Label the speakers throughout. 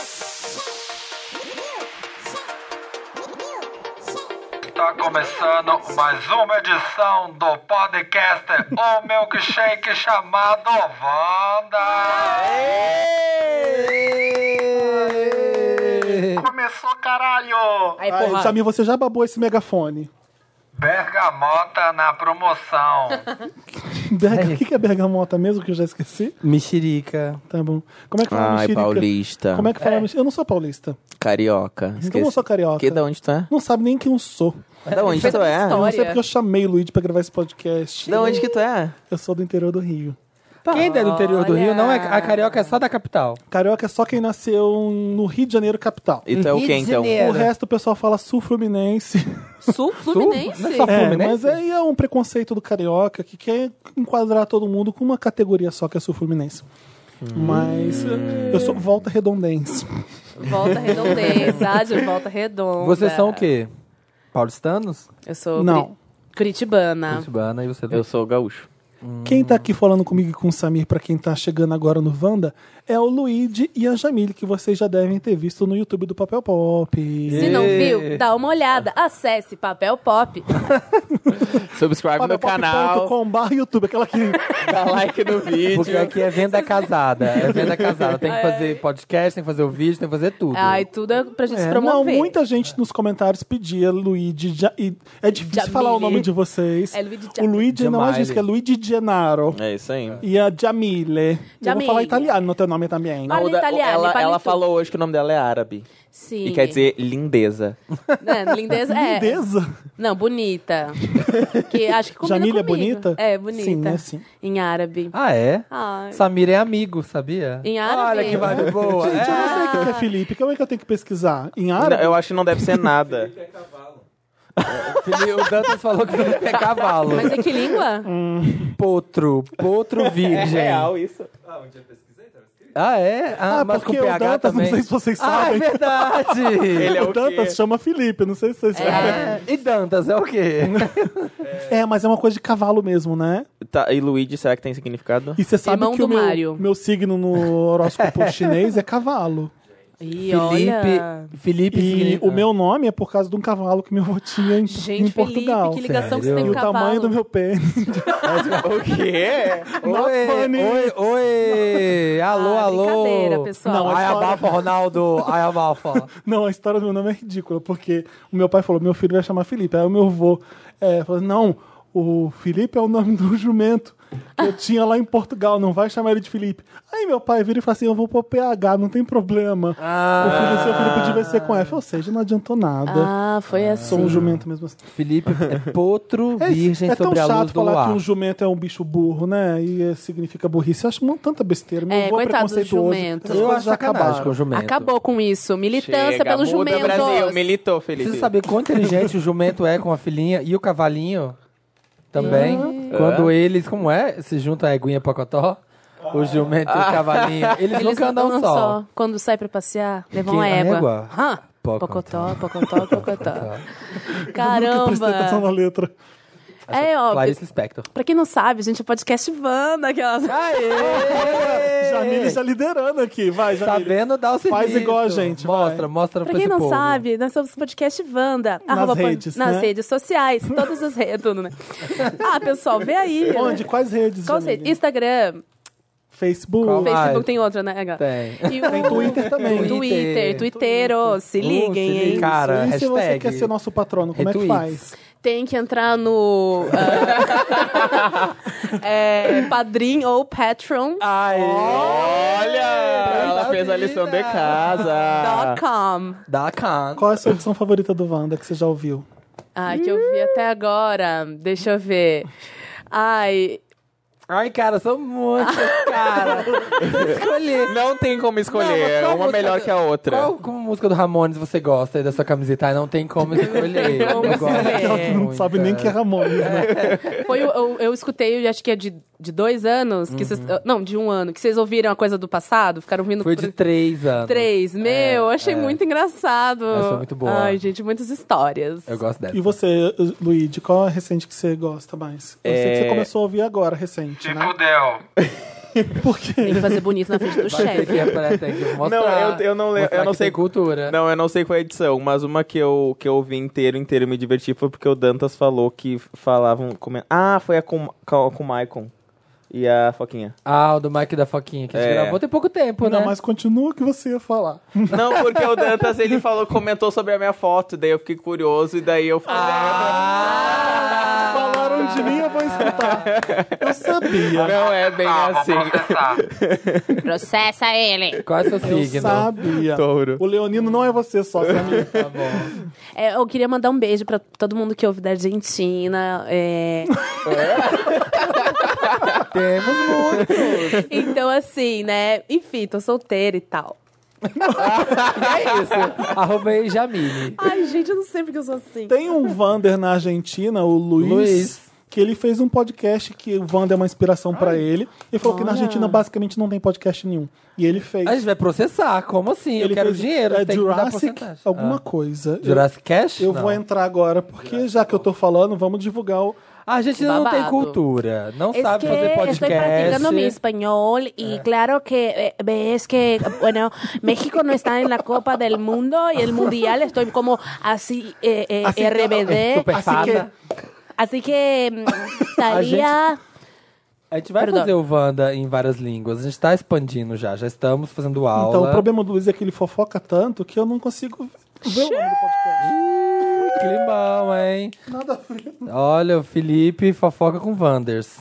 Speaker 1: Está Tá começando mais uma edição do podcast O Milkshake chamado Wanda. Começou, caralho!
Speaker 2: Aí,
Speaker 3: Ai,
Speaker 2: É, porra.
Speaker 3: Samir, você já babou esse megafone.
Speaker 1: Bergamota na promoção.
Speaker 3: Berga, o que, que é bergamota mesmo, que eu já esqueci?
Speaker 4: Mexerica.
Speaker 3: Tá bom. Como é que fala
Speaker 5: Ai,
Speaker 3: mexerica?
Speaker 5: paulista.
Speaker 3: Como é que fala mexerica? Eu não sou paulista.
Speaker 5: Carioca.
Speaker 3: Então eu não sou carioca.
Speaker 5: Que da onde tu é?
Speaker 3: Não sabe nem quem eu sou.
Speaker 5: Da onde
Speaker 2: Fez
Speaker 5: tu
Speaker 2: uma
Speaker 5: é?
Speaker 3: Eu não sei
Speaker 2: Olha.
Speaker 3: porque eu chamei o Luigi pra gravar esse podcast.
Speaker 5: Da onde que tu é?
Speaker 3: Eu sou do interior do Rio.
Speaker 4: Quem é do interior do
Speaker 2: Olha.
Speaker 4: Rio não é. A carioca é só da capital.
Speaker 3: Carioca é só quem nasceu no Rio de Janeiro, capital.
Speaker 5: E tu é o
Speaker 4: Rio
Speaker 5: quê,
Speaker 4: de
Speaker 5: então?
Speaker 4: Janeiro.
Speaker 3: O resto o pessoal fala sul-fluminense.
Speaker 2: Sul Fluminense?
Speaker 4: Não é só
Speaker 3: É,
Speaker 4: Fluminense?
Speaker 3: mas aí é um preconceito do carioca que quer enquadrar todo mundo com uma categoria só que é sul-fluminense.
Speaker 5: Hum.
Speaker 3: Mas eu sou volta redondense.
Speaker 2: Volta Redondeza, de Volta Redonda.
Speaker 4: Vocês são o quê? Paulistanos?
Speaker 2: Eu sou
Speaker 3: Não.
Speaker 2: curi- curitibana.
Speaker 4: Curitibana e você é do-
Speaker 5: Eu sou gaúcho.
Speaker 3: Quem tá aqui falando comigo e com o Samir, pra quem tá chegando agora no Wanda, é o Luigi e a Jamile, que vocês já devem ter visto no YouTube do Papel Pop.
Speaker 2: Se não
Speaker 4: Ê.
Speaker 2: viu, dá uma olhada. Acesse Papel Pop.
Speaker 5: Subscribe no canal,
Speaker 3: Papelpop.com.br YouTube, aquela que.
Speaker 5: dá like no
Speaker 4: Porque
Speaker 5: vídeo.
Speaker 4: aqui é venda casada. É venda casada. Tem que fazer podcast, tem que fazer o vídeo, tem que fazer tudo.
Speaker 2: Ai, tudo é pra gente se
Speaker 3: É, não,
Speaker 2: promover.
Speaker 3: muita gente nos comentários pedia Luigi. Ja- e- é difícil
Speaker 2: Jamile.
Speaker 3: falar o nome de vocês.
Speaker 2: É Luigi
Speaker 3: o
Speaker 2: Jamile.
Speaker 3: Luigi não é
Speaker 4: Jamile.
Speaker 3: Jéssica, é Luigi Gennaro.
Speaker 5: É isso aí.
Speaker 3: E a Jamile. Eu vou
Speaker 2: Jamile.
Speaker 3: falar italiano no teu nome também.
Speaker 2: Olha,
Speaker 5: O da- o-
Speaker 2: italiano,
Speaker 5: ela,
Speaker 2: fala
Speaker 5: ela
Speaker 2: tudo.
Speaker 5: falou hoje que o nome dela é árabe.
Speaker 2: Sim.
Speaker 5: E quer dizer lindeza.
Speaker 2: É, lindeza é.
Speaker 3: Lindeza.
Speaker 2: Não, bonita. que acho que combina
Speaker 3: Jamile é
Speaker 2: comigo.
Speaker 3: bonita?
Speaker 2: É, bonita.
Speaker 3: Sim, é sim.
Speaker 2: Em árabe.
Speaker 4: Ah, é?
Speaker 2: Ai.
Speaker 4: Samir é amigo, sabia?
Speaker 2: Em árabe?
Speaker 4: Olha que vibe boa.
Speaker 3: Gente, eu
Speaker 4: É.
Speaker 3: não sei o
Speaker 2: Ah.
Speaker 3: que que é Felipe. Como é que eu tenho que pesquisar? Em árabe?
Speaker 5: Não, eu acho que não deve ser nada.
Speaker 4: Fili- É? O Dantas falou que Felipe é cavalo.
Speaker 2: Mas em que língua?
Speaker 3: Hum.
Speaker 4: Potro.
Speaker 2: É
Speaker 4: Potro virgem.
Speaker 5: isso.
Speaker 4: Ah, é? Ah,
Speaker 3: Ah,
Speaker 4: mas com
Speaker 3: porque o
Speaker 4: PH
Speaker 3: Dantas,
Speaker 4: também.
Speaker 3: não sei se vocês
Speaker 4: ah, é
Speaker 3: sabem.
Speaker 4: verdade.
Speaker 5: Ele é
Speaker 3: o
Speaker 5: o
Speaker 3: Dantas
Speaker 5: quê?
Speaker 3: chama Felipe, não sei se vocês sabem.
Speaker 4: E Dantas é o quê?
Speaker 3: É, mas é uma coisa de cavalo mesmo, né?
Speaker 5: Tá, e Luigi, será que tem significado?
Speaker 3: E você sabe
Speaker 2: Irmão
Speaker 3: que o
Speaker 2: do
Speaker 3: meu,
Speaker 2: Mário.
Speaker 3: meu signo no horóscopo chinês é cavalo.
Speaker 2: Ih, olha.
Speaker 4: Felipe, Felipe
Speaker 3: E
Speaker 4: significa-
Speaker 3: o meu nome é por causa de um cavalo que meu avô tinha em,
Speaker 2: Gente,
Speaker 3: em Portugal.
Speaker 2: Felipe, que ligação que você
Speaker 4: Sério?
Speaker 2: tem com
Speaker 3: E o
Speaker 2: o cavalo.
Speaker 3: tamanho do meu pênis.
Speaker 5: O quê?
Speaker 4: Oi,
Speaker 3: funny.
Speaker 4: oi, oi. Alô,
Speaker 2: Ah,
Speaker 4: alô.
Speaker 2: brincadeira, pessoal. Não,
Speaker 4: Ai,
Speaker 3: é só-
Speaker 4: abafa, Ronaldo. Ai, abafa.
Speaker 3: Não, a história do meu nome é ridícula, porque o meu pai falou, meu filho vai chamar Felipe. Aí o meu avô é, falou, não, o Felipe é o nome do jumento que eu tinha lá em Portugal, não vai chamar ele de Felipe. Aí meu pai vira e fala assim, eu vou pôr PH, não tem problema.
Speaker 4: Ah.
Speaker 3: O filho, seu Felipe devia ser com F, ou seja, não adiantou nada.
Speaker 2: Ah, foi assim.
Speaker 3: Sou um jumento mesmo assim.
Speaker 4: Felipe é potro
Speaker 3: É,
Speaker 4: virgem
Speaker 3: é tão
Speaker 4: sobre a
Speaker 3: chato
Speaker 4: luz do
Speaker 3: falar
Speaker 4: luar.
Speaker 3: que um jumento é um bicho burro, né? E é, significa burrice. Eu acho uma tanta besteira. Meu
Speaker 2: É,
Speaker 3: avô
Speaker 2: coitado do
Speaker 3: preconceituoso.
Speaker 2: jumento.
Speaker 3: Essas
Speaker 4: Eu
Speaker 3: coisas
Speaker 4: acho
Speaker 3: já
Speaker 4: sacanagem com o
Speaker 3: acabaram.
Speaker 4: jumento.
Speaker 2: Acabou com isso. Militância
Speaker 5: Chega,
Speaker 2: pelo
Speaker 5: muda
Speaker 2: jumento.
Speaker 5: Brasil, militou, Felipe.
Speaker 4: Preciso saber quão inteligente o jumento é com a filhinha e o cavalinho também. Quando eles, como Uhum. é? Se juntam a eguinha pocotó, o jumento e o cavalinho. Eles,
Speaker 2: Eles
Speaker 4: nunca andam, só.
Speaker 2: Quando sai pra passear, levam
Speaker 4: Que-
Speaker 2: a
Speaker 4: a
Speaker 2: égua.
Speaker 4: égua?
Speaker 2: Hã?
Speaker 4: Pocotó.
Speaker 2: Pocotó, pocotó, pocotó.
Speaker 3: Nunca prestei atenção na
Speaker 2: Caramba.
Speaker 3: letra.
Speaker 2: É, ó.
Speaker 4: Clarice Lispector.
Speaker 2: Pra quem não sabe, gente, é podcast Wanda. Aquelas...
Speaker 4: Aê!
Speaker 3: Jamile já liderando aqui. Vai, Jamile.
Speaker 4: Sabendo dar o serviço.
Speaker 3: Faz igual a gente, vai.
Speaker 4: Mostra, mostra
Speaker 2: Pra
Speaker 4: pra
Speaker 2: quem
Speaker 4: esse
Speaker 2: não
Speaker 4: povo.
Speaker 2: sabe, nós somos o podcast Wanda.
Speaker 3: Nas
Speaker 2: arroba pan-
Speaker 3: redes,
Speaker 2: Nas
Speaker 3: né?
Speaker 2: redes sociais, todas as redes, tudo, né? Ah, pessoal, vê aí. né?
Speaker 4: é.
Speaker 3: Onde? Quais redes?
Speaker 2: Qual
Speaker 3: Jamile?
Speaker 2: seria? Instagram,
Speaker 3: Facebook.
Speaker 4: Qual mais?
Speaker 2: Facebook tem outra, né? H?
Speaker 4: Tem.
Speaker 2: E o... Tem
Speaker 3: Twitter também.
Speaker 2: Twitter, Twittero, se
Speaker 4: Uh, se
Speaker 2: liguem, hein?
Speaker 4: liga. Cara,
Speaker 3: e se você
Speaker 4: hashtag.
Speaker 3: quer ser nosso patrono, como é que
Speaker 4: Retweets.
Speaker 3: faz?
Speaker 2: Tem que entrar no ah, é, Padrim ou Patreon.
Speaker 4: Ai,
Speaker 5: Olha! Ela
Speaker 4: Sabida.
Speaker 5: fez a lição de casa.
Speaker 2: Dot com.
Speaker 4: dá can.
Speaker 3: Qual é a sua edição favorita do Wanda que você já ouviu?
Speaker 2: Ai, Ah, que eu vi até agora. Deixa eu ver. Ai,
Speaker 4: Ai, cara, são muitas, cara. Escolher.
Speaker 5: Não tem como escolher,
Speaker 4: Não, mas qual
Speaker 5: uma
Speaker 4: música
Speaker 5: melhor
Speaker 4: do-
Speaker 5: que a outra.
Speaker 4: Qual como música do Ramones você gosta aí da sua camiseta? Ai, não tem como escolher.
Speaker 2: Não tem
Speaker 4: Eu
Speaker 2: como
Speaker 4: gosto
Speaker 2: escolher.
Speaker 3: Ela não
Speaker 4: muito.
Speaker 3: sabe nem que é Ramones, né?
Speaker 2: foi o- eu, eu escutei, eu acho que é de, de dois anos. que vocês- Não, de um ano. Que vocês ouviram a coisa do passado? Ficaram ouvindo
Speaker 4: Uhum. Foi
Speaker 2: por-
Speaker 4: de três anos.
Speaker 2: três. Meu, achei muito engraçado.
Speaker 4: Essa é muito boa.
Speaker 2: Ai, gente, muitas histórias.
Speaker 4: Eu gosto dessa.
Speaker 3: E você, Luigi, qual é a recente que você gosta mais? Eu sei que você
Speaker 5: É.
Speaker 1: Tipo,
Speaker 3: começou a ouvir agora, recente,
Speaker 1: Se
Speaker 3: né?
Speaker 1: fudeu.
Speaker 3: Por quê?
Speaker 4: Tipo,
Speaker 2: Tem que fazer bonito na frente do
Speaker 4: Vai ter que
Speaker 2: chefe.
Speaker 4: reparar, tem que mostrar.
Speaker 5: Não, eu, eu não lembro.
Speaker 4: Mostrar
Speaker 5: Eu não
Speaker 4: que
Speaker 5: sei.
Speaker 4: tem cultura.
Speaker 5: Não, eu não sei qual é a edição, mas uma que eu, que eu vi inteiro, inteiro e me diverti foi porque o Dantas falou que f- falavam. comen- Ah, foi a com, com, com o Maicon e a Foquinha.
Speaker 4: Ah, o do Mike da Foquinha, que a gente
Speaker 5: É.
Speaker 4: gravou tem pouco tempo,
Speaker 3: Não,
Speaker 4: né?
Speaker 3: mas continua o que você ia falar.
Speaker 5: Não, porque o Dantas ele falou, comentou sobre a minha foto, daí eu fiquei curioso e daí eu falei.
Speaker 4: Ah.
Speaker 3: Falaram de mim, eu vou escutar. Eu sabia.
Speaker 5: Não é bem
Speaker 1: Ah, vou
Speaker 5: assim.
Speaker 1: processar.
Speaker 2: Processa ele.
Speaker 4: Qual é o seu
Speaker 3: Eu
Speaker 4: signo?
Speaker 3: sabia.
Speaker 5: Touro.
Speaker 3: O Leonino não é você só, Samir.
Speaker 4: Tá bom.
Speaker 2: É, eu queria mandar um beijo pra todo mundo que ouve da Argentina. é.
Speaker 4: Temos muito.
Speaker 2: Então, assim, né? Enfim, tô solteira e tal.
Speaker 4: é isso. Arroba aí Jamile.
Speaker 2: Ai, gente, eu não sei porque eu sou assim.
Speaker 3: Tem um Vander na Argentina, o Luiz,
Speaker 4: Luiz.
Speaker 3: que ele fez um podcast que o Vander é uma inspiração pra ele. Ele falou que na
Speaker 2: Olha.
Speaker 3: Argentina basicamente não tem podcast nenhum. E ele fez.
Speaker 4: A gente vai processar, como assim?
Speaker 3: ele
Speaker 4: eu quero
Speaker 3: fez,
Speaker 4: dinheiro,
Speaker 3: É
Speaker 4: tem que me dar
Speaker 3: Jurassic,
Speaker 4: porcentagem.
Speaker 3: alguma
Speaker 4: ah.
Speaker 3: coisa.
Speaker 4: Jurassic Cash?
Speaker 3: Eu, eu
Speaker 4: Não.
Speaker 3: vou entrar agora, porque já que eu tô falando, vamos divulgar o.
Speaker 4: Ah, A gente não tem
Speaker 2: Babado.
Speaker 4: cultura, não
Speaker 2: Es
Speaker 4: sabe
Speaker 2: É que
Speaker 4: fazer É.
Speaker 2: estoy practicando mi
Speaker 4: podcast.
Speaker 2: español y claro que eh, es que, bueno, México no está en la Copa del Mundo y el Mundial estoy como así, eh, eh,
Speaker 3: Así Assim que-
Speaker 2: RBD.
Speaker 4: Superfada.
Speaker 3: Assim
Speaker 2: Así que, mm,
Speaker 4: A
Speaker 2: estaría...
Speaker 4: A gente vai
Speaker 2: Perdão.
Speaker 4: fazer o Wanda em várias línguas. A gente tá expandindo já, já estamos fazendo aula.
Speaker 3: Então, o problema do Luiz é que ele fofoca tanto que eu não consigo ver o nome do podcast.
Speaker 4: Ih, Climão, hein?
Speaker 3: Nada a ver.
Speaker 4: Olha, o Felipe fofoca com Wanders.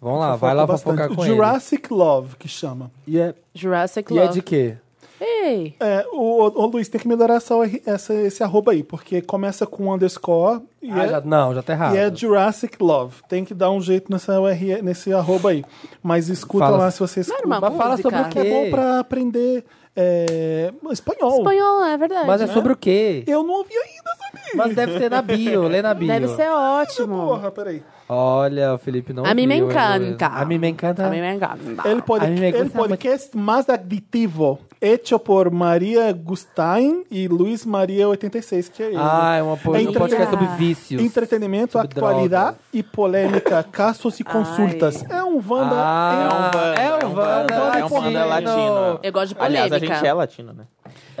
Speaker 4: Vamos lá, Ah, vai lá fofocar com
Speaker 3: Jurassic Love, que chama. E é
Speaker 2: Jurassic
Speaker 4: ele. E é de quê?
Speaker 2: Ei,
Speaker 3: É, o, o- o Luiz tem que melhorar essa, UR essa- esse arroba aí, porque começa com underscore e,
Speaker 4: Ah,
Speaker 3: é,
Speaker 4: já- não, já tá errado.
Speaker 3: e é Jurassic Love. Tem que dar um jeito nessa UR, nesse arroba aí. Mas escuta
Speaker 4: Fala-
Speaker 3: lá se você escuta.
Speaker 2: era é uma
Speaker 4: Mas fala
Speaker 2: música.
Speaker 4: sobre o quê?
Speaker 3: É bom pra aprender é, espanhol.
Speaker 2: espanhol, é verdade.
Speaker 4: Oh. Mas é sobre o quê?
Speaker 3: Eu não ouvi ainda, sabia?
Speaker 4: Mas deve ter na bio, lê na bio.
Speaker 2: Deve ser ótimo.
Speaker 3: Porra, peraí.
Speaker 4: Olha, o Felipe não
Speaker 2: A mim me
Speaker 4: viu, hein, Luiz?
Speaker 2: encanta.
Speaker 4: A mim me encanta.
Speaker 2: A mí me encanta.
Speaker 3: El, pod-
Speaker 4: A mí me
Speaker 3: el
Speaker 4: gusta
Speaker 3: podcast más aditivo, hecho por Maria Gustain e Luiz Maria 86, que é ele.
Speaker 4: Ah, é uma po- um
Speaker 3: Entre-
Speaker 4: podcast sobre
Speaker 2: Ah.
Speaker 4: vícios.
Speaker 3: Entretenimento,
Speaker 4: Sobre
Speaker 3: atualidade
Speaker 4: drogas.
Speaker 3: e polêmica, casos e consultas. É um Wanda.
Speaker 4: Ah, é um Wanda.
Speaker 5: É um Wanda latino.
Speaker 2: Eu gosto de
Speaker 5: Aliás, a
Speaker 2: polêmica.
Speaker 5: gente é latino, né?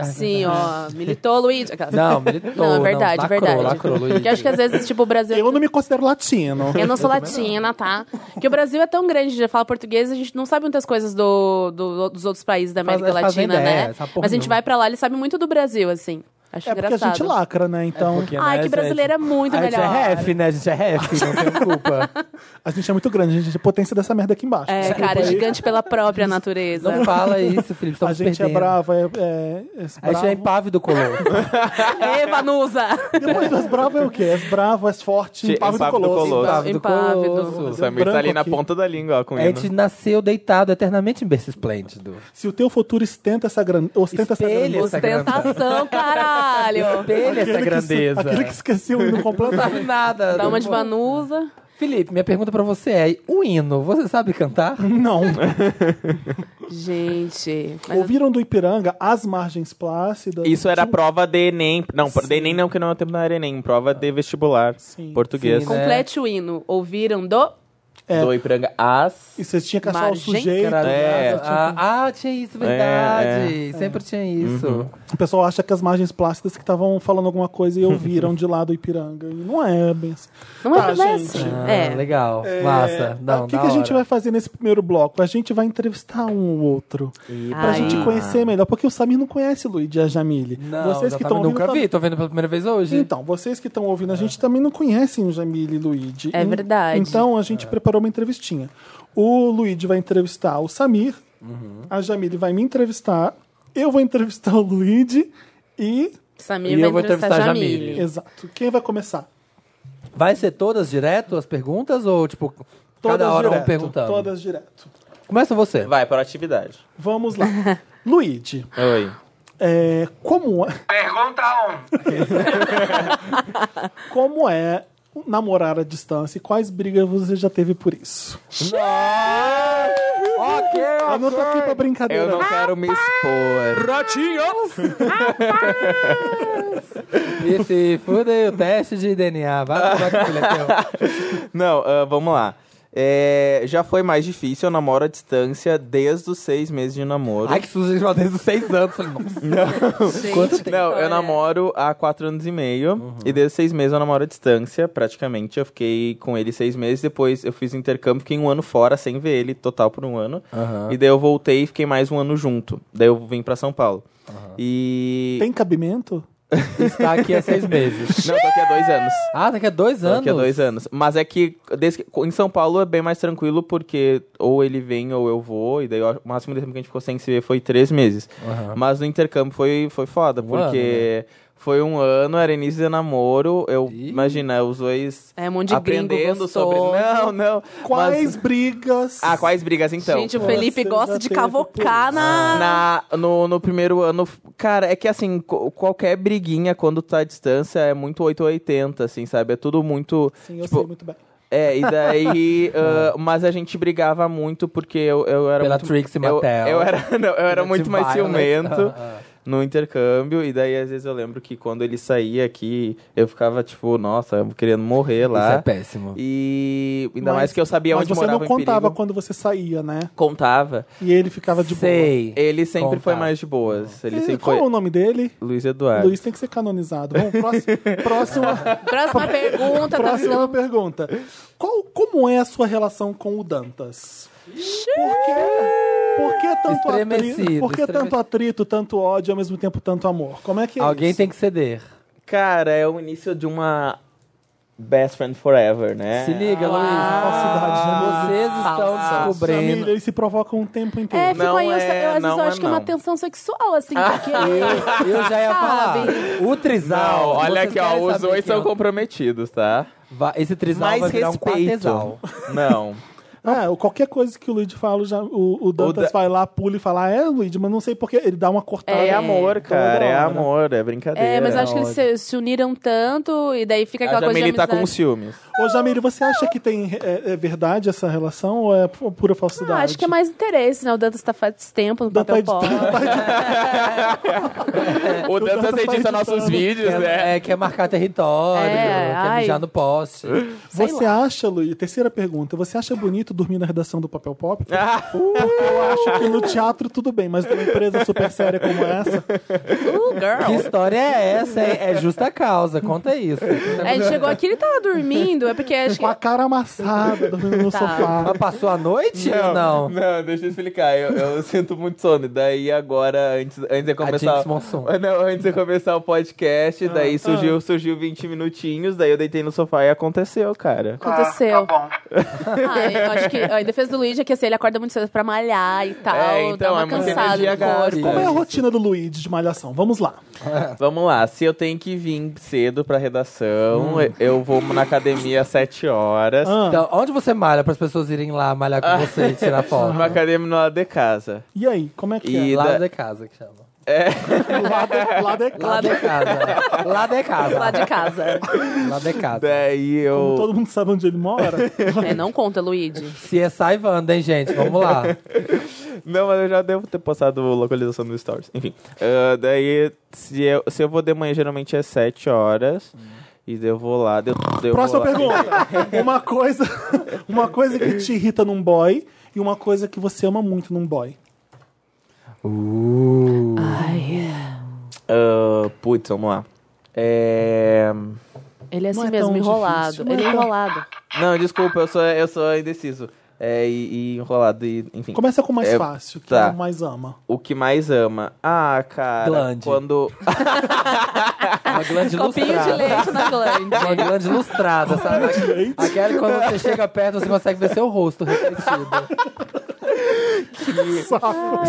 Speaker 2: Sim, ó, militou, Luiz. Aquelas-
Speaker 4: Não, militou,
Speaker 2: Não, é verdade,
Speaker 4: não, lacrou,
Speaker 2: verdade.
Speaker 4: lacrou, Luiz.
Speaker 2: Porque acho que às vezes, tipo, o Brasil...
Speaker 3: é
Speaker 4: é
Speaker 3: um
Speaker 4: um
Speaker 3: Eu não me considero latino.
Speaker 2: Eu não sou latina, tá? Porque o Brasil é tão grande, já fala português, a gente não sabe muitas coisas do, do- dos outros países da
Speaker 4: Faz-
Speaker 2: América
Speaker 4: faz
Speaker 2: Latina,
Speaker 4: ideia,
Speaker 2: né?
Speaker 4: essa porra
Speaker 2: Mas a gente
Speaker 4: nenhuma.
Speaker 2: vai pra lá, ele sabe muito do Brasil, assim. Acho
Speaker 3: É porque
Speaker 2: engraçado.
Speaker 3: a gente lacra, né? Então,
Speaker 4: porque,
Speaker 2: Ai,
Speaker 4: né,
Speaker 2: que brasileiro é
Speaker 4: gente?
Speaker 2: muito
Speaker 4: a
Speaker 2: melhor.
Speaker 4: gente é ref, né? A gente é ref, não tem culpa.
Speaker 3: a gente é muito grande, a gente é potência dessa merda aqui embaixo.
Speaker 2: É,
Speaker 3: Desculpa
Speaker 2: cara,
Speaker 3: aí.
Speaker 2: gigante pela própria natureza.
Speaker 4: Não fala isso, Felipe,
Speaker 3: A
Speaker 4: estamos
Speaker 3: gente
Speaker 4: perdendo.
Speaker 3: é brava, é, é,
Speaker 4: A
Speaker 3: é
Speaker 4: gente é
Speaker 3: bravo.
Speaker 4: impávido, Colombo.
Speaker 2: Ê, Vanusa!
Speaker 3: Depois das bravas é o quê? És bravo, és forte,
Speaker 5: Che-
Speaker 3: impávido Tá. e
Speaker 5: impávido e
Speaker 3: colosso.
Speaker 5: colosso.
Speaker 4: impávido,
Speaker 2: Impávido.
Speaker 4: Colosso.
Speaker 5: O Samir
Speaker 3: branco
Speaker 5: tá ali na
Speaker 3: aqui.
Speaker 5: ponta da língua, ó, com
Speaker 4: A gente
Speaker 5: ele.
Speaker 4: nasceu deitado eternamente em berço esplêndido.
Speaker 3: Se o teu futuro ostenta essa, gran... ostenta essa
Speaker 4: Espelha
Speaker 3: grandeza.
Speaker 4: essa é grandeza.
Speaker 2: Ostentação, caralho!
Speaker 4: Espelha essa grandeza.
Speaker 3: Aquele que esqueceu o hino completo.
Speaker 4: Não sabe nada.
Speaker 2: Dá uma de Vanusa.
Speaker 4: Felipe, minha pergunta pra você é: o hino, você sabe cantar?
Speaker 3: Não.
Speaker 2: Gente. mas-
Speaker 3: Ouviram do Ipiranga as margens plácidas?
Speaker 5: Isso era prova de Enem. Não, pro- de Enem não, que não é o tempo da Enem. Prova de vestibular
Speaker 3: Sim.
Speaker 5: português.
Speaker 4: Sim, né?
Speaker 2: Complete o hino. Ouviram do?
Speaker 3: É.
Speaker 5: Do Ipiranga as...
Speaker 3: E você tinha que achar
Speaker 2: Margens?
Speaker 3: o sujeito.
Speaker 4: Era-
Speaker 5: É.
Speaker 4: Ah, ah, tinha isso,
Speaker 3: é,
Speaker 4: verdade. Sempre tinha isso.
Speaker 3: O pessoal acha que as margens plácidas que estavam falando alguma coisa e ouviram de lá do Ipiranga. E não é bem assim.
Speaker 2: Não é
Speaker 3: Tá,
Speaker 2: mais
Speaker 3: gente.
Speaker 2: assim.
Speaker 4: Ah,
Speaker 2: É.
Speaker 4: Legal, massa. Não,
Speaker 3: Ah, o que,
Speaker 4: da
Speaker 3: que a gente
Speaker 4: hora.
Speaker 3: vai fazer nesse primeiro bloco? A gente vai entrevistar um ou outro. Pra
Speaker 2: Ai.
Speaker 3: gente conhecer melhor. Porque o Samir não conhece o Luigi e a Jamile.
Speaker 4: Não,
Speaker 3: Vocês
Speaker 4: exatamente,
Speaker 3: que estão ouvindo.
Speaker 4: nunca
Speaker 3: tam-
Speaker 4: vi, tô vendo pela primeira vez hoje.
Speaker 3: Então, vocês que estão ouvindo a gente também não conhecem o Jamile e Luigi.
Speaker 2: É
Speaker 3: En-
Speaker 2: verdade.
Speaker 3: Então, a
Speaker 4: É.
Speaker 3: gente preparou uma entrevistinha. O Luigi vai entrevistar o Samir,
Speaker 4: Uhum.
Speaker 3: a Jamile vai me entrevistar, eu vou entrevistar o Luigi e.
Speaker 2: Samir
Speaker 4: E eu
Speaker 2: vai
Speaker 4: vou
Speaker 2: entrevistar
Speaker 4: entrevistar a
Speaker 2: Jamile.
Speaker 4: Jamile.
Speaker 3: Exato. Quem vai começar?
Speaker 4: Vai ser todas direto as perguntas ou tipo cada hora
Speaker 3: direto,
Speaker 4: um perguntando?
Speaker 3: Todas direto.
Speaker 4: Começa você.
Speaker 5: Vai, para atividade.
Speaker 3: Vamos lá. Luigi,
Speaker 5: Oi.
Speaker 3: é, como, é-
Speaker 1: Pergunta 1.
Speaker 3: como é namorar à distância e quais brigas você já teve por isso?
Speaker 4: ok,
Speaker 3: Eu não tô aqui pra brincadeira.
Speaker 5: Eu não quero me expor.
Speaker 4: E se fudeu o teste de DNA. Vai provar que o filho é teu.
Speaker 5: Não, ah, vamos lá. É, já foi mais difícil, eu namoro à distância desde os seis meses de namoro.
Speaker 4: Ai, que susto, gente fala desde os seis anos. Falei, nossa.
Speaker 2: Gente,
Speaker 4: Quanto tempo?
Speaker 5: Não, eu
Speaker 2: olha.
Speaker 5: namoro há quatro anos e meio. E desde seis meses eu namoro à distância, praticamente. Eu fiquei com ele seis meses, depois eu fiz intercâmbio, fiquei um ano fora sem ver ele, total por um ano.
Speaker 4: Aham.
Speaker 5: E daí eu voltei e fiquei mais um ano junto. Daí eu vim pra São Paulo. E.
Speaker 3: Tem cabimento?
Speaker 4: Está aqui há seis meses.
Speaker 5: Não, tô aqui há dois anos.
Speaker 4: Ah, daqui a dois
Speaker 5: Tô
Speaker 4: anos.
Speaker 5: aqui há dois anos. Mas é que, desde que- em São Paulo é bem mais tranquilo, porque ou ele vem ou eu vou. E daí eu acho- o máximo de tempo que a gente ficou sem se ver foi três meses.
Speaker 4: Aham.
Speaker 5: Mas no intercâmbio foi, foi foda,
Speaker 4: Um
Speaker 5: porque foi um ano, era início de namoro. Eu,
Speaker 4: Ih.
Speaker 5: imagina, os dois
Speaker 2: É, um monte de
Speaker 5: aprendendo
Speaker 2: gringo
Speaker 5: sobre.
Speaker 2: gostoso.
Speaker 5: Não, não.
Speaker 3: Quais
Speaker 5: Mas...
Speaker 3: brigas?
Speaker 5: Ah, quais brigas então?
Speaker 2: Gente, o Felipe
Speaker 3: Você
Speaker 2: gosta
Speaker 3: já
Speaker 2: de
Speaker 3: teve
Speaker 2: cavocar
Speaker 3: tudo.
Speaker 2: na...
Speaker 5: Na, no, no primeiro ano, cara, é que assim, co- qualquer briguinha quando tá à distância é muito 880, assim, sabe? É tudo muito.
Speaker 3: Sim, eu
Speaker 5: tipo,
Speaker 3: sei muito bem.
Speaker 5: É, e daí. ah, mas a gente brigava muito porque eu, eu era.
Speaker 4: Pela
Speaker 5: muito,
Speaker 4: Trixie
Speaker 5: eu,
Speaker 4: Mattel.
Speaker 5: eu era, não, eu era
Speaker 4: Esse
Speaker 5: muito mais
Speaker 4: Violet.
Speaker 5: ciumento
Speaker 4: Ah, ah.
Speaker 5: no intercâmbio. E daí, às vezes, eu lembro que quando ele saía aqui, eu ficava tipo, nossa, eu querendo morrer lá.
Speaker 4: Isso é péssimo.
Speaker 5: E ainda
Speaker 3: Mas-
Speaker 5: mais que eu sabia
Speaker 3: Mas
Speaker 5: onde
Speaker 3: você
Speaker 5: morava
Speaker 3: não
Speaker 5: em
Speaker 3: contava
Speaker 5: perigo.
Speaker 3: quando você saía, né?
Speaker 5: Contava.
Speaker 3: E ele ficava de
Speaker 4: Sei.
Speaker 5: Ele sempre foi
Speaker 4: Contava.
Speaker 5: mais de boas. Ele
Speaker 3: boa. E
Speaker 5: sempre
Speaker 3: Qual
Speaker 5: foi.
Speaker 3: é o nome dele?
Speaker 4: um
Speaker 5: Luiz Eduardo.
Speaker 3: Luiz tem que ser canonizado. Vamos, próximo, próxima,
Speaker 2: Próxima pergunta, tá
Speaker 3: próxima pergunta. Qual, como é a sua relação com o Dantas? Por que, por que tanto
Speaker 4: Estremecido,
Speaker 3: atrito? Por que tanto
Speaker 4: estremecido.
Speaker 3: atrito, tanto ódio e ao mesmo tempo tanto amor? Como é que é
Speaker 4: Alguém
Speaker 3: isso?
Speaker 4: tem que ceder.
Speaker 5: Cara, é o início de uma Best Friend Forever, né?
Speaker 4: Se liga, Luiz.
Speaker 3: Falsidade, né,
Speaker 4: Vocês estão
Speaker 3: Família,
Speaker 4: descobrindo.
Speaker 3: eles se provocam um tempo
Speaker 2: É,
Speaker 3: inteiro.
Speaker 2: ficou aí, eu,
Speaker 5: Não
Speaker 2: eu,
Speaker 5: é,
Speaker 2: às vezes
Speaker 5: não
Speaker 2: eu
Speaker 5: é
Speaker 2: acho que é uma
Speaker 5: não.
Speaker 2: tensão sexual, assim, porque...
Speaker 4: Eu já ia falar.
Speaker 2: Sabe?
Speaker 4: O trisal.
Speaker 5: Não, olha
Speaker 4: vocês
Speaker 5: aqui, ó.
Speaker 4: querem
Speaker 5: Os
Speaker 4: saber
Speaker 5: dois
Speaker 4: quem é
Speaker 5: são
Speaker 4: o-
Speaker 5: comprometidos, tá?
Speaker 4: Vai- Esse trisal
Speaker 5: Mais
Speaker 4: vai virar um
Speaker 5: respeito.
Speaker 4: quartesal.
Speaker 5: Não.
Speaker 3: Ah, qualquer coisa que o Luigi fala, já, o, o Dantas
Speaker 5: Da-
Speaker 3: vai lá, pula e fala, "Ah, é, Luigi, mas não sei porque. Ele dá uma cortada.
Speaker 5: É amor, cara. É
Speaker 3: hora.
Speaker 5: amor, é brincadeira.
Speaker 2: É, mas eu acho que
Speaker 4: ódio.
Speaker 2: eles se, se uniram tanto e daí fica
Speaker 5: A
Speaker 2: aquela coisa de
Speaker 5: Jamile tá com
Speaker 2: amizade.
Speaker 5: ciúmes.
Speaker 3: Ô, Jamile, você acha que tem é, é verdade essa relação ou é pu- pura falsidade?
Speaker 2: Ah, acho que é mais interesse, né? O Dantas tá faz tempo no
Speaker 3: Dantas
Speaker 2: papel
Speaker 3: tá
Speaker 2: pop.
Speaker 3: de-
Speaker 2: É,
Speaker 5: O Dantas
Speaker 3: Dantas
Speaker 5: edita
Speaker 3: editando.
Speaker 5: nossos vídeos, né?
Speaker 4: Quer, é, quer marcar território,
Speaker 2: É,
Speaker 4: quer
Speaker 2: ai.
Speaker 4: mijar no poste.
Speaker 2: Sei
Speaker 3: Você acha, Luiz, terceira pergunta, você acha bonito dormir na redação do Papel Pop?
Speaker 5: Ah,
Speaker 3: Porque eu acho que no teatro tudo bem, mas numa empresa super séria como essa,
Speaker 2: Uh,
Speaker 4: Que
Speaker 2: girl.
Speaker 4: história é essa? hein? É justa causa, conta isso.
Speaker 2: É, Ele chegou aqui, ele tava dormindo. É porque acho que...
Speaker 3: com a cara amassada, dormindo no
Speaker 2: Tá.
Speaker 3: sofá.
Speaker 4: Mas passou a noite? ou Não.
Speaker 5: não, não, deixa eu explicar. Eu, eu sinto muito sono. E Daí agora, antes, antes de começar.
Speaker 4: Jinx Monsoon.
Speaker 5: Não, antes de começar o podcast,
Speaker 2: Ah, tá.
Speaker 5: daí surgiu, surgiu 20 minutinhos, daí eu deitei no sofá e aconteceu, cara.
Speaker 2: Aconteceu.
Speaker 1: Ah, tá bom.
Speaker 2: Ah, eu acho que ó, em defesa do Luigi é que assim, ele acorda muito cedo pra malhar e tal.
Speaker 5: É, então,
Speaker 2: dá
Speaker 5: é
Speaker 2: uma
Speaker 5: muita
Speaker 2: cansada
Speaker 5: energia
Speaker 2: no corpo.
Speaker 5: gasta.
Speaker 3: Como é a rotina do Luigi de malhação? Vamos lá.
Speaker 5: Vamos lá, se eu tenho que vir cedo pra redação, eu vou na academia às 7 horas.
Speaker 3: Hum. Ah,
Speaker 4: Então, onde você malha para as pessoas irem lá malhar com você e tirar foto?
Speaker 3: Ah.
Speaker 5: Uma academia no lado de casa.
Speaker 3: E aí, como é que
Speaker 5: E-
Speaker 4: Lá
Speaker 5: da-
Speaker 4: de casa que chama.
Speaker 3: é? Lá de, lá de
Speaker 4: Lá
Speaker 3: casa.
Speaker 4: de casa. Lá de casa.
Speaker 2: Lá de é casa.
Speaker 4: Lá de casa.
Speaker 5: Daí eu.
Speaker 3: Ah, tá. Todo mundo sabe onde ele mora.
Speaker 2: É, não conta, Luigi.
Speaker 4: Se é saivanda, hein, gente? Vamos lá.
Speaker 5: Não, mas eu já devo ter postado localização do Stories. Enfim. Ah, daí, se eu, se eu vou de manhã, geralmente é 7 horas. E daí eu vou lá. daí eu- daí eu
Speaker 3: Hum. Próxima
Speaker 5: vou lá.
Speaker 3: pergunta. Uma coisa, uma coisa que te irrita num boy e uma coisa que você ama muito num boy. é.
Speaker 2: Ai,
Speaker 5: Ah, putz, vamos lá. É...
Speaker 2: ele é assim
Speaker 3: Não é
Speaker 2: mesmo,
Speaker 3: tão
Speaker 2: enrolado.
Speaker 3: difícil, não
Speaker 2: ele é
Speaker 3: é tão-
Speaker 2: enrolado.
Speaker 5: Não, desculpa, eu sou, eu sou indeciso. É, e, e enrolado, e, enfim.
Speaker 3: Começa com o mais
Speaker 5: É,
Speaker 3: fácil, que
Speaker 5: tá.
Speaker 3: é o mais ama.
Speaker 5: O que mais ama? Ah, cara.
Speaker 4: Glande.
Speaker 5: Quando.
Speaker 4: Uma glande
Speaker 2: Copinho de
Speaker 4: lustrada.
Speaker 2: leite na
Speaker 4: Uma
Speaker 2: glande.
Speaker 4: glande lustrada, sabe?
Speaker 3: leite?
Speaker 4: Aquela que quando você chega perto, você consegue ver seu rosto refletido.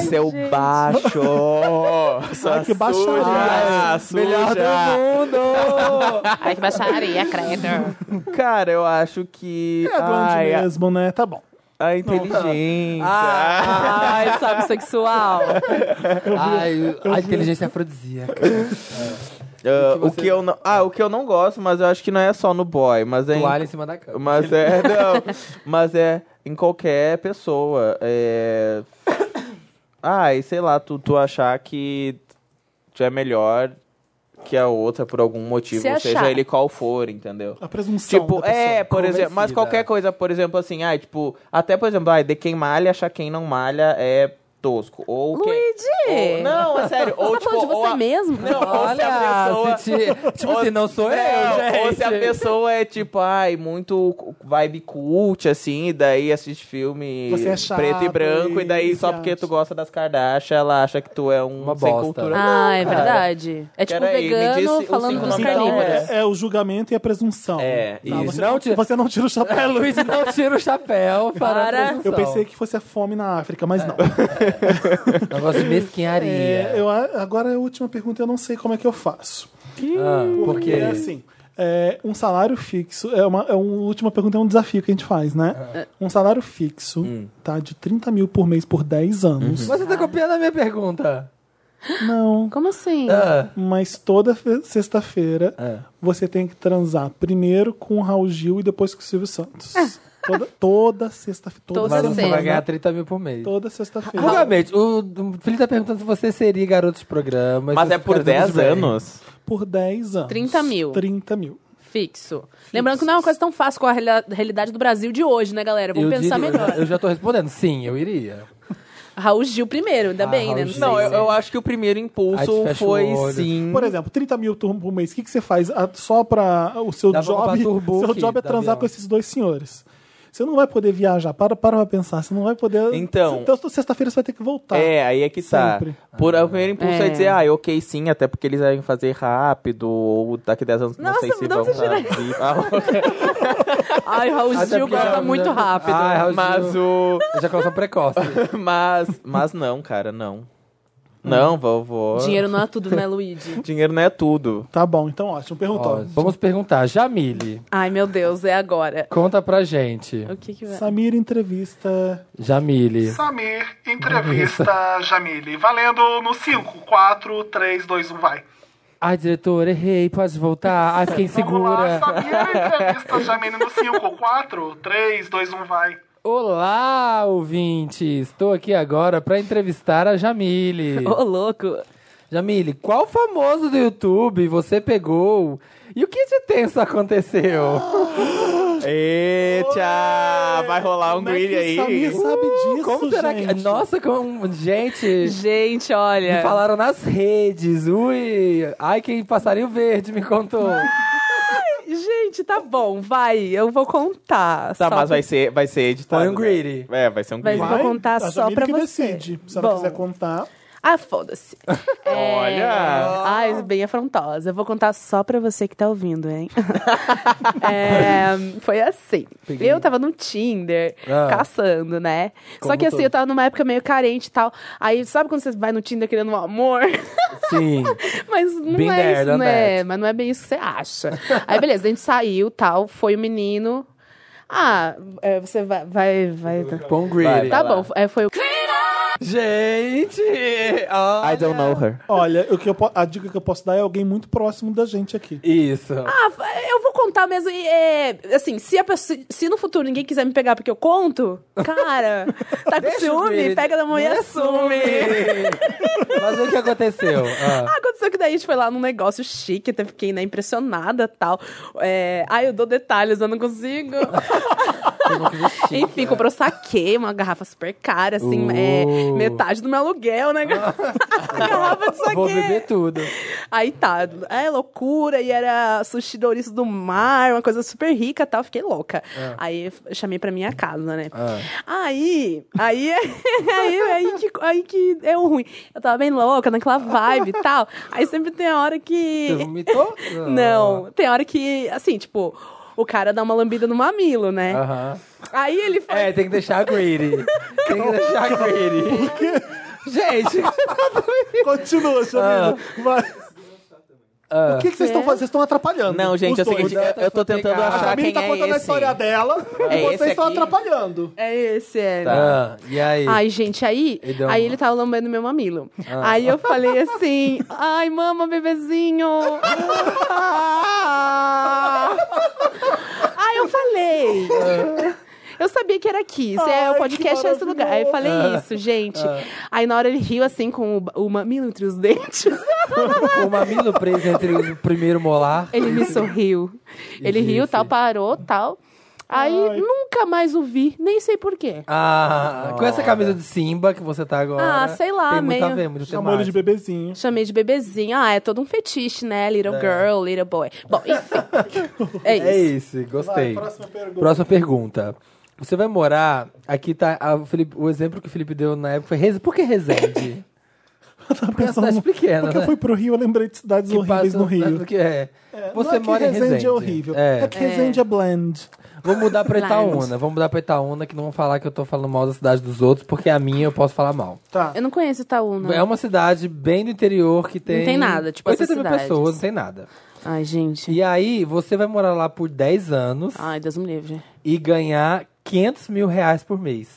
Speaker 5: Seu baixo! Sua
Speaker 3: que baixaria.
Speaker 5: suja,
Speaker 4: Melhor do
Speaker 5: suja.
Speaker 4: mundo!
Speaker 2: Ai, que baixaria, credo.
Speaker 5: Cara, eu acho que.
Speaker 3: É grande
Speaker 5: ai, a-
Speaker 3: mesmo, né? Tá bom.
Speaker 5: a inteligência.
Speaker 2: Ai, sabe, sexual.
Speaker 4: Ai, a inteligência afrodisíaca.
Speaker 5: Ah,
Speaker 4: que
Speaker 5: o
Speaker 4: você-
Speaker 5: que eu não, ah, o que eu não gosto, mas eu acho que não é só no boy, mas é, em,
Speaker 4: Toalha em cima da cama.
Speaker 5: mas é, não, mas é em qualquer pessoa. É... Ai, sei lá, tu, tu achar que tu é melhor que a outra por algum motivo,
Speaker 2: Se
Speaker 5: seja
Speaker 2: achar.
Speaker 5: ele qual for, entendeu?
Speaker 3: A presunção.
Speaker 5: Tipo,
Speaker 3: da pessoa.
Speaker 5: é, por exemplo, mas
Speaker 4: Convencida.
Speaker 5: qualquer coisa, por exemplo, assim, ai, tipo, até por exemplo, ai, de quem malha, achar quem não malha é tosco. Ou quem-
Speaker 2: Luigi!
Speaker 5: ou- não, é sério.
Speaker 2: Você
Speaker 5: ou,
Speaker 2: tá
Speaker 5: tipo,
Speaker 2: falando de
Speaker 5: ou
Speaker 2: você
Speaker 5: a-
Speaker 2: mesmo?
Speaker 5: Não,
Speaker 4: Olha,
Speaker 5: ou
Speaker 4: se
Speaker 5: se a pessoa...
Speaker 4: te- tipo
Speaker 5: ou-
Speaker 4: assim, não sou eu,
Speaker 5: Não,
Speaker 4: gente.
Speaker 5: Ou se a pessoa é tipo, ai, muito vibe cult, assim, e daí assiste filme
Speaker 3: Você é chato
Speaker 5: preto e branco, e,
Speaker 3: e
Speaker 5: daí só
Speaker 3: viado.
Speaker 5: porque tu gosta das Kardashian, ela acha que tu é um
Speaker 4: Uma
Speaker 5: sem
Speaker 4: bosta.
Speaker 5: cultura.
Speaker 2: Ah, é
Speaker 5: Não, cara.
Speaker 2: verdade. É tipo
Speaker 5: Peraí, me
Speaker 2: vegano
Speaker 5: disse o
Speaker 2: falando
Speaker 5: cinco
Speaker 2: dos
Speaker 5: nomes
Speaker 3: Então,
Speaker 2: carnívoros.
Speaker 5: dela.
Speaker 3: é, é o julgamento e a presunção.
Speaker 5: É,
Speaker 3: Tá,
Speaker 5: isso.
Speaker 3: Você
Speaker 4: Não
Speaker 3: não,
Speaker 4: tira-
Speaker 3: você não tira o
Speaker 4: É,
Speaker 3: chapéu.
Speaker 4: Luiz, não tira o chapéu para.
Speaker 2: Para.
Speaker 4: a
Speaker 3: Eu
Speaker 4: presunção.
Speaker 3: pensei que fosse a fome na África,
Speaker 5: É.
Speaker 3: mas não.
Speaker 4: É um Negócio de mesquinharia.
Speaker 3: É, eu, a- agora a última pergunta, eu não sei como é que eu faço.
Speaker 4: Ah, porque.
Speaker 3: Porque, assim, é, um salário fixo. É uma, é um- a última pergunta é um desafio que a gente faz,
Speaker 4: É.
Speaker 3: né? Um salário fixo,
Speaker 4: Hum.
Speaker 3: tá? De 30 mil por mês por 10 anos.
Speaker 4: Você tá copiando a minha pergunta. Uhum.
Speaker 3: Não.
Speaker 2: Como assim?
Speaker 4: Ah,
Speaker 3: Mas toda fe- sexta-feira
Speaker 4: É.
Speaker 3: você tem que transar primeiro com o Raul Gil e depois com o Silvio Santos. toda toda sexta-feira. Toda,
Speaker 2: É. Toda
Speaker 4: mas
Speaker 3: semana,
Speaker 4: você vai
Speaker 2: sexta.
Speaker 4: ganhar 30 mil por mês.
Speaker 3: Toda sexta-feira.
Speaker 4: Vulgarmente, o o Felipe tá perguntando se você seria garoto de programa.
Speaker 5: Mas
Speaker 4: se
Speaker 5: é
Speaker 4: você
Speaker 5: por
Speaker 4: ficaria no
Speaker 5: 10
Speaker 4: Drag.
Speaker 5: anos.
Speaker 3: Por 10 anos.
Speaker 2: 30 mil.
Speaker 3: 30 mil.
Speaker 2: Fixo. Lembrando que não é uma coisa tão fácil com a reali- realidade do Brasil de hoje, né, galera? Vamos
Speaker 4: Eu
Speaker 2: pensar
Speaker 4: diria-
Speaker 2: melhor.
Speaker 4: Eu já tô respondendo. Sim, eu iria.
Speaker 2: Raul Gil primeiro, ainda
Speaker 4: Ah,
Speaker 2: bem,
Speaker 4: Raul
Speaker 2: né?
Speaker 4: Gil.
Speaker 2: sei
Speaker 5: Não, eu,
Speaker 2: se-
Speaker 5: eu acho que o primeiro
Speaker 4: Aí tu
Speaker 5: impulso
Speaker 4: fecha o
Speaker 5: foi
Speaker 4: olho.
Speaker 5: sim.
Speaker 3: Por exemplo, 30 mil tur- por mês. O que, que você faz Ah, só para o seu
Speaker 4: Dá pra comprar
Speaker 3: job?
Speaker 4: turbo
Speaker 3: seu
Speaker 4: aqui,
Speaker 3: job é
Speaker 4: da
Speaker 3: transar
Speaker 4: Beyoncé.
Speaker 3: com esses dois senhores. Você não vai poder viajar. Para para pra pensar. Você não vai poder.
Speaker 5: Então-
Speaker 3: Então, toda sexta-feira você vai ter que voltar.
Speaker 5: É, aí é que
Speaker 3: Tá. Sempre.
Speaker 5: tá. Por, O primeiro impulso é.
Speaker 2: É.
Speaker 5: dizer, ah, ok, sim, até porque eles vão fazer rápido, ou daqui 10 anos não
Speaker 2: Nossa,
Speaker 5: sei se
Speaker 2: de onde
Speaker 5: vão
Speaker 2: você tira
Speaker 5: sabe. Ah,
Speaker 2: Ai, Raul
Speaker 4: Até
Speaker 2: Gil
Speaker 4: porque-
Speaker 2: gosta muito rápido.
Speaker 4: Ah, Raul Gil.
Speaker 5: Mas o.
Speaker 4: Ejaculação precoce.
Speaker 5: Mas, mas não, cara, não. Não, vovô.
Speaker 2: Dinheiro não é tudo, né, Luigi?
Speaker 5: Dinheiro não é tudo.
Speaker 3: Tá bom, então ótimo.
Speaker 4: Ó,
Speaker 3: Perguntou.
Speaker 4: vamos perguntar. Jamile,
Speaker 2: Ai, meu Deus, é agora.
Speaker 4: conta pra gente.
Speaker 2: O que que vai...
Speaker 3: Samir entrevista.
Speaker 4: Jamile.
Speaker 6: Samir, entrevista Jamile. Valendo no
Speaker 1: Um,
Speaker 6: 5, 4, 3, 2, 1, vai.
Speaker 4: Ai, diretor, errei. Pode voltar. Ai, fiquei
Speaker 6: Vamos lá,
Speaker 4: insegura.
Speaker 6: Samir, entrevista Jamile no 5, 4, 3, 2, 1, vai.
Speaker 4: Tá. Olá, ouvinte. Estou aqui agora pra entrevistar a Jamile.
Speaker 2: Ô, louco.
Speaker 4: Jamile, qual famoso do YouTube você pegou? E o que de tenso aconteceu?
Speaker 5: Eita! Vai rolar um
Speaker 3: Como é que
Speaker 5: grilho
Speaker 3: o
Speaker 5: aí.
Speaker 3: Samir sabe disso,
Speaker 4: Uh, Como será
Speaker 3: gente?
Speaker 4: que. Nossa, como. Gente.
Speaker 2: Gente, olha.
Speaker 4: Me falaram nas redes. Ui! Ai, quem passarinho verde me contou.
Speaker 2: Gente, tá bom, vai. Eu vou contar.
Speaker 5: Tá,
Speaker 2: Só
Speaker 5: mas
Speaker 2: pra-
Speaker 5: vai ser, vai ser editado.
Speaker 4: Põe um greedy.
Speaker 5: né? É, vai ser um
Speaker 2: Vai-
Speaker 5: greedy.
Speaker 2: Vou contar
Speaker 3: a
Speaker 2: só
Speaker 3: Jamile
Speaker 2: pra
Speaker 3: que
Speaker 2: você.
Speaker 3: decide. Se ela
Speaker 2: Bom.
Speaker 3: quiser contar.
Speaker 2: Ah, foda-se. É,
Speaker 5: Olha!
Speaker 2: Ai, bem afrontosa. Eu vou contar só pra você que tá ouvindo, hein? É, foi assim.
Speaker 4: Peguei.
Speaker 2: Eu tava no Tinder,
Speaker 4: Ah.
Speaker 2: caçando, né? só
Speaker 4: Como
Speaker 2: que assim,
Speaker 4: todo.
Speaker 2: eu tava numa época meio carente e tal. Aí, sabe quando você vai no Tinder querendo um amor?
Speaker 4: Sim.
Speaker 2: Mas não
Speaker 4: Been
Speaker 2: é
Speaker 4: there,
Speaker 2: isso,
Speaker 4: done
Speaker 2: né?
Speaker 4: that.
Speaker 2: Mas não é bem isso que você acha. Aí, beleza, a gente saiu tal, foi o menino. Ah, é, você vai. vai, vai tá
Speaker 4: Põe um greedy.
Speaker 2: Tá bom, é, foi o.
Speaker 4: Gente! olha.
Speaker 5: I don't know her.
Speaker 3: Olha, o que eu po- a dica que eu posso dar é alguém muito próximo da gente aqui.
Speaker 4: Isso.
Speaker 2: Ah, eu vou contar mesmo. e, é, assim, se, a pessoa, se no futuro ninguém quiser me pegar porque eu conto, cara, tá com
Speaker 4: Deixa o
Speaker 2: ciúme?
Speaker 4: greedy.
Speaker 2: Pega na mão e
Speaker 4: Me
Speaker 2: assume.
Speaker 4: assume. Mas o que aconteceu? Ah,
Speaker 2: Ah, aconteceu que daí a gente foi lá num negócio chique, até fiquei né, impressionada e tal. É, ai, eu dou detalhes, eu não consigo.
Speaker 4: eu não quis chique, né?
Speaker 2: Enfim, comprou saque, uma garrafa super cara, assim,
Speaker 4: Uh.
Speaker 2: é, metade do meu aluguel, né? A garrafa de saque.
Speaker 4: Vou beber tudo.
Speaker 2: Aí tá, é loucura, e era sushi Doritos do mar, uma coisa super rica e tal, fiquei louca.
Speaker 4: É.
Speaker 2: Aí f- chamei pra minha casa, né? Aí, aí, aí, aí, que, aí que deu ruim. Eu tava bem louca, naquela vibe e tal. Aí sempre tem a hora que.
Speaker 4: Você vomitou?
Speaker 2: Não, tem hora que, assim, tipo, o cara dá uma lambida no mamilo, né?
Speaker 4: Ah. Aham.
Speaker 2: Aí ele foi.
Speaker 4: É, tem que deixar greedy. Tem que deixar greedy. Gente!
Speaker 3: Continua, Jamile. Vai.
Speaker 4: Ah.
Speaker 3: O que, que vocês estão fazendo? Vocês estão atrapalhando.
Speaker 5: Não, gente, é o
Speaker 3: Os dois.
Speaker 5: seguinte, eu, eu tô tentando
Speaker 4: pegar.
Speaker 3: A
Speaker 5: achar
Speaker 3: Jamile
Speaker 5: quem
Speaker 3: tá
Speaker 5: é
Speaker 3: contando a
Speaker 5: esse.
Speaker 3: história dela
Speaker 5: É
Speaker 3: e
Speaker 5: esse
Speaker 3: vocês estão
Speaker 5: aqui?
Speaker 3: atrapalhando.
Speaker 2: É esse, é.
Speaker 4: Ah, e aí?
Speaker 2: Ai, gente, aí,
Speaker 4: Ele deu
Speaker 2: aí
Speaker 4: uma-
Speaker 2: ele tava lambendo meu mamilo. Aí eu falei assim: ai, mama, bebezinho. Ah! aí eu falei. Eu sabia que era aqui. Se é
Speaker 3: Ai,
Speaker 2: o
Speaker 3: que
Speaker 2: podcast é esse lugar. Aí eu falei isso, gente. Aí na hora ele riu assim com o, o mamilo entre os dentes.
Speaker 4: Com o mamilo preso entre o primeiro molar.
Speaker 2: Ele me sorriu. Ele riu, tal, parou, tal. Aí
Speaker 3: Ai.
Speaker 2: nunca mais o vi, nem sei porquê.
Speaker 4: Ah, com essa camisa de Simba que você tá agora.
Speaker 2: Ah, sei lá,
Speaker 4: Tem muito a
Speaker 2: meio-
Speaker 4: ver, muito
Speaker 3: Chamou ele de
Speaker 4: temático.
Speaker 3: bebezinho.
Speaker 2: Chamei de bebezinho. Ah, é todo um fetiche, né? Little girl, little boy. Bom, enfim. é
Speaker 4: É
Speaker 2: isso.
Speaker 4: esse, gostei.
Speaker 3: próxima pergunta.
Speaker 4: Próxima pergunta. Você vai morar. Aqui tá. a- o, Felipe- o exemplo que o Felipe deu na época foi. Reze- Por que Resende?
Speaker 3: Tá
Speaker 4: Porque é uma cidade pequena,
Speaker 3: Porque
Speaker 4: né?
Speaker 3: eu fui pro Rio, eu lembrei de cidades
Speaker 4: Que
Speaker 3: horríveis
Speaker 4: passa-
Speaker 3: no Rio.
Speaker 4: Que é.
Speaker 3: Não
Speaker 4: Você
Speaker 3: é que
Speaker 4: mora em
Speaker 3: Resende.
Speaker 4: Resende.
Speaker 3: é horrível. É,
Speaker 4: É.
Speaker 3: que Resende é, blend.
Speaker 4: Vamos mudar pra
Speaker 2: Claro.
Speaker 4: Itaúna. Vamos mudar pra Itaúna, que não vão falar que eu tô falando mal da cidade dos outros, porque a minha eu posso falar mal.
Speaker 3: Tá.
Speaker 2: Eu não conheço Itaúna.
Speaker 4: É uma cidade bem do interior que tem.
Speaker 2: tem nada, tipo
Speaker 4: 80
Speaker 2: essas
Speaker 4: mil
Speaker 2: cidades.
Speaker 4: pessoas, não tem nada.
Speaker 2: Ai, gente.
Speaker 4: E aí, você vai morar lá por 10 anos
Speaker 2: Ai, Deus me livre.
Speaker 4: e ganhar 500 mil reais por mês.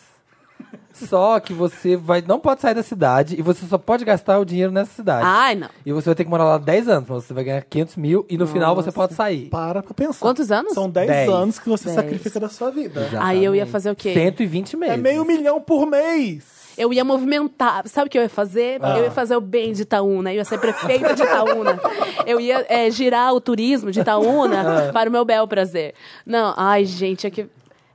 Speaker 4: Só que você vai, não pode sair da cidade e você só pode gastar o dinheiro nessa cidade.
Speaker 2: Ai, não.
Speaker 4: E você vai ter que morar lá 10 anos, mas você vai ganhar 500 mil e no final você pode sair.
Speaker 3: Para pra pensar.
Speaker 2: Quantos anos?
Speaker 3: São 10
Speaker 4: Dez.
Speaker 3: anos que você
Speaker 2: Dez.
Speaker 3: sacrifica da sua vida.
Speaker 2: Aí eu ia fazer o quê?
Speaker 4: 120 meses.
Speaker 3: É meio milhão por mês.
Speaker 2: Eu ia movimentar. Sabe o que eu ia fazer?
Speaker 4: Ah.
Speaker 2: Eu ia fazer o bem de Itaúna. Eu ia ser prefeita de Itaúna. Eu ia é, girar o turismo de Itaúna
Speaker 4: Ah.
Speaker 2: para o meu bel prazer. Não, ai, gente, é que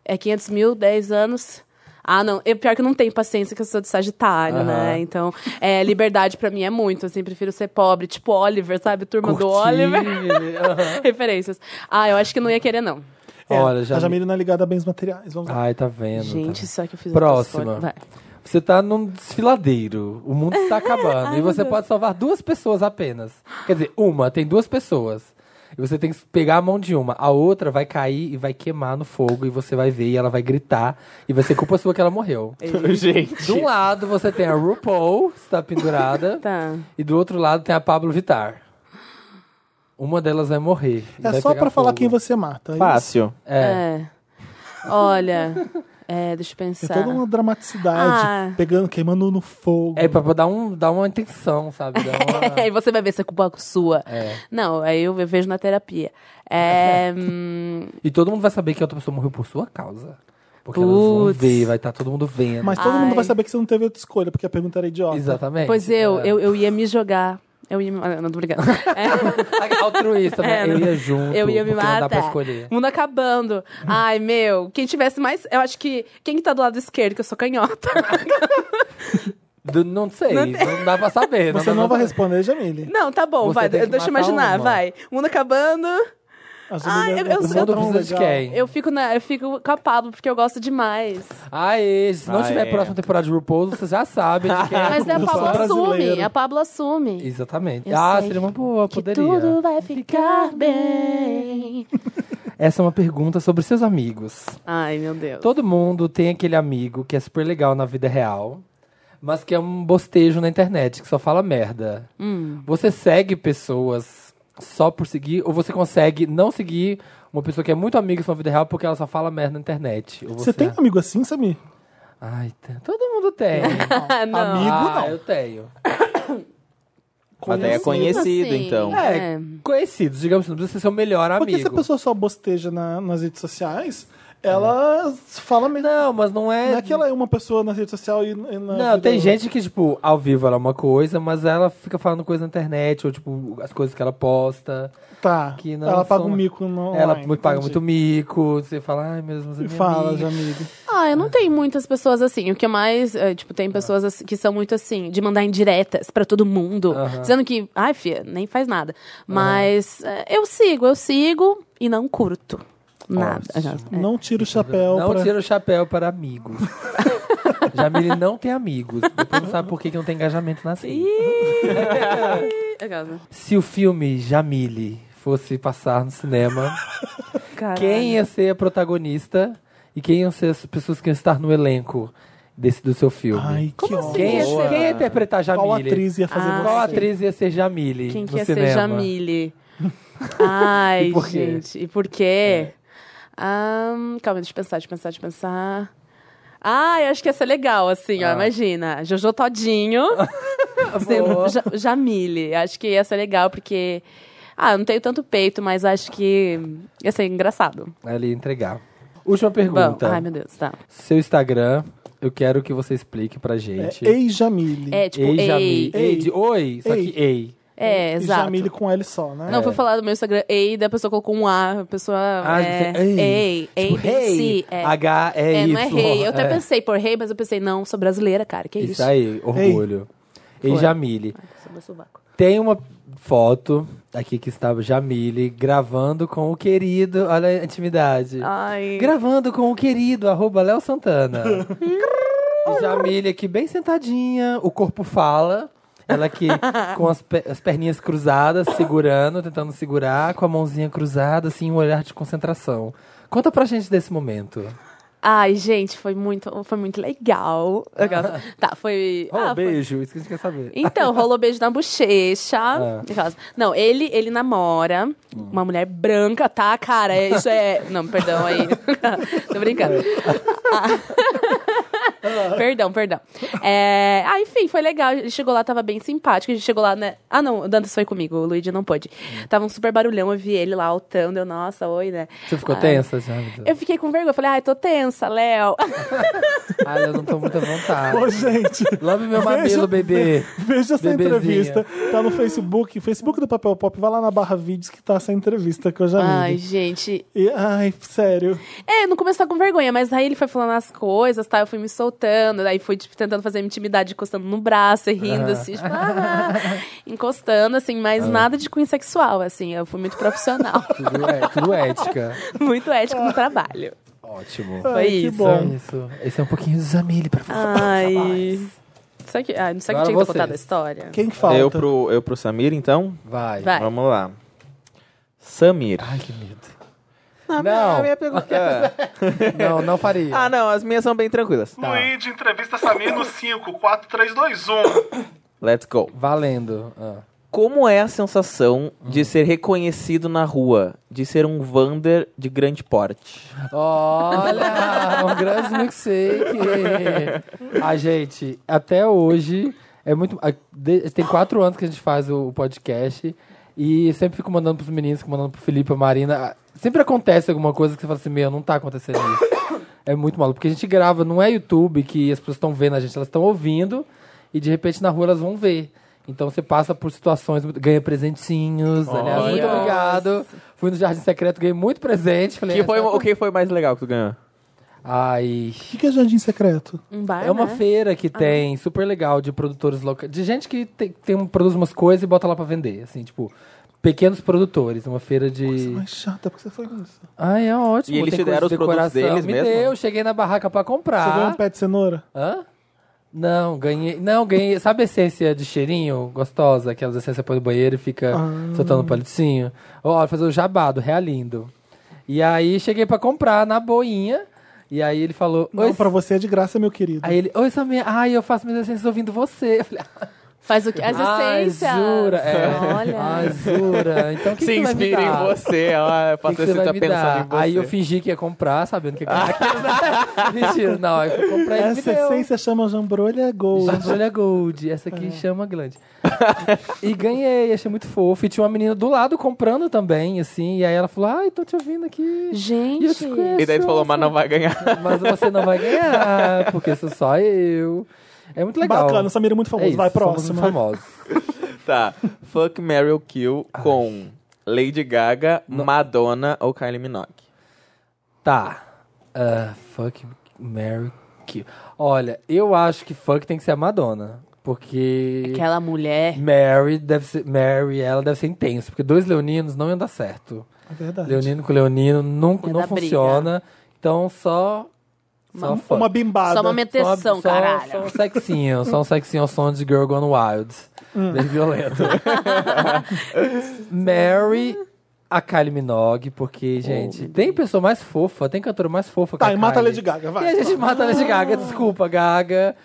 Speaker 2: é 500 mil, 10 anos. Ah, não. Eu, pior que eu não tenho paciência que eu sou de Sagitário, né? Então, é, liberdade pra mim é muito. Assim, prefiro ser pobre. Tipo Oliver, sabe? Turma do
Speaker 4: Curtir.
Speaker 2: Oliver.
Speaker 4: Aham.
Speaker 2: Referências. Ah, eu acho que não ia querer, não.
Speaker 3: É,
Speaker 4: Olha,
Speaker 3: A
Speaker 4: já.
Speaker 3: Jamile não é ligada a bens materiais. Vamos lá.
Speaker 4: Ai, tá vendo. tá
Speaker 2: Gente,
Speaker 4: vendo.
Speaker 2: só que eu fiz
Speaker 4: Próxima.
Speaker 2: outra escolha. Vai.
Speaker 4: Você tá num desfiladeiro. O mundo está acabando.
Speaker 2: Ai,
Speaker 4: e
Speaker 2: meu
Speaker 4: você
Speaker 2: Deus.
Speaker 4: pode salvar duas pessoas apenas. Quer dizer, uma, tem duas pessoas. E você tem que pegar a mão de uma. A outra vai cair e vai queimar no fogo. E você vai ver e ela vai gritar. E vai ser culpa sua que ela morreu. De um
Speaker 5: Gente.
Speaker 4: lado você tem a RuPaul, que está pendurada.
Speaker 2: Tá.
Speaker 4: E do outro lado tem a Pablo Vittar. Uma delas vai morrer. e
Speaker 3: É
Speaker 4: vai
Speaker 3: só
Speaker 4: pegar
Speaker 3: pra falar
Speaker 4: fogo.
Speaker 3: quem você mata. É
Speaker 5: Fácil.
Speaker 4: É.
Speaker 2: É. Olha, é, deixa eu
Speaker 3: isso.
Speaker 2: pensar.
Speaker 3: É toda uma dramaticidade.
Speaker 2: Ah.
Speaker 3: Pegando, queimando no fogo.
Speaker 4: É pra, pra dar, um, dar uma intenção, sabe? Dar uma-
Speaker 2: Aí você vai ver se é culpa sua.
Speaker 4: É.
Speaker 2: Não, aí eu vejo na terapia. É, hum,
Speaker 4: E todo mundo vai saber que a outra pessoa morreu por sua causa. Porque elas vão
Speaker 2: Putz.
Speaker 4: ver, vai estar todo mundo vendo.
Speaker 3: Mas todo mundo
Speaker 2: Ai.
Speaker 3: vai saber que você não teve outra escolha, porque a pergunta era idiota.
Speaker 4: Exatamente.
Speaker 2: pois eu,
Speaker 4: É.
Speaker 2: eu, eu ia me jogar. Eu ia me... ah, Não, tô brincando. É,
Speaker 4: Altruísta, né?
Speaker 2: É,
Speaker 4: eu
Speaker 2: não-
Speaker 4: ia junto.
Speaker 2: eu ia me
Speaker 4: porque Não
Speaker 2: matar.
Speaker 4: dá pra escolher.
Speaker 2: Mundo acabando. Ai, meu. Quem tivesse mais... Eu acho que... Quem que tá do lado esquerdo, que eu sou canhota?
Speaker 4: Do- não sei, não, dá pra saber. né?
Speaker 3: Você
Speaker 4: dá
Speaker 3: não
Speaker 4: pra
Speaker 3: vai
Speaker 4: saber.
Speaker 3: responder, Jamile.
Speaker 2: Não, tá bom,
Speaker 4: Você
Speaker 2: vai.
Speaker 4: tem que
Speaker 2: Deixa eu
Speaker 4: matar
Speaker 2: imaginar,
Speaker 4: uma.
Speaker 2: vai. Mundo acabando.
Speaker 3: A Jamile
Speaker 2: Ai,
Speaker 3: é
Speaker 2: eu-
Speaker 3: uma
Speaker 2: eu-
Speaker 3: pessoa
Speaker 4: O mundo
Speaker 3: tão
Speaker 4: precisa de
Speaker 3: legal.
Speaker 4: quem?
Speaker 2: Eu fico, na, eu fico com a Pablo, porque eu gosto demais.
Speaker 4: Aê, se não
Speaker 5: Ah,
Speaker 4: tiver
Speaker 5: é.
Speaker 4: próxima temporada de RuPaul, vocês já sabem de quem é.
Speaker 2: Mas a Pablo assume.
Speaker 3: brasileiro.
Speaker 2: A Pablo assume.
Speaker 4: Exatamente.
Speaker 2: Eu
Speaker 4: ah,
Speaker 2: sei
Speaker 4: seria uma boa,
Speaker 2: que
Speaker 4: poderia.
Speaker 2: tudo vai ficar bem.
Speaker 4: Essa é uma pergunta sobre seus amigos.
Speaker 2: Ai, meu Deus.
Speaker 4: Todo mundo tem aquele amigo que é super legal na vida real, mas que é um bostejo na internet, que só fala merda. Você segue pessoas só por seguir, ou você consegue não seguir uma pessoa que é muito amiga sua vida real porque ela só fala merda na internet? Ou
Speaker 3: Você tem um amigo assim, Samir?
Speaker 4: Ai, tem- todo mundo tem.
Speaker 2: Ah, não.
Speaker 3: Amigo,
Speaker 4: ah,
Speaker 3: não.
Speaker 4: eu tenho.
Speaker 5: Mas daí é conhecido,
Speaker 2: assim.
Speaker 5: então.
Speaker 4: É,
Speaker 2: É.
Speaker 4: conhecidos, digamos assim, não precisa ser seu melhor
Speaker 3: Porque
Speaker 4: amigo.
Speaker 3: se a pessoa só bosteja na- nas redes sociais, ela fala mesmo.
Speaker 4: Não, mas não é.
Speaker 3: Não é que ela é uma pessoa na rede social e, e na
Speaker 4: Não,
Speaker 3: vida-
Speaker 4: tem gente que, tipo, ao vivo ela é uma coisa, mas ela fica falando coisa na internet, ou, tipo, as coisas que ela posta.
Speaker 3: Tá.
Speaker 4: que não
Speaker 3: ela paga
Speaker 4: são-
Speaker 3: um mico no
Speaker 4: ela
Speaker 3: online,
Speaker 4: paga
Speaker 3: entendi.
Speaker 4: muito mico, você fala, ai, meu Deus, mas é
Speaker 3: E
Speaker 4: minha
Speaker 3: fala,
Speaker 4: amiga.
Speaker 3: Jamile.
Speaker 2: Ah, eu não tenho muitas pessoas assim. O que mais, é, tipo, tem pessoas assim- que são muito assim, de mandar indiretas pra todo mundo.
Speaker 4: Aham.
Speaker 2: Dizendo que, ai, filha, nem faz nada. Mas é, eu sigo, eu sigo e não curto. Nada. É.
Speaker 3: Não tira o chapéu
Speaker 4: Não
Speaker 3: pra...
Speaker 4: tira o chapéu para amigos. Jamile não tem amigos. Depois não sabe por que, que não tem engajamento na série.
Speaker 2: Aquelas, né?
Speaker 4: Se o filme Jamile fosse passar no cinema,
Speaker 2: Caralho.
Speaker 4: quem ia ser a protagonista e quem iam ser as pessoas que iam estar no elenco desse do seu filme?
Speaker 3: Ai, que
Speaker 2: Como assim?
Speaker 3: ódio. É
Speaker 4: quem, é ia,
Speaker 5: Boa.
Speaker 4: quem ia interpretar Jamile?
Speaker 3: Qual atriz ia fazer
Speaker 2: Ah,
Speaker 4: Qual
Speaker 3: você?
Speaker 4: atriz ia ser Jamile?
Speaker 2: Quem
Speaker 4: no
Speaker 2: que ia
Speaker 4: cinema?
Speaker 2: ser Jamile? Ai,
Speaker 4: E por quê? É.
Speaker 2: gente. E por quê? Ahn, calma, deixa eu pensar, deixa eu pensar, deixa eu pensar. Ah, eu acho que ia ser legal, assim,
Speaker 4: Ah.
Speaker 2: ó. Imagina, Jojo Todinho sendo Ja- Jamile. Acho que ia ser legal, porque... Ah, eu não tenho tanto peito, mas acho que ia ser engraçado.
Speaker 4: Ela ia entregar. Última
Speaker 2: Vamos.
Speaker 4: pergunta.
Speaker 2: Ai, meu Deus, tá.
Speaker 4: Seu Instagram, eu quero que você explique pra gente.
Speaker 3: É Ei Jamile.
Speaker 2: É, tipo,
Speaker 4: ei,
Speaker 2: ei.
Speaker 4: Jamile. Ei,
Speaker 3: Ei.
Speaker 4: de oi, só
Speaker 3: Ei.
Speaker 4: que ei.
Speaker 2: É,
Speaker 3: E
Speaker 2: exato.
Speaker 3: Jamile com L só, né?
Speaker 2: Não, foi falar do meu Instagram, ei, da pessoa colocou um A, a pessoa.
Speaker 4: é. Ah,
Speaker 2: é,
Speaker 4: você- ei.
Speaker 2: ei, ei,
Speaker 4: Tipo, hey,
Speaker 2: ABC, é.
Speaker 4: H, E,
Speaker 2: É,
Speaker 4: Y.
Speaker 2: não é rei. Eu até
Speaker 4: é.
Speaker 2: pensei por rei, mas eu pensei, não, sou brasileira, cara, que é isso.
Speaker 4: Isso aí, orgulho. Ei,
Speaker 2: Foi.
Speaker 4: Jamile.
Speaker 2: Sou do sovaco.
Speaker 4: Tem uma foto aqui que está Jamile gravando com o querido. Olha a intimidade.
Speaker 2: Ai.
Speaker 4: Gravando com o querido, arroba Léo Santana. e Jamile aqui bem sentadinha, o corpo fala. Ela aqui com as, pe- as perninhas cruzadas, segurando, tentando segurar, com a mãozinha cruzada, assim, um olhar de concentração. Conta pra gente desse momento.
Speaker 2: Ai, gente, foi muito, foi muito legal. Aquelas- tá, foi.
Speaker 4: Oh,
Speaker 2: ah, foi-
Speaker 4: beijo, isso que a gente quer saber.
Speaker 2: Então, rolou beijo na bochecha. Aquelas- Não, ele, ele namora uma mulher branca, tá, cara? É- Isso é. Não, perdão aí. Tô brincando. Ah. perdão, perdão. É, Ah, enfim, foi legal. Ele chegou lá, tava bem simpático. A gente chegou lá, né? Ah, não, o Dantas foi comigo, o Luigi não pôde. Tava um super barulhão, eu vi ele lá altando. Eu, nossa, oi, né?
Speaker 4: Você ficou
Speaker 2: Ai.
Speaker 4: tensa, Jamile?
Speaker 2: Eu fiquei com vergonha. Falei, ai, tô tensa, Léo.
Speaker 4: Ai, Ah, eu não tô muito à vontade.
Speaker 3: Ô, gente.
Speaker 4: Love meu mamilo, bebê.
Speaker 3: Veja essa
Speaker 4: Bebezinha.
Speaker 3: entrevista. Tá no Facebook, Facebook do Papel Pop. Vai lá na barra vídeos que tá essa entrevista que eu já
Speaker 2: Ai,
Speaker 3: vi.
Speaker 2: gente.
Speaker 3: E, ai, sério.
Speaker 2: É, no começo tava com vergonha, mas aí ele foi falando as coisas, tá? Eu fui me soltando, daí fui tipo, tentando fazer minha intimidade, encostando no braço e rindo, assim, tipo, ah, encostando, assim, mas nada de cunho sexual, assim, eu fui muito profissional,
Speaker 4: Tudo, é, tudo ética.
Speaker 2: muito ético no trabalho.
Speaker 4: Ótimo.
Speaker 3: Ai,
Speaker 2: Foi
Speaker 3: que
Speaker 2: isso.
Speaker 4: Então é
Speaker 3: bom.
Speaker 4: isso. Esse é um pouquinho de Jamile pra você.
Speaker 2: Ai. Será que, ah, não sei que
Speaker 4: Agora
Speaker 2: tinha que ter
Speaker 4: vocês.
Speaker 2: contado a história?
Speaker 3: Quem que falta?
Speaker 5: Eu pro, eu pro Samir, então?
Speaker 4: Vai.
Speaker 2: Vai.
Speaker 5: Vamos lá. Samir. É.
Speaker 4: Ai, que medo.
Speaker 5: Ah,
Speaker 4: Não,
Speaker 5: minha pergunta-
Speaker 4: não, não faria. Tá.
Speaker 5: ah, não, as minhas são bem tranquilas.
Speaker 6: Luigi entrevista Samir no 5, 4, 3, 2, 1.
Speaker 5: Let's go.
Speaker 4: Valendo. Ah.
Speaker 5: Como é a sensação de ser reconhecido na rua? De ser um Vander de grande porte?
Speaker 4: Olha, um grande milkshake. A Ah, gente, até hoje, é muito. a- de- Tem quatro anos que a gente faz o o podcast. E sempre fico mandando pros meninos, fico mandando pro Felipe, a Marina. Ah, Sempre acontece alguma coisa que você fala assim, meu, não tá acontecendo isso. É muito maluco. Porque a gente grava, não é YouTube que as pessoas estão vendo a gente, elas estão ouvindo e de repente na rua elas vão ver. Então você passa por situações, muito- ganha presentinhos. Aliás, muito
Speaker 5: Olha.
Speaker 4: obrigado. Fui no Jardim Secreto, ganhei muito presente. Falei,
Speaker 5: Que
Speaker 4: "Ah,
Speaker 5: foi,
Speaker 4: tá
Speaker 5: o que foi mais legal que tu ganhou?
Speaker 4: Ai.
Speaker 3: O que, que é Jardim Secreto?
Speaker 2: Um bar,
Speaker 4: É uma
Speaker 2: né?
Speaker 4: feira que tem, super legal, de produtores locais. De gente que tem, tem um- produz umas coisas e bota lá pra vender. Assim, tipo, pequenos produtores. Uma feira
Speaker 3: Você é
Speaker 4: de.
Speaker 3: mais chata, porque você foi nisso. Você
Speaker 4: Ai, é ótimo.
Speaker 5: E eles
Speaker 4: tem
Speaker 5: te deram
Speaker 4: coisa de
Speaker 5: os produtos
Speaker 4: decoração.
Speaker 5: deles
Speaker 4: Me
Speaker 5: mesmo?
Speaker 4: deu, cheguei na barraca pra
Speaker 3: ganhou
Speaker 4: comprar.
Speaker 3: um pé de cenoura?
Speaker 4: Hã? Não, ganhei. Não, ganhei. Sabe a essência de cheirinho gostosa? Aquelas essências põe no banheiro e fica
Speaker 3: Ah.
Speaker 4: soltando um palitinho? Ó, fazer o jabado, realindo. E aí cheguei pra comprar na boinha. E aí ele falou.
Speaker 3: Não,
Speaker 4: "Oi,
Speaker 3: pra você é de graça, meu querido.
Speaker 4: Aí ele, oi Samir, ai, eu faço minhas essências ouvindo você. Eu falei,
Speaker 2: Faz o quê? As
Speaker 4: ai,
Speaker 2: essências.
Speaker 4: Ah, Jura, é.
Speaker 2: Olha.
Speaker 4: Ai, Jura. Então o que, que você vai me dar?
Speaker 5: você. tá ó, eu
Speaker 4: O que, que você vai me dar? Aí eu fingi que ia comprar, sabendo que ia ganhar. Mentira, não, aí eu comprei e me
Speaker 5: é
Speaker 3: Essa
Speaker 4: deu.
Speaker 3: essência chama jambrolha é gold.
Speaker 4: Jambrolha Gold, essa
Speaker 5: É.
Speaker 4: aqui chama grande. e ganhei, achei muito fofo. E tinha uma menina do lado comprando também, assim. E aí ela falou, ai, tô te ouvindo aqui. E eu
Speaker 2: Gente,
Speaker 4: te conheço.
Speaker 5: E daí tu falou, mas não vai ganhar.
Speaker 4: Mas você não vai ganhar, porque sou só eu. É muito legal.
Speaker 3: Bacana, Samira é muito famoso.
Speaker 4: É isso,
Speaker 3: Vai,
Speaker 4: somos
Speaker 3: próximo. né?
Speaker 4: muito famosos.
Speaker 5: tá. Fuck, Meryl Kill com Lady Gaga, Madonna ou Kylie Minogue?
Speaker 4: Tá. Ah, fuck, Mary, Kill. Olha, eu acho que fuck tem que ser a Madonna. Porque
Speaker 2: aquela mulher.
Speaker 4: Mary deve ser. Mary, ela deve ser intensa. Porque dois leoninos não iam dar certo.
Speaker 3: É verdade.
Speaker 4: Leonino com leonino nunca,
Speaker 2: Ia
Speaker 4: não
Speaker 2: dar briga.
Speaker 4: funciona. Então só. Só fuck.
Speaker 3: Uma bimbada.
Speaker 2: Só uma
Speaker 4: Só- só-
Speaker 2: meteção, caralho.
Speaker 4: Só um sexinho, só um sexinho ao som de Girl Gone Wild.
Speaker 3: Hum.
Speaker 4: Bem violento. Mary, a Kylie Minogue, porque, gente, tem pessoa mais fofa, tem cantora mais fofa que
Speaker 3: Tá,
Speaker 4: a
Speaker 3: e mata a
Speaker 4: Kylie.
Speaker 3: Lady Gaga,
Speaker 4: E a
Speaker 3: vai. Ah.
Speaker 4: gente mata a Lady Gaga, desculpa, Gaga.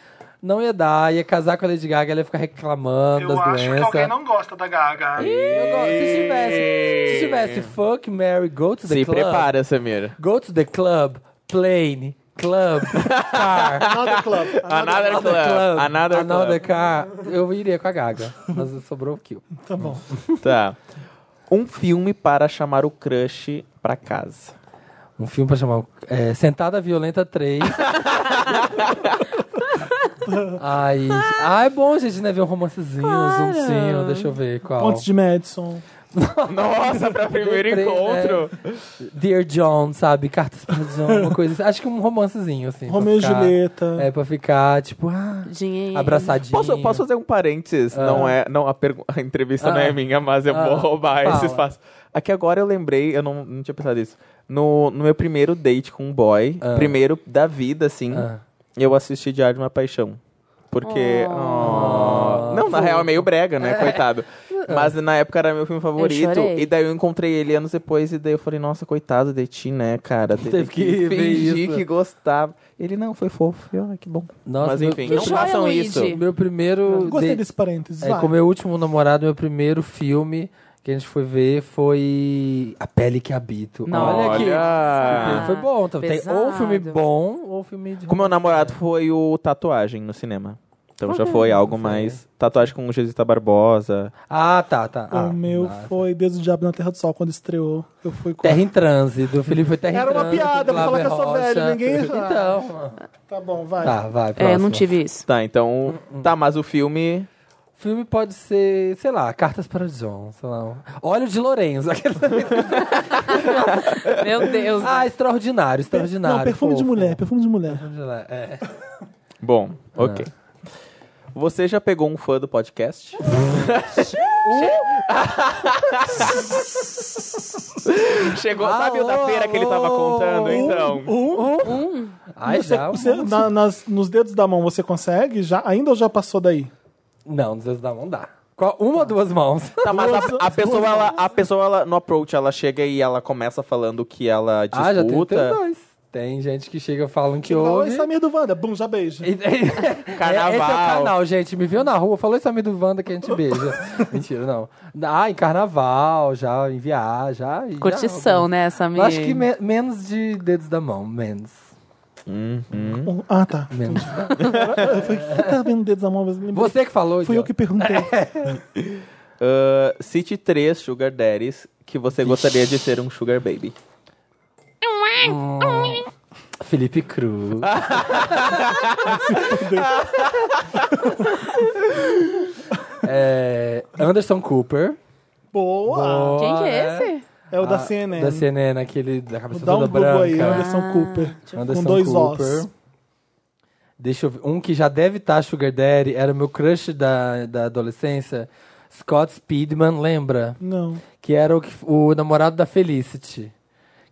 Speaker 4: Não ia dar, ia casar com a Lady Gaga, ela ia ficar reclamando
Speaker 6: Eu
Speaker 4: das
Speaker 6: acho que alguém
Speaker 4: doenças.
Speaker 6: não gosta da Gaga.
Speaker 4: Eu gosto- Se tivesse, se tivesse Fuck, Mary, Go to the
Speaker 5: Se
Speaker 4: Club.
Speaker 5: prepara, Samira.
Speaker 4: Go to the Club, Plane, Club, Car.
Speaker 3: Another Club.
Speaker 5: Another, club. Another,
Speaker 4: Another
Speaker 5: club.
Speaker 4: Car. Eu iria com a Gaga, mas sobrou o Kill.
Speaker 3: Tá bom.
Speaker 5: Um Tá. Um filme para chamar o crush pra casa.
Speaker 4: Um filme pra chamar. é, Sentada Violenta 3. Ai, ah, é bom, gente, né? Ver um romancezinho, um zumzinho. Deixa eu ver qual.
Speaker 3: Pontes de Madison.
Speaker 5: Nossa, pra primeiro
Speaker 4: D3,
Speaker 5: encontro.
Speaker 4: é. Dear John, sabe? Cartas para John, uma coisa assim. Acho que um romancezinho, assim. pra
Speaker 3: Romeo e
Speaker 4: ficar-
Speaker 3: Julieta.
Speaker 4: É, pra ficar, tipo, ah,
Speaker 2: Dinheiro.
Speaker 4: abraçadinho.
Speaker 5: Posso, posso fazer um parênteses? Não é, não, a, pergu- a entrevista não é
Speaker 4: Ah.
Speaker 5: minha, mas eu vou
Speaker 4: Ah.
Speaker 5: roubar esse
Speaker 4: Fala.
Speaker 5: espaço. Aqui agora eu lembrei, eu não, não tinha pensado nisso. No, no meu primeiro date com um boy,
Speaker 4: Ah.
Speaker 5: primeiro da vida, assim,
Speaker 4: Ah.
Speaker 5: eu assisti Diário de uma Paixão. Porque. Oh. Não, na real é meio brega, né? Coitado. Mas na época era meu filme favorito.
Speaker 2: chorei.
Speaker 5: E daí eu encontrei ele anos depois. E daí eu falei, nossa, coitado de ti, né, cara? Teve,
Speaker 4: Teve que ver
Speaker 5: fingir
Speaker 4: isso.
Speaker 5: que gostava. Ele não, foi fofo. Eu, Ai, que bom.
Speaker 4: Nossa,
Speaker 5: Mas
Speaker 4: meu-
Speaker 5: enfim,
Speaker 2: Que
Speaker 5: não
Speaker 2: joia,
Speaker 5: façam
Speaker 2: Luigi.
Speaker 5: isso.
Speaker 4: Meu primeiro.
Speaker 3: Gostei
Speaker 4: de-
Speaker 3: desse parênteses.
Speaker 4: É,
Speaker 3: vai.
Speaker 4: com meu último namorado, meu primeiro filme que a gente foi ver foi A Pele que Habito. Olha aqui.
Speaker 5: Olha.
Speaker 4: Foi bom, então, tem ou um filme
Speaker 2: pesado.
Speaker 4: bom ou um filme de.
Speaker 5: Com meu namorado foi o tatuagem no cinema. Então já foi algo mais. Tatuagem com o Jesuíta Barbosa.
Speaker 4: Ah, tá, tá.
Speaker 3: O
Speaker 4: Ah,
Speaker 3: meu
Speaker 4: tá.
Speaker 3: foi Deus do Diabo na Terra do Sol, quando estreou. Eu fui com.
Speaker 4: Terra em Transe, do Felipe foi Terra
Speaker 3: Era
Speaker 4: em
Speaker 3: uma
Speaker 4: Transe.
Speaker 3: piada,
Speaker 4: do
Speaker 3: vou falar que eu sou
Speaker 4: Glauber
Speaker 3: velho,
Speaker 4: Rocha.
Speaker 3: ninguém-
Speaker 4: Então.
Speaker 3: Tá bom, vai.
Speaker 4: Tá, vai.
Speaker 2: É, eu não
Speaker 4: próximo.
Speaker 2: tive isso.
Speaker 5: Tá, então.
Speaker 4: Hum,
Speaker 5: Tá, mas o filme.
Speaker 4: filme pode ser, sei lá, Cartas para John, sei lá. um- Óleo de Lourenço. aquele-
Speaker 2: Meu Deus.
Speaker 4: ah, extraordinário,
Speaker 3: Per-
Speaker 4: extraordinário.
Speaker 3: Não, perfume de
Speaker 4: fofo.
Speaker 3: mulher, perfume de mulher.
Speaker 4: Perfume de mulher, É.
Speaker 5: Bom, ok. Você já pegou um fã do podcast? Chegou, sabe o da
Speaker 4: Alô,
Speaker 5: feira que ele tava
Speaker 4: alô. Uh,
Speaker 5: contando, então?
Speaker 3: Um,
Speaker 4: Ai,
Speaker 3: você,
Speaker 4: já. um
Speaker 3: você-
Speaker 4: monte.
Speaker 3: na- nas- nos dedos da mão você consegue? Já, ainda ou já passou daí?
Speaker 4: Não, nos dedos da mão dá. Qual- Uma ou duas mãos?
Speaker 5: Tá, mas
Speaker 4: uh,
Speaker 5: a, a pessoa, ela, a pessoa ela, no approach, ela chega e ela começa falando que ela disputa.
Speaker 4: Ah, já tem, tem dois. Tem gente que chega falando que
Speaker 3: Igual esse
Speaker 4: ouve.
Speaker 3: Samir é do Wanda. Bum, já beija.
Speaker 4: E- e-
Speaker 5: Carnaval.
Speaker 4: Esse é o canal, gente. Me viu na rua, falou isso amigo do Wanda que a gente beija. Mentira, não. Ah, em carnaval, já em viagem, já. e já-
Speaker 2: Curtição, né, essa
Speaker 4: Eu
Speaker 2: minha.
Speaker 4: acho que me- menos de dedos da mão, menos.
Speaker 3: Um- ah, tá.
Speaker 4: Menos.
Speaker 3: Eu falei, quem tá vendo dedos da mão? Mas lembrei.
Speaker 4: Você É. que falou,
Speaker 3: Fui eu
Speaker 4: idiota.
Speaker 3: que perguntei.
Speaker 5: Ah, cite três sugar daddies que você gostaria de ser um sugar baby.
Speaker 4: Felipe Cruz. É, Anderson Cooper.
Speaker 3: Boa!
Speaker 2: Quem que é
Speaker 4: né?
Speaker 2: esse?
Speaker 3: É o da
Speaker 4: Ah,
Speaker 3: CNN.
Speaker 4: Da CNN, aquele da cabeça
Speaker 3: Dá um
Speaker 4: toda
Speaker 3: Google
Speaker 4: branca. Ah.
Speaker 3: aí, Anderson Cooper.
Speaker 4: Anderson
Speaker 3: com dois
Speaker 4: Cooper.
Speaker 3: ossos.
Speaker 4: Deixa eu ver. Um que já deve estar Sugar Daddy, era o meu crush da, da adolescência. Scott Speedman, lembra?
Speaker 3: Não.
Speaker 4: Que era o, que- o namorado da Felicity.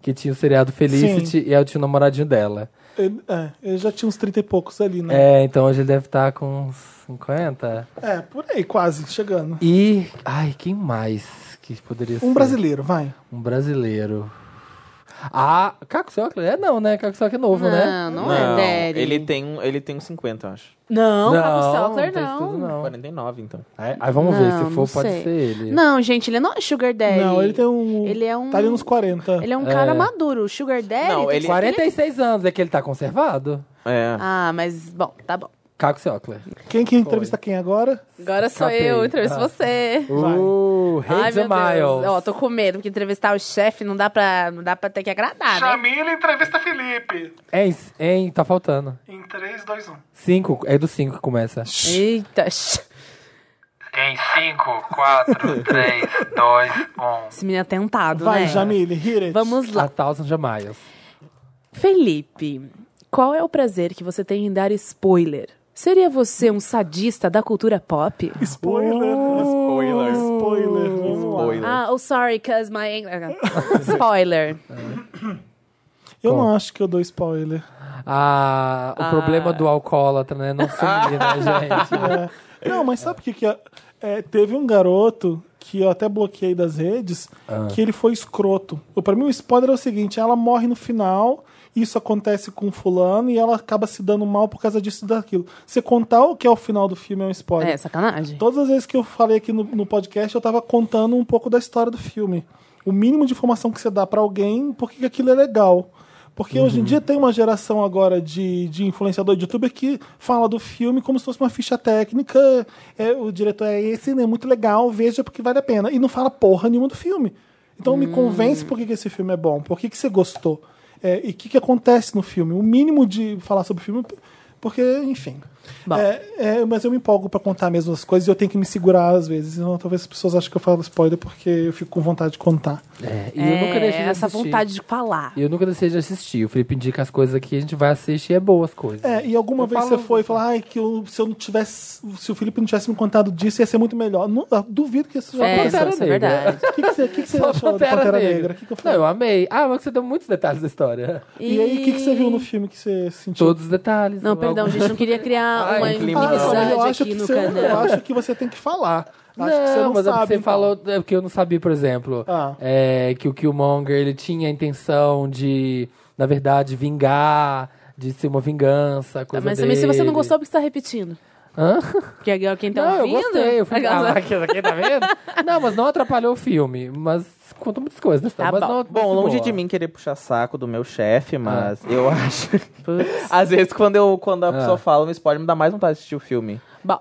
Speaker 4: Que tinha o seriado Felicity e eu tinha o namoradinho dela.
Speaker 3: Ele, é, ele já tinha uns 30 e poucos ali, né?
Speaker 4: É, então hoje ele deve estar com uns 50.
Speaker 3: É, por aí, quase, chegando.
Speaker 4: E. Ai, quem mais que poderia ser?
Speaker 3: Um brasileiro, vai.
Speaker 4: Um brasileiro. Ah, Caco Socler? É não, né? Caco Socler é novo, né?
Speaker 2: Não, não, é Daddy.
Speaker 5: ele tem um, ele tem um 50, eu acho.
Speaker 2: Não, não Rafa
Speaker 4: tem
Speaker 2: Sokler
Speaker 4: isso
Speaker 2: não.
Speaker 4: tudo, não.
Speaker 5: 49, então.
Speaker 4: Aí, É? aí vamos
Speaker 2: Não,
Speaker 4: ver, se
Speaker 2: não
Speaker 4: for, pode
Speaker 2: sei.
Speaker 4: ser ele.
Speaker 2: Não, gente, ele não é Sugar Daddy.
Speaker 3: Não, ele tem um.
Speaker 2: Ele é um-
Speaker 3: Tá ali nos 40.
Speaker 2: Ele é um cara maduro. O Sugar Daddy.
Speaker 5: Não,
Speaker 2: tem
Speaker 5: ele-
Speaker 2: que ser aquele-
Speaker 4: 46 anos, é que ele tá conservado?
Speaker 5: É.
Speaker 2: Ah, mas bom, tá bom.
Speaker 4: Caco Socler.
Speaker 3: Quem que entrevista quem agora?
Speaker 2: Agora sou
Speaker 4: Escapei.
Speaker 2: eu, entrevisto
Speaker 4: Ah.
Speaker 2: você.
Speaker 4: Uh,
Speaker 2: Ai,
Speaker 4: Hates a
Speaker 2: meu Deus. Ó,
Speaker 4: Miles.
Speaker 2: tô com medo, porque entrevistar o chefe não dá pra, não dá pra ter que
Speaker 1: Ah,
Speaker 2: agradar, né?
Speaker 6: Jamile entrevista Felipe.
Speaker 4: Hein, hein, tá faltando.
Speaker 6: Em um. 3, 2, 1.
Speaker 4: 5, é do 5 que começa.
Speaker 2: Eita,
Speaker 1: Em 5, 4, 3, 2, 1.
Speaker 2: esse menino é tentado,
Speaker 3: Vai,
Speaker 2: né?
Speaker 3: Jamile, hit it.
Speaker 2: Vamos
Speaker 4: A
Speaker 2: lá.
Speaker 4: Thousand Miles.
Speaker 2: Felipe, qual é o prazer que você tem em dar spoiler? Seria você um sadista da cultura pop?
Speaker 3: Spoiler.
Speaker 5: Spoiler.
Speaker 3: Spoiler. Vamos lá.
Speaker 5: Spoiler.
Speaker 2: Ah, oh, sorry, cause my... English- Spoiler.
Speaker 3: Eu não acho que eu dou spoiler.
Speaker 4: Ah, o problema do alcoólatra, né? Não sumir, né, gente?
Speaker 3: É. Não, mas sabe o que que é? É, Teve um garoto que eu até bloqueei das redes, que ele foi escroto. Eu, pra mim, o spoiler é o seguinte, ela morre no final, isso acontece com fulano, e ela acaba se dando mal por causa disso e daquilo. Você contar o que é o final do filme é um spoiler.
Speaker 2: É, sacanagem.
Speaker 3: Todas as vezes que eu falei aqui no, no podcast, eu tava contando um pouco da história do filme. O mínimo de informação que você dá pra alguém, por que que aquilo é legal. Porque hoje em dia tem uma geração agora de, de influenciador de youtuber que fala do filme como se fosse uma ficha técnica. É, o diretor é esse, né? Muito legal, veja porque vale a
Speaker 4: Hum.
Speaker 3: pena. E não fala porra nenhuma do filme. Então me convence por que, que esse filme é bom, por que, que você gostou. É, e o que, que acontece no filme? O mínimo de falar sobre o filme, porque, enfim.
Speaker 4: Bom.
Speaker 3: É, é, mas eu me empolgo pra contar mesmo as coisas e eu tenho que me segurar às vezes. Senão talvez as pessoas achem que eu falo spoiler porque eu fico com vontade de contar.
Speaker 4: É, e eu
Speaker 2: É,
Speaker 4: nunca deixei de
Speaker 2: essa
Speaker 4: assistir.
Speaker 2: vontade de falar.
Speaker 4: E Eu nunca deixei de assistir. O Felipe indica as coisas aqui, a gente vai assistir e é boa as coisas.
Speaker 3: É, e alguma
Speaker 4: Eu
Speaker 3: vez
Speaker 4: falo-
Speaker 3: você foi e falou, ai, que eu- se eu não tivesse. Se o Felipe não tivesse me contado disso, ia ser muito melhor. Não, eu duvido que isso
Speaker 2: É, isso,
Speaker 4: Pantera
Speaker 2: isso é
Speaker 4: Negra.
Speaker 2: verdade.
Speaker 3: O que, que você, que que você
Speaker 4: Só
Speaker 3: achou da Pantera Negra? O que, que eu
Speaker 4: Não,
Speaker 3: falei?
Speaker 4: eu amei. Ah, mas você deu muitos detalhes da história.
Speaker 3: E aí, o que, que você viu no filme que você sentiu?
Speaker 4: Todos os detalhes.
Speaker 2: Não, perdão,
Speaker 4: algum-
Speaker 2: gente, não queria criar
Speaker 4: Ai,
Speaker 2: uma
Speaker 5: um clima.
Speaker 3: mas eu
Speaker 2: inimizade
Speaker 3: acho,
Speaker 2: aqui
Speaker 3: que
Speaker 2: no
Speaker 3: você, eu
Speaker 2: canal.
Speaker 3: acho que você tem que falar.
Speaker 4: Não,
Speaker 3: acho que você não
Speaker 4: mas é porque
Speaker 3: sabe.
Speaker 4: você
Speaker 3: então.
Speaker 4: falou é porque eu não sabia, por exemplo,
Speaker 3: Ah.
Speaker 4: é, que o Killmonger ele tinha a intenção de, na verdade, vingar, de ser uma vingança, coisa
Speaker 2: Mas também, se você não
Speaker 4: dele.
Speaker 2: gostou, por que você tá repetindo?
Speaker 4: Hã?
Speaker 2: Porque agora quem tá
Speaker 4: não, eu
Speaker 2: ouvindo... né?
Speaker 4: gostei. Eu fui
Speaker 2: Aquelas-
Speaker 4: falar que aqui, tá vendo? não, mas não atrapalhou o filme. Mas conta muitas coisas, né?
Speaker 2: Tá
Speaker 4: mas
Speaker 2: bom.
Speaker 4: Não,
Speaker 5: Bom, longe
Speaker 4: boa.
Speaker 5: de mim querer puxar saco do meu chefe,
Speaker 3: Ah.
Speaker 5: mas eu acho. Às vezes, quando, eu, quando a
Speaker 3: Ah.
Speaker 5: pessoa fala um spoiler, me dá mais vontade de assistir o filme.
Speaker 2: Bom,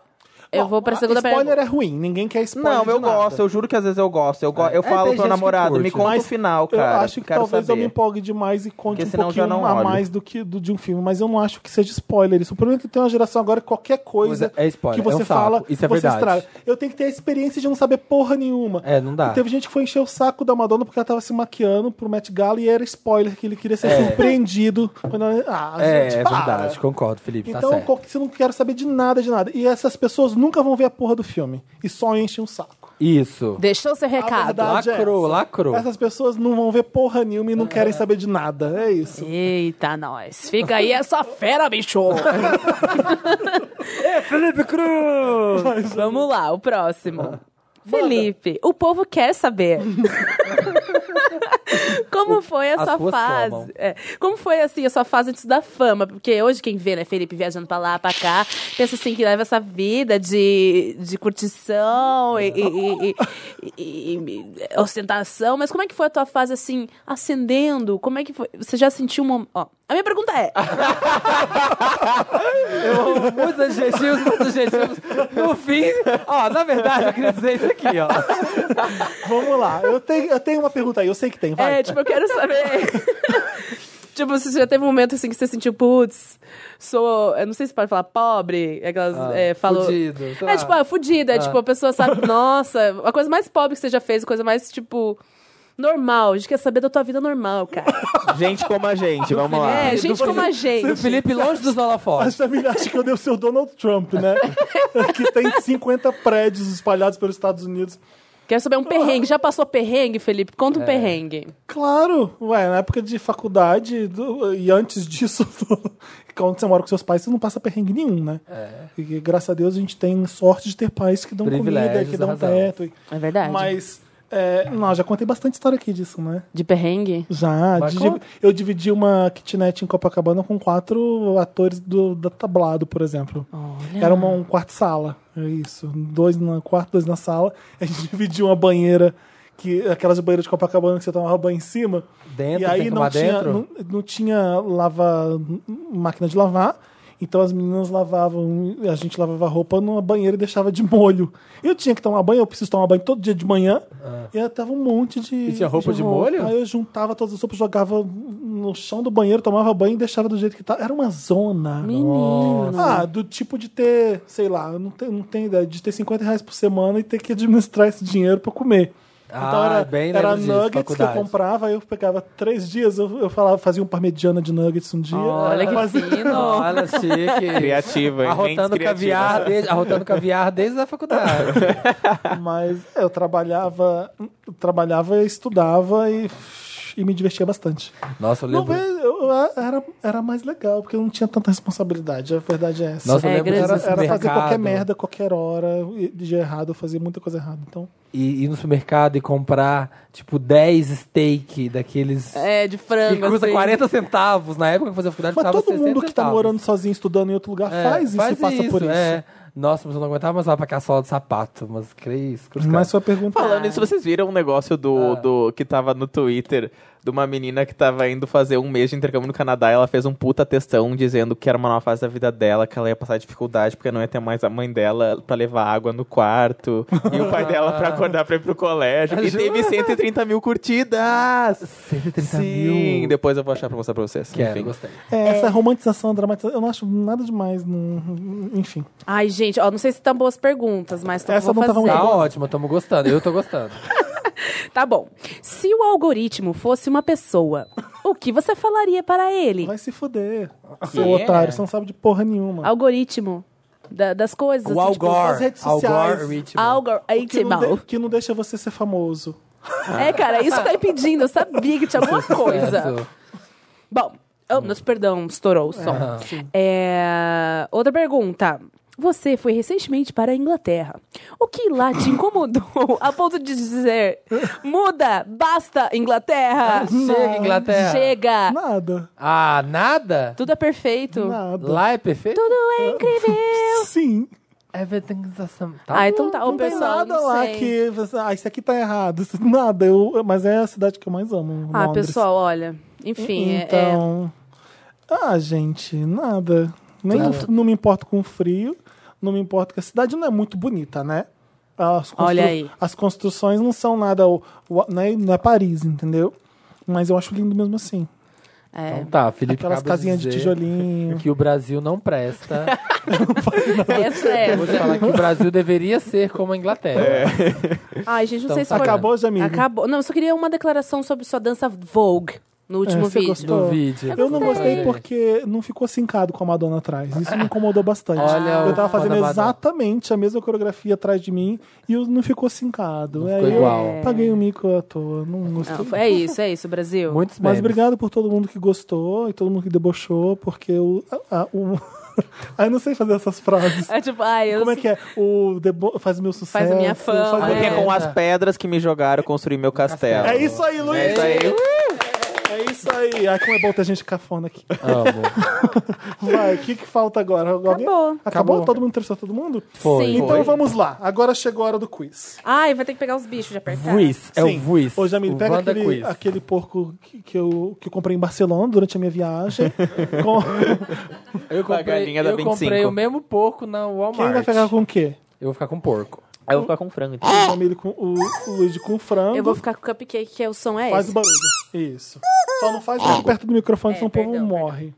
Speaker 2: eu
Speaker 3: Bom,
Speaker 2: vou pra segunda
Speaker 3: spoiler
Speaker 2: pergunta.
Speaker 3: é ruim, ninguém quer spoiler.
Speaker 5: Não,
Speaker 3: de
Speaker 5: eu
Speaker 3: nada. É.
Speaker 5: gosto, eu juro que às vezes eu gosto. Eu, go- eu
Speaker 4: tem
Speaker 5: falo pro
Speaker 4: gente que
Speaker 5: namorado, me
Speaker 4: curte.
Speaker 5: conta
Speaker 3: Mas
Speaker 5: o final,
Speaker 3: Eu
Speaker 5: cara.
Speaker 3: acho que
Speaker 5: quero
Speaker 3: talvez eu
Speaker 5: saber.
Speaker 3: me empolgue demais e conte
Speaker 5: Porque
Speaker 3: um
Speaker 5: senão eu já
Speaker 3: pouquinho
Speaker 5: não
Speaker 3: a
Speaker 5: olho.
Speaker 3: mais do que do, de um filme, mas eu não acho que seja spoiler isso. O problema é que tem uma geração agora que qualquer coisa
Speaker 4: Mas é spoiler,
Speaker 3: que você
Speaker 4: é um saco,
Speaker 3: fala,
Speaker 4: isso é
Speaker 3: você
Speaker 4: verdade.
Speaker 3: estraga. Eu tenho que ter a experiência de não saber porra nenhuma.
Speaker 4: É, não dá.
Speaker 3: E teve gente que foi encher o saco da Madonna porque ela tava se maquiando pro Met Gala e era spoiler, que ele queria ser
Speaker 4: É.
Speaker 3: surpreendido. Quando ela... Ah,
Speaker 4: É,
Speaker 3: gente,
Speaker 4: é
Speaker 3: para.
Speaker 4: verdade, concordo, Felipe, tá
Speaker 3: Então,
Speaker 4: certo.
Speaker 3: qual que- você não quer saber de nada, de nada. E essas pessoas nunca vão ver a porra do filme. E só enchem o saco.
Speaker 4: Isso.
Speaker 2: Deixou
Speaker 4: Ah,
Speaker 2: seu
Speaker 3: A
Speaker 2: recado.
Speaker 3: verdade é
Speaker 4: Lacrou,
Speaker 3: essa.
Speaker 4: lacrou.
Speaker 3: Essas pessoas não vão ver porra nenhuma e não querem saber de nada. É isso.
Speaker 2: Eita, nós. Fica aí essa fera, bicho.
Speaker 4: Felipe Cruz!
Speaker 2: Vamos lá, o próximo. Felipe, o povo quer saber. Como foi a
Speaker 4: as
Speaker 2: sua
Speaker 4: ruas clamam.
Speaker 2: fase? é, como foi assim a sua fase antes da fama? Porque hoje quem vê, né, Felipe viajando pra lá, pra cá, pensa assim que leva essa vida de, de curtição e, e- e- e- e- e ostentação. Mas como é que foi a tua fase assim, acendendo? Como é que foi? Você já sentiu uma. Ó, a minha pergunta é:
Speaker 4: Muitos adjetivos, muitos adjetivos. No fim, ó, na verdade, eu queria dizer isso aqui, ó.
Speaker 3: Vamos lá. Eu tenho, eu tenho uma pergunta aí, eu sei que tem, vai.
Speaker 2: É, tipo, eu quero saber. tipo, você já teve um momento assim que você sentiu, putz, sou. Eu não sei se pode falar pobre. É, aquelas,
Speaker 4: Ah,
Speaker 2: é, falou...
Speaker 4: fudido, sei lá.
Speaker 2: É, tipo, ah, fudida. É,
Speaker 4: Ah.
Speaker 2: tipo, a pessoa sabe, nossa, a coisa mais pobre que você já fez, a coisa mais, tipo. Normal, a gente quer saber da tua vida normal, cara.
Speaker 5: Gente como a gente, vamos lá.
Speaker 2: é, gente
Speaker 4: do
Speaker 2: como a gente.
Speaker 4: Do Felipe longe dos
Speaker 3: As
Speaker 4: holofotes.
Speaker 3: famílias acham que eu devo ser o Donald Trump, né? que tem 50 prédios espalhados pelos Estados Unidos.
Speaker 2: Quero saber um perrengue. Já passou perrengue, Felipe? Conta um perrengue.
Speaker 3: Claro, ué, na época de faculdade do- e antes disso, quando você mora com seus pais, você não passa perrengue nenhum, né?
Speaker 4: É.
Speaker 3: E, graças a Deus a gente tem sorte de ter pais que dão comida,
Speaker 4: Privilégios,
Speaker 3: que dão
Speaker 4: razão.
Speaker 3: teto. e-
Speaker 2: É verdade.
Speaker 3: Mas, é, não, já contei bastante história aqui disso, né?
Speaker 2: De perrengue?
Speaker 3: Já.
Speaker 4: Mas
Speaker 3: de-
Speaker 4: conta.
Speaker 3: eu dividi uma kitnet em Copacabana com quatro atores do, da Tablado, por exemplo. Era uma- um quarto-sala. É isso. Dois na quarto, dois na sala. A gente dividiu uma banheira, que, aquelas banheiras de Copacabana que você tomava banho em cima.
Speaker 4: Dentro,
Speaker 3: e
Speaker 4: tem
Speaker 3: aí
Speaker 4: que
Speaker 3: não
Speaker 4: tomar
Speaker 3: tinha,
Speaker 4: dentro?
Speaker 3: não, não tinha lava, máquina de lavar. Então as meninas lavavam, a gente lavava roupa numa banheira e deixava de molho. Eu tinha que tomar banho, eu preciso tomar banho todo dia de manhã. E aí tava um monte de.
Speaker 4: Ah. E tinha roupa de molho?
Speaker 3: Aí eu juntava todas as roupas, jogava no chão do banheiro, tomava banho e deixava do jeito que tava. Era uma zona.
Speaker 2: Menino.
Speaker 3: Ah, do tipo de ter, sei lá, eu não tenho, não tenho ideia, de ter 50 reais por semana e ter que administrar esse dinheiro pra comer.
Speaker 4: Ah,
Speaker 3: então era,
Speaker 4: bem
Speaker 3: era
Speaker 4: lembro disso,
Speaker 3: nuggets
Speaker 4: faculdade.
Speaker 3: que eu comprava, aí eu pegava três dias, eu, eu falava, fazia um parmegiana de nuggets um dia.
Speaker 2: Olha que
Speaker 3: fazia-
Speaker 2: fino.
Speaker 4: Olha, chique.
Speaker 5: Criativa, hein?
Speaker 4: Arrotando
Speaker 5: Mentes criativas.
Speaker 4: caviar, desde, arrotando caviar desde a faculdade.
Speaker 3: Mas é, eu trabalhava, eu trabalhava, eu estudava e, e me divertia bastante.
Speaker 4: Nossa, eu
Speaker 3: Não,
Speaker 4: lembro.
Speaker 3: mas eu, eu era, era mais legal, porque eu não tinha tanta responsabilidade, a verdade é essa.
Speaker 4: Nossa, eu
Speaker 2: É,
Speaker 4: lembro que era,
Speaker 3: Era,
Speaker 2: grande-
Speaker 3: era fazer
Speaker 4: supermercado.
Speaker 3: qualquer merda, qualquer hora, e de errado, eu fazia muita coisa errada. Então,
Speaker 4: E ir no supermercado e comprar, tipo, 10 steak daqueles.
Speaker 2: É, de frango.
Speaker 4: Que custa
Speaker 2: assim.
Speaker 4: 40 centavos. Na época que eu fazia faculdade,
Speaker 3: Mas
Speaker 4: custava
Speaker 3: todo
Speaker 4: 60
Speaker 3: mundo que tá
Speaker 4: centavos.
Speaker 3: morando sozinho, estudando em outro lugar,
Speaker 4: É,
Speaker 3: faz isso e passa por isso.
Speaker 4: é. Nossa, mas eu não aguentava mais lá pra caçola de sapato. Mas, Cris, Cruz,
Speaker 3: Mas sua pergunta
Speaker 4: É. Ah.
Speaker 5: Falando isso, vocês viram um negócio do, do que tava no Twitter de uma menina que tava indo fazer um mês de intercâmbio no Canadá e ela fez um puta textão dizendo que era uma nova fase da vida dela, que ela ia passar dificuldade porque não ia ter mais a mãe dela pra levar água no quarto e o pai dela pra acordar pra ir pro colégio. E teve 130 mil curtidas!
Speaker 4: 130
Speaker 5: Sim,
Speaker 4: mil.
Speaker 5: depois eu vou achar pra mostrar pra vocês.
Speaker 4: Quero,
Speaker 5: Enfim.
Speaker 4: gostei.
Speaker 3: É, Essa romantização, dramatização, eu não acho nada demais. não- Enfim.
Speaker 2: Ai, gente, ó, não sei se estão boas perguntas, mas tô,
Speaker 3: Essa
Speaker 2: vou
Speaker 3: não tava
Speaker 2: fazer.
Speaker 4: Tá ótimo, tamo gostando. Eu tô gostando.
Speaker 2: Tá bom. Se o algoritmo fosse uma pessoa, o que você falaria para ele?
Speaker 3: Vai se fuder. Seu
Speaker 4: Yeah.
Speaker 3: otário, você não sabe de porra nenhuma.
Speaker 2: Algoritmo da- das coisas.
Speaker 4: O
Speaker 2: assim, tipo,
Speaker 3: nas
Speaker 4: Algor.
Speaker 3: redes sociais.
Speaker 4: Algor Ritmo.
Speaker 3: Que não,
Speaker 2: Algoritmo.
Speaker 3: de- que não deixa você ser famoso.
Speaker 2: É, cara, isso tá impedindo. Eu sabia que tinha alguma coisa.
Speaker 4: Sucesso.
Speaker 2: Bom, oh, nosso perdão, estourou o
Speaker 4: um
Speaker 2: som. É, outra pergunta. Você foi recentemente para a Inglaterra. O que lá te incomodou a ponto de dizer: muda, basta, Inglaterra!
Speaker 4: Ah, Chega, Inglaterra.
Speaker 2: Chega!
Speaker 3: Nada.
Speaker 4: Ah, nada?
Speaker 2: Tudo é perfeito.
Speaker 3: Nada.
Speaker 4: Lá é perfeito?
Speaker 2: Tudo é incrível.
Speaker 3: Sim.
Speaker 4: Everything's awesome. Tá
Speaker 2: ah, então tá.
Speaker 3: não
Speaker 2: o
Speaker 3: tem
Speaker 2: pessoal
Speaker 3: nada
Speaker 2: não
Speaker 3: lá
Speaker 2: sei.
Speaker 3: que. você- Ah, isso aqui tá errado. isso- Nada. Eu, mas é a cidade que eu mais amo.
Speaker 2: Ah,
Speaker 3: Londres.
Speaker 2: pessoal, olha. Enfim, é- é.
Speaker 3: Então. Ah, gente, nada. Nem não me importo com o frio, não me importo que a cidade não é muito bonita, né? As constru-
Speaker 2: Olha aí.
Speaker 3: As construções não são nada. o- o- Não é, não é Paris, entendeu? Mas eu acho lindo mesmo assim.
Speaker 2: é.
Speaker 4: Então tá, Felipe
Speaker 3: Aquelas
Speaker 4: acaba
Speaker 3: casinhas de
Speaker 4: dizer
Speaker 3: tijolinho.
Speaker 4: Que o Brasil não presta.
Speaker 2: Essa é.
Speaker 4: Eu Vou te falar que o Brasil deveria ser como a Inglaterra.
Speaker 3: É.
Speaker 2: Ai, gente, não
Speaker 4: Então
Speaker 2: sei se
Speaker 4: tá.
Speaker 2: foi.
Speaker 3: Acabou, Jamile?
Speaker 2: Acabou. Não, eu só queria uma declaração sobre sua dança Vogue no último
Speaker 3: É, você
Speaker 2: vídeo.
Speaker 3: gostou?
Speaker 4: Do vídeo.
Speaker 3: Eu não
Speaker 4: Gostei.
Speaker 3: gostei porque não ficou sincado com a Madonna atrás. Isso me incomodou bastante.
Speaker 4: Olha
Speaker 3: eu
Speaker 4: o
Speaker 3: tava
Speaker 4: fã
Speaker 3: fazendo
Speaker 4: da Madonna.
Speaker 3: exatamente a mesma coreografia atrás de mim e eu não ficou sincado. Aí
Speaker 4: ficou
Speaker 3: eu
Speaker 4: igual.
Speaker 3: Paguei o mico à toa. Não gostei.
Speaker 2: Não, é isso, é isso, Brasil.
Speaker 4: Muitos
Speaker 3: Mas
Speaker 4: memes.
Speaker 3: obrigado por todo mundo que gostou e todo mundo que debochou, porque o. a- a- o... Ai, eu não sei fazer essas frases.
Speaker 2: É tipo, ai, eu
Speaker 3: Como é que é? O debo... faz meu sucesso.
Speaker 2: Faz a minha fama,
Speaker 3: faz a
Speaker 5: Porque
Speaker 3: minha-
Speaker 5: é com as pedras que me jogaram construir meu castelo.
Speaker 3: É isso aí, Luiz!
Speaker 5: É isso aí.
Speaker 3: É isso aí. Ai, como é bom ter gente cafona aqui.
Speaker 4: Amo.
Speaker 3: Vai, o que, que falta agora? Alguém-
Speaker 2: Acabou.
Speaker 3: Acabou?
Speaker 4: Acabou.
Speaker 3: Todo mundo entrevistou todo mundo?
Speaker 4: Foi.
Speaker 2: Sim.
Speaker 3: Então vamos lá. Agora chegou a hora do quiz.
Speaker 2: Ai, vai ter que pegar os bichos de apertar.
Speaker 4: Vuiz. É
Speaker 3: Sim.
Speaker 4: o Vuiz.
Speaker 3: Ô, Jamil,
Speaker 4: o
Speaker 3: pega
Speaker 4: Wanda
Speaker 3: aquele,
Speaker 4: Quiz.
Speaker 3: aquele porco que, que eu, que eu comprei em Barcelona durante a minha viagem. com...
Speaker 4: Eu
Speaker 5: Com a
Speaker 4: comprei,
Speaker 5: galinha da
Speaker 4: eu
Speaker 5: 25.
Speaker 4: comprei o mesmo porco na Walmart.
Speaker 3: Quem vai pegar com o quê?
Speaker 4: Eu vou ficar com porco.
Speaker 5: Aí eu vou ficar com frango. então.
Speaker 3: O Jamil com o, o Luigi com o frango.
Speaker 2: Eu vou ficar com o cupcake, que o som é
Speaker 3: Faz o
Speaker 2: esse.
Speaker 3: barulho. Isso. Só não faz muito perto do microfone,
Speaker 2: É,
Speaker 3: senão o povo
Speaker 2: perdão,
Speaker 3: morre.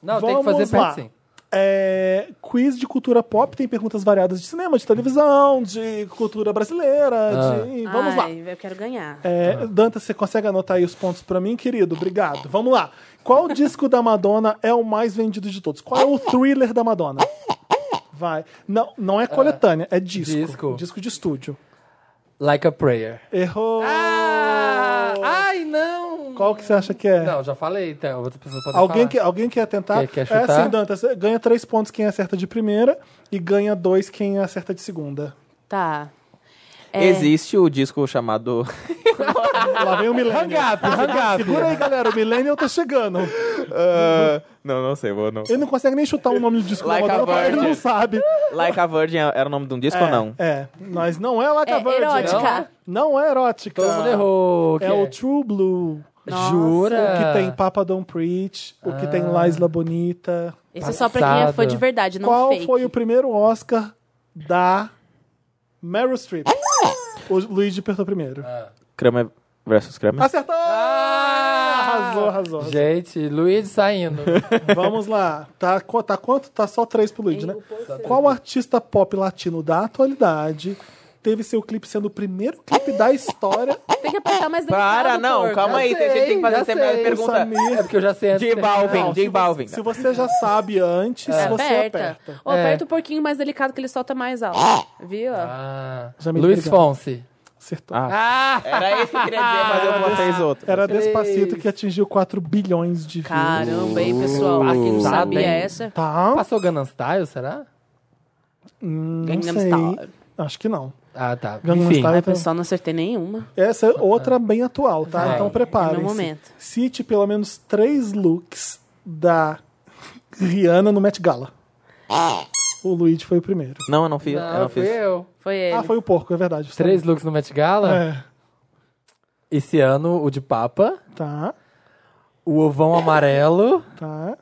Speaker 4: Não, tem que
Speaker 3: Vamos
Speaker 4: fazer
Speaker 3: lá.
Speaker 4: perto sim.
Speaker 3: É, quiz de cultura pop tem perguntas variadas de cinema, de televisão, de cultura brasileira.
Speaker 4: Ah.
Speaker 3: de- Vamos lá.
Speaker 2: Ai, eu quero ganhar.
Speaker 3: É, Danta, você consegue anotar aí os pontos pra mim, querido? Obrigado. Vamos lá. Qual disco da Madonna é o mais vendido de todos? Qual é o thriller da Madonna? Vai. Não, não é coletânea, é disco.
Speaker 4: Disco.
Speaker 3: Disco de estúdio.
Speaker 4: Like a Prayer.
Speaker 3: Errou.
Speaker 4: Ah, ai, não!
Speaker 3: Qual que você acha que é?
Speaker 4: Não, já falei, então. Outras pessoas podem
Speaker 3: Alguém,
Speaker 4: falar.
Speaker 3: que, alguém quer tentar?
Speaker 4: Quer- quer
Speaker 3: é
Speaker 4: chutar?
Speaker 3: assim, Dantas. Ganha três pontos quem acerta de primeira e ganha dois quem acerta de segunda.
Speaker 2: Tá.
Speaker 5: Existe o disco chamado.
Speaker 3: Lá vem o
Speaker 4: Hang
Speaker 3: Millennial.
Speaker 4: up, hang up.
Speaker 3: Segura aí, galera. O Millennial tá chegando.
Speaker 5: Ah, não, não sei, vou não.
Speaker 3: Ele não consegue nem chutar o nome do disco.
Speaker 5: Like
Speaker 3: da
Speaker 5: a
Speaker 3: Madonna, ele
Speaker 5: Virgin.
Speaker 3: não sabe.
Speaker 5: Like a Virgin era o nome de um disco ou não?
Speaker 3: É, mas não é Like a
Speaker 2: É
Speaker 3: Virgin.
Speaker 2: erótica.
Speaker 3: Não, não é erótica.
Speaker 4: Todo mundo errou. o que
Speaker 3: É o True Blue.
Speaker 2: Nossa.
Speaker 4: Jura?
Speaker 3: O que tem Papa Don't Preach, o que
Speaker 4: Ah.
Speaker 3: tem La Isla Bonita.
Speaker 2: Esse é só pra quem é fã
Speaker 4: Passado.
Speaker 2: de verdade, não
Speaker 3: Qual
Speaker 2: fake.
Speaker 3: foi o primeiro Oscar da Meryl Streep? O Luigi apertou primeiro.
Speaker 4: Ah.
Speaker 5: Kramer versus Kramer?
Speaker 3: Acertou!
Speaker 4: Ah!
Speaker 3: Arrasou, arrasou. arrasou.
Speaker 4: Gente, Luiz saindo.
Speaker 3: Vamos lá. Tá, qu- tá quanto? Tá só três pro Luigi, né? Qual artista pop latino da atualidade teve seu clipe sendo o primeiro clipe da história?
Speaker 2: Tem que apertar mais
Speaker 5: Para,
Speaker 2: delicado,
Speaker 5: não,
Speaker 2: porco.
Speaker 5: calma aí. Tem
Speaker 4: sei,
Speaker 5: gente que tem que fazer
Speaker 4: já
Speaker 5: sempre a
Speaker 4: sei,
Speaker 5: pergunta.
Speaker 3: Samir.
Speaker 4: é porque eu já sei antes.
Speaker 5: J Balvin,
Speaker 3: Não,
Speaker 5: J
Speaker 3: se
Speaker 5: Balvin.
Speaker 3: você- Se você já sabe antes, você
Speaker 2: Aperta.
Speaker 3: aperta.
Speaker 2: É Ou
Speaker 4: É.
Speaker 2: aperta um pouquinho mais delicado que ele solta mais alto. Viu?
Speaker 4: Ah,
Speaker 3: Já me
Speaker 4: Luiz
Speaker 3: pegaram.
Speaker 4: Fonse.
Speaker 3: Acertou.
Speaker 4: Ah,
Speaker 5: Ah, era isso que eu queria dizer, mas eu vou fez outro.
Speaker 3: Era
Speaker 4: Três.
Speaker 3: Despacito que atingiu 4 bilhões de views.
Speaker 2: Caramba, hein, pessoal? Pra quem não
Speaker 4: Tá
Speaker 2: sabia
Speaker 4: bem.
Speaker 2: essa.
Speaker 3: Tá?
Speaker 4: passou Gangnam Style, será?
Speaker 3: Hum, Não
Speaker 2: Gangnam
Speaker 3: sei.
Speaker 2: Style.
Speaker 3: Acho que não.
Speaker 4: Ah, tá.
Speaker 3: Gangnam
Speaker 4: Enfim.
Speaker 3: Style
Speaker 2: Ai,
Speaker 3: tá-
Speaker 2: pessoal, não acertei nenhuma.
Speaker 3: Essa é outra bem atual, tá?
Speaker 4: Vai.
Speaker 3: Então preparem-se.
Speaker 2: No É momento.
Speaker 3: Cite pelo menos três looks da Rihanna no Met Gala. O Luigi foi o primeiro.
Speaker 5: Não, eu não fiz. eu
Speaker 4: Não,
Speaker 5: não
Speaker 4: fui
Speaker 5: fiz.
Speaker 4: eu.
Speaker 2: Foi ele.
Speaker 3: Ah, foi o porco, é verdade.
Speaker 4: Três looks no Met Gala?
Speaker 3: É.
Speaker 4: Esse ano, o de papa.
Speaker 3: Tá,
Speaker 4: O ovão amarelo.
Speaker 3: tá.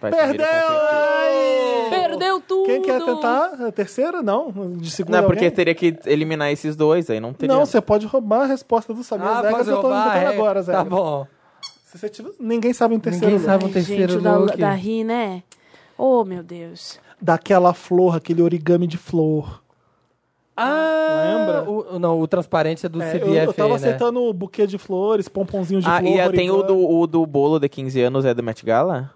Speaker 5: Vai subir o
Speaker 3: Perdeu!
Speaker 5: confete.
Speaker 2: Perdeu tudo!
Speaker 3: Quem quer tentar? A terceira? Não. De segunda
Speaker 5: Não, porque
Speaker 3: alguém?
Speaker 5: teria que eliminar esses dois, aí não teria. Ah,
Speaker 3: Não, você pode roubar a resposta do Samir. As regras Ah, eu tô
Speaker 4: roubar,
Speaker 3: inventando
Speaker 4: é.
Speaker 3: agora, Zé.
Speaker 4: Tá bom.
Speaker 3: Se você tiver- Ninguém sabe um terceiro.
Speaker 4: Ninguém
Speaker 3: lugar.
Speaker 4: sabe um terceiro
Speaker 2: Gente, o da,
Speaker 4: look.
Speaker 2: da Ri, né? Oh, meu Deus.
Speaker 3: Daquela flor, aquele origami de flor.
Speaker 4: Ah,
Speaker 3: Lembra?
Speaker 4: O, não, o transparente é do
Speaker 3: É, eu,
Speaker 4: CBF,
Speaker 3: eu tava
Speaker 4: né?
Speaker 3: aceitando o buquê de flores, pomponzinho é de
Speaker 5: Ah,
Speaker 3: flor.
Speaker 5: e a- tem o
Speaker 3: origami.
Speaker 5: do, o do bolo de 15 anos, é do Met Gala?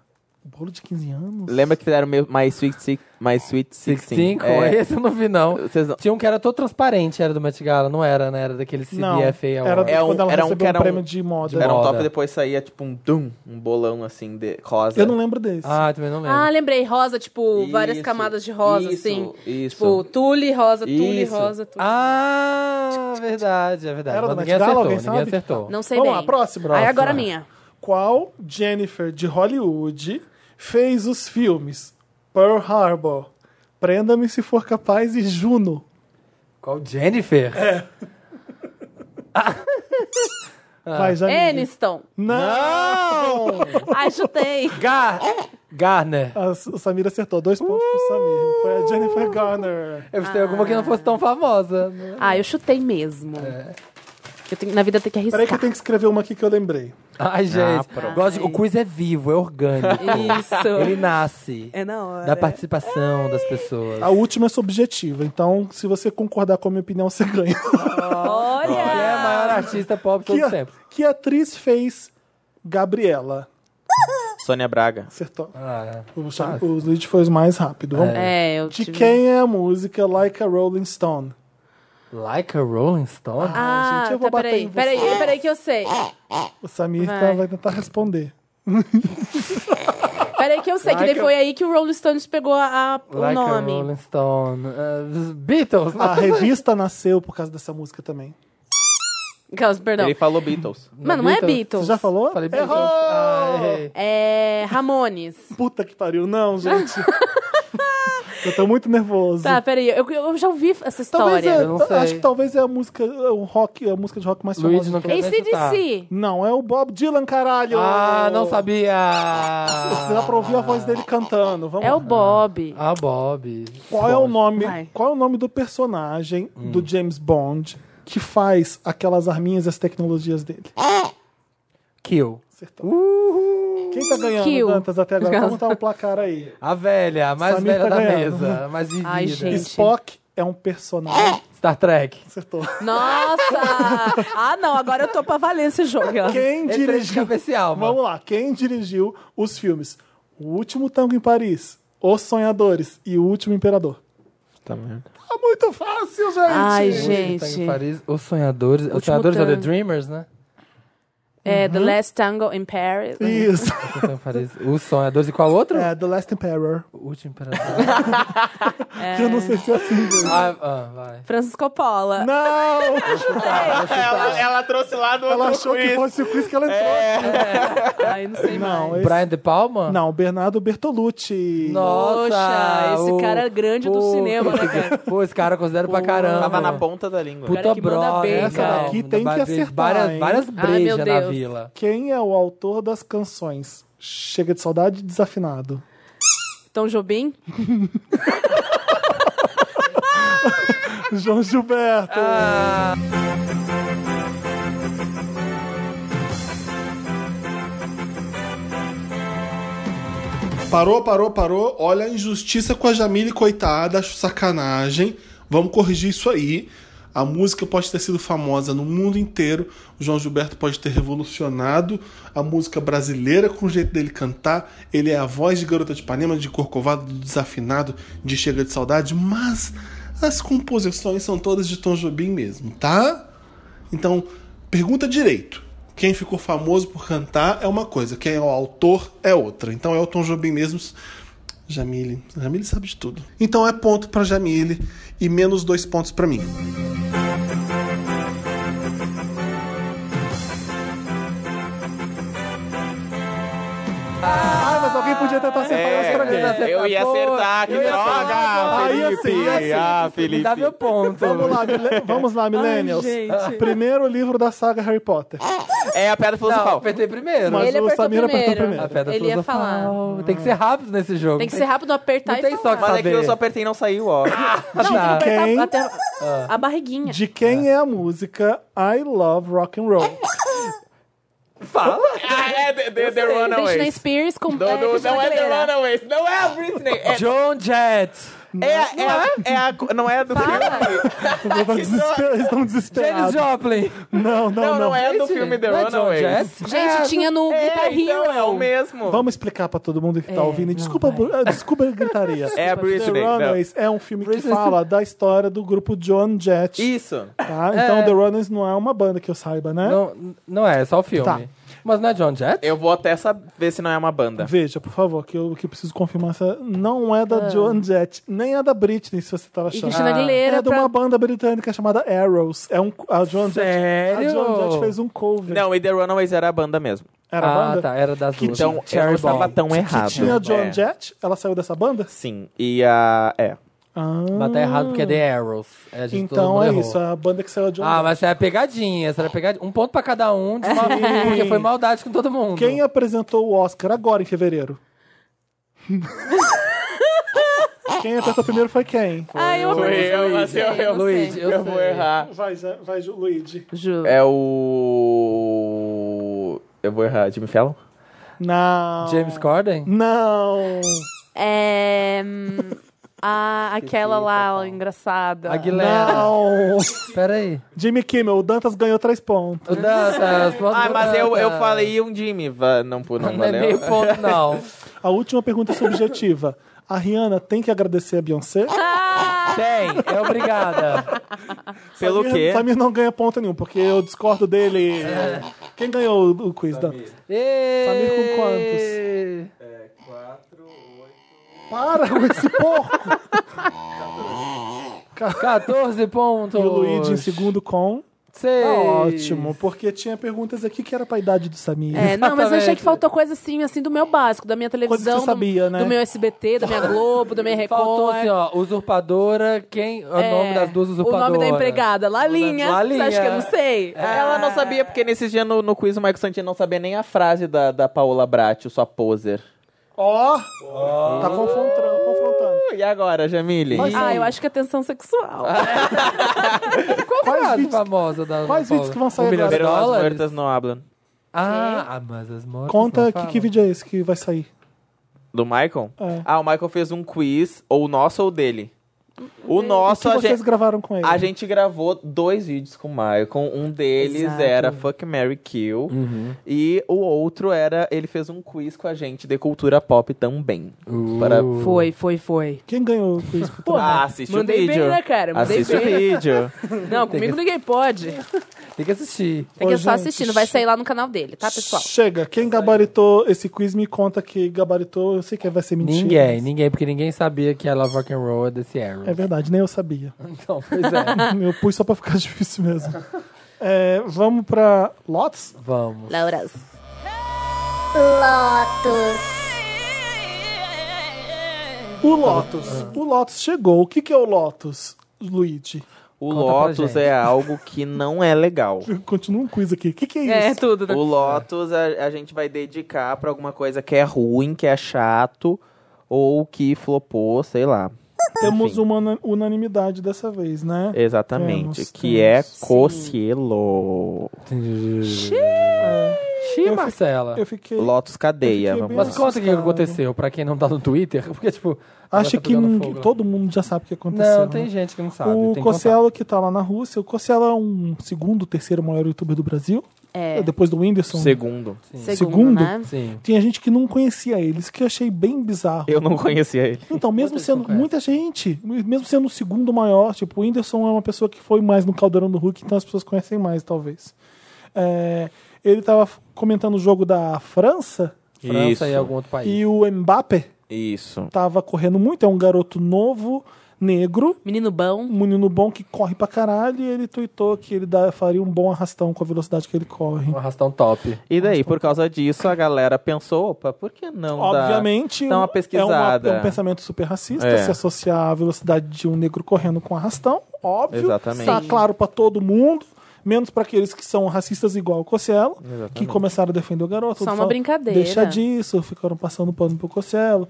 Speaker 3: Bolo de 15 anos?
Speaker 5: Lembra que fizeram meu- My Sweet, Six, My Sweet 16?
Speaker 4: 65?
Speaker 5: É.
Speaker 4: Esse eu não vi, não.
Speaker 5: Vocês não-
Speaker 4: Tinha um que era todo transparente, era do Met Gala, não era, né? Era daquele CBF
Speaker 3: Não,
Speaker 4: aí. ó.
Speaker 3: era
Speaker 5: É um-
Speaker 3: quando ela
Speaker 5: era um
Speaker 3: recebeu
Speaker 5: que
Speaker 3: um,
Speaker 5: era um-
Speaker 3: prêmio de moda.
Speaker 5: Era um
Speaker 4: moda.
Speaker 5: top e depois saía tipo um dum, um bolão assim de rosa.
Speaker 3: Eu não lembro desse.
Speaker 4: Ah, também não lembro.
Speaker 2: Ah, lembrei. Rosa, tipo,
Speaker 5: Isso,
Speaker 2: várias camadas de rosa,
Speaker 5: isso,
Speaker 2: assim.
Speaker 5: Isso.
Speaker 2: Tipo, tule, rosa, tule,
Speaker 5: Isso.
Speaker 2: rosa, tule.
Speaker 4: Ah, verdade, é verdade.
Speaker 3: Era
Speaker 4: Mas
Speaker 3: do Met
Speaker 4: ninguém
Speaker 3: Gala,
Speaker 4: acertou,
Speaker 3: alguém
Speaker 4: ninguém
Speaker 3: sabe?
Speaker 4: acertou.
Speaker 2: Não sei
Speaker 3: Vamos
Speaker 2: bem.
Speaker 3: lá, próximo.
Speaker 2: Aí
Speaker 3: Próximo.
Speaker 2: agora a minha.
Speaker 3: Qual Jennifer de Hollywood fez os filmes Pearl Harbor, Prenda-me se for capaz e Juno?
Speaker 4: Qual Jennifer?
Speaker 3: É.
Speaker 5: Ah.
Speaker 3: Vai, já
Speaker 2: Aniston.
Speaker 3: Não!
Speaker 2: Ajudei.
Speaker 4: Gar... Garner.
Speaker 3: A S- o Samir acertou. Dois pontos pro Samir. Foi a
Speaker 4: Uh!
Speaker 3: Jennifer Garner.
Speaker 4: Eu gostei alguma que não fosse tão famosa. né?
Speaker 2: Ah, eu chutei mesmo. Eu tenho, na vida tem que
Speaker 3: Peraí que
Speaker 2: arriscar.
Speaker 3: eu tenho que escrever uma aqui que eu lembrei.
Speaker 4: Ai, gente.
Speaker 5: Ah, pronto.
Speaker 4: gosto de- O quiz é vivo, é orgânico.
Speaker 2: Isso.
Speaker 4: Ele nasce
Speaker 2: É na hora.
Speaker 4: da participação das pessoas.
Speaker 3: A última é subjetiva, então se você concordar com a minha opinião, você ganha.
Speaker 4: Que é a
Speaker 2: Olha!
Speaker 4: maior artista pop de
Speaker 3: Ah. que,
Speaker 4: todo
Speaker 3: a-
Speaker 4: tempo.
Speaker 3: que atriz fez Gabriela?
Speaker 5: Sônia Braga.
Speaker 3: Acertou.
Speaker 4: Ah,
Speaker 3: O, Cha- o Luigi foi os mais rápido. Vamos.
Speaker 2: É, eu
Speaker 3: De
Speaker 2: tive...
Speaker 3: quem é a música Like a Rolling Stone?
Speaker 4: like a Rolling Stone?
Speaker 3: Ai,
Speaker 2: Ah,
Speaker 3: gente, eu vou
Speaker 2: tá,
Speaker 3: bater em
Speaker 2: peraí,
Speaker 3: você.
Speaker 2: peraí, peraí que eu sei.
Speaker 3: O Samir tá-
Speaker 2: Vai.
Speaker 3: vai, tentar responder.
Speaker 2: Peraí que eu sei, que daí
Speaker 4: Like a-
Speaker 2: foi aí que o Rolling Stones pegou a, a- o
Speaker 4: like a
Speaker 2: nome.
Speaker 4: Rolling Stone. Ah, Beatles.
Speaker 3: A
Speaker 4: não.
Speaker 3: revista nasceu por causa dessa música também.
Speaker 2: Aquelas, Perdão.
Speaker 5: Ele falou Beatles.
Speaker 2: Mano, não é
Speaker 3: Você
Speaker 2: Beatles.
Speaker 3: já falou?
Speaker 4: Falei Beatles.
Speaker 3: Errou!
Speaker 4: Ah, errei.
Speaker 2: É Ramones.
Speaker 3: Puta que pariu. Não, gente. eu tô muito nervoso.
Speaker 2: Tá, peraí, eu, eu já ouvi essa
Speaker 3: talvez
Speaker 2: história.
Speaker 3: é,
Speaker 4: Eu não sei.
Speaker 3: acho que talvez é a música, é o rock, a música de rock mais
Speaker 4: Luigi
Speaker 3: famosa.
Speaker 4: não
Speaker 3: de
Speaker 4: quer nem chutar.
Speaker 2: ACDC.
Speaker 3: Não, é o Bob Dylan, caralho!
Speaker 4: Ah, não sabia!
Speaker 3: Dá pra ouvir a voz dele cantando. Vamos
Speaker 2: É
Speaker 3: lá.
Speaker 2: o Bob.
Speaker 4: Ah, Bob. Hum.
Speaker 3: Qual é o nome?
Speaker 2: Vai.
Speaker 3: Qual é o nome do personagem do James Bond que faz aquelas arminhas e as tecnologias dele?
Speaker 4: Kill.
Speaker 3: Acertou.
Speaker 4: Uh,
Speaker 3: Quem tá ganhando,
Speaker 2: Kill.
Speaker 3: Dantas, até agora? Como tá o placar aí?
Speaker 4: A velha, a mais
Speaker 3: Samir
Speaker 4: velha
Speaker 3: tá
Speaker 4: da
Speaker 3: ganhando.
Speaker 4: mesa. a Mais vivida.
Speaker 2: Ai, gente.
Speaker 3: Spock é um personagem.
Speaker 4: Star Trek.
Speaker 3: Acertou.
Speaker 2: Nossa! ah, não, agora eu tô pra valer esse jogo.
Speaker 3: Quem
Speaker 4: É três de
Speaker 3: dirigiu...
Speaker 4: cabeça e alma.
Speaker 3: Vamos lá. Quem dirigiu os filmes O Último Tango em Paris, Os Sonhadores e O Último Imperador?
Speaker 5: Tá merda.
Speaker 3: Tá muito fácil, gente!
Speaker 4: Tá
Speaker 2: Ai,
Speaker 4: em
Speaker 2: gente.
Speaker 4: Paris, Os Sonhadores. Os Sonhadores é
Speaker 2: tango.
Speaker 4: The Dreamers, né?
Speaker 2: É The Last Tango in Paris.
Speaker 3: Uhum. Isso.
Speaker 4: Tá em Paris. Os Sonhadores. E qual outro?
Speaker 3: É, The Last Emperor.
Speaker 4: O Último Imperador.
Speaker 3: Que eu não sei se é assim. gente.
Speaker 4: ah, ah, vai.
Speaker 2: Francisco Coppola.
Speaker 3: Não!
Speaker 5: É, Ela, ela trouxe lá do
Speaker 3: Ela
Speaker 5: outro
Speaker 3: achou
Speaker 5: quiz.
Speaker 3: que fosse o quiz que ela entrou.
Speaker 2: Ai, não sei mais.
Speaker 3: Não, esse-
Speaker 4: Brian De Palma?
Speaker 3: não, Bernardo Bertolucci.
Speaker 4: Nossa!
Speaker 2: Poxa, esse cara é grande do cinema, né, cara?
Speaker 4: Pô, esse cara eu considero pra caramba.
Speaker 5: Tava na ponta da língua.
Speaker 4: Puta
Speaker 2: Cara que manda
Speaker 4: brother,
Speaker 2: bem,
Speaker 4: essa
Speaker 2: cara.
Speaker 3: Aqui tem que acertar,
Speaker 4: Várias,
Speaker 3: hein?
Speaker 4: várias
Speaker 2: Ai, meu
Speaker 4: brejas na
Speaker 2: Deus.
Speaker 4: vila.
Speaker 3: Quem é o autor das canções? Chega de saudade e desafinado.
Speaker 2: Tom Então, Jobim?
Speaker 3: João Gilberto. Parou, parou, parou. Olha a injustiça com a Jamile, coitada. Acho sacanagem. Vamos corrigir isso aí. A música pode ter sido famosa no mundo inteiro. O João Gilberto pode ter revolucionado a música brasileira com o jeito dele cantar. Ele é a voz de Garota de Ipanema, de Corcovado, de Desafinado, de Chega de Saudade. Mas as composições são todas de Tom Jobim mesmo, tá? Então, pergunta direito. Quem ficou famoso por cantar é uma coisa, quem é o autor é outra. Então é o Tom Jobim mesmo. Jamile. Jamile sabe de tudo. Então é ponto pra Jamile e menos dois pontos pra mim. Ah, mas alguém podia podia tentar ser palhaço
Speaker 4: é.
Speaker 3: pra
Speaker 4: acertar,
Speaker 5: eu ia
Speaker 4: pô.
Speaker 5: acertar, que
Speaker 4: Eu ia
Speaker 5: droga!
Speaker 3: acertar. Ah, ia
Speaker 5: Felipe!
Speaker 3: sim, ia sim.
Speaker 5: Ah,
Speaker 4: Me dá meu
Speaker 5: Felipe!
Speaker 4: ponto.
Speaker 3: Vamos lá, mile- vamos lá, Millennials.
Speaker 2: gente. Ah,
Speaker 3: Primeiro livro da saga Harry Potter.
Speaker 5: É a pedra
Speaker 4: Não,
Speaker 5: filosofal.
Speaker 4: apertei primeiro.
Speaker 3: Mas
Speaker 2: Ele
Speaker 3: o
Speaker 2: apertou
Speaker 3: Samir apertou
Speaker 2: primeiro.
Speaker 3: primeiro.
Speaker 4: A pedra
Speaker 2: Ele ia
Speaker 4: filosofal.
Speaker 2: falar.
Speaker 4: Tem que ser rápido nesse jogo.
Speaker 2: Tem que ser rápido, apertar
Speaker 4: Não
Speaker 2: e
Speaker 4: tem
Speaker 2: falar.
Speaker 4: só
Speaker 5: Mas é que
Speaker 4: saber.
Speaker 5: eu só apertei e não saiu, ó.
Speaker 2: Não, tem que
Speaker 4: Tá.
Speaker 2: apertar
Speaker 3: Quem?
Speaker 2: até
Speaker 4: Ah.
Speaker 2: a- a barriguinha.
Speaker 3: De quem é a música I Love Rock and Roll?
Speaker 4: Fala.
Speaker 5: Ah, é The, the, the
Speaker 2: Britney
Speaker 5: Runaways.
Speaker 2: Spears com
Speaker 5: Do, do,
Speaker 2: Christina
Speaker 5: não é The
Speaker 2: Aguilera.
Speaker 5: Runaways, não é a Britney. É,
Speaker 4: John Jett.
Speaker 5: é, a- é, a- é a. Não é a do filme.
Speaker 3: Eu tô desesper- Eles estão
Speaker 4: Janis
Speaker 3: desesperados.
Speaker 4: Joplin.
Speaker 3: Não, não, não.
Speaker 5: Não, não é a do
Speaker 4: Esse
Speaker 5: filme The
Speaker 4: não é John
Speaker 5: Runaways.
Speaker 4: Jett?
Speaker 2: Gente, tinha no
Speaker 5: é,
Speaker 2: Guitar
Speaker 5: então,
Speaker 2: Hero.
Speaker 5: é o mesmo.
Speaker 3: Vamos explicar pra todo mundo que tá
Speaker 2: É,
Speaker 3: ouvindo. E
Speaker 2: não,
Speaker 3: Desculpa,
Speaker 2: vai.
Speaker 3: bu- ah, desculpa a gritaria.
Speaker 5: É a
Speaker 3: The
Speaker 5: Britney. não.
Speaker 3: Runaways é um filme que fala da história do grupo John Jett.
Speaker 5: Isso.
Speaker 3: tá? Então, The Runaways não é uma banda que eu saiba, né?
Speaker 4: Não, não é, é só o filme.
Speaker 3: Tá.
Speaker 4: Mas não é John Jett?
Speaker 5: Eu vou até saber ver se não é uma banda.
Speaker 3: Veja, por favor, que eu, que eu preciso confirmar essa. Não é da John Jett, nem é da Britney, se você
Speaker 2: E
Speaker 3: tava achando.
Speaker 4: Ah.
Speaker 2: Cristina Aguilera.
Speaker 3: É de
Speaker 2: pra-
Speaker 3: uma banda britânica chamada Arrows. É um, a John
Speaker 4: Sério?
Speaker 3: Jett. A John Jett fez um cover.
Speaker 5: Não, e The Runaways era a banda mesmo.
Speaker 3: Era a
Speaker 4: ah,
Speaker 3: banda?
Speaker 4: tá, era das
Speaker 3: Que
Speaker 4: duas.
Speaker 5: Então, eu não
Speaker 4: Cherry
Speaker 5: estava
Speaker 4: Bomb.
Speaker 5: tão errado.
Speaker 3: Tinha a John
Speaker 5: É.
Speaker 3: Jett, ela saiu dessa banda?
Speaker 5: Sim, e a... É.
Speaker 3: Ah,
Speaker 4: Mas tá errado porque é The Arrows. É, a gente, todo
Speaker 3: então
Speaker 4: mundo
Speaker 3: é
Speaker 4: errou.
Speaker 3: isso, a banda que saiu a John
Speaker 4: Ah,
Speaker 3: Jett.
Speaker 4: mas essa era pegadinha, essa era pegadinha. Um ponto pra cada um, de uma... porque foi maldade com todo mundo.
Speaker 3: É. Quem é? apresentou o Oscar agora em fevereiro? quem apresentou primeiro foi quem?
Speaker 2: Ah, eu
Speaker 5: Foi
Speaker 2: apertei.
Speaker 5: eu, mas eu, eu,
Speaker 4: Luigi, eu,
Speaker 5: eu vou
Speaker 4: sei.
Speaker 5: errar.
Speaker 3: Vai, Zé- vai, Ju- Luigi.
Speaker 2: Ju.
Speaker 5: É o... Eu vou errar. Jimmy Fallon?
Speaker 3: Não.
Speaker 4: James Corden?
Speaker 3: Não.
Speaker 2: É. hum, a, aquela lá, ó, engraçada.
Speaker 4: Aguilera.
Speaker 3: Não.
Speaker 4: Peraí.
Speaker 3: Jimmy Kimmel, o Dantas ganhou três pontos.
Speaker 4: O Dantas. ponto
Speaker 5: Ah,
Speaker 4: pro
Speaker 5: mas eu, eu
Speaker 4: Dantas.
Speaker 5: falei um Jimmy. va- Não, pô, não,
Speaker 4: Não é
Speaker 5: valeu.
Speaker 4: meio ponto, não.
Speaker 3: A última pergunta é subjetiva. A Rihanna tem que agradecer a Beyoncé?
Speaker 4: Tem, é obrigada.
Speaker 5: Pelo
Speaker 3: Samir-
Speaker 5: quê?
Speaker 3: Samir não ganha ponto nenhum, porque eu discordo dele.
Speaker 4: É.
Speaker 3: Quem ganhou o- o quiz, Dantas?
Speaker 4: Samir
Speaker 3: com
Speaker 4: quantos?
Speaker 3: Para com esse porco!
Speaker 4: 14 pontos.
Speaker 3: E o Luigi em segundo com...
Speaker 4: Seis.
Speaker 3: Tá ótimo, porque tinha perguntas aqui que era pra idade do Samir.
Speaker 2: É, não, mas eu achei
Speaker 4: Exatamente.
Speaker 2: que faltou coisa assim, assim, do meu básico, da minha
Speaker 3: Coisa que
Speaker 2: televisão,
Speaker 3: você sabia,
Speaker 2: do,
Speaker 3: né?
Speaker 2: do meu SBT, da minha Globo, da minha Record.
Speaker 4: Faltou assim, ó, usurpadora, quem... O
Speaker 2: É,
Speaker 4: nome das duas
Speaker 2: O
Speaker 4: usurpadoras.
Speaker 2: nome da empregada, Lalinha.
Speaker 4: Lalinha. É.
Speaker 2: Você acha que eu não sei?
Speaker 5: Ela
Speaker 2: Ah.
Speaker 5: não sabia, porque nesses dias no, no quiz o Michael Santino não sabia nem a frase da, da Paola Bratio, sua poser.
Speaker 3: Ó!
Speaker 5: Ah.
Speaker 3: Tá confrontando, confrontando.
Speaker 5: Uh, E agora, Jamile?
Speaker 3: Mas-
Speaker 2: Ah, eu acho que é tensão sexual.
Speaker 4: Ah. Qual
Speaker 3: Quais
Speaker 4: frase
Speaker 3: vídeos-
Speaker 4: famosa da da
Speaker 3: quais
Speaker 4: Paula?
Speaker 3: vídeos que vão sair
Speaker 4: um milhão de
Speaker 5: Pero as
Speaker 4: dólares?
Speaker 5: muertas não hablan.
Speaker 4: Ah, ah, mas as mortas
Speaker 3: Conta
Speaker 4: não
Speaker 3: que,
Speaker 4: falam.
Speaker 3: que vídeo é esse que vai sair.
Speaker 5: Do Michael?
Speaker 3: É.
Speaker 5: Ah, o Michael fez um quiz, ou o nosso ou o dele.
Speaker 2: É,
Speaker 5: O
Speaker 3: O
Speaker 5: nosso,
Speaker 3: que
Speaker 5: a
Speaker 3: vocês
Speaker 5: gente,
Speaker 3: gravaram com ele?
Speaker 5: a gente gravou dois vídeos com o Michael. Um deles
Speaker 2: Exato. Uhum.
Speaker 5: era Fuck Mary Kill. E o outro era. Ele fez um quiz com a gente de cultura pop também. Para...
Speaker 2: Foi, foi, foi.
Speaker 3: Quem ganhou o quiz?
Speaker 5: Ah, assiste
Speaker 2: mandei
Speaker 5: o vídeo.
Speaker 2: bem, né, cara? Mandei
Speaker 5: assiste
Speaker 2: bem.
Speaker 5: o vídeo.
Speaker 2: Não, comigo ninguém pode.
Speaker 4: Tem que assistir.
Speaker 2: Tem É que
Speaker 3: Ô,
Speaker 2: só
Speaker 3: gente,
Speaker 2: assistir, não vai sair lá no canal dele, tá, pessoal?
Speaker 3: Chega, quem gabaritou esse quiz me conta que gabaritou, eu sei que vai ser mentira.
Speaker 4: Ninguém, ninguém, porque ninguém sabia que a Love Rock and Roll é desse Arrow.
Speaker 3: É verdade, nem eu sabia.
Speaker 4: Então, pois é.
Speaker 3: eu pus só pra ficar difícil mesmo. É, vamos pra Lotus?
Speaker 4: Vamos.
Speaker 2: Lauras.
Speaker 3: O Lotus.
Speaker 5: Ah.
Speaker 3: O Lotus chegou. O que, que é o Lotus, Luigi?
Speaker 5: O
Speaker 4: Conta pra
Speaker 5: Lotus
Speaker 4: gente.
Speaker 5: é algo que não é legal.
Speaker 3: Continua um quiz aqui. O que, que é
Speaker 2: É,
Speaker 3: isso?
Speaker 2: tudo, né?
Speaker 5: O Lotus a, a gente vai dedicar pra alguma coisa que é ruim, que é chato, ou que flopou, sei lá.
Speaker 3: Temos
Speaker 5: Enfim.
Speaker 3: uma una- unanimidade dessa vez, né?
Speaker 5: Exatamente,
Speaker 3: Temos,
Speaker 5: que
Speaker 3: temos.
Speaker 5: é Cocielo.
Speaker 4: Xi, Marcela.
Speaker 3: Eu fiquei.
Speaker 5: Lotus Cadeia.
Speaker 3: Eu fiquei
Speaker 5: Vamos
Speaker 4: Mas
Speaker 5: lá.
Speaker 4: conta o que
Speaker 3: Cara.
Speaker 4: aconteceu, pra quem não tá no Twitter. Porque, tipo, agora
Speaker 3: Acho
Speaker 4: tá
Speaker 3: que
Speaker 4: pegando
Speaker 3: ninguém-
Speaker 4: fogo lá.
Speaker 3: todo mundo já sabe o que aconteceu.
Speaker 4: Não,
Speaker 3: né?
Speaker 4: tem gente que não sabe. tem
Speaker 3: O
Speaker 4: que
Speaker 3: Cossielo que tá lá na Rússia. O Cossielo é um segundo, terceiro maior youtuber do Brasil.
Speaker 2: É.
Speaker 3: Depois do Whindersson.
Speaker 5: Segundo.
Speaker 2: Segundo,
Speaker 3: segundo?
Speaker 2: né?
Speaker 4: contar. Sim.
Speaker 3: Tinha gente que não conhecia ele, isso que eu achei bem bizarro.
Speaker 5: Eu não conhecia ele.
Speaker 3: Então, mesmo
Speaker 4: Muita
Speaker 3: sendo
Speaker 4: gente não
Speaker 3: muita gente, mesmo sendo o segundo maior, tipo, o Whindersson é uma pessoa que foi mais no caldeirão do Hulk, então as pessoas conhecem mais, talvez. É, ele tava f- comentando o jogo da França
Speaker 4: França
Speaker 5: Isso.
Speaker 4: e algum outro país.
Speaker 3: e o Mbappé
Speaker 5: Isso.
Speaker 3: tava correndo muito, é um garoto novo, negro,
Speaker 2: Menino bom.
Speaker 3: um menino bom que corre pra caralho, e ele tuitou que ele dá- faria um bom arrastão com a velocidade que ele corre.
Speaker 4: Um arrastão top.
Speaker 5: E daí, por causa disso, a galera pensou, opa, por que não dar-
Speaker 3: Obviamente,
Speaker 5: dar uma pesquisada?
Speaker 3: É, uma- é um pensamento super racista
Speaker 5: É.
Speaker 3: se associar à velocidade de um negro correndo com arrastão, óbvio.
Speaker 5: Exatamente.
Speaker 3: Tá
Speaker 2: Sim.
Speaker 3: claro pra todo mundo, menos pra aqueles que são racistas igual o Cossielo, que começaram a defender o garoto.
Speaker 2: Só uma
Speaker 3: Falaram,
Speaker 2: brincadeira.
Speaker 3: Deixa disso, ficaram passando pano pro Cossielo.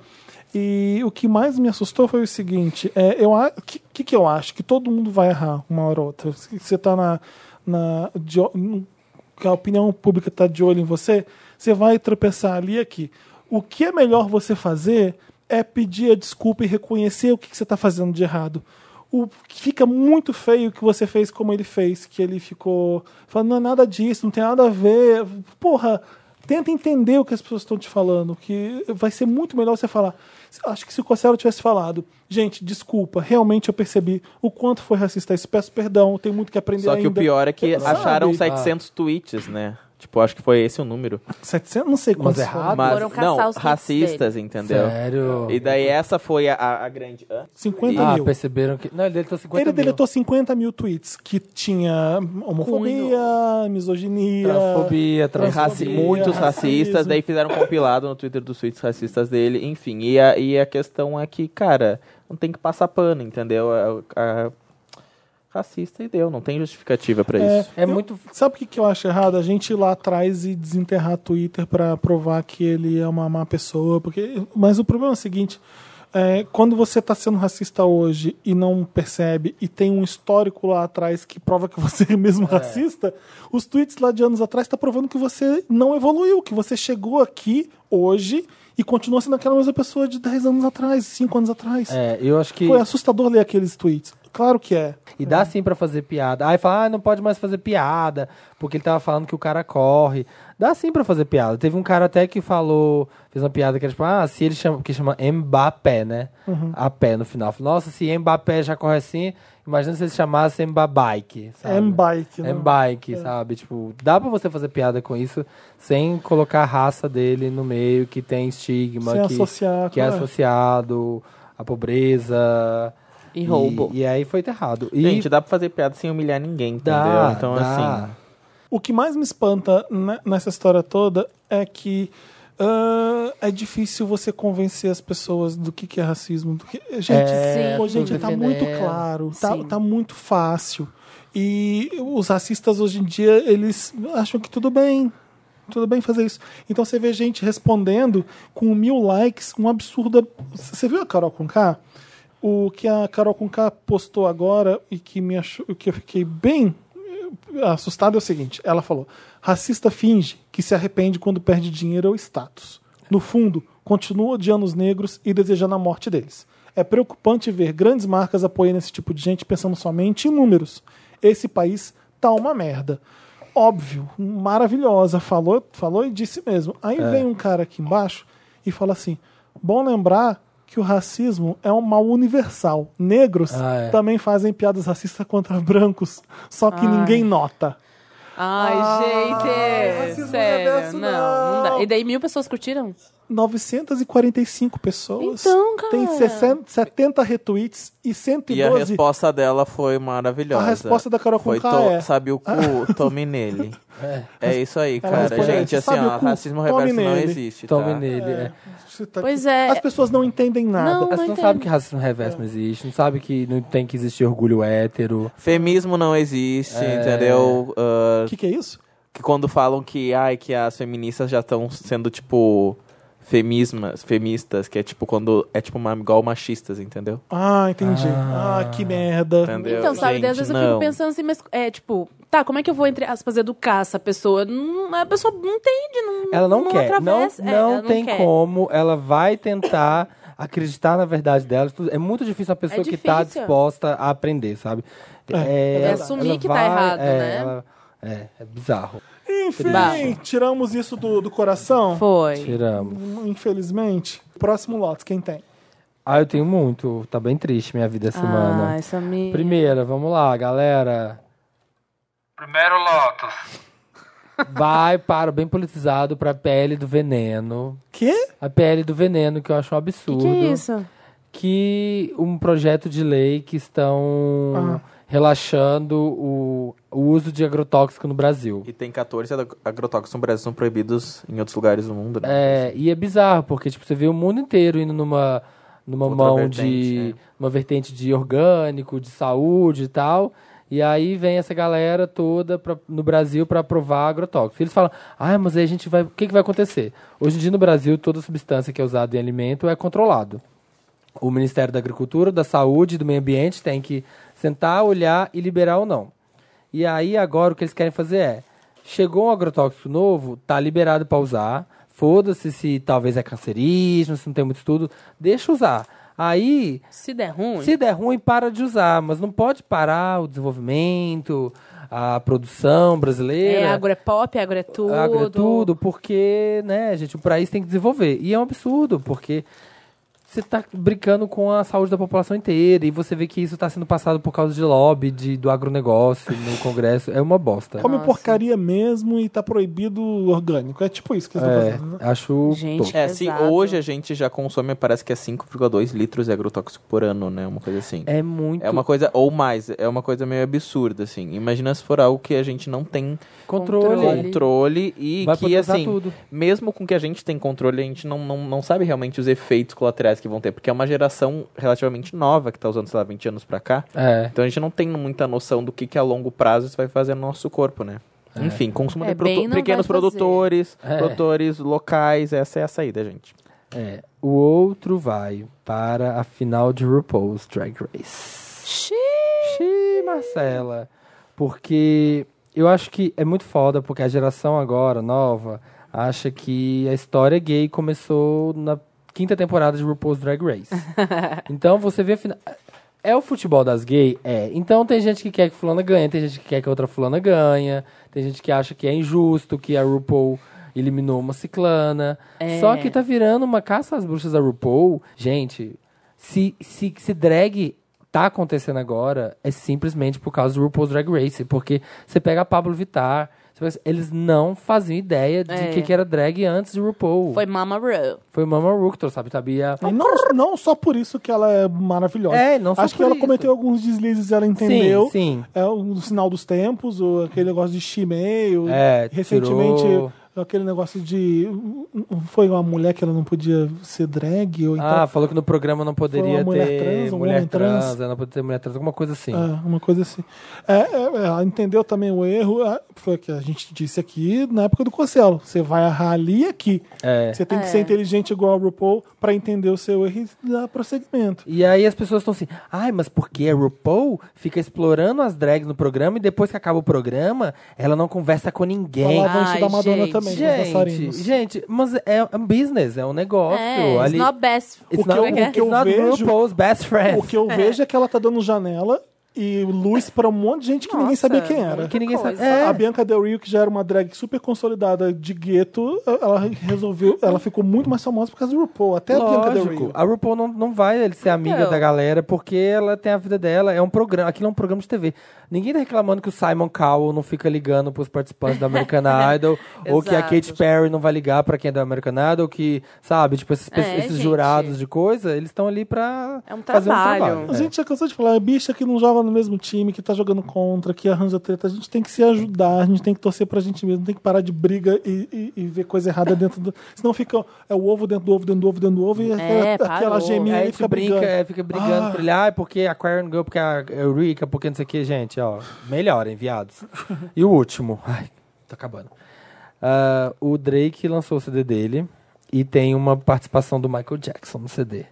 Speaker 3: E o que mais me assustou foi o seguinte: é, eu a- que, que que eu acho que todo mundo vai errar uma hora ou outra. Se você tá na, na de o- no- que a opinião pública tá de olho em você, você vai tropeçar ali e aqui. O que é melhor você fazer é pedir a desculpa e reconhecer o que, que você tá fazendo de errado. O que fica muito feio que você fez como ele fez, que ele ficou falando, não é nada disso, não tem nada a ver. Porra, Tenta entender o que as pessoas estão te falando, que vai ser muito melhor você falar. Acho que se o Cosselo tivesse falado, gente, desculpa, realmente eu percebi o quanto foi racista isso, peço perdão, eu tenho muito que aprender
Speaker 5: Só que
Speaker 3: ainda.
Speaker 5: o pior é que
Speaker 3: Sabe? ah.
Speaker 5: acharam 700 tweets, né? Tipo, acho que foi esse o número.
Speaker 3: 700, não sei quantos
Speaker 4: Mas errado?
Speaker 3: foram.
Speaker 5: Mas,
Speaker 2: Foram caçar
Speaker 5: não,
Speaker 2: os tweets
Speaker 5: racistas, entendeu?
Speaker 4: Sério.
Speaker 5: E daí essa foi a, a- a grande... Hã?
Speaker 3: 50
Speaker 4: ah,
Speaker 3: mil.
Speaker 4: perceberam que. Não, ele deletou 50
Speaker 3: Ele
Speaker 4: mil.
Speaker 3: deletou 50 mil tweets que tinha homofobia, misoginia,
Speaker 4: Transfobia,
Speaker 5: Raci-
Speaker 4: transfobia.
Speaker 5: muitos racistas,
Speaker 3: racismo.
Speaker 5: daí fizeram um compilado no Twitter dos tweets racistas dele, enfim. E a, e a questão é que, cara, não tem que passar pano, entendeu? A- a- racista e deu, não tem justificativa pra
Speaker 3: É,
Speaker 5: isso.
Speaker 4: É
Speaker 3: eu-
Speaker 4: muito.
Speaker 3: Sabe o que, que eu acho errado? A gente ir lá atrás e desenterrar Twitter pra provar que ele é uma má pessoa. Porque... Mas o problema é o seguinte: é, quando você tá sendo racista hoje e não percebe, e tem um histórico lá atrás que prova que você é mesmo racista, os tweets lá de anos atrás tá provando que você não evoluiu, que você chegou aqui hoje e continua sendo aquela mesma pessoa de 10 anos atrás, 5 anos atrás.
Speaker 4: É, eu acho que.
Speaker 3: Foi assustador ler aqueles tweets. Claro que é.
Speaker 4: E dá sim pra fazer piada. Aí fala, ah, não pode mais fazer piada, porque ele tava falando que o cara corre. Dá sim pra fazer piada. Teve um cara até que falou, fez uma piada que era tipo, ah, se ele chama, que chama Mbappé, né?
Speaker 3: Uhum.
Speaker 4: A pé no final. Falou, Nossa, se Mbappé já corre assim, imagina se ele chamasse Mbabike, sabe?
Speaker 3: É bike.
Speaker 4: É bike, sabe? Tipo, dá pra você fazer piada com isso sem colocar a raça dele no meio, que tem estigma,
Speaker 3: Sem
Speaker 4: que,
Speaker 3: associar,
Speaker 4: que é
Speaker 3: claro.
Speaker 4: associado à pobreza.
Speaker 2: E roubo.
Speaker 4: E, aí foi errado. E
Speaker 5: Gente, dá pra fazer piada sem humilhar ninguém, entendeu?
Speaker 4: dá,
Speaker 5: então,
Speaker 4: dá.
Speaker 5: assim...
Speaker 3: O que mais me espanta né, nessa história toda é que ahn, é difícil você convencer as pessoas do que, que é racismo. do que- Gente,
Speaker 2: É,
Speaker 3: pô, gente
Speaker 2: tudo
Speaker 3: tá
Speaker 2: bem.
Speaker 3: muito claro, tá,
Speaker 2: Sim.
Speaker 3: tá muito fácil. E os racistas hoje em dia, eles acham que tudo bem. Tudo bem fazer isso. Então você vê gente respondendo com mil likes, um absurdo. Você viu a Carol Conká? O que a Carol Conká postou agora e que, me achou, que eu fiquei bem assustado é o seguinte: ela falou, racista finge que se arrepende quando perde dinheiro ou status. No fundo, continua odiando os negros e desejando a morte deles. É preocupante ver grandes marcas apoiando esse tipo de gente pensando somente em números. Esse país tá uma merda. Óbvio, maravilhosa, falou, falou e disse mesmo. Aí
Speaker 4: É.
Speaker 3: vem um cara aqui embaixo e fala assim: bom lembrar que o racismo é um mal universal. Negros
Speaker 4: Ah, é.
Speaker 3: também fazem piadas racistas contra brancos, só que ninguém nota.
Speaker 2: Ai,
Speaker 4: Ah,
Speaker 2: gente.
Speaker 3: racismo
Speaker 2: Sério.
Speaker 3: reverso,
Speaker 2: não, não dá.
Speaker 3: não.
Speaker 2: E daí mil pessoas curtiram?
Speaker 3: 945 pessoas.
Speaker 2: Então, cara.
Speaker 3: Tem 60, 70 retweets e
Speaker 5: E a
Speaker 3: 112.
Speaker 5: resposta dela foi maravilhosa.
Speaker 3: A resposta da Carol
Speaker 5: foi
Speaker 3: Conká
Speaker 5: to-
Speaker 3: é-
Speaker 5: sabe o cu, tome nele. É. isso aí,
Speaker 3: Ela
Speaker 5: cara.
Speaker 3: respondeu,
Speaker 5: Gente, assim,
Speaker 3: sabe o
Speaker 5: ó,
Speaker 3: cu,
Speaker 5: racismo
Speaker 3: tome
Speaker 5: reverso não
Speaker 3: nele.
Speaker 5: existe,
Speaker 4: Tome
Speaker 5: tá?
Speaker 4: nele, é.
Speaker 3: Você tá
Speaker 2: Pois
Speaker 3: aqui.
Speaker 2: é.
Speaker 3: As pessoas não entendem nada.
Speaker 2: Não,
Speaker 4: Mas
Speaker 2: não
Speaker 4: não
Speaker 2: entendo.
Speaker 4: sabe que racismo reverso
Speaker 2: É.
Speaker 4: não existe, não sabe que não tem que existir orgulho hétero.
Speaker 5: Feminismo não existe,
Speaker 4: É.
Speaker 5: entendeu? Ah,
Speaker 3: O que, que é isso?
Speaker 5: que quando falam que, ai, que as feministas já estão sendo, tipo, femismas, feministas, que é tipo quando é tipo uma, igual machistas, entendeu?
Speaker 3: Ah, entendi. Ah, que merda.
Speaker 5: Entendeu?
Speaker 2: Então, sabe? daí às
Speaker 5: Gente,
Speaker 2: vezes eu
Speaker 5: não.
Speaker 2: fico pensando assim, mas é tipo, tá, como é que eu vou, entre aspas, educar essa pessoa? Não- a pessoa não entende, não
Speaker 4: Ela não, quer, não,
Speaker 2: atravessa.
Speaker 4: não,
Speaker 2: É, ela
Speaker 4: tem
Speaker 2: quer.
Speaker 4: como, ela vai tentar acreditar na verdade dela. Tudo- É muito difícil a pessoa que tá
Speaker 2: difícil.
Speaker 4: disposta a aprender, sabe? É,
Speaker 2: É assumir que tá errado,
Speaker 4: é,
Speaker 2: né?
Speaker 4: ela- é, é bizarro.
Speaker 3: Enfim,
Speaker 2: Bah.
Speaker 3: tiramos isso do, do coração.
Speaker 2: Foi.
Speaker 4: Tiramos.
Speaker 3: Infelizmente. Próximo lote, quem tem?
Speaker 4: Ah, eu tenho muito. Tá bem triste minha vida essa semana.
Speaker 2: Ai, Samir.
Speaker 4: Primeira, vamos lá, galera.
Speaker 1: Primeiro Lotus.
Speaker 4: Vai para o bem politizado pra pele do veneno.
Speaker 3: Quê?
Speaker 4: A pele do veneno, que eu acho um
Speaker 2: O
Speaker 4: absurdo.
Speaker 2: que, que é isso?
Speaker 4: que um projeto de lei que estão relaxando o, o uso de agrotóxico no Brasil.
Speaker 5: E tem 14 agro- agrotóxicos no Brasil, são proibidos em outros lugares do mundo, né?
Speaker 4: É, e é bizarro, porque tipo, você vê o mundo inteiro indo numa, numa
Speaker 5: Outra
Speaker 4: mão de.
Speaker 5: vertente, né?
Speaker 4: uma vertente de orgânico, de saúde e tal. E aí vem essa galera toda pra- no Brasil para aprovar agrotóxicos. Eles falam, ah, mas aí a gente vai. O que, que vai acontecer? Hoje em dia no Brasil, toda substância que é usada em alimento é controlado. O Ministério da Agricultura, da Saúde, e do Meio Ambiente tem que sentar, olhar e liberar ou não. E aí agora o que eles querem fazer é: chegou um agrotóxico novo, tá liberado para usar. Foda-se se talvez é cancerígeno, se não tem muito estudo, deixa usar. Aí
Speaker 2: Se der ruim.
Speaker 4: se der ruim, para de usar, mas não pode parar o desenvolvimento, a produção brasileira.
Speaker 2: É, agro é pop, agro é tudo.
Speaker 4: Agro é tudo, porque, né, gente, o país tem que desenvolver. E é um absurdo, porque você tá brincando com a saúde da população inteira e você vê que isso tá sendo passado por causa de lobby de, do agronegócio no Congresso. É uma bosta.
Speaker 3: Come porcaria mesmo e tá proibido o orgânico. É tipo isso que eles estão
Speaker 4: É,
Speaker 3: fazendo. né?
Speaker 4: acho.
Speaker 2: Gente,
Speaker 4: tosco.
Speaker 5: É, se
Speaker 2: Exato.
Speaker 5: hoje a gente já consome, parece que é 5,2 litros de agrotóxico por ano, né? Uma coisa assim.
Speaker 4: É muito
Speaker 5: É uma coisa, ou mais, é uma coisa meio absurda, assim. Imagina se for algo que a gente não tem
Speaker 4: controle.
Speaker 2: Controle.
Speaker 5: controle e
Speaker 4: Vai
Speaker 5: que,
Speaker 4: poder usar
Speaker 5: assim,
Speaker 4: tudo.
Speaker 5: mesmo com que a gente tem controle, a gente não, não, não sabe realmente os efeitos colaterais que vão ter, porque é uma geração relativamente nova que tá usando, sei lá, 20 anos pra cá.
Speaker 4: É.
Speaker 5: Então a gente não tem muita noção do que, que a longo prazo isso vai fazer no nosso corpo, né? Enfim, consumo
Speaker 2: É,
Speaker 5: de produ-
Speaker 2: bem não
Speaker 5: pequenos
Speaker 2: vai fazer.
Speaker 5: produtores,
Speaker 4: É.
Speaker 5: produtores locais, essa é a saída, gente.
Speaker 4: É, o outro vai para a final de RuPaul's Drag Race.
Speaker 2: Xiii.
Speaker 4: Xiii, Marcela. Porque eu acho que é muito foda, porque a geração agora, nova, acha que a história gay começou na quinta temporada de RuPaul's Drag Race. então você vê a final... É o futebol das gays? É. Então tem gente que quer que fulana ganhe, tem gente que quer que a outra fulana ganha, tem gente que acha que é injusto, que a RuPaul eliminou uma ciclana.
Speaker 2: É.
Speaker 4: Só que tá virando uma caça às bruxas da RuPaul. Gente, se, se, se drag tá acontecendo agora, é simplesmente por causa do RuPaul's Drag Race. Porque você pega a Pablo Vittar, você pensa, eles não faziam ideia de
Speaker 2: É.
Speaker 4: que, que era drag antes de RuPaul.
Speaker 2: Foi Mama Ru.
Speaker 4: Foi Mama Ru que trouxe, sabe? Tabia.
Speaker 3: E não, não só por isso que ela é maravilhosa.
Speaker 4: É, não só
Speaker 3: Acho que
Speaker 4: por
Speaker 3: ela
Speaker 4: isso.
Speaker 3: cometeu alguns deslizes, ela entendeu.
Speaker 4: Sim, sim.
Speaker 3: É um sinal dos tempos, o- aquele negócio de chimeio.
Speaker 4: É,
Speaker 3: Recentemente,
Speaker 4: tirou-
Speaker 3: aquele negócio de. Foi uma mulher que ela não podia ser drag, ou então.
Speaker 4: ah, falou que no programa não poderia
Speaker 3: uma mulher
Speaker 4: ter
Speaker 3: trans, um
Speaker 4: mulher
Speaker 3: homem trans.
Speaker 4: trans, é, não poderia ter mulher trans, alguma coisa assim.
Speaker 3: É, uma coisa assim. É, é, ela entendeu também o erro, é, foi o que a gente disse aqui na época do Cosselo. Você vai errar ali e aqui.
Speaker 4: É.
Speaker 3: Você tem que ser inteligente igual a RuPaul pra entender o seu erro e dar prosseguimento.
Speaker 4: E aí as pessoas estão assim, ai, mas porque a RuPaul fica explorando as drags no programa e depois que acaba o programa, ela não conversa com ninguém.
Speaker 3: Falavam isso
Speaker 2: Ai,
Speaker 3: da Madonna
Speaker 2: gente,
Speaker 3: também, dos
Speaker 4: Gente,
Speaker 3: dançarinos.
Speaker 4: gente, mas é um business, é um negócio.
Speaker 2: É,
Speaker 4: ali,
Speaker 2: it's not best.
Speaker 4: It's
Speaker 3: O que eu-
Speaker 4: not-
Speaker 3: o que eu
Speaker 4: it's not
Speaker 3: vejo-
Speaker 4: RuPaul's best friend.
Speaker 3: O que eu vejo é que ela tá dando janela e luz pra um monte de gente que ninguém sabia quem era.
Speaker 4: que ninguém sabe.
Speaker 2: coisa.
Speaker 4: É,
Speaker 3: A Bianca Del Rio, que já era uma drag super consolidada de gueto, ela resolveu, ela ficou muito mais famosa por causa do RuPaul, até a Bianca Del
Speaker 4: lógico.
Speaker 3: Rio.
Speaker 4: A RuPaul não, não vai ser amiga
Speaker 2: Então.
Speaker 4: da galera porque ela tem a vida dela. É um programa, aquilo é um programa de TV. Ninguém tá reclamando que o Simon Cowell não fica ligando pros participantes da American Idol, ou que a
Speaker 2: Exato.
Speaker 4: Katy Perry não vai ligar pra quem é da American Idol, que, sabe, tipo, esses, pe-
Speaker 2: É,
Speaker 4: esses
Speaker 2: gente.
Speaker 4: jurados de coisa, eles estão ali pra
Speaker 2: É um
Speaker 4: fazer
Speaker 2: trabalho.
Speaker 4: um trabalho.
Speaker 3: A gente já cansou de falar, é bicha que não joga no mesmo time, que tá jogando contra, que arranja treta. A gente tem que se ajudar, a gente tem que torcer pra gente mesmo, tem que parar de briga e, e- e ver coisa errada dentro do. Senão fica é o ovo dentro do ovo, dentro do ovo, dentro do ovo, e aquela, aquela
Speaker 2: parou.
Speaker 3: geminha
Speaker 4: É, Aí a
Speaker 3: ali
Speaker 4: gente
Speaker 3: fica
Speaker 4: brinca,
Speaker 3: brigando.
Speaker 4: é, fica brigando por ele, ah, é porque a Aquarian Girl, porque a Eureka, porque não sei o que, gente, ó, melhorem, viados. e o último, ai, tô acabando. Ah, o Drake lançou o CD dele e tem uma participação do Michael Jackson no CD,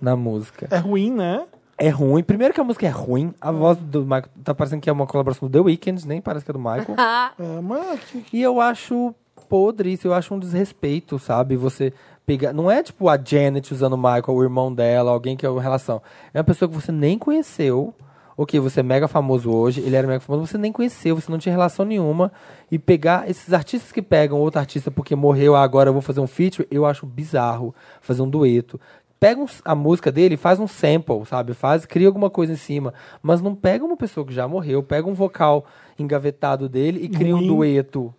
Speaker 4: na música.
Speaker 3: É ruim, né?
Speaker 4: É ruim, primeiro que a música é ruim, a voz do Michael, tá parecendo que é uma colaboração do The Weeknd, nem parece que é do Michael.
Speaker 2: Ah,
Speaker 3: É, mas que-
Speaker 4: E eu acho podre isso, eu acho um desrespeito, sabe? Você pegar. Não é tipo a Janet usando o Michael, o irmão dela, alguém que é uma relação. É uma pessoa que você nem conheceu. Ok, você é mega famoso hoje, ele era mega famoso, você nem conheceu, você não tinha relação nenhuma. E pegar esses artistas que pegam outro artista porque morreu, ah, agora eu vou fazer um feature, eu acho bizarro fazer um dueto. Pega um s- a música dele, e faz um sample, sabe? Faz, cria alguma coisa em cima. Mas não pega uma pessoa que já morreu, pega um vocal engavetado dele e cria um
Speaker 3: Ruim.
Speaker 4: dueto.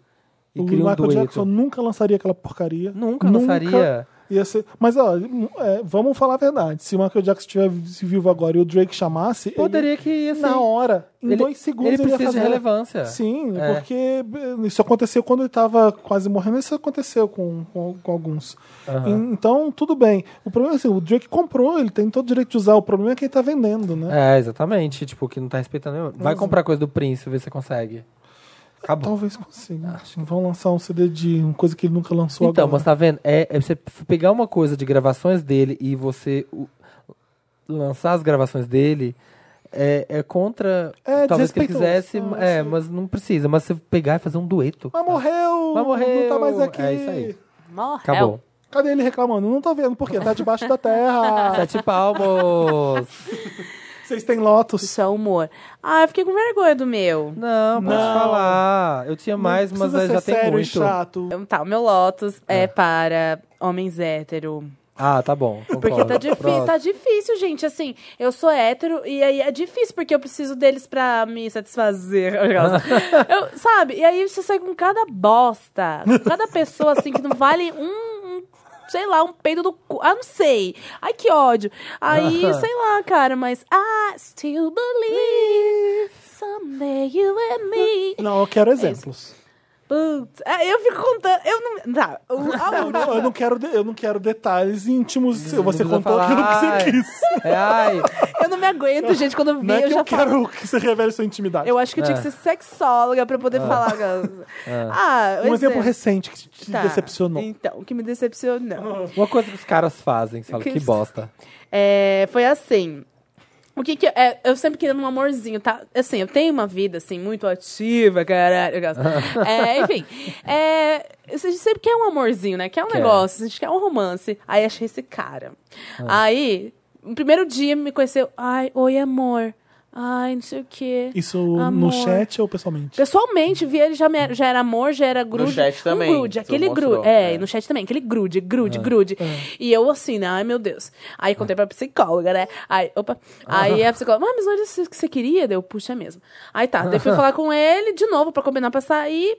Speaker 4: E
Speaker 3: o
Speaker 4: cria um
Speaker 3: Michael
Speaker 4: dueto.
Speaker 3: Jackson nunca lançaria aquela porcaria.
Speaker 4: Nunca lançaria.
Speaker 3: Ia ser... Mas, ó, é, vamos falar a verdade. Se o Michael Jackson estivesse vivo agora e o Drake chamasse. ele-
Speaker 4: Poderia que ia ser.
Speaker 3: na hora, em
Speaker 4: Ele-
Speaker 3: dois segundos.
Speaker 4: ele precisa
Speaker 3: ia
Speaker 4: de
Speaker 3: fazer-
Speaker 4: relevância.
Speaker 3: Sim,
Speaker 4: É.
Speaker 3: porque eh, isso aconteceu quando ele estava quase morrendo, isso aconteceu com, com, com alguns. E- Então, tudo bem. O problema é assim, o Drake comprou, ele tem todo o direito de usar, o problema é quem tá vendendo, né?
Speaker 4: É, exatamente. Tipo, que não tá respeitando nenhum. Vai comprar coisa do Prince, vê se você consegue. Acabou.
Speaker 3: Talvez consiga. Vão lançar um CD de uma coisa que ele nunca lançou
Speaker 4: Então,
Speaker 3: agora.
Speaker 4: mas tá vendo? É, é você pegar uma coisa de gravações dele e você o- lançar as gravações dele é, é contra.
Speaker 3: É,
Speaker 4: talvez que ele
Speaker 3: desrespeitoso.
Speaker 4: quisesse.
Speaker 3: Ah,
Speaker 4: é,
Speaker 3: sim.
Speaker 4: mas não precisa. Mas você pegar e fazer um dueto.
Speaker 3: Mas morreu!
Speaker 4: Mas morreu,
Speaker 3: Não tá mais aqui!
Speaker 4: é isso aí.
Speaker 2: Morreu.
Speaker 4: Acabou.
Speaker 3: Cadê ele reclamando? Não tô vendo, porque tá debaixo da terra.
Speaker 4: É Sete palmos!
Speaker 3: Vocês têm Lotus.
Speaker 2: Isso é humor. Ah, eu fiquei com vergonha do meu.
Speaker 4: Não, pode
Speaker 3: Não.
Speaker 4: falar. Eu tinha mais,
Speaker 3: Não
Speaker 4: mas
Speaker 3: precisa
Speaker 4: eu já
Speaker 3: ser
Speaker 4: tem
Speaker 3: sério e
Speaker 4: muito.
Speaker 3: chato.
Speaker 2: Então Tá, o meu Lotus é, para homens hétero.
Speaker 4: Ah, tá bom.
Speaker 2: Porque
Speaker 4: concordo.
Speaker 2: tá, difí-
Speaker 4: Pronto.
Speaker 2: tá difícil, gente. Assim, eu sou hétero e aí é difícil, porque eu preciso deles pra me satisfazer. Eu- sabe? E aí você sai com cada bosta, com cada pessoa, assim, que não vale um. um, Sei lá, um peido do cu. Ah, não sei. Ai, que ódio. Aí, sei lá, cara, mas. I still believe someday you and me.
Speaker 3: Não, eu quero exemplos.
Speaker 2: Putz. É, eu fico contando. Eu não. Tá. o- a
Speaker 3: Ah, Não, não, eu não quero, de- eu não quero detalhes íntimos. Se você
Speaker 4: precisa
Speaker 3: contou
Speaker 4: falar,
Speaker 3: aquilo que
Speaker 4: "Ai".
Speaker 3: você quis.
Speaker 4: É, ai.
Speaker 2: Eu não me aguento, gente. Quando eu vi,
Speaker 3: Não é
Speaker 2: eu
Speaker 3: que
Speaker 2: já
Speaker 3: eu
Speaker 2: falo.
Speaker 3: quero que você revele sua intimidade.
Speaker 2: Eu acho que eu tinha
Speaker 4: É.
Speaker 2: que ser sexóloga pra poder falar. com- Ah,
Speaker 3: É. um exemplo
Speaker 2: recente.
Speaker 3: recente que te
Speaker 2: Tá.
Speaker 3: decepcionou. Uhum.
Speaker 2: Então, o que me decepcionou
Speaker 4: Uma coisa que os caras fazem, que você fala,
Speaker 2: Que
Speaker 4: que
Speaker 2: isso?
Speaker 4: bosta.
Speaker 2: é, foi assim. O que que... É, eu sempre queria um amorzinho, tá? Assim, eu tenho uma vida, assim, muito ativa, caralho. eu gosto. É, enfim. É, a gente sempre quer um amorzinho, né? Quer um
Speaker 4: Quer.
Speaker 2: negócio, a gente quer um romance. Aí achei esse cara.
Speaker 3: Ah.
Speaker 2: Aí, no primeiro dia, me conheceu. Ai, oi, amor. Ai, não sei o quê.
Speaker 3: Isso
Speaker 2: Amor.
Speaker 3: no chat ou pessoalmente?
Speaker 2: Pessoalmente, vi ele, já, me- já era amor, já era grude.
Speaker 5: chat também,
Speaker 2: Um grude,
Speaker 5: tu
Speaker 2: aquele
Speaker 5: mostrou,
Speaker 2: grude. É,
Speaker 5: é. Ah,
Speaker 2: no chat também, aquele grude, grude, grude. E eu assim, né? Ai, meu Deus. Aí contei pra psicóloga, né? Aí, opa. Aí a psicóloga, ah, mas não era isso que você queria? Deu, puxa, é mesmo. Aí tá, daí fui falar com ele de novo pra combinar pra sair.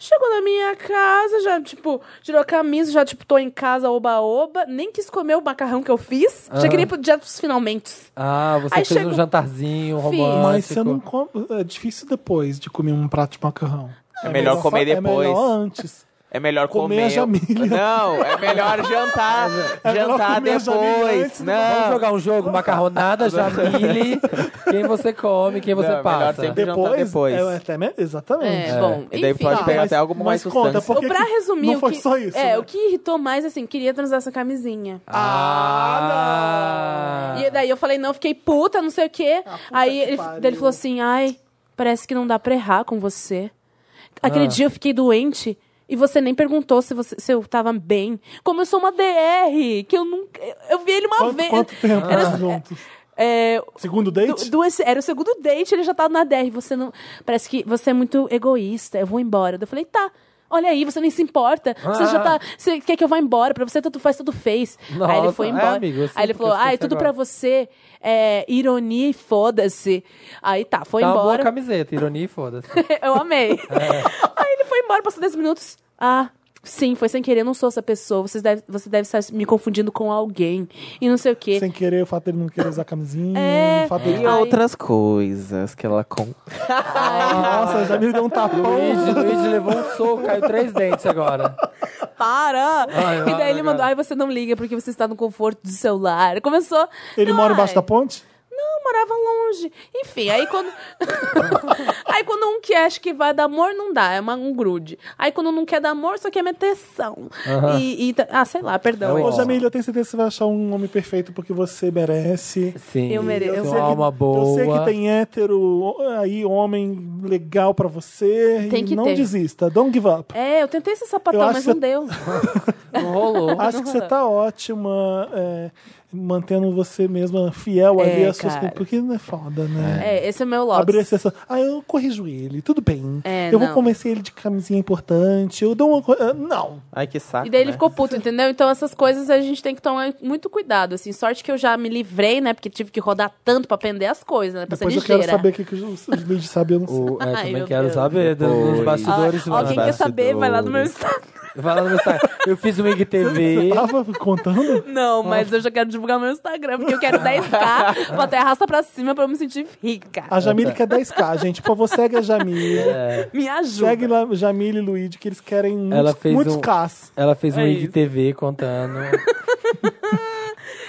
Speaker 2: Chegou na minha casa, já, tipo, tirou a camisa, já, tipo, tô em casa, oba-oba. Nem quis comer o macarrão que eu fiz.
Speaker 5: Ah.
Speaker 2: Já queria ir pro dia dos finalmente.
Speaker 4: Ah, você
Speaker 2: Aí
Speaker 4: fez um
Speaker 2: chegou-
Speaker 4: jantarzinho
Speaker 2: Fiz.
Speaker 4: romântico.
Speaker 3: Mas você não come. É difícil depois de comer um prato de macarrão.
Speaker 5: É melhor comer
Speaker 3: só- É
Speaker 5: depois.
Speaker 3: melhor antes.
Speaker 5: É melhor
Speaker 3: Comer a
Speaker 5: comer.
Speaker 3: Jamília.
Speaker 5: Não, é melhor jantar.
Speaker 3: É melhor
Speaker 5: jantar
Speaker 3: comer a Jamília
Speaker 5: depois.
Speaker 3: antes do-
Speaker 4: Vamos
Speaker 5: Não.
Speaker 4: jogar um jogo, macarronada, jamile. quem você come, quem você
Speaker 5: Não, melhor
Speaker 4: passa.
Speaker 5: sempre- Jantar
Speaker 3: Depois.
Speaker 5: depois.
Speaker 3: É, até me- Exatamente.
Speaker 2: É, bom,
Speaker 5: E daí
Speaker 2: enfim.
Speaker 5: pode
Speaker 3: Ah,
Speaker 5: pegar
Speaker 3: mas-
Speaker 5: até algo mais
Speaker 3: mas conta,
Speaker 5: sustância.
Speaker 3: por
Speaker 2: Ou
Speaker 3: que
Speaker 2: pra
Speaker 3: que-
Speaker 2: resumir,
Speaker 3: não
Speaker 2: o
Speaker 3: foi
Speaker 2: que,
Speaker 3: só isso,
Speaker 2: É,
Speaker 3: né?
Speaker 2: o que irritou mais, assim, queria transar sem camisinha.
Speaker 4: Ah,
Speaker 2: E daí eu falei, não, fiquei puta, não sei o quê. Aí
Speaker 3: que
Speaker 2: ele,
Speaker 3: pariu.
Speaker 2: daí ele falou assim, ai, parece que não dá pra errar com você.
Speaker 3: Ah.
Speaker 2: Aquele dia eu fiquei doente e você nem perguntou se, você, se eu tava bem. Como eu sou uma DR, que eu nunca... eu- Eu vi ele uma
Speaker 3: Quanto,
Speaker 2: vez...
Speaker 3: quanto tempo
Speaker 2: Era-
Speaker 3: juntos?
Speaker 2: É, Du-
Speaker 3: Segundo date?
Speaker 2: duas- era o segundo date, ele já tava na DR. Você não. Parece que você é muito egoísta, eu vou embora. Eu falei, tá. Olha aí, você nem se importa. Você já tá. Você quer que eu vá embora? Pra você, tanto faz, tanto fez. aí ele
Speaker 4: Ah. Nossa,
Speaker 2: foi
Speaker 4: é,
Speaker 2: embora.
Speaker 4: amigo, eu sei
Speaker 2: aí ele
Speaker 4: porque
Speaker 2: falou,
Speaker 4: eu esqueci
Speaker 2: ai, tudo
Speaker 4: agora."
Speaker 2: pra você é ironia e foda-se. Aí tá, foi
Speaker 4: Dá uma boa
Speaker 2: embora.
Speaker 4: camiseta, ironia e foda-se.
Speaker 2: eu amei.
Speaker 4: É.
Speaker 2: Aí ele foi embora, passou 10 minutos. Ah. Sim, foi sem querer, eu não sou essa pessoa. Você deve, você deve estar me confundindo com alguém. E não sei o quê.
Speaker 3: Sem querer, o fato dele não querer usar camisinha.
Speaker 2: É.
Speaker 3: O fato dele...
Speaker 5: E outras coisas que ela conta.
Speaker 3: Nossa, já me deu um tapão.
Speaker 2: é.
Speaker 4: Luigi, Luigi levou um soco, caiu três dentes agora.
Speaker 2: para!
Speaker 4: Ai,
Speaker 2: e daí
Speaker 4: ai,
Speaker 2: ele mandou,
Speaker 4: cara.
Speaker 2: ai, você não liga porque você está no conforto do celular. Começou.
Speaker 3: Ele
Speaker 2: não,
Speaker 3: mora
Speaker 2: ai,
Speaker 3: embaixo da ponte?
Speaker 2: Não, morava longe. Enfim, aí quando. aí quando um que acha que vai dar amor, não dá, é uma, um grude. Aí quando não quer dar amor, só quer meteção. e, e tá- Ah, sei lá, perdão.
Speaker 4: É
Speaker 3: Ô,
Speaker 4: Nossa.
Speaker 3: Jamília, eu tenho certeza que você vai achar um homem perfeito porque você merece.
Speaker 4: Sim,
Speaker 2: Eu mereço. Eu
Speaker 4: com
Speaker 2: sei que-
Speaker 4: alma
Speaker 3: Eu
Speaker 4: boa.
Speaker 3: sei que tem hétero aí, homem legal pra você.
Speaker 2: Tem
Speaker 3: e
Speaker 2: que
Speaker 3: não
Speaker 2: ter.
Speaker 3: desista, don't give up.
Speaker 2: É, eu tentei esse
Speaker 3: Eu
Speaker 2: sapatão,
Speaker 3: acho
Speaker 2: mas
Speaker 3: que-
Speaker 2: não deu.
Speaker 4: Não rolou.
Speaker 3: Acho que você tá ótima, é, mantendo você mesma fiel ali
Speaker 2: É,
Speaker 3: às suas
Speaker 2: cara.
Speaker 3: Porque não é foda, né?
Speaker 2: É, esse é meu
Speaker 3: Abrir a
Speaker 2: Lotus.
Speaker 3: sessão. Ah, eu corrijo ele, tudo bem.
Speaker 2: É,
Speaker 3: eu vou
Speaker 2: não.
Speaker 3: convencer ele de camisinha é importante. Eu dou uma. co- ah, Não.
Speaker 5: Ai, que saco.
Speaker 2: E daí ele
Speaker 5: né?
Speaker 2: ficou puto, entendeu? Então essas coisas a gente tem que tomar muito cuidado, assim. Sorte que eu já me livrei, né? Porque tive que rodar tanto pra aprender as coisas, né? Pra
Speaker 3: Depois
Speaker 2: ser
Speaker 3: eu quero
Speaker 2: ligeira.
Speaker 3: saber o que, que o Luigi sabe, eu não sei.
Speaker 4: O- é,
Speaker 2: Ai,
Speaker 4: também
Speaker 2: meu
Speaker 4: quero
Speaker 2: Deus.
Speaker 4: saber dos, dos
Speaker 5: Oi.
Speaker 4: bastidores.
Speaker 2: Alguém
Speaker 4: vai lá.
Speaker 2: quer saber, vai lá no meu Instagram.
Speaker 4: Vai lá no meu Instagram. Eu fiz um IGTV.
Speaker 3: Tava contando?
Speaker 2: Não, mas eu já quero divulgar meu Instagram, porque eu quero 10k, vou até arrasta pra cima pra eu me sentir rica.
Speaker 3: A Jamile quer 10k, gente. Por favor, segue a Jamile.
Speaker 2: Me ajuda.
Speaker 3: Segue lá Jamile e Luigi, que eles querem muitos,
Speaker 4: É, Ela fez
Speaker 3: muitos
Speaker 4: um-
Speaker 3: Ks.
Speaker 4: Ela fez um
Speaker 2: É isso.
Speaker 4: IGTV contando.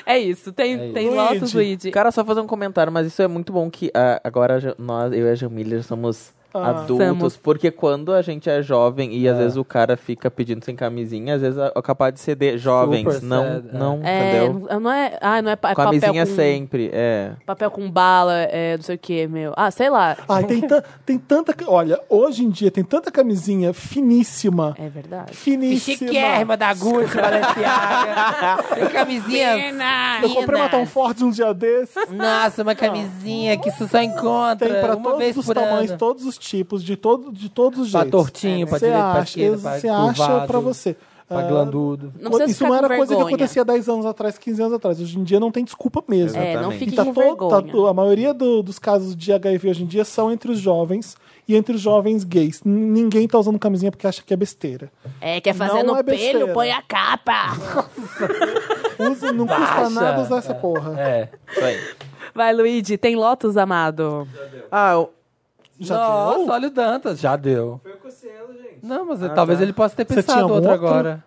Speaker 2: É isso, tem,
Speaker 4: isso.
Speaker 2: tem Lotus, Luigi.
Speaker 5: Cara, só fazer um comentário, mas isso é muito bom que ah, agora a Ja- nós, eu e a Jamília já somos adultos,
Speaker 2: Somos.
Speaker 5: porque quando a gente é jovem e às vezes o cara fica pedindo sem camisinha, às vezes é é capaz de ceder. Jovens,
Speaker 4: Super
Speaker 5: não,
Speaker 4: sad, é.
Speaker 5: não,
Speaker 2: É,
Speaker 5: entendeu?
Speaker 2: não- não é. Ah, não é, pa- é papel
Speaker 5: Camisinha
Speaker 2: com,
Speaker 5: sempre, é.
Speaker 2: papel com bala, é não sei o que, meu. Ah, sei lá.
Speaker 3: Ah, tem, tan- tem tanta. ca- Olha, hoje em dia tem tanta camisinha finíssima.
Speaker 2: É verdade.
Speaker 3: Finíssima.
Speaker 4: da Gucci, Balenciaga. Tem camisinha.
Speaker 3: Eu comprei uma Tom Ford um dia desses.
Speaker 4: Nossa, uma camisinha que você só encontra
Speaker 3: Tem pra
Speaker 4: uma vez
Speaker 3: todos os
Speaker 4: por
Speaker 3: tamanhos,
Speaker 4: ano.
Speaker 3: todos os tipos, de, todo, de todos os
Speaker 4: Pra
Speaker 3: jeitos.
Speaker 4: tortinho, pra
Speaker 3: Você
Speaker 4: direita, pra
Speaker 3: acha-
Speaker 4: esquerda, pra
Speaker 3: Você acha
Speaker 4: curvado,
Speaker 3: pra você.
Speaker 4: Pra
Speaker 3: Ah,
Speaker 4: glandudo.
Speaker 2: Não precisa
Speaker 3: Isso
Speaker 2: ficar
Speaker 3: não
Speaker 2: com
Speaker 3: era coisa que
Speaker 2: vergonha.
Speaker 3: acontecia 10 anos atrás, 15 anos atrás. Hoje em dia não tem desculpa mesmo.
Speaker 2: É, não
Speaker 5: Exatamente.
Speaker 2: fique
Speaker 3: tá
Speaker 2: com
Speaker 3: todo- tá-
Speaker 2: vergonha.
Speaker 3: a maioria do- dos casos de HIV hoje em dia são entre os jovens e entre os jovens gays. N- Ninguém tá usando camisinha porque acha que é besteira.
Speaker 2: É, quer fazer
Speaker 3: Não
Speaker 2: no
Speaker 3: é besteira.
Speaker 2: pelo, põe a capa.
Speaker 3: Usa, não custa
Speaker 4: Baixa.
Speaker 3: nada usar essa porra.
Speaker 4: É.
Speaker 5: Isso aí.
Speaker 2: Vai, Luigi, tem Lotus, amado.
Speaker 5: Ah, eu-
Speaker 3: Já
Speaker 4: Nossa,
Speaker 3: deu? Ah,
Speaker 4: olha o Dantas, já deu. Foi o Cossielo, gente. Não, mas talvez ele possa ter
Speaker 3: tá. Você tinha
Speaker 4: pensado
Speaker 3: algum
Speaker 4: outro
Speaker 3: outro?
Speaker 4: agora.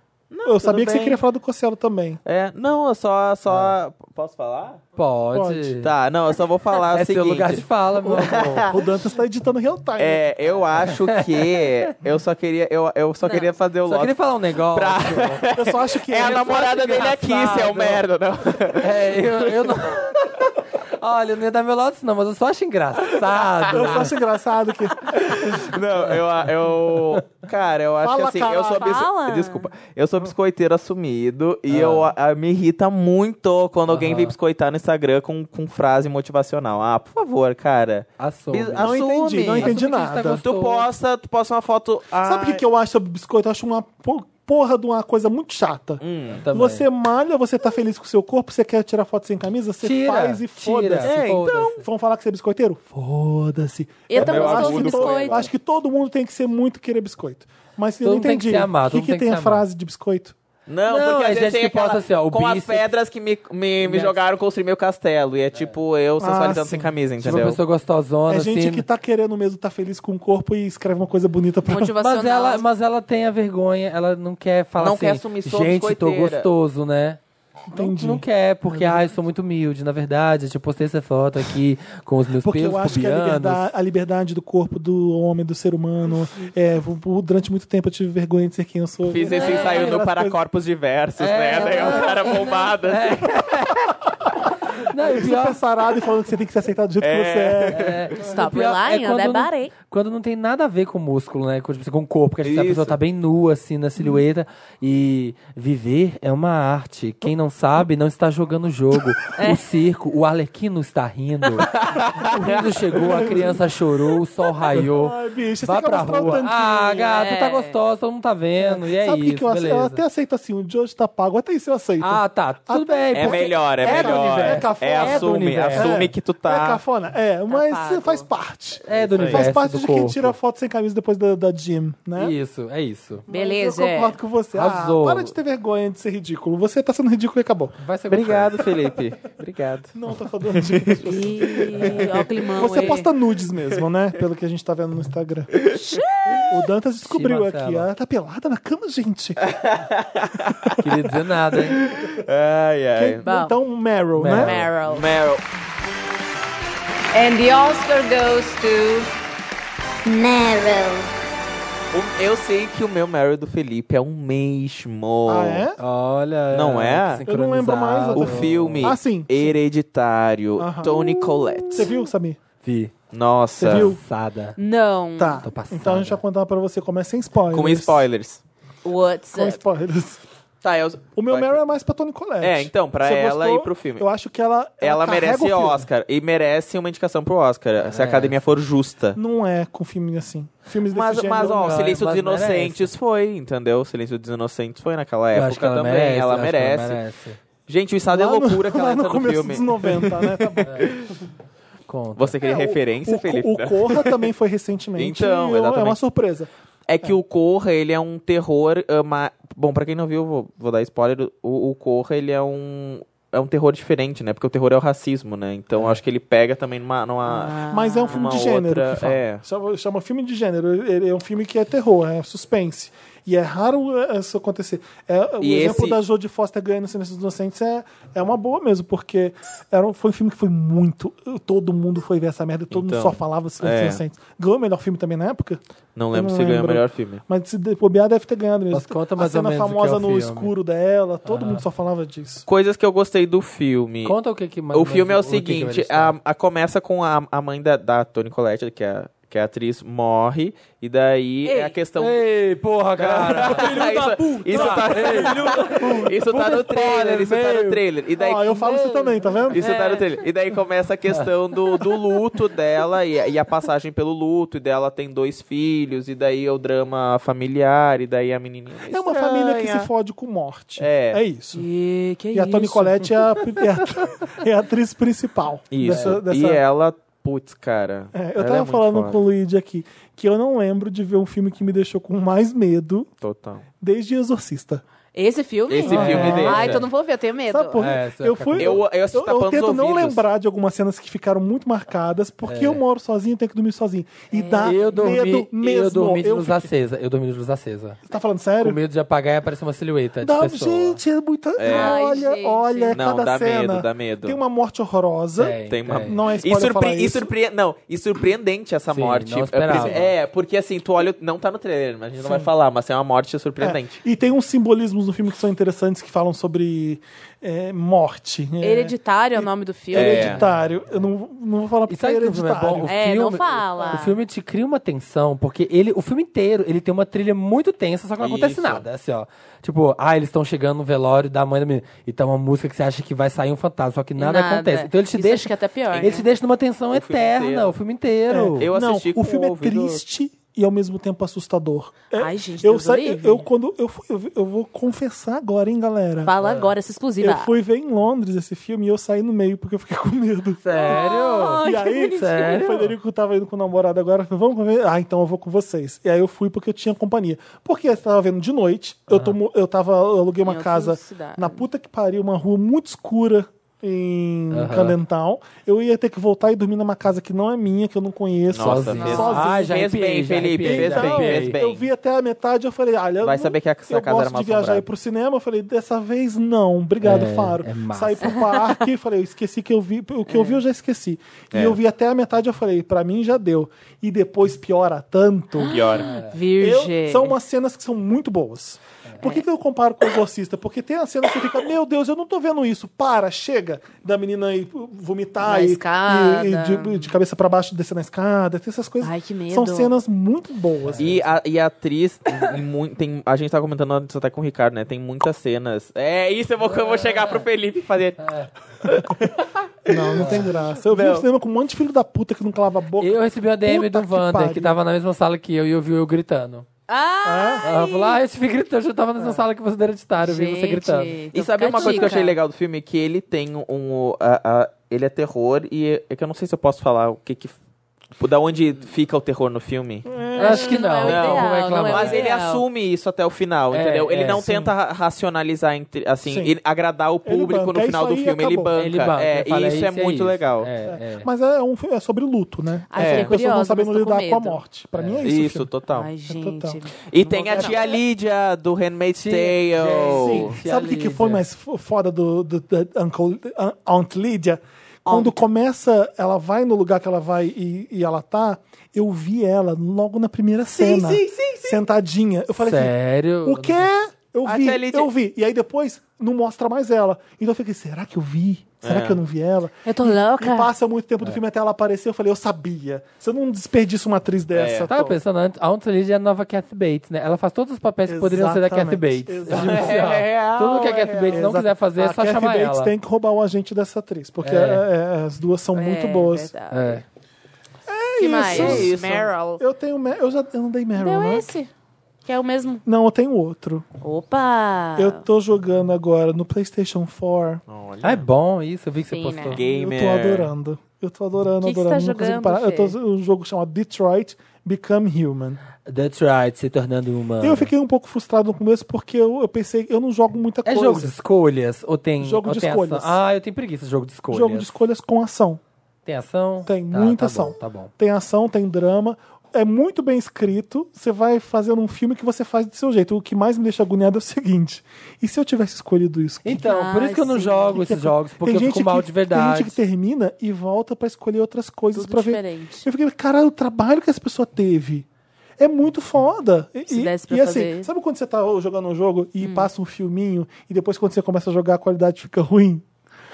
Speaker 3: Eu sabia que você
Speaker 5: bem.
Speaker 3: queria falar do Cosselo também.
Speaker 5: é, não, eu só, só... Posso falar?
Speaker 4: Pode.
Speaker 3: Pode.
Speaker 5: Tá, não, eu só vou falar
Speaker 4: É
Speaker 5: o seguinte.
Speaker 4: seu lugar de fala, meu amor.
Speaker 3: O Dantas tá editando real time.
Speaker 5: É, eu acho que... eu só queria, eu, eu só queria fazer o
Speaker 4: Só
Speaker 5: Lotus.
Speaker 4: queria falar um negócio.
Speaker 3: Eu só acho que
Speaker 5: É a
Speaker 3: ele-
Speaker 5: namorada dele aqui, seu
Speaker 4: engraçado.
Speaker 5: merda, não.
Speaker 4: É, eu, eu não. Olha, eu não ia dar meu Lotus, não, mas eu só acho engraçado.
Speaker 3: Eu só acho engraçado que.
Speaker 5: Não, eu, eu. Cara, eu acho
Speaker 3: Fala,
Speaker 5: que assim. eu sou bis-
Speaker 2: Fala.
Speaker 5: Desculpa. Eu sou biscoiteiro assumido e eu, a- me irrita muito quando alguém vem biscoitar no Instagram com, com frase motivacional. Ah, por favor, cara.
Speaker 4: Assume.
Speaker 5: Bis-
Speaker 3: Não entendi, não entendi
Speaker 4: Assume que a gente tá
Speaker 3: nada.
Speaker 4: gostoso.
Speaker 5: Tu posta, tu posta uma foto.
Speaker 3: Sabe o que, que eu acho sobre biscoito? Eu acho uma po- porra de uma coisa muito chata.
Speaker 2: Hum,
Speaker 4: Também.
Speaker 3: Você malha, você tá feliz com o seu corpo, você quer tirar foto sem camisa, você
Speaker 4: Tira,
Speaker 3: faz e
Speaker 4: tira,
Speaker 3: foda-se.
Speaker 4: se
Speaker 5: É, então.
Speaker 4: foda-se.
Speaker 3: Vão falar que você é biscoiteiro? Foda-se. Então,
Speaker 2: Eu também
Speaker 5: meu
Speaker 2: sou
Speaker 5: agudo
Speaker 2: de
Speaker 5: foi-
Speaker 2: biscoito.
Speaker 3: Acho que todo mundo tem que ser muito querer biscoito. Mas eu
Speaker 4: Todo
Speaker 3: não
Speaker 4: mundo tem que
Speaker 3: entendi.
Speaker 4: ser amado,
Speaker 3: O
Speaker 4: todo mundo
Speaker 3: que, que
Speaker 4: tem que
Speaker 3: tem
Speaker 4: ser
Speaker 3: a frase de biscoito?
Speaker 5: Não,
Speaker 4: Não,
Speaker 5: porque
Speaker 4: é
Speaker 5: às vezes
Speaker 4: gente
Speaker 5: tem
Speaker 4: que posta
Speaker 5: aquela-
Speaker 4: assim, ó, o
Speaker 5: Com as
Speaker 4: bíceps.
Speaker 5: pedras que me, me, me
Speaker 4: Yes.
Speaker 5: jogaram construir meu castelo. E é tipo eu sensualizando
Speaker 3: sim.
Speaker 5: sem camisa,
Speaker 4: Tipo, uma
Speaker 5: entendeu?
Speaker 4: pessoa gostosona,
Speaker 3: é gente
Speaker 4: assim.
Speaker 3: que tá querendo mesmo, tá feliz com o corpo e escreve uma coisa bonita pra
Speaker 2: Motivacional.
Speaker 4: Mas ela, mas ela tem a vergonha, ela não quer falar
Speaker 5: Não
Speaker 4: assim.
Speaker 5: quer assumir, sou
Speaker 4: gente, tô
Speaker 5: biscoiteira."
Speaker 4: gostoso, né?
Speaker 3: Entendi.
Speaker 4: Não quer, porque, ah, eu sou muito humilde, na verdade. Eu te postei essa foto aqui com os meus
Speaker 3: Porque
Speaker 4: pelos
Speaker 3: eu acho que a
Speaker 4: pubianos.
Speaker 3: liberdade, a liberdade do corpo do homem, do ser humano, é, vo- vo- durante muito tempo eu tive vergonha de ser quem eu sou.
Speaker 5: Fiz esse
Speaker 3: é
Speaker 5: ensaio no Paracorpos Diversos, né? Daí o cara bombado. assim.
Speaker 4: Não, e o pior,
Speaker 3: Super sarado e falando que você tem que ser aceitado do jeito que você é.
Speaker 4: é,
Speaker 2: Stop
Speaker 4: o pior é
Speaker 2: relying on
Speaker 4: quando
Speaker 2: that
Speaker 4: não-
Speaker 2: body.
Speaker 4: Quando não tem nada a ver com músculo, né? Com, tipo, com o corpo, que a, gente, a
Speaker 5: Isso.
Speaker 4: pessoa tá bem nua, assim, na silhueta. E viver é uma arte. Quem não sabe, não está jogando o jogo. O circo, o Arlequino está rindo. o riso chegou, a criança chorou, o sol raiou.
Speaker 3: Ai, bicho,
Speaker 4: Vá
Speaker 3: você quer
Speaker 4: pra
Speaker 3: mostrar o
Speaker 4: rua.
Speaker 3: tanquinho.
Speaker 4: Ah, gata,
Speaker 2: É.
Speaker 4: tá gostosa, todo mundo tá vendo. E é
Speaker 3: Sabe o
Speaker 4: isso,
Speaker 3: que, que eu aceito? Eu
Speaker 4: beleza.
Speaker 3: até aceito assim, o de hoje tá pago, até isso eu aceito.
Speaker 4: Ah, tá. Tudo bem.
Speaker 5: É
Speaker 4: porque-
Speaker 5: melhor, é,
Speaker 4: é do
Speaker 5: melhor.
Speaker 4: universo, é
Speaker 5: É,
Speaker 4: cafona, é do
Speaker 5: assume,
Speaker 4: universo.
Speaker 5: assume que tu
Speaker 3: É
Speaker 5: tá.
Speaker 3: cafona? É, mas
Speaker 2: pago.
Speaker 3: faz parte.
Speaker 4: É do universo.
Speaker 3: Faz parte
Speaker 4: do
Speaker 3: de quem
Speaker 4: corpo.
Speaker 3: tira foto sem camisa depois da, da gym, né?
Speaker 4: Isso, é isso.
Speaker 3: Mas
Speaker 2: Beleza. é.
Speaker 3: Eu concordo com você. Ah,
Speaker 4: Arrasou.
Speaker 3: para de ter vergonha de ser ridículo. Você tá sendo ridículo e acabou.
Speaker 4: Vai ser
Speaker 5: Obrigado, Felipe. Obrigado.
Speaker 3: Não, tô falando de
Speaker 2: Ih, ó o climão,
Speaker 3: Você
Speaker 2: hein?
Speaker 3: posta nudes mesmo, né? Pelo que a gente tá vendo no Instagram. o Dantas descobriu
Speaker 4: Sim, Marcela.
Speaker 3: aqui. Ela tá pelada na cama, gente.
Speaker 4: Não queria dizer nada, hein?
Speaker 5: Ai, ai.
Speaker 2: Bom.
Speaker 3: Então,
Speaker 4: Meryl.
Speaker 3: Meryl, né?
Speaker 2: Meryl.
Speaker 5: É. Meryl.
Speaker 7: And the Oscar goes to
Speaker 8: Meryl.
Speaker 5: O- Eu sei que o meu Meryl do Felipe é um mesmo.
Speaker 3: Ah, é?
Speaker 4: Olha.
Speaker 5: Não é?
Speaker 4: que
Speaker 3: Eu não lembro mais,
Speaker 4: sincronizado.
Speaker 5: O
Speaker 3: Não.
Speaker 5: filme
Speaker 3: Ah, sim.
Speaker 5: Hereditário,
Speaker 3: Aham.
Speaker 5: Tony
Speaker 3: Você
Speaker 5: Collette.
Speaker 3: viu, Samir?
Speaker 4: Vi.
Speaker 5: Nossa.
Speaker 3: Você viu?
Speaker 4: Passada.
Speaker 2: Não.
Speaker 3: Tá.
Speaker 4: Tô passada.
Speaker 3: Então a gente vai contar pra você como é sem spoilers.
Speaker 5: Com spoilers.
Speaker 2: What's
Speaker 3: Com
Speaker 2: up?
Speaker 3: spoilers.
Speaker 5: Tá, eu...
Speaker 3: O meu
Speaker 5: Vai.
Speaker 3: Meryl é mais pra Tony Collette.
Speaker 5: É, então, pra
Speaker 3: Você
Speaker 5: ela
Speaker 3: gostou?
Speaker 5: e pro filme.
Speaker 3: Eu acho que ela.
Speaker 5: Ela
Speaker 3: carrega o
Speaker 5: merece
Speaker 3: filme.
Speaker 5: Oscar. E merece uma indicação pro Oscar. se
Speaker 4: É.
Speaker 5: a academia for justa.
Speaker 3: Não é com filme assim. Filmes desse
Speaker 5: Mas,
Speaker 3: gênero.
Speaker 5: mas ó,
Speaker 4: não,
Speaker 5: Silêncio
Speaker 4: mas
Speaker 5: dos Inocentes
Speaker 4: merece.
Speaker 5: foi, entendeu? Silêncio dos Inocentes foi naquela
Speaker 4: Eu
Speaker 5: época
Speaker 4: acho que ela
Speaker 5: também.
Speaker 4: merece.
Speaker 5: ela,
Speaker 4: eu acho que
Speaker 5: merece. Gente, o estado é
Speaker 3: Lá no-
Speaker 5: loucura que ela
Speaker 3: lá
Speaker 5: entra
Speaker 3: no
Speaker 5: no
Speaker 3: começo
Speaker 5: filme.
Speaker 3: dos 90, né? Tá bom.
Speaker 4: Conta.
Speaker 5: Você queria
Speaker 3: É, o-
Speaker 5: referência,
Speaker 3: o,
Speaker 5: Felipe?
Speaker 3: O Corra também foi recentemente.
Speaker 5: Então,
Speaker 3: e é uma
Speaker 5: exatamente.
Speaker 3: surpresa.
Speaker 5: É que o Corra, ele é um terror. ah, ma- Bom, pra quem não viu, vou, vou dar spoiler. O, o Corra, ele é um. É um terror diferente, né? Porque o terror é o racismo, né? Então acho que ele pega também numa. numa...
Speaker 3: É. Mas é um filme
Speaker 5: uma
Speaker 3: de gênero.
Speaker 5: outra-
Speaker 3: que fala.
Speaker 5: é.
Speaker 3: Chama, chama um filme de gênero. Ele é um filme que é terror, é suspense. E é raro é, isso acontecer. É, o
Speaker 5: E
Speaker 3: exemplo
Speaker 5: esse-
Speaker 3: da Jodie Foster ganhando Silêncio dos Inocentes é, é uma boa mesmo, porque era um, foi um filme que foi muito. Todo mundo foi ver essa merda, todo mundo
Speaker 5: Então,
Speaker 3: só falava Silêncio
Speaker 5: é.
Speaker 3: dos Inocentes. Ganhou o melhor filme também na época?
Speaker 5: Não
Speaker 3: Eu
Speaker 5: lembro se ganhou o
Speaker 3: lembro.
Speaker 5: melhor filme.
Speaker 3: Mas se de- bobear deve ter ganhado mesmo.
Speaker 4: Mas conta
Speaker 3: a
Speaker 4: mais ou
Speaker 3: cena
Speaker 4: menos o que é o
Speaker 3: famosa no
Speaker 4: filme. Ah.
Speaker 3: escuro dela, todo mundo só falava disso.
Speaker 5: Coisas que eu gostei do filme.
Speaker 4: Conta o que que mais
Speaker 5: O
Speaker 4: ou menos
Speaker 5: filme é o
Speaker 4: que que vai
Speaker 5: seguinte:
Speaker 4: listar.
Speaker 5: a, a começa com a, a mãe da, da Toni Collette, que é, a- que é a atriz, morre, e daí é a questão.
Speaker 4: Ei, porra, cara!
Speaker 5: isso, isso tá, isso tá no trailer, isso tá no trailer. E daí,
Speaker 3: Ó, eu falo isso também, tá vendo?
Speaker 5: isso
Speaker 4: É.
Speaker 5: tá no trailer. E daí começa a questão do, do luto dela e, e a passagem pelo luto. E dela tem dois filhos, e daí é o drama familiar, e daí a menininha.
Speaker 3: É uma família que se
Speaker 5: estranha.
Speaker 3: fode com morte.
Speaker 5: É.
Speaker 3: É isso.
Speaker 4: E, que
Speaker 3: E a Toni
Speaker 4: isso?
Speaker 3: Collette é a, é a- é a atriz principal.
Speaker 5: Isso.
Speaker 3: Dessa, dessa-
Speaker 5: E ela, putz, cara.
Speaker 3: É, eu
Speaker 5: ela
Speaker 3: tava
Speaker 5: é muito
Speaker 3: falando
Speaker 5: foda.
Speaker 3: com o Luigi aqui que eu não lembro de ver um filme que me deixou com mais medo
Speaker 5: Total.
Speaker 3: desde Exorcista.
Speaker 2: Esse filme?
Speaker 5: Esse filme é.
Speaker 2: dele.
Speaker 5: deixa.
Speaker 2: Ai, então não vou ver, eu tenho medo.
Speaker 3: Sabe por quê?
Speaker 4: É, você vai
Speaker 3: eu
Speaker 4: ficar
Speaker 3: fui.
Speaker 5: com- Eu- eu assisto tapando os
Speaker 3: tento não
Speaker 5: ouvidos. É.
Speaker 3: lembrar de algumas cenas que ficaram muito marcadas, porque eu moro sozinho e tenho que dormir sozinho. E
Speaker 2: É.
Speaker 3: dá
Speaker 4: Eu dormi,
Speaker 3: medo mesmo.
Speaker 4: eu dormi de
Speaker 3: Eu
Speaker 4: luz
Speaker 3: fiquei-
Speaker 4: acesa. Eu dormi de luz acesa.
Speaker 3: Tá falando
Speaker 4: Com
Speaker 3: sério?
Speaker 4: medo de apagar e aparecer uma silhueta de
Speaker 3: Dá,
Speaker 4: pessoa.
Speaker 3: gente, é muita.
Speaker 2: Ai,
Speaker 3: Olha,
Speaker 2: gente.
Speaker 3: olha,
Speaker 5: Não,
Speaker 3: cada
Speaker 5: dá
Speaker 3: cena.
Speaker 5: medo, dá medo.
Speaker 3: Tem uma morte horrorosa.
Speaker 4: Tem,
Speaker 5: Tem uma...
Speaker 4: tem.
Speaker 3: Não é
Speaker 5: e,
Speaker 3: spoiler
Speaker 5: surpre-
Speaker 3: falar
Speaker 5: e
Speaker 3: isso.
Speaker 5: surpre- não, e surpreendente essa
Speaker 4: Sim,
Speaker 5: morte.
Speaker 4: não
Speaker 5: É,
Speaker 4: esperava.
Speaker 5: É, porque assim, tu olha. Não tá no trailer, mas a gente não vai falar, mas é uma morte surpreendente.
Speaker 3: É, E tem uns simbolismos no filme que são interessantes que falam sobre é, morte. é,
Speaker 2: Hereditário é o nome do filme.
Speaker 3: Hereditário. Eu não, não vou falar
Speaker 4: E
Speaker 3: porque é
Speaker 4: sabe que o filme é bom?
Speaker 3: hereditário.
Speaker 4: O
Speaker 2: É, não
Speaker 4: filme-
Speaker 2: fala.
Speaker 4: O filme te cria uma tensão, porque ele, o filme inteiro, ele tem uma trilha muito tensa, só que não acontece
Speaker 5: Isso.
Speaker 4: nada, assim, ó. Tipo, ah, eles estão chegando no velório da mãe da menina, e tá uma música que você acha que vai sair um fantasma, só que nada,
Speaker 2: Nada.
Speaker 4: acontece. Então ele te
Speaker 2: Isso
Speaker 4: deixa...
Speaker 2: acho que é até pior,
Speaker 4: Ele
Speaker 2: né?
Speaker 4: te deixa numa tensão
Speaker 5: filme
Speaker 4: eterna,
Speaker 5: inteiro.
Speaker 4: o filme inteiro.
Speaker 5: Eu
Speaker 3: não,
Speaker 5: assisti
Speaker 3: o
Speaker 5: com
Speaker 3: filme
Speaker 5: o
Speaker 3: é
Speaker 5: ouvido-
Speaker 3: triste e ao mesmo tempo assustador. É,
Speaker 2: Ai, gente,
Speaker 3: eu
Speaker 2: Deus
Speaker 3: sa-
Speaker 2: o livre.
Speaker 3: eu quando eu fui, eu, vi- eu vou confessar agora, hein, galera.
Speaker 2: Fala agora, essa exclusiva.
Speaker 3: Eu fui ver em Londres esse filme e eu saí no meio porque eu fiquei com medo.
Speaker 4: Sério?
Speaker 3: e aí,
Speaker 4: Sério?
Speaker 3: o Federico tava indo com o namorado agora, falou, vamos comer? Ah, então eu vou com vocês. E aí eu fui porque eu tinha companhia. Porque eu tava vendo de noite, eu, tomo, eu tava, eu aluguei uma
Speaker 2: Ah. outra
Speaker 3: casa
Speaker 2: cidade.
Speaker 3: na puta que pariu, uma rua muito escura em Candental. Eu ia ter que voltar e dormir numa casa que não é minha, que eu não conheço.
Speaker 5: Nossa,
Speaker 3: sozinho.
Speaker 5: fez-
Speaker 3: sozinho.
Speaker 4: Ah, já
Speaker 5: Fez bem,
Speaker 4: arrepiei, já
Speaker 5: Felipe,
Speaker 4: arrepiei,
Speaker 5: fez
Speaker 4: já
Speaker 5: bem,
Speaker 4: arrepiei.
Speaker 5: fez bem.
Speaker 3: Eu vi até a metade, eu falei, olha, eu
Speaker 5: Vai
Speaker 3: não-
Speaker 5: saber que essa
Speaker 3: eu
Speaker 5: casa era
Speaker 3: gosto de
Speaker 5: mal
Speaker 3: viajar e
Speaker 5: assombrada.
Speaker 3: ir pro cinema, eu falei, dessa vez não, obrigado,
Speaker 4: É,
Speaker 3: Faro.
Speaker 4: é massa.
Speaker 3: Saí pro parque, falei, eu esqueci que eu vi, o
Speaker 5: É.
Speaker 3: que eu vi eu já esqueci. E eu vi até a metade, eu falei, pra mim já deu. E depois piora tanto.
Speaker 5: Pior.
Speaker 4: É.
Speaker 3: Eu-
Speaker 2: Virgem.
Speaker 3: são umas cenas que são muito boas. Por que,
Speaker 5: É.
Speaker 3: que eu comparo com o Exorcista? Porque tem a cena que você fica, meu Deus, eu não tô vendo isso. Para, chega. Da menina ir
Speaker 2: Na
Speaker 3: vomitar e,
Speaker 2: escada.
Speaker 3: e- e de, de cabeça pra baixo descer na escada. Tem essas coisas.
Speaker 2: Ai, que medo.
Speaker 3: São cenas muito boas.
Speaker 5: E a, e a atriz, tem mui- tem, a gente tá comentando antes até com o Ricardo, né? Tem muitas cenas. É isso, eu vou, eu vou chegar pro Felipe fazer.
Speaker 4: É,
Speaker 3: Não, não tem graça. Eu vi o cinema com um monte de filho da puta que não calava a boca.
Speaker 4: Oh, Eu recebi uma DM
Speaker 3: Puta
Speaker 4: do
Speaker 3: que
Speaker 4: Wander, que,
Speaker 3: pariu.
Speaker 4: tava na mesma sala que eu, e ouviu eu gritando.
Speaker 2: Ah!
Speaker 4: Ela falou, ah, eu te vi gritando, eu tava na mesma sala que você do hereditário, eu vi você
Speaker 2: Gente,
Speaker 4: gritando.
Speaker 5: E
Speaker 2: então
Speaker 5: sabe
Speaker 2: fica a
Speaker 5: uma coisa que eu achei
Speaker 2: dica.
Speaker 5: legal do filme? Que ele tem um. um, a- a- ele é terror e é que eu não sei se eu posso falar o que que. Da onde fica o terror no filme.
Speaker 4: Acho que não,
Speaker 2: não é o
Speaker 4: não,
Speaker 2: ideal,
Speaker 4: vou
Speaker 2: não é o
Speaker 4: reclamar.
Speaker 2: ideal.
Speaker 5: Mas ele assume isso até o final,
Speaker 4: É,
Speaker 5: entendeu? Ele
Speaker 4: é,
Speaker 5: não
Speaker 4: sim.
Speaker 5: tenta ra- racionalizar, entre- assim,
Speaker 3: Sim.
Speaker 5: e agradar o
Speaker 3: Ele
Speaker 5: público
Speaker 3: banca, é
Speaker 5: no final
Speaker 3: isso
Speaker 5: do
Speaker 3: aí
Speaker 5: filme. Ele
Speaker 3: acabou.
Speaker 5: banca.
Speaker 4: Ele banca,
Speaker 5: é,
Speaker 4: eu falei,
Speaker 5: e isso é muito legal.
Speaker 4: É, é.
Speaker 3: Mas é, um, fi- é sobre luto, né?
Speaker 2: Ai, fiquei
Speaker 3: As pessoas não
Speaker 2: curiosa,
Speaker 3: sabendo
Speaker 2: mas tô com
Speaker 3: lidar com a
Speaker 2: medo.
Speaker 3: morte. Pra mim é isso.
Speaker 5: Isso,
Speaker 3: o filme.
Speaker 5: total.
Speaker 2: Ai, gente.
Speaker 3: total.
Speaker 5: E
Speaker 2: não
Speaker 5: tem
Speaker 2: vou
Speaker 5: a
Speaker 2: ver,
Speaker 5: tia Lídia do Handmaid's Tale.
Speaker 4: Sim. Tia
Speaker 3: Sabe o que, que foi
Speaker 4: Lídia.
Speaker 3: mais fo- foda do, do, da Uncle- Un- Aunt Lydia? Quando começa, ela vai no lugar que ela vai e, e ela tá, eu vi ela logo na primeira cena.
Speaker 5: sim, sim, sim.
Speaker 3: Sentadinha. Eu falei assim,
Speaker 4: Sério?
Speaker 3: o quê? Eu
Speaker 5: A
Speaker 3: vi,
Speaker 5: Ah, Tia Lídia-
Speaker 3: eu vi. E aí depois não mostra mais ela. Então eu fiquei, será que eu vi? Será
Speaker 5: É.
Speaker 3: que eu não vi ela?
Speaker 2: Eu tô louca.
Speaker 3: E passa muito tempo do filme até ela aparecer, eu falei, eu sabia. Você não desperdiça uma atriz dessa.
Speaker 4: Eu tava
Speaker 3: Tom.
Speaker 4: pensando antes, a Aunt Lydia é a nova Kathy Bates, né? Ela faz todos os papéis que poderiam ser da Kathy
Speaker 3: Exatamente.
Speaker 4: Bates.
Speaker 3: Exato.
Speaker 4: Tipo assim, ó, Tudo que a Kathy Bates não
Speaker 3: Exato.
Speaker 4: quiser fazer, é
Speaker 3: a
Speaker 4: só
Speaker 3: Kathy
Speaker 4: chamar
Speaker 3: Bates
Speaker 4: ela.
Speaker 3: tem que roubar o agente dessa atriz, porque
Speaker 4: É.
Speaker 3: é, é, as duas são muito boas.
Speaker 2: verdade.
Speaker 4: É.
Speaker 2: que mais?
Speaker 5: É isso.
Speaker 2: Meryl.
Speaker 3: Eu tenho Ma- eu já eu não dei Meryl,
Speaker 2: Deu
Speaker 3: né?
Speaker 2: esse. Que é o mesmo.
Speaker 3: Não, eu tenho outro.
Speaker 2: Opa!
Speaker 3: Eu tô jogando agora no PlayStation 4.
Speaker 4: Ah, é bom isso, eu vi que você
Speaker 2: Sim,
Speaker 4: postou.
Speaker 2: né?
Speaker 5: Gamer.
Speaker 3: Eu tô adorando. Eu tô adorando,
Speaker 2: Que que
Speaker 3: adorando.
Speaker 2: você tá
Speaker 3: não consigo
Speaker 2: jogando,
Speaker 3: parar. Eu tô
Speaker 2: Fê?
Speaker 3: um jogo chamado Detroit Become Human.
Speaker 4: That's right, se tornando uma.
Speaker 3: Eu fiquei um pouco frustrado no começo porque eu, eu pensei, eu não jogo muita
Speaker 4: É
Speaker 3: coisa.
Speaker 4: jogo de escolhas ou tem.
Speaker 3: Jogo
Speaker 4: ou
Speaker 3: de
Speaker 4: tem
Speaker 3: escolhas.
Speaker 4: ação? Ah, eu tenho preguiça de jogo de escolhas.
Speaker 3: Jogo de escolhas com ação.
Speaker 4: Tem ação?
Speaker 3: Tem
Speaker 4: Tá,
Speaker 3: muita
Speaker 4: tá
Speaker 3: ação.
Speaker 4: Bom, tá bom.
Speaker 3: Tem ação, tem drama. É muito bem escrito. Você vai fazendo um filme que você faz do seu jeito. O que mais me deixa agoniado é o seguinte: e se eu tivesse escolhido isso? Que-
Speaker 4: Então, por
Speaker 2: Ah,
Speaker 4: isso que eu não
Speaker 2: sim.
Speaker 4: jogo
Speaker 3: que-
Speaker 4: esses jogos, porque eu
Speaker 3: gente
Speaker 4: fico mal
Speaker 3: que-
Speaker 4: de verdade.
Speaker 3: Tem gente que termina e volta pra escolher outras coisas
Speaker 2: Tudo
Speaker 3: pra ver.
Speaker 2: diferente.
Speaker 3: Eu fiquei, caralho, o trabalho que essa pessoa teve. É muito foda. E,
Speaker 2: Se
Speaker 3: e-
Speaker 2: desse pra
Speaker 3: e assim,
Speaker 2: fazer. Hum.
Speaker 3: sabe quando você tá jogando um jogo e passa um filminho e depois quando você começa a jogar a qualidade fica ruim?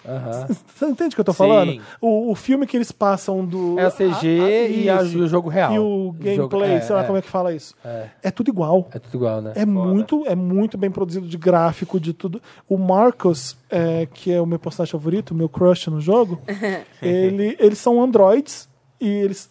Speaker 4: Aham.
Speaker 3: Você entende o que eu tô
Speaker 4: Sim.
Speaker 3: falando? O, o filme que eles passam do.
Speaker 4: É o CG e a-
Speaker 3: Ah, isso.
Speaker 4: e o jogo real.
Speaker 3: E o
Speaker 4: O
Speaker 3: gameplay,
Speaker 4: jogo- é,
Speaker 3: sei lá
Speaker 4: é.
Speaker 3: como é que fala isso.
Speaker 4: É.
Speaker 3: É, tudo igual.
Speaker 4: É tudo igual, né?
Speaker 3: É muito, é muito bem produzido de gráfico, de tudo. O Marcos, é, que é o meu personagem favorito, meu crush no jogo, ele, eles são androids. E eles.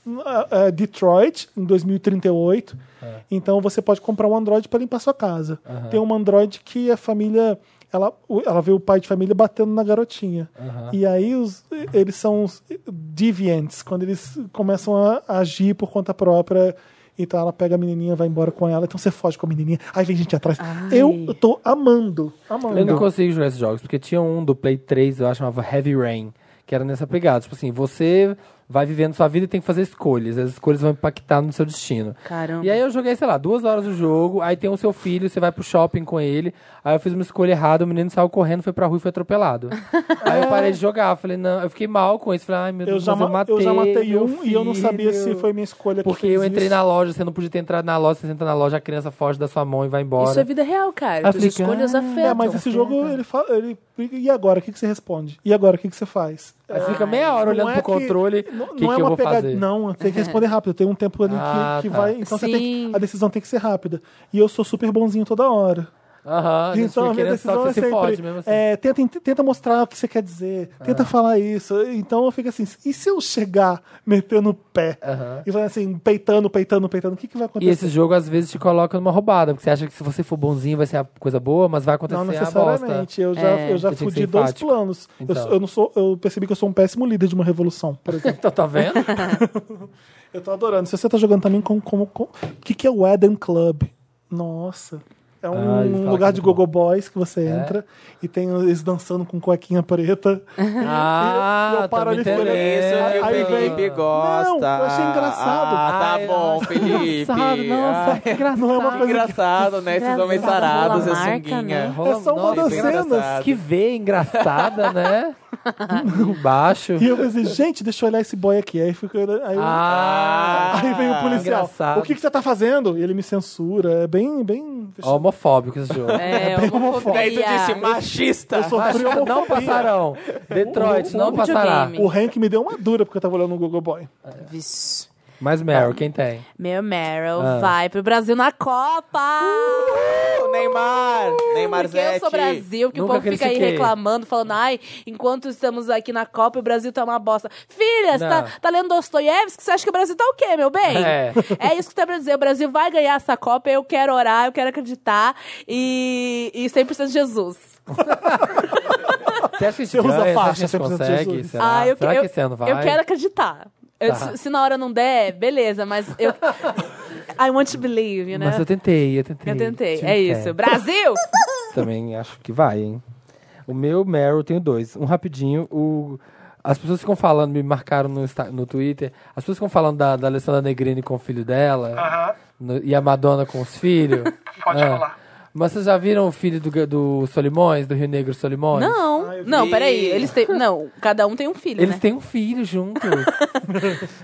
Speaker 3: é, é, Detroit, em 2038.
Speaker 4: É.
Speaker 3: Então você pode comprar um Android para limpar sua casa. Tem um Android que a família. Ela, o- ela vê o pai de família batendo na garotinha. E aí os- eles são os deviants, quando eles começam a agir por conta própria. Então ela pega a menininha, vai embora com ela. Então você foge com a menininha. Aí vem gente atrás. Eu tô amando. Amando.
Speaker 4: Eu não consigo jogar esses jogos, porque tinha um do Play 3, eu acho, chamava Heavy Rain, que era nessa pegada. Tipo assim, você vai vivendo sua vida e tem que fazer escolhas. As escolhas vão impactar no seu destino.
Speaker 2: Caramba.
Speaker 3: é
Speaker 4: E aí eu joguei, sei lá, duas horas do jogo, aí tem o seu filho, você vai pro shopping com ele, aí eu fiz uma escolha errada, o menino saiu correndo, foi pra rua e foi atropelado. aí eu parei de jogar, falei, não, eu fiquei mal com isso, falei, ai meu
Speaker 3: Eu
Speaker 4: Deus,
Speaker 3: já,
Speaker 4: mas eu
Speaker 3: ma-
Speaker 4: matei
Speaker 3: eu já matei
Speaker 4: meu
Speaker 3: um e eu não sabia se
Speaker 4: filho.
Speaker 3: foi minha escolha que
Speaker 4: Porque
Speaker 3: fez
Speaker 4: eu entrei
Speaker 3: isso.
Speaker 4: na loja, você não podia ter entrado na loja, você entra na loja, a criança foge da sua mão e vai embora.
Speaker 2: Isso é vida real, cara.
Speaker 4: Ah,
Speaker 2: As
Speaker 4: fica-
Speaker 2: escolhas afetam.
Speaker 3: É, mas esse jogo, ele fala. Ele, e agora? O que, que você responde? E agora? O que, que você faz?
Speaker 4: Aí fica meia hora
Speaker 3: Não
Speaker 4: olhando
Speaker 3: é
Speaker 4: pro
Speaker 3: que-
Speaker 4: controle, o
Speaker 3: não-
Speaker 4: que,
Speaker 3: não é
Speaker 4: que eu
Speaker 3: uma
Speaker 4: vou
Speaker 3: pegada-
Speaker 4: fazer.
Speaker 3: Não, tem que responder rápido. Tem um tempo ali que-
Speaker 4: Ah,
Speaker 3: que,
Speaker 4: tá.
Speaker 3: vai. Então você tem
Speaker 2: Sim.
Speaker 3: que, a decisão tem que ser rápida. E eu sou super bonzinho toda hora.
Speaker 4: Aham,
Speaker 3: Então a minha
Speaker 4: Ah, querendo só
Speaker 3: decisão
Speaker 4: que
Speaker 3: é
Speaker 4: você se
Speaker 3: sempre,
Speaker 4: fode mesmo assim. Ah.
Speaker 3: é, tenta, in- tenta mostrar o que você quer dizer, tenta falar isso. Então eu fico assim, e se eu chegar metendo o pé e falando assim, peitando, peitando, peitando, o que, que vai
Speaker 4: E
Speaker 3: acontecer?
Speaker 4: esse jogo às vezes te coloca numa roubada, porque você acha que se você for bonzinho vai ser a coisa boa, mas vai acontecer
Speaker 3: Não
Speaker 4: a bosta.
Speaker 3: necessariamente. Eu já,
Speaker 4: É,
Speaker 3: eu já
Speaker 4: você tinha que
Speaker 3: fudi
Speaker 4: ser
Speaker 3: dois
Speaker 4: enfático.
Speaker 3: planos. Eu
Speaker 4: Então.
Speaker 3: sou- Eu, não sou, eu percebi que eu sou um péssimo líder de uma revolução, por exemplo.
Speaker 4: Então tá vendo?
Speaker 3: eu tô adorando. Se você tá jogando também com. com, com- O que, que é o Eden Club? Nossa. É
Speaker 4: Ah, ele
Speaker 3: um
Speaker 4: fala
Speaker 3: lugar
Speaker 4: que
Speaker 3: de
Speaker 4: é muito
Speaker 3: gogo boys que você
Speaker 4: É?
Speaker 3: entra e tem eles dançando com cuequinha preta.
Speaker 4: ah,
Speaker 3: eu paro
Speaker 4: tá me
Speaker 3: ali e fico
Speaker 5: Por
Speaker 3: olhando.
Speaker 5: isso que
Speaker 3: Aí
Speaker 5: o Felipe
Speaker 3: vem-
Speaker 5: gosta.
Speaker 3: Não, eu achei engraçado.
Speaker 5: Ah, tá
Speaker 4: Ai,
Speaker 5: bom,
Speaker 4: nossa,
Speaker 5: Felipe.
Speaker 4: engraçado, nossa,
Speaker 5: Ah,
Speaker 4: que engraçado.
Speaker 3: Não é uma
Speaker 5: que
Speaker 3: coisa
Speaker 5: engraçado, né? Esses
Speaker 2: Engraçado.
Speaker 5: homens sarados,
Speaker 2: Rola
Speaker 5: essa
Speaker 2: marca,
Speaker 5: sunguinha.
Speaker 2: né?
Speaker 4: Rola-
Speaker 3: É só uma
Speaker 4: nossa,
Speaker 3: das
Speaker 4: que
Speaker 3: cenas.
Speaker 4: engraçado. Que vê engraçada, né? Embaixo.
Speaker 3: E eu pensei, gente, deixa eu olhar esse boy aqui. Aí, fico, olhando- aí, eu-
Speaker 4: Ah,
Speaker 3: aí vem o policial.
Speaker 4: engraçado.
Speaker 3: O que, que você tá fazendo? E ele me censura. É bem. bem...
Speaker 4: Homofóbico esse jogo.
Speaker 2: É, homofobia.
Speaker 5: Daí tu disse machista.
Speaker 3: Eu sofri
Speaker 4: Acho que não
Speaker 3: homofobia.
Speaker 4: passarão. Detroit, não
Speaker 2: videogame.
Speaker 4: passará.
Speaker 3: O Hank me deu uma dura porque eu tava olhando o Google Boy.
Speaker 2: Vixe.
Speaker 4: Mas Meryl, quem tem?
Speaker 2: Meu Meryl
Speaker 4: Ah.
Speaker 2: vai pro Brasil na Copa!
Speaker 5: Ô, Neymar. Neymar
Speaker 2: Porque eu
Speaker 5: Zete.
Speaker 2: sou Brasil, que o
Speaker 4: Nunca
Speaker 2: povo fica aí
Speaker 4: critiquei.
Speaker 2: reclamando, falando, ai, enquanto estamos aqui na Copa, o Brasil tá uma bosta. Filha, você tá,
Speaker 4: Não.
Speaker 2: tá lendo Dostoiévski? Você acha que o Brasil tá o quê, meu bem?
Speaker 4: É.
Speaker 2: É isso que tem pra dizer. O Brasil vai ganhar essa Copa, eu quero orar, eu quero acreditar. E, e 100% Jesus.
Speaker 4: Você acha que a gente
Speaker 3: Você usa
Speaker 4: ganha?
Speaker 3: faixa,
Speaker 4: Você acha que a gente
Speaker 3: 100%
Speaker 4: consegue?
Speaker 3: Jesus.
Speaker 4: Será,
Speaker 2: Ah, eu,
Speaker 4: Será
Speaker 2: eu,
Speaker 4: que esse ano vai?
Speaker 2: Eu quero acreditar. Eu-
Speaker 4: Tá.
Speaker 2: se, se na hora não der, beleza, mas eu. I want to believe, you know?
Speaker 4: Mas eu tentei, eu tentei.
Speaker 2: né? Eu tentei.
Speaker 4: Tive
Speaker 2: É
Speaker 4: fé.
Speaker 2: isso. Brasil!
Speaker 4: Também acho que vai, hein? O meu Meryl, eu tenho dois. Um rapidinho. O... As pessoas ficam falando, me marcaram no, Insta- no Twitter, as pessoas ficam falando da, da Alessandra Negrini com o filho dela
Speaker 6: Aham.
Speaker 4: no- e a Madonna com os filhos.
Speaker 6: Pode
Speaker 4: Ah.
Speaker 6: falar.
Speaker 4: Mas vocês já viram o filho do, do Solimões, do Rio Negro Solimões?
Speaker 2: Não, não, peraí. Eles têm. Não, cada um tem um filho,
Speaker 4: Eles
Speaker 2: né?
Speaker 4: têm um filho juntos.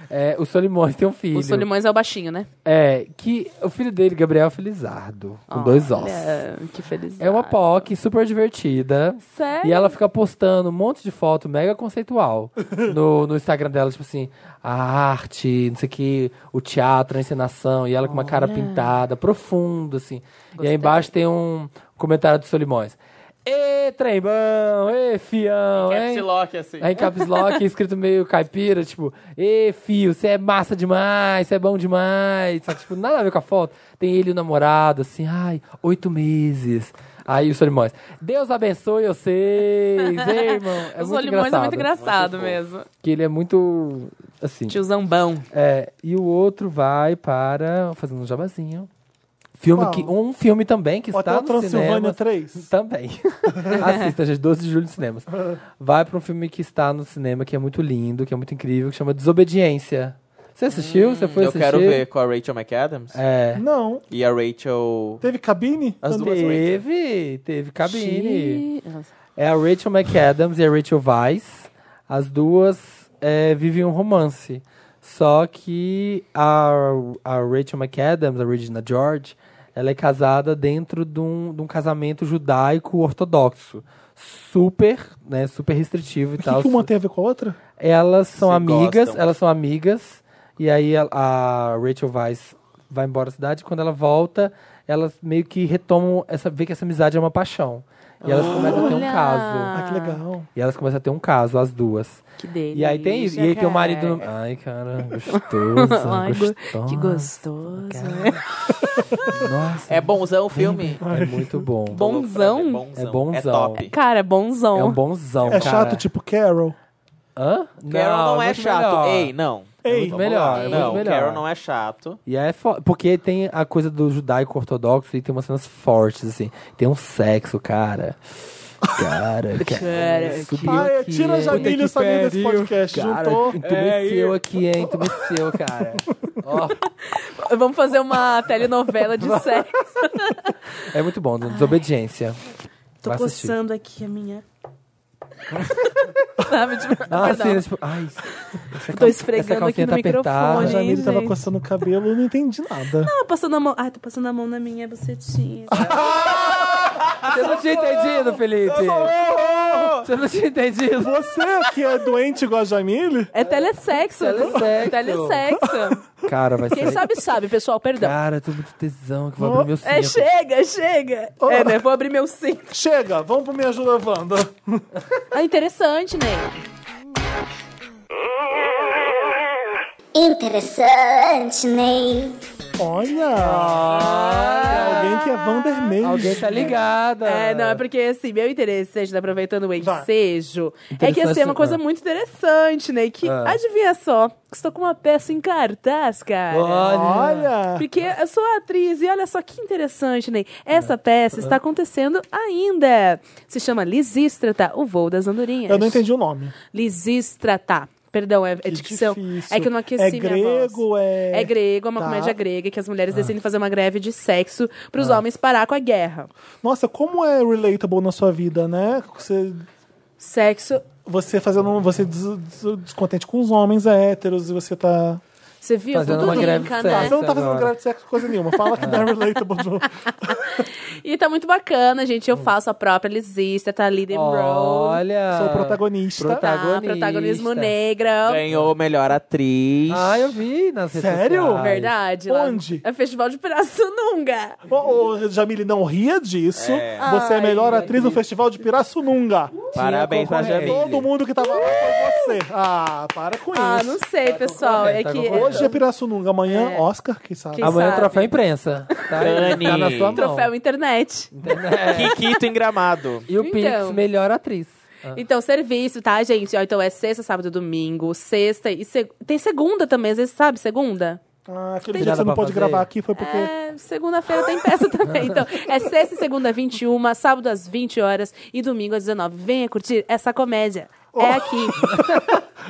Speaker 4: é, o Solimões tem um filho.
Speaker 2: O Solimões é o baixinho, né?
Speaker 4: É, que o filho dele, Gabriel Felizardo, com dois ossos.
Speaker 2: Olha, Que feliz. Ah,
Speaker 4: É uma POC super divertida.
Speaker 2: Sério?
Speaker 4: E ela fica postando um monte de foto mega conceitual no, no Instagram dela, tipo assim, a arte, não sei o que, o teatro, a encenação, e ela com uma cara pintada, profundo, assim. E aí embaixo tem um comentário do Solimões. Ê, trembão, ê, fião,
Speaker 5: Caps
Speaker 4: hein?
Speaker 5: lock, assim.
Speaker 4: Aí em caps lock, escrito meio caipira, tipo, ê, fio, você é massa demais, você é bom demais. Só que, tipo, nada a ver com a foto. Tem ele e o namorado, assim, ai, oito meses. Aí o Solimões, Deus abençoe vocês, ei, irmão. É
Speaker 2: o
Speaker 4: muito
Speaker 2: Solimões
Speaker 4: engraçado.
Speaker 2: é muito engraçado mesmo.
Speaker 4: Que ele é muito assim.
Speaker 2: Tio Zambão.
Speaker 4: É, e o outro vai para. Fazendo um jabazinho. Filme
Speaker 3: Qual?
Speaker 4: que, um filme também que está
Speaker 3: Hotel
Speaker 4: no
Speaker 3: Transilvânia
Speaker 4: cinema.
Speaker 3: 3.
Speaker 4: Também. Assista, gente, 12 de julho nos cinemas. Vai para um filme que está no cinema, que é muito lindo, que é muito incrível, que chama Desobediência. Você assistiu? Você foi
Speaker 5: Hum, Eu
Speaker 4: assistir?
Speaker 5: quero ver com a Rachel McAdams
Speaker 4: É.
Speaker 3: Não.
Speaker 5: e a Rachel.
Speaker 3: Teve cabine?
Speaker 5: As duas Rachel.
Speaker 4: Teve, teve cabine.
Speaker 2: Xiii. Nossa.
Speaker 4: É a Rachel McAdams e a Rachel Weiss. As duas é, vivem um romance. Só que a, a Rachel McAdams, a Regina George, ela é casada dentro de um, de um casamento judaico ortodoxo. Super, né? Super restritivo e
Speaker 3: O
Speaker 4: tal.
Speaker 3: que, que uma tem a ver com a outra?
Speaker 4: Elas são
Speaker 5: Se
Speaker 4: amigas,
Speaker 5: gostam.
Speaker 4: elas são amigas. E aí a, a Rachel Weiss vai embora da cidade. Quando ela volta, elas meio que retomam essa, vê que essa amizade é uma paixão. E elas começam a ter um
Speaker 2: Olha!
Speaker 4: caso.
Speaker 3: Ah, que legal.
Speaker 4: E elas começam a ter um caso, as duas.
Speaker 2: Que delícia.
Speaker 4: E aí tem isso. E aí tem o marido. No...
Speaker 2: cara.
Speaker 4: Ai, cara, gostoso.
Speaker 2: Ai, go-
Speaker 4: gostoso.
Speaker 2: que gostoso.
Speaker 4: Nossa,
Speaker 5: É bonzão o filme?
Speaker 4: é muito bom.
Speaker 2: Bonzão?
Speaker 5: É
Speaker 4: É
Speaker 5: bonzão.
Speaker 4: bonzão.
Speaker 5: É top.
Speaker 2: Cara, bonzão.
Speaker 4: É um bonzão.
Speaker 3: É
Speaker 4: cara.
Speaker 3: chato, tipo Carol.
Speaker 4: Hã?
Speaker 5: Carol não, é
Speaker 4: muito
Speaker 5: chato.
Speaker 4: melhor.
Speaker 5: Ei, não.
Speaker 3: Ei,
Speaker 4: muito melhor, é muito
Speaker 5: não,
Speaker 4: melhor.
Speaker 5: Carol não é chato.
Speaker 4: E é fo- porque tem a coisa do judaico ortodoxo e tem umas cenas fortes, assim. Tem um sexo, cara. Cara,
Speaker 2: Cara,
Speaker 4: subiu
Speaker 3: que- Ai,
Speaker 4: aqui,
Speaker 3: tira a
Speaker 4: hein?
Speaker 3: Jamile
Speaker 4: Puta que
Speaker 3: saindo desse
Speaker 4: pariu,
Speaker 3: podcast,
Speaker 4: cara,
Speaker 3: juntou.
Speaker 4: Entumeceu aqui, hein? Entumeceu, cara. Ó,
Speaker 2: Vamos fazer uma telenovela de sexo.
Speaker 4: é muito bom, desobediência.
Speaker 2: Tô
Speaker 4: Vai assistir.
Speaker 2: coçando aqui a minha. Sabe? Tipo,
Speaker 4: Ah,
Speaker 2: perdão.
Speaker 4: assim, né, tipo, ai, essa
Speaker 2: Tô
Speaker 4: cal-
Speaker 2: esfregando
Speaker 4: essa calcinha tá
Speaker 2: aqui no
Speaker 4: apertada.
Speaker 2: microfone, Ai,
Speaker 3: A Jamile tava
Speaker 2: gente.
Speaker 3: coçando o cabelo, eu não entendi nada.
Speaker 2: Ah, passando a mão. Ai, tô passando a mão na minha bucetinha.
Speaker 4: Você não tinha entendido, Felipe.
Speaker 2: um
Speaker 4: Você não tinha entendido.
Speaker 3: Você que é doente igual a Jamile?
Speaker 2: É telesexo.
Speaker 4: Telesexo.
Speaker 2: Telesexo.
Speaker 4: Cara, vai
Speaker 2: Quem
Speaker 4: ser...
Speaker 2: sabe, sabe, pessoal, perdão.
Speaker 4: Cara, eu tô muito tesão que eu vou abrir meu
Speaker 2: É,
Speaker 4: cinto. Oh.
Speaker 2: chega, chega. É, né? Vou abrir meu cinto.
Speaker 3: Chega, vamos pro Me Ajuda Wanda.
Speaker 2: Ah, interessante, né? Ney.
Speaker 8: Interessante, Ney.
Speaker 3: Olha! Alguém que é Vandermeer.
Speaker 4: Alguém tá ligada.
Speaker 2: É, não, é porque assim, meu interesse, seja, aproveitando o
Speaker 3: Vai.
Speaker 2: ensejo, é que ia ser uma
Speaker 4: Interessante,
Speaker 2: coisa
Speaker 4: ah.
Speaker 2: muito interessante, né? Que,
Speaker 4: Ah.
Speaker 2: adivinha só, estou com uma peça em cartaz, cara.
Speaker 4: né?
Speaker 3: Olha!
Speaker 2: Porque eu sou atriz e olha só que interessante, Ney. Essa peça está acontecendo ainda. Se chama Lisístrata, o voo das andorinhas.
Speaker 3: Eu não entendi o nome.
Speaker 2: Lisístrata. Perdão, é, é
Speaker 3: Que
Speaker 2: dicção.
Speaker 3: difícil.
Speaker 2: É que eu não aqueci
Speaker 3: É
Speaker 2: minha voz.
Speaker 3: grego, é-
Speaker 2: É grego, é uma
Speaker 3: Tá. Ah.
Speaker 2: comédia grega que as mulheres decidem fazer uma greve de sexo para os homens parar com a guerra.
Speaker 3: Nossa, como é relatable na sua vida, né? Você,
Speaker 2: Sexo
Speaker 3: você fazendo. Você des- des- descontente com os homens héteros e você tá.
Speaker 2: Você viu?
Speaker 4: Fazendo
Speaker 2: Tudo
Speaker 4: uma greve
Speaker 2: linka,
Speaker 4: de
Speaker 2: né?
Speaker 3: Você não tá
Speaker 4: Agora.
Speaker 3: fazendo grave de sexo coisa nenhuma. Fala que não é relatable. não.
Speaker 2: E tá muito bacana, gente.
Speaker 3: Hum.
Speaker 2: Eu faço a própria lisista, tá lead and roll.
Speaker 4: Olha.
Speaker 3: Sou protagonista.
Speaker 2: Tá,
Speaker 4: Protagonista.
Speaker 2: protagonismo negra.
Speaker 5: Ganhou melhor atriz.
Speaker 4: Ah, eu vi nas redes
Speaker 3: Sério?
Speaker 4: sociais.
Speaker 2: Verdade. lá-
Speaker 3: Onde?
Speaker 2: É Festival de Pirassununga.
Speaker 3: Ô, ô, Jamile, não ria disso.
Speaker 5: É.
Speaker 3: Você é a melhor
Speaker 4: Ai,
Speaker 3: atriz do Festival de Pirassununga.
Speaker 5: Parabéns pra
Speaker 4: concorrente.
Speaker 5: Jamile.
Speaker 3: Todo mundo que tava lá foi você. Ah, para com
Speaker 2: Ah,
Speaker 3: isso.
Speaker 2: não sei, pessoal. É
Speaker 4: tá
Speaker 2: que.
Speaker 4: concorrendo.
Speaker 3: Hoje é Pirassununga, amanhã Oscar, quem sabe?
Speaker 2: Quem
Speaker 4: Amanhã
Speaker 2: sabe?
Speaker 4: o troféu imprensa. Tá,
Speaker 5: Dani.
Speaker 4: tá na sua mão.
Speaker 2: Troféu internet.
Speaker 3: Tá.
Speaker 5: Kikito em Gramado.
Speaker 4: E o
Speaker 2: Então.
Speaker 4: Pix, melhor atriz. Ah.
Speaker 2: Então, serviço, tá, gente? Ó, então é sexta, sábado, domingo, sexta e seg... tem segunda também, às vezes, sabe? Segunda?
Speaker 3: Ah, aquele
Speaker 4: Tem
Speaker 3: dia que você
Speaker 4: nada
Speaker 3: não
Speaker 4: pra
Speaker 3: pôde
Speaker 4: fazer?
Speaker 3: gravar aqui foi porque.
Speaker 2: É, segunda-feira tem peça também. Então, é sexta e segunda, 21, sábado às 20 horas e domingo às 19. Venha curtir essa comédia.
Speaker 3: Oh.
Speaker 2: É aqui.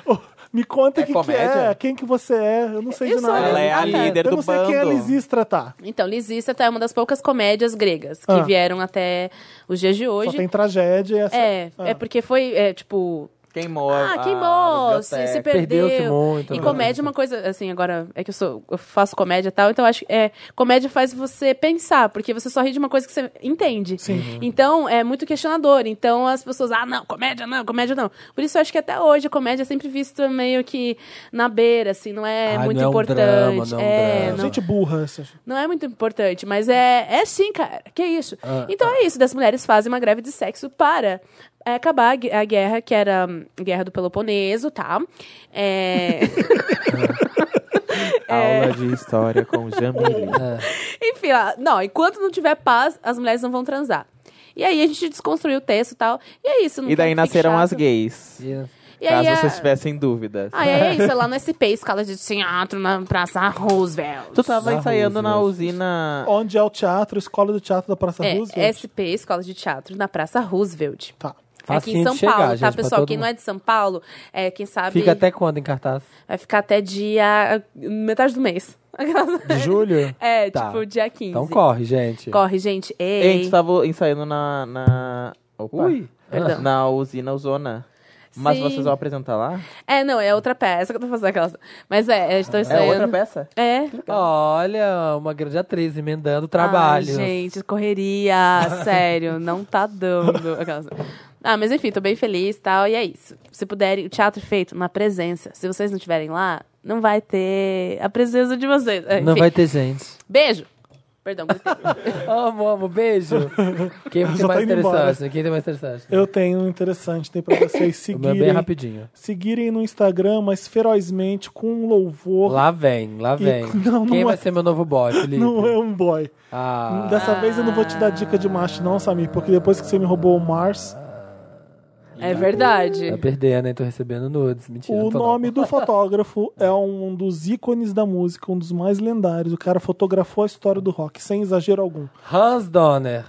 Speaker 3: Ô, Oh, me conta o
Speaker 5: É
Speaker 3: que, que
Speaker 5: comédia?
Speaker 3: é, quem que você é, eu não sei
Speaker 2: Eu
Speaker 3: de
Speaker 2: sou
Speaker 3: nada.
Speaker 5: Ela é a
Speaker 2: Exato.
Speaker 5: líder
Speaker 3: eu
Speaker 5: do
Speaker 3: não sei quem é
Speaker 5: bando.
Speaker 3: Lisistra, tá?
Speaker 2: Então, Lisístrata é uma das poucas comédias gregas que
Speaker 3: Ah.
Speaker 2: vieram até os dias de
Speaker 3: Só
Speaker 2: hoje.
Speaker 3: tem tragédia e essa.
Speaker 2: É,
Speaker 3: Ah.
Speaker 2: é porque foi, é, tipo,
Speaker 5: Queimou.
Speaker 2: ah,
Speaker 5: a
Speaker 2: queimou, se, se
Speaker 5: biblioteca.
Speaker 2: perdeu.
Speaker 4: Perdeu-se muito,
Speaker 2: E
Speaker 4: né?
Speaker 2: comédia é uma coisa, assim, agora é que eu sou, eu faço comédia e tal, então eu acho que é, comédia faz você pensar, porque você só ri de uma coisa que você entende. Então, é muito questionador. Então as pessoas, ah, não, comédia não, comédia não. Por isso eu acho que até hoje a comédia é sempre vista meio que na beira, assim, não é
Speaker 4: Ah,
Speaker 2: muito
Speaker 4: não é um
Speaker 2: importante.
Speaker 4: drama, não é um
Speaker 2: é,
Speaker 4: drama.
Speaker 2: não,
Speaker 3: Gente burra essa.
Speaker 2: não é muito importante, mas é, é sim, cara. Que isso.
Speaker 5: Ah,
Speaker 2: então é isso, das mulheres fazem uma greve de sexo para é, acabar a gue- a guerra, que era hum, Guerra do Peloponeso, tá? É,
Speaker 5: Aula de história com Jamile.
Speaker 2: Enfim, ó, não, enquanto não tiver paz, as mulheres não vão transar. E aí a gente desconstruiu o texto e tal. E é isso. não
Speaker 5: E daí
Speaker 2: tem que ficar
Speaker 5: nasceram
Speaker 2: chato.
Speaker 5: as gays.
Speaker 4: E-
Speaker 2: E aí,
Speaker 5: Caso
Speaker 2: é-
Speaker 5: vocês tivessem dúvidas.
Speaker 2: Aí é isso, é lá no SP, escala de teatro na Praça Roosevelt.
Speaker 5: Tu tava
Speaker 4: Na
Speaker 5: ensaiando na
Speaker 4: Roosevelt.
Speaker 5: usina.
Speaker 3: Onde é o teatro, escola do teatro da Praça
Speaker 2: É,
Speaker 3: Roosevelt?
Speaker 2: SP, Escola de Teatro, na Praça Roosevelt.
Speaker 3: Tá.
Speaker 2: Aqui
Speaker 4: Facinho
Speaker 2: em
Speaker 4: de
Speaker 2: São
Speaker 4: chegar,
Speaker 2: Paulo,
Speaker 4: gente,
Speaker 2: tá,
Speaker 4: pra
Speaker 2: pessoal?
Speaker 4: todo
Speaker 2: Quem não
Speaker 4: mundo.
Speaker 2: é de São Paulo, é, quem sabe
Speaker 4: Fica até quando em cartaz?
Speaker 2: vai ficar até dia metade do mês. Aquelas-
Speaker 4: De julho?
Speaker 2: É,
Speaker 4: Tá.
Speaker 2: tipo, dia 15.
Speaker 4: Então corre, gente.
Speaker 2: Corre, gente.
Speaker 5: Ei, A
Speaker 2: Ei.
Speaker 5: gente tava ensaiando na. na... Opa.
Speaker 4: Ui.
Speaker 2: Perdão.
Speaker 5: Na usina Ozona. Mas
Speaker 2: Ah. Sim.
Speaker 5: vocês vão apresentar lá?
Speaker 2: É, não, é outra peça que eu tô fazendo aquelas. Mas é, eu tô
Speaker 5: É
Speaker 2: ensaiando.
Speaker 5: outra peça?
Speaker 2: É.
Speaker 4: Então. Olha, uma grande atriz emendando trabalhos.
Speaker 2: Ai, gente, correria, sério, não tá dando. Aquelas- Ah, mas enfim, tô bem feliz e tal, e é isso. Se puderem, o teatro é feito na presença. Se vocês não estiverem lá, não vai ter a presença de vocês. É,
Speaker 4: Não
Speaker 2: enfim.
Speaker 4: vai ter gente.
Speaker 2: Beijo! Perdão, gritei.
Speaker 4: Amo, amo, beijo. Quem tem
Speaker 3: Já tá
Speaker 4: mais
Speaker 3: indo embora.
Speaker 4: interessante? né? Quem tem mais interessante?
Speaker 3: Eu tenho um interessante, tem pra vocês
Speaker 4: O meu é bem
Speaker 3: seguirem.
Speaker 4: rapidinho.
Speaker 3: seguirem no Instagram, mas ferozmente, com um louvor.
Speaker 4: Lá vem, lá
Speaker 3: E-
Speaker 4: vem.
Speaker 3: não,
Speaker 4: Quem
Speaker 3: não
Speaker 4: vai
Speaker 3: é-
Speaker 4: ser meu novo boy, Felipe?
Speaker 3: Não é um boy.
Speaker 4: Ah,
Speaker 3: Dessa vez eu não vou te dar dica de macho, não, Samir, porque depois que você me roubou o Mars,
Speaker 4: Ah,
Speaker 2: É verdade.
Speaker 4: tá perdendo, hein? Tô recebendo nudes. Mentira,
Speaker 3: o
Speaker 4: não tô não.
Speaker 3: nome do fotógrafo é um dos ícones da música, um dos mais lendários. O cara fotografou a história do rock, sem exagero algum.
Speaker 4: Hans Donner.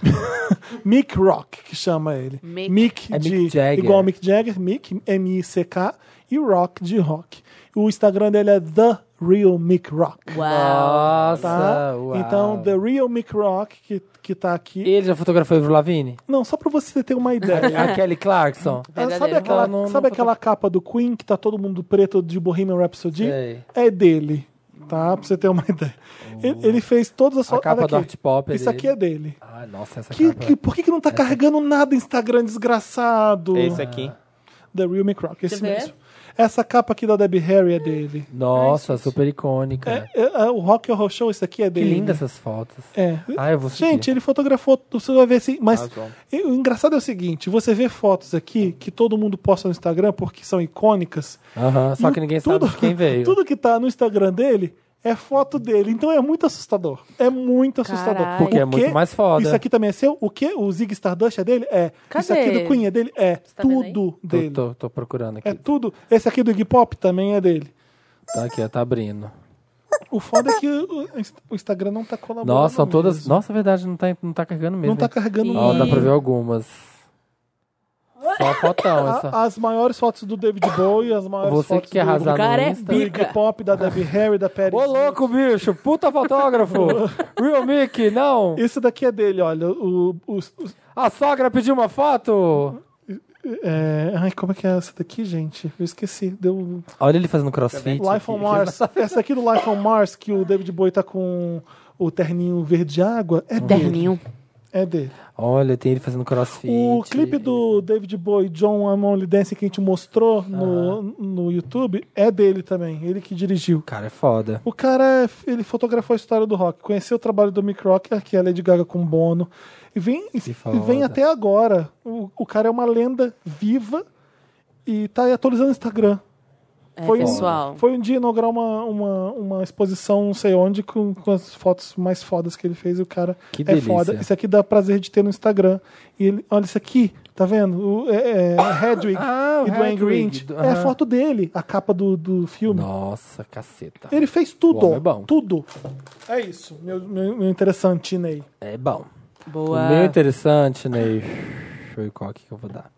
Speaker 3: Mick Rock, que chama ele.
Speaker 2: Mick.
Speaker 4: É
Speaker 3: de,
Speaker 4: Mick Jagger.
Speaker 3: Igual Mick Jagger, Mick, M-I-C-K, e Rock de rock. O Instagram dele é The Real Mick Rock.
Speaker 2: Uau!
Speaker 4: Nossa,
Speaker 3: Tá?
Speaker 4: uau.
Speaker 3: Então, The Real Mick Rock, que, que tá aqui.
Speaker 4: Ele já fotografou Ivro Lavigne?
Speaker 3: Não, só pra você ter uma ideia.
Speaker 4: A Kelly Clarkson?
Speaker 3: Ah,
Speaker 2: Verdadeiro.
Speaker 3: sabe aquela,
Speaker 4: Não, não,
Speaker 3: sabe
Speaker 4: não
Speaker 3: aquela capa do Queen que tá todo mundo preto de Bohemian Rhapsody?
Speaker 4: Sei.
Speaker 3: É dele, tá? Pra você ter uma ideia. Ele, ele fez todas as
Speaker 4: A capa
Speaker 3: olha
Speaker 4: do
Speaker 3: aqui.
Speaker 4: Art Pop é
Speaker 3: Isso
Speaker 4: dele.
Speaker 3: aqui é dele.
Speaker 4: Ah, nossa, essa É
Speaker 3: Que,
Speaker 4: capa.
Speaker 3: que- por que, que não tá carregando nada Instagram, desgraçado?
Speaker 5: Esse aqui.
Speaker 3: The Real Mick Rock, esse
Speaker 2: Quer ver?
Speaker 3: mesmo. Essa capa aqui da Debbie Harry é dele.
Speaker 4: Nossa, super icônica.
Speaker 3: É, é, é, o Rock Horror Show, isso aqui é
Speaker 4: Que
Speaker 3: dele.
Speaker 4: linda essas fotos.
Speaker 3: É.
Speaker 4: Ah, eu vou seguir.
Speaker 3: Gente, ele fotografou, você vai ver assim, mas
Speaker 5: Ah, bom.
Speaker 3: e- o engraçado é o seguinte, você vê fotos aqui que todo mundo posta no Instagram porque são icônicas,
Speaker 4: Aham, só
Speaker 3: e
Speaker 4: que ninguém
Speaker 3: tudo-
Speaker 4: sabe de quem veio.
Speaker 3: Tudo que tá no Instagram dele é foto dele, então é muito assustador. É muito assustador.
Speaker 2: Caralho. Porque
Speaker 4: é
Speaker 3: O quê?
Speaker 4: muito mais foda.
Speaker 3: Isso aqui também é seu? O que? O Zig Stardust é dele? É.
Speaker 2: Cadê?
Speaker 3: Isso aqui do Queen é dele? É.
Speaker 2: tá vendo aí?
Speaker 3: tudo
Speaker 4: Tô-
Speaker 3: dele.
Speaker 4: Tô, tô procurando aqui.
Speaker 3: É tudo. Esse aqui do Iggy Pop também é dele.
Speaker 4: Tá aqui, ó, tá abrindo.
Speaker 3: O foda é que o o Instagram não tá colaborando.
Speaker 4: Nossa, são todas.
Speaker 3: mesmo.
Speaker 4: Nossa, é verdade, não tá, não tá carregando mesmo.
Speaker 3: Não tá
Speaker 4: hein?
Speaker 3: carregando
Speaker 4: Ó, dá
Speaker 3: nada.
Speaker 4: pra ver algumas. Só fotão, essa.
Speaker 3: A- As maiores fotos do David Bowie, as maiores
Speaker 4: Você
Speaker 3: fotos
Speaker 4: que quer
Speaker 3: do,
Speaker 4: arrasar
Speaker 2: cara é
Speaker 4: no Insta.
Speaker 3: do
Speaker 2: bi-
Speaker 3: Iggy Pop, da Debbie Harry, da Patti
Speaker 4: Ô,
Speaker 3: Smith.
Speaker 4: louco, bicho! Puta fotógrafo! Real Mickey, não!
Speaker 3: Esse daqui é dele, olha. O, o- o-
Speaker 4: A sogra pediu uma foto!
Speaker 3: é, Ai, como é que é essa daqui, gente? Eu esqueci. Deu
Speaker 4: Olha ele fazendo crossfit.
Speaker 3: Life on Mars. Essa aqui do Life on Mars, que o David Bowie tá com o terninho verde água, é dele.
Speaker 2: Terninho.
Speaker 3: É dele.
Speaker 4: Olha, tem ele fazendo crossfit.
Speaker 3: O clipe do David Bowie, John I'm Only Dancing, que a gente mostrou no, no YouTube, é dele também. Ele que dirigiu.
Speaker 4: Cara, é foda.
Speaker 3: O cara, é ele fotografou a história do rock, conheceu o trabalho do Mick Rocker, que é a Lady Gaga com Bono, e vem, e
Speaker 4: foda.
Speaker 3: vem até agora. O, o cara é uma lenda viva e tá aí atualizando o Instagram.
Speaker 2: É,
Speaker 3: Foi um-
Speaker 2: pessoal.
Speaker 3: Foi um dia inaugurar uma, uma, uma exposição, não sei onde, com, com as fotos mais fodas que ele fez. E o cara
Speaker 4: Que
Speaker 3: é
Speaker 4: delícia.
Speaker 3: foda. Isso aqui dá prazer de ter no Instagram. E ele, olha isso aqui, tá vendo? O, é, é, Hedwig
Speaker 4: Ah, o
Speaker 3: e Dwayne
Speaker 4: Hedwig,
Speaker 3: Grinch.
Speaker 4: do-
Speaker 3: É a
Speaker 4: aham.
Speaker 3: foto dele, a capa do, do filme.
Speaker 4: Nossa, caceta.
Speaker 3: Ele fez
Speaker 4: O
Speaker 3: tudo,
Speaker 4: homem é bom.
Speaker 3: tudo. É isso, meu, meu, meu interessante aí.
Speaker 4: É bom.
Speaker 2: Boa.
Speaker 3: um
Speaker 4: O meu é interessante, Ney. Deixa eu ver qual aqui que eu vou dar.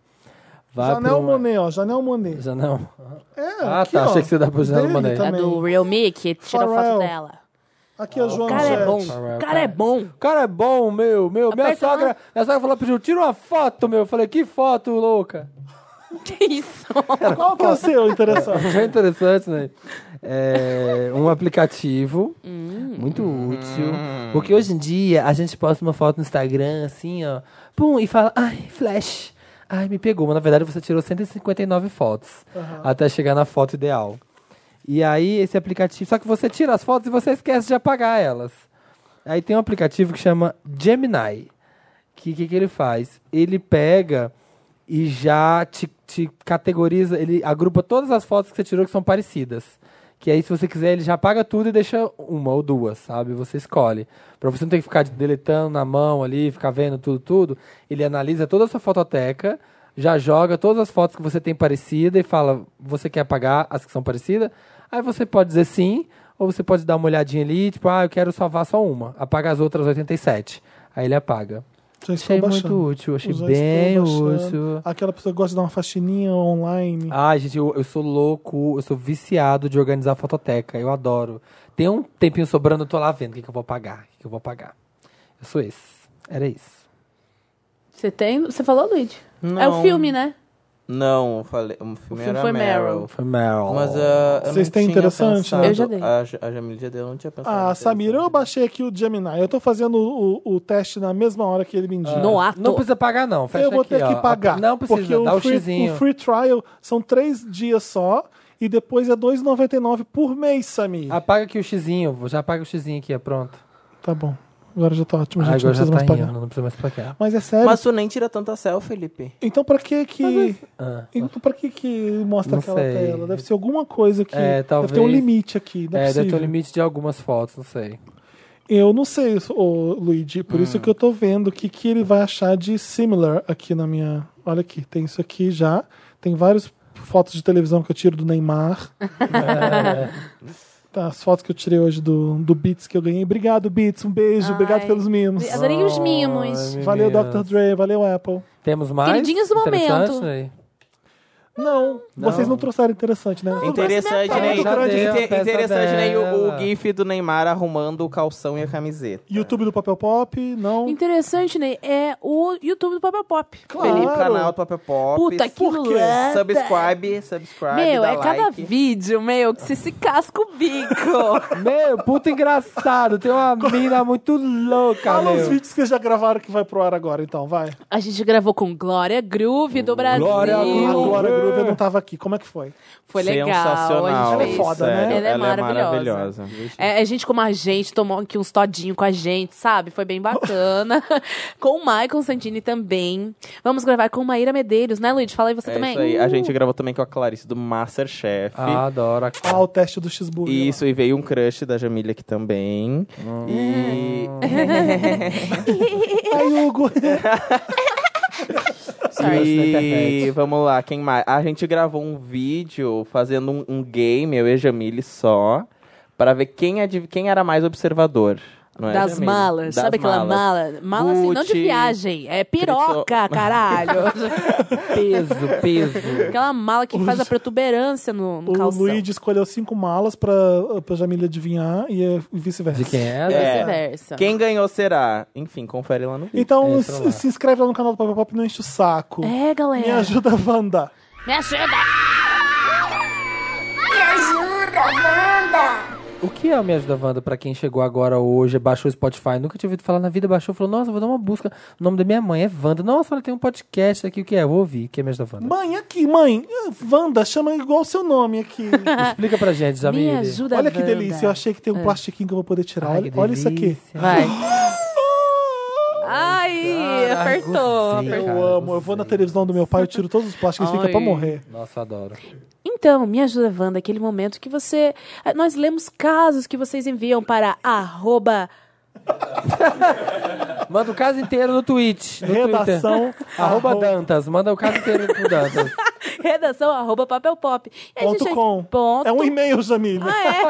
Speaker 4: Vai
Speaker 3: Janel
Speaker 4: pra uma-
Speaker 3: é Monet, ó, Janel Monet.
Speaker 4: Já não.
Speaker 3: É,
Speaker 4: Ah,
Speaker 3: aqui,
Speaker 4: tá,
Speaker 3: ó,
Speaker 4: achei que você dava pro Janel
Speaker 3: dele
Speaker 4: Monet.
Speaker 2: A
Speaker 3: também.
Speaker 2: Tá É do Real Mickey, tirou foto
Speaker 3: Pharrell.
Speaker 2: dela.
Speaker 3: Aqui é João
Speaker 2: O cara é bom.
Speaker 3: Jett.
Speaker 2: O cara é bom.
Speaker 4: O cara é bom, meu, meu. Minha
Speaker 2: Aperta lá.
Speaker 4: sogra, minha sogra falou, pediu, tira uma foto, meu. Eu falei, que foto louca.
Speaker 2: Que isso?
Speaker 3: Qual que é o seu interessante?
Speaker 4: Achei interessante, né? É, um aplicativo muito útil. Porque hoje em dia a gente posta uma foto no Instagram, assim, ó. Pum, e fala, ai, flash. Ai, me pegou. Mas na verdade você tirou 159 fotos até chegar na foto ideal. E aí esse aplicativo. Só que você tira as fotos e você esquece de apagar elas. Aí tem um aplicativo que chama Gemini. que que, que ele faz? Ele pega e já te, te categoriza, ele agrupa todas as fotos que você tirou que são parecidas. Que aí, se você quiser, ele já apaga tudo e deixa uma ou duas, sabe? Você escolhe. Pra você não ter que ficar deletando na mão ali, ficar vendo tudo, tudo. Ele analisa toda a sua fototeca, já joga todas as fotos que você tem parecida e fala, você quer apagar as que são parecidas? Aí você pode dizer sim, ou você pode dar uma olhadinha ali, tipo, ah, eu quero salvar só uma. Apaga as outras 87. Aí ele apaga.
Speaker 3: Já estou
Speaker 4: Achei
Speaker 3: baixando.
Speaker 4: muito útil, achei
Speaker 3: Já estou
Speaker 4: bem
Speaker 3: baixando.
Speaker 4: útil. Ah,
Speaker 3: Aquela pessoa que gosta de dar uma faxininha online.
Speaker 4: Ai, gente, eu, eu sou louco, eu sou viciado de organizar a fototeca, eu adoro. Tem um tempinho sobrando, eu tô lá vendo o que, que eu vou pagar, o que, que eu vou pagar. Eu sou esse. Era isso.
Speaker 2: Você tem. Você falou, Luigi?
Speaker 5: Não.
Speaker 2: É o filme, né?
Speaker 5: Não, eu falei, o
Speaker 2: filme
Speaker 5: filme era
Speaker 2: foi
Speaker 5: Meryl.
Speaker 2: Meryl.
Speaker 4: Foi Meryl.
Speaker 5: Mas ah, eu
Speaker 3: Vocês
Speaker 5: não
Speaker 3: têm
Speaker 5: tinha
Speaker 3: interessante,
Speaker 5: pensado-
Speaker 2: né? Eu já dei.
Speaker 5: A, Ja- a Jamile já deu, eu não tinha pensado.
Speaker 3: Ah,
Speaker 5: nisso.
Speaker 3: Samir, eu baixei aqui o Gemini. Eu tô fazendo o, o- o teste na mesma hora que ele me indica.
Speaker 2: No ato.
Speaker 4: Ah, Não precisa pagar, não. Fecha
Speaker 3: eu vou
Speaker 4: aqui,
Speaker 3: ter
Speaker 4: ó.
Speaker 3: que pagar.
Speaker 4: Não precisa,
Speaker 3: porque
Speaker 4: dá
Speaker 3: o
Speaker 4: o
Speaker 3: free,
Speaker 4: xizinho.
Speaker 3: o free trial são três dias só e depois é R$2,99 por mês, Samir.
Speaker 4: Apaga aqui o xizinho, já apaga o xizinho aqui, é pronto.
Speaker 3: Tá bom. Agora já tá ótimo,
Speaker 4: Ah,
Speaker 3: gente.
Speaker 4: agora
Speaker 3: não
Speaker 4: já
Speaker 3: precisa
Speaker 4: tá
Speaker 3: mais
Speaker 4: rindo,
Speaker 3: pagar.
Speaker 4: não precisa mais pagar.
Speaker 3: Mas é sério.
Speaker 5: Mas tu nem tira tanta selfie, Felipe.
Speaker 3: Então pra que que...
Speaker 4: Ah.
Speaker 3: Então pra que que mostra
Speaker 4: Não
Speaker 3: aquela
Speaker 4: sei.
Speaker 3: tela? Deve ser alguma coisa que...
Speaker 4: É,
Speaker 3: Deve ter um
Speaker 4: talvez.
Speaker 3: limite aqui. Não é,
Speaker 4: É, deve ter
Speaker 3: possível.
Speaker 4: um limite de algumas fotos, não sei.
Speaker 3: Eu não sei, ô, Luigi. Por isso que eu tô vendo o que, que ele vai achar de similar aqui na minha... Olha aqui, tem isso aqui já. Tem várias fotos de televisão que eu tiro do Neymar. Tá, as fotos que eu tirei hoje do, do Beats que eu ganhei. Obrigado, Beats. Um beijo. Obrigado
Speaker 2: Ai.
Speaker 3: pelos mimos.
Speaker 2: Adorei os
Speaker 4: Ai,
Speaker 2: mimos.
Speaker 4: meu
Speaker 3: Valeu,
Speaker 4: Deus.
Speaker 3: Dr. Dre. Valeu, Apple.
Speaker 4: Temos mais?
Speaker 2: Queridinhos do
Speaker 4: Interessante,
Speaker 2: momento.
Speaker 4: né?
Speaker 3: Não, vocês não trouxeram interessante, né?
Speaker 5: Interessante,
Speaker 4: peça
Speaker 5: né?
Speaker 4: dela,
Speaker 5: Inter-
Speaker 4: peça
Speaker 5: Interessante, né? O,
Speaker 4: dela.
Speaker 5: o GIF do Neymar arrumando o calção e a camiseta.
Speaker 3: YouTube do Papel Pop, não.
Speaker 2: Então, Interessante, Ney, é o YouTube do Papel Pop.
Speaker 3: Claro.
Speaker 5: Felipe, canal do Papel Pop.
Speaker 2: Puta que
Speaker 3: por quê?
Speaker 2: lata.
Speaker 5: Subscribe, subscribe,
Speaker 2: Meu,
Speaker 5: dá
Speaker 2: é cada
Speaker 5: like.
Speaker 2: vídeo, meu, que você se casca o bico.
Speaker 4: Meu, puta engraçado. Tem uma mina muito louca,
Speaker 3: Fala os
Speaker 4: meu.
Speaker 3: vídeos que vocês já gravaram que vai pro ar agora, então, vai.
Speaker 2: A gente gravou com Glória Groove do Brasil.
Speaker 4: Glória
Speaker 3: A
Speaker 4: Groove.
Speaker 3: Glória Groove não tava aqui. Como é que foi?
Speaker 2: Foi legal.
Speaker 5: Sensacional.
Speaker 2: A
Speaker 3: Ela é
Speaker 2: gente fez.
Speaker 3: foda, né?
Speaker 5: sério,
Speaker 2: Ela é maravilhosa.
Speaker 5: maravilhosa.
Speaker 2: É, é gente como a gente, tomou aqui uns todinho com a gente, sabe? Foi bem bacana. com o Maicon Santini também. Vamos gravar com Maíra Medeiros, né, Luiz? Fala aí você
Speaker 5: É
Speaker 2: também. Uh!
Speaker 5: isso aí. A gente gravou também com a Clarice do Masterchef.
Speaker 4: Ah, adoro. a-
Speaker 3: Ah, o teste do X-Burger.
Speaker 5: Isso, e veio um crush da Jamília aqui também. E.
Speaker 2: É,
Speaker 3: Ai, Hugo.
Speaker 2: é
Speaker 4: na
Speaker 5: e
Speaker 4: internet.
Speaker 5: vamos lá, quem mais? A gente gravou um vídeo fazendo um, um game, eu e a Jamile só, pra ver quem, adiv- quem era mais observador. não é,
Speaker 2: Das
Speaker 5: Jamile?
Speaker 2: malas,
Speaker 5: Das
Speaker 2: sabe aquela mala? Mala assim, não de
Speaker 5: Gucci,
Speaker 2: viagem, é piroca,
Speaker 5: Cripto-
Speaker 2: caralho.
Speaker 4: Peso, peso.
Speaker 2: aquela mala que faz a protuberância no, no
Speaker 3: O
Speaker 2: calção.
Speaker 3: Luigi escolheu cinco malas pra, pra Jamília adivinhar e é vice-versa.
Speaker 4: De quem é?
Speaker 5: É.
Speaker 2: Vice-versa.
Speaker 5: Quem ganhou será? Enfim, confere lá no vídeo.
Speaker 3: Então,
Speaker 4: Entra
Speaker 3: se,
Speaker 4: É, lá.
Speaker 3: se inscreve lá no canal do Papel Pop e não enche o saco.
Speaker 2: É, galera.
Speaker 3: Me ajuda, Wanda.
Speaker 2: Me ajuda.
Speaker 8: Me ajuda, Wanda!
Speaker 4: O que é o Me Ajuda Wanda pra quem chegou agora hoje, baixou o Spotify, nunca tinha ouvido falar na vida, baixou, falou, nossa, vou dar uma busca. O nome da minha mãe é Wanda. Nossa, ela tem um podcast aqui, o que é? Vou ouvir, que é Me Ajuda Wanda.
Speaker 3: Mãe, aqui, mãe. Ah, Wanda, chama igual o seu nome aqui.
Speaker 4: Explica pra gente,
Speaker 2: Me
Speaker 4: Jamile.
Speaker 2: ajuda,
Speaker 3: olha que
Speaker 2: Wanda. É.
Speaker 3: delícia. Eu achei que tem um plastiquinho que eu vou poder tirar.
Speaker 4: Ai,
Speaker 3: olha,
Speaker 4: que
Speaker 3: olha isso aqui.
Speaker 4: delícia.
Speaker 2: Vai. Ai,
Speaker 4: Caralho,
Speaker 2: apertou.
Speaker 4: gozei,
Speaker 3: Eu
Speaker 4: cara,
Speaker 3: amo. Eu vou na televisão do meu pai, eu tiro todos os plásticos e fica
Speaker 2: Ai.
Speaker 3: pra morrer.
Speaker 4: Nossa, adoro.
Speaker 2: Então, me ajuda, Wanda, aquele momento que você. eh, Nós lemos casos que vocês enviam para arroba.
Speaker 4: Manda o caso inteiro no tweet. No
Speaker 3: Redação,
Speaker 4: Twitter. Arroba
Speaker 3: arroba-
Speaker 4: Dantas. Manda o caso inteiro pro Dantas.
Speaker 2: Redação arroba papelpop. E a
Speaker 3: Ponto
Speaker 2: É, gente-
Speaker 3: com.
Speaker 2: Ponto.
Speaker 3: É um e-mail, Jamile.
Speaker 2: Ah, é?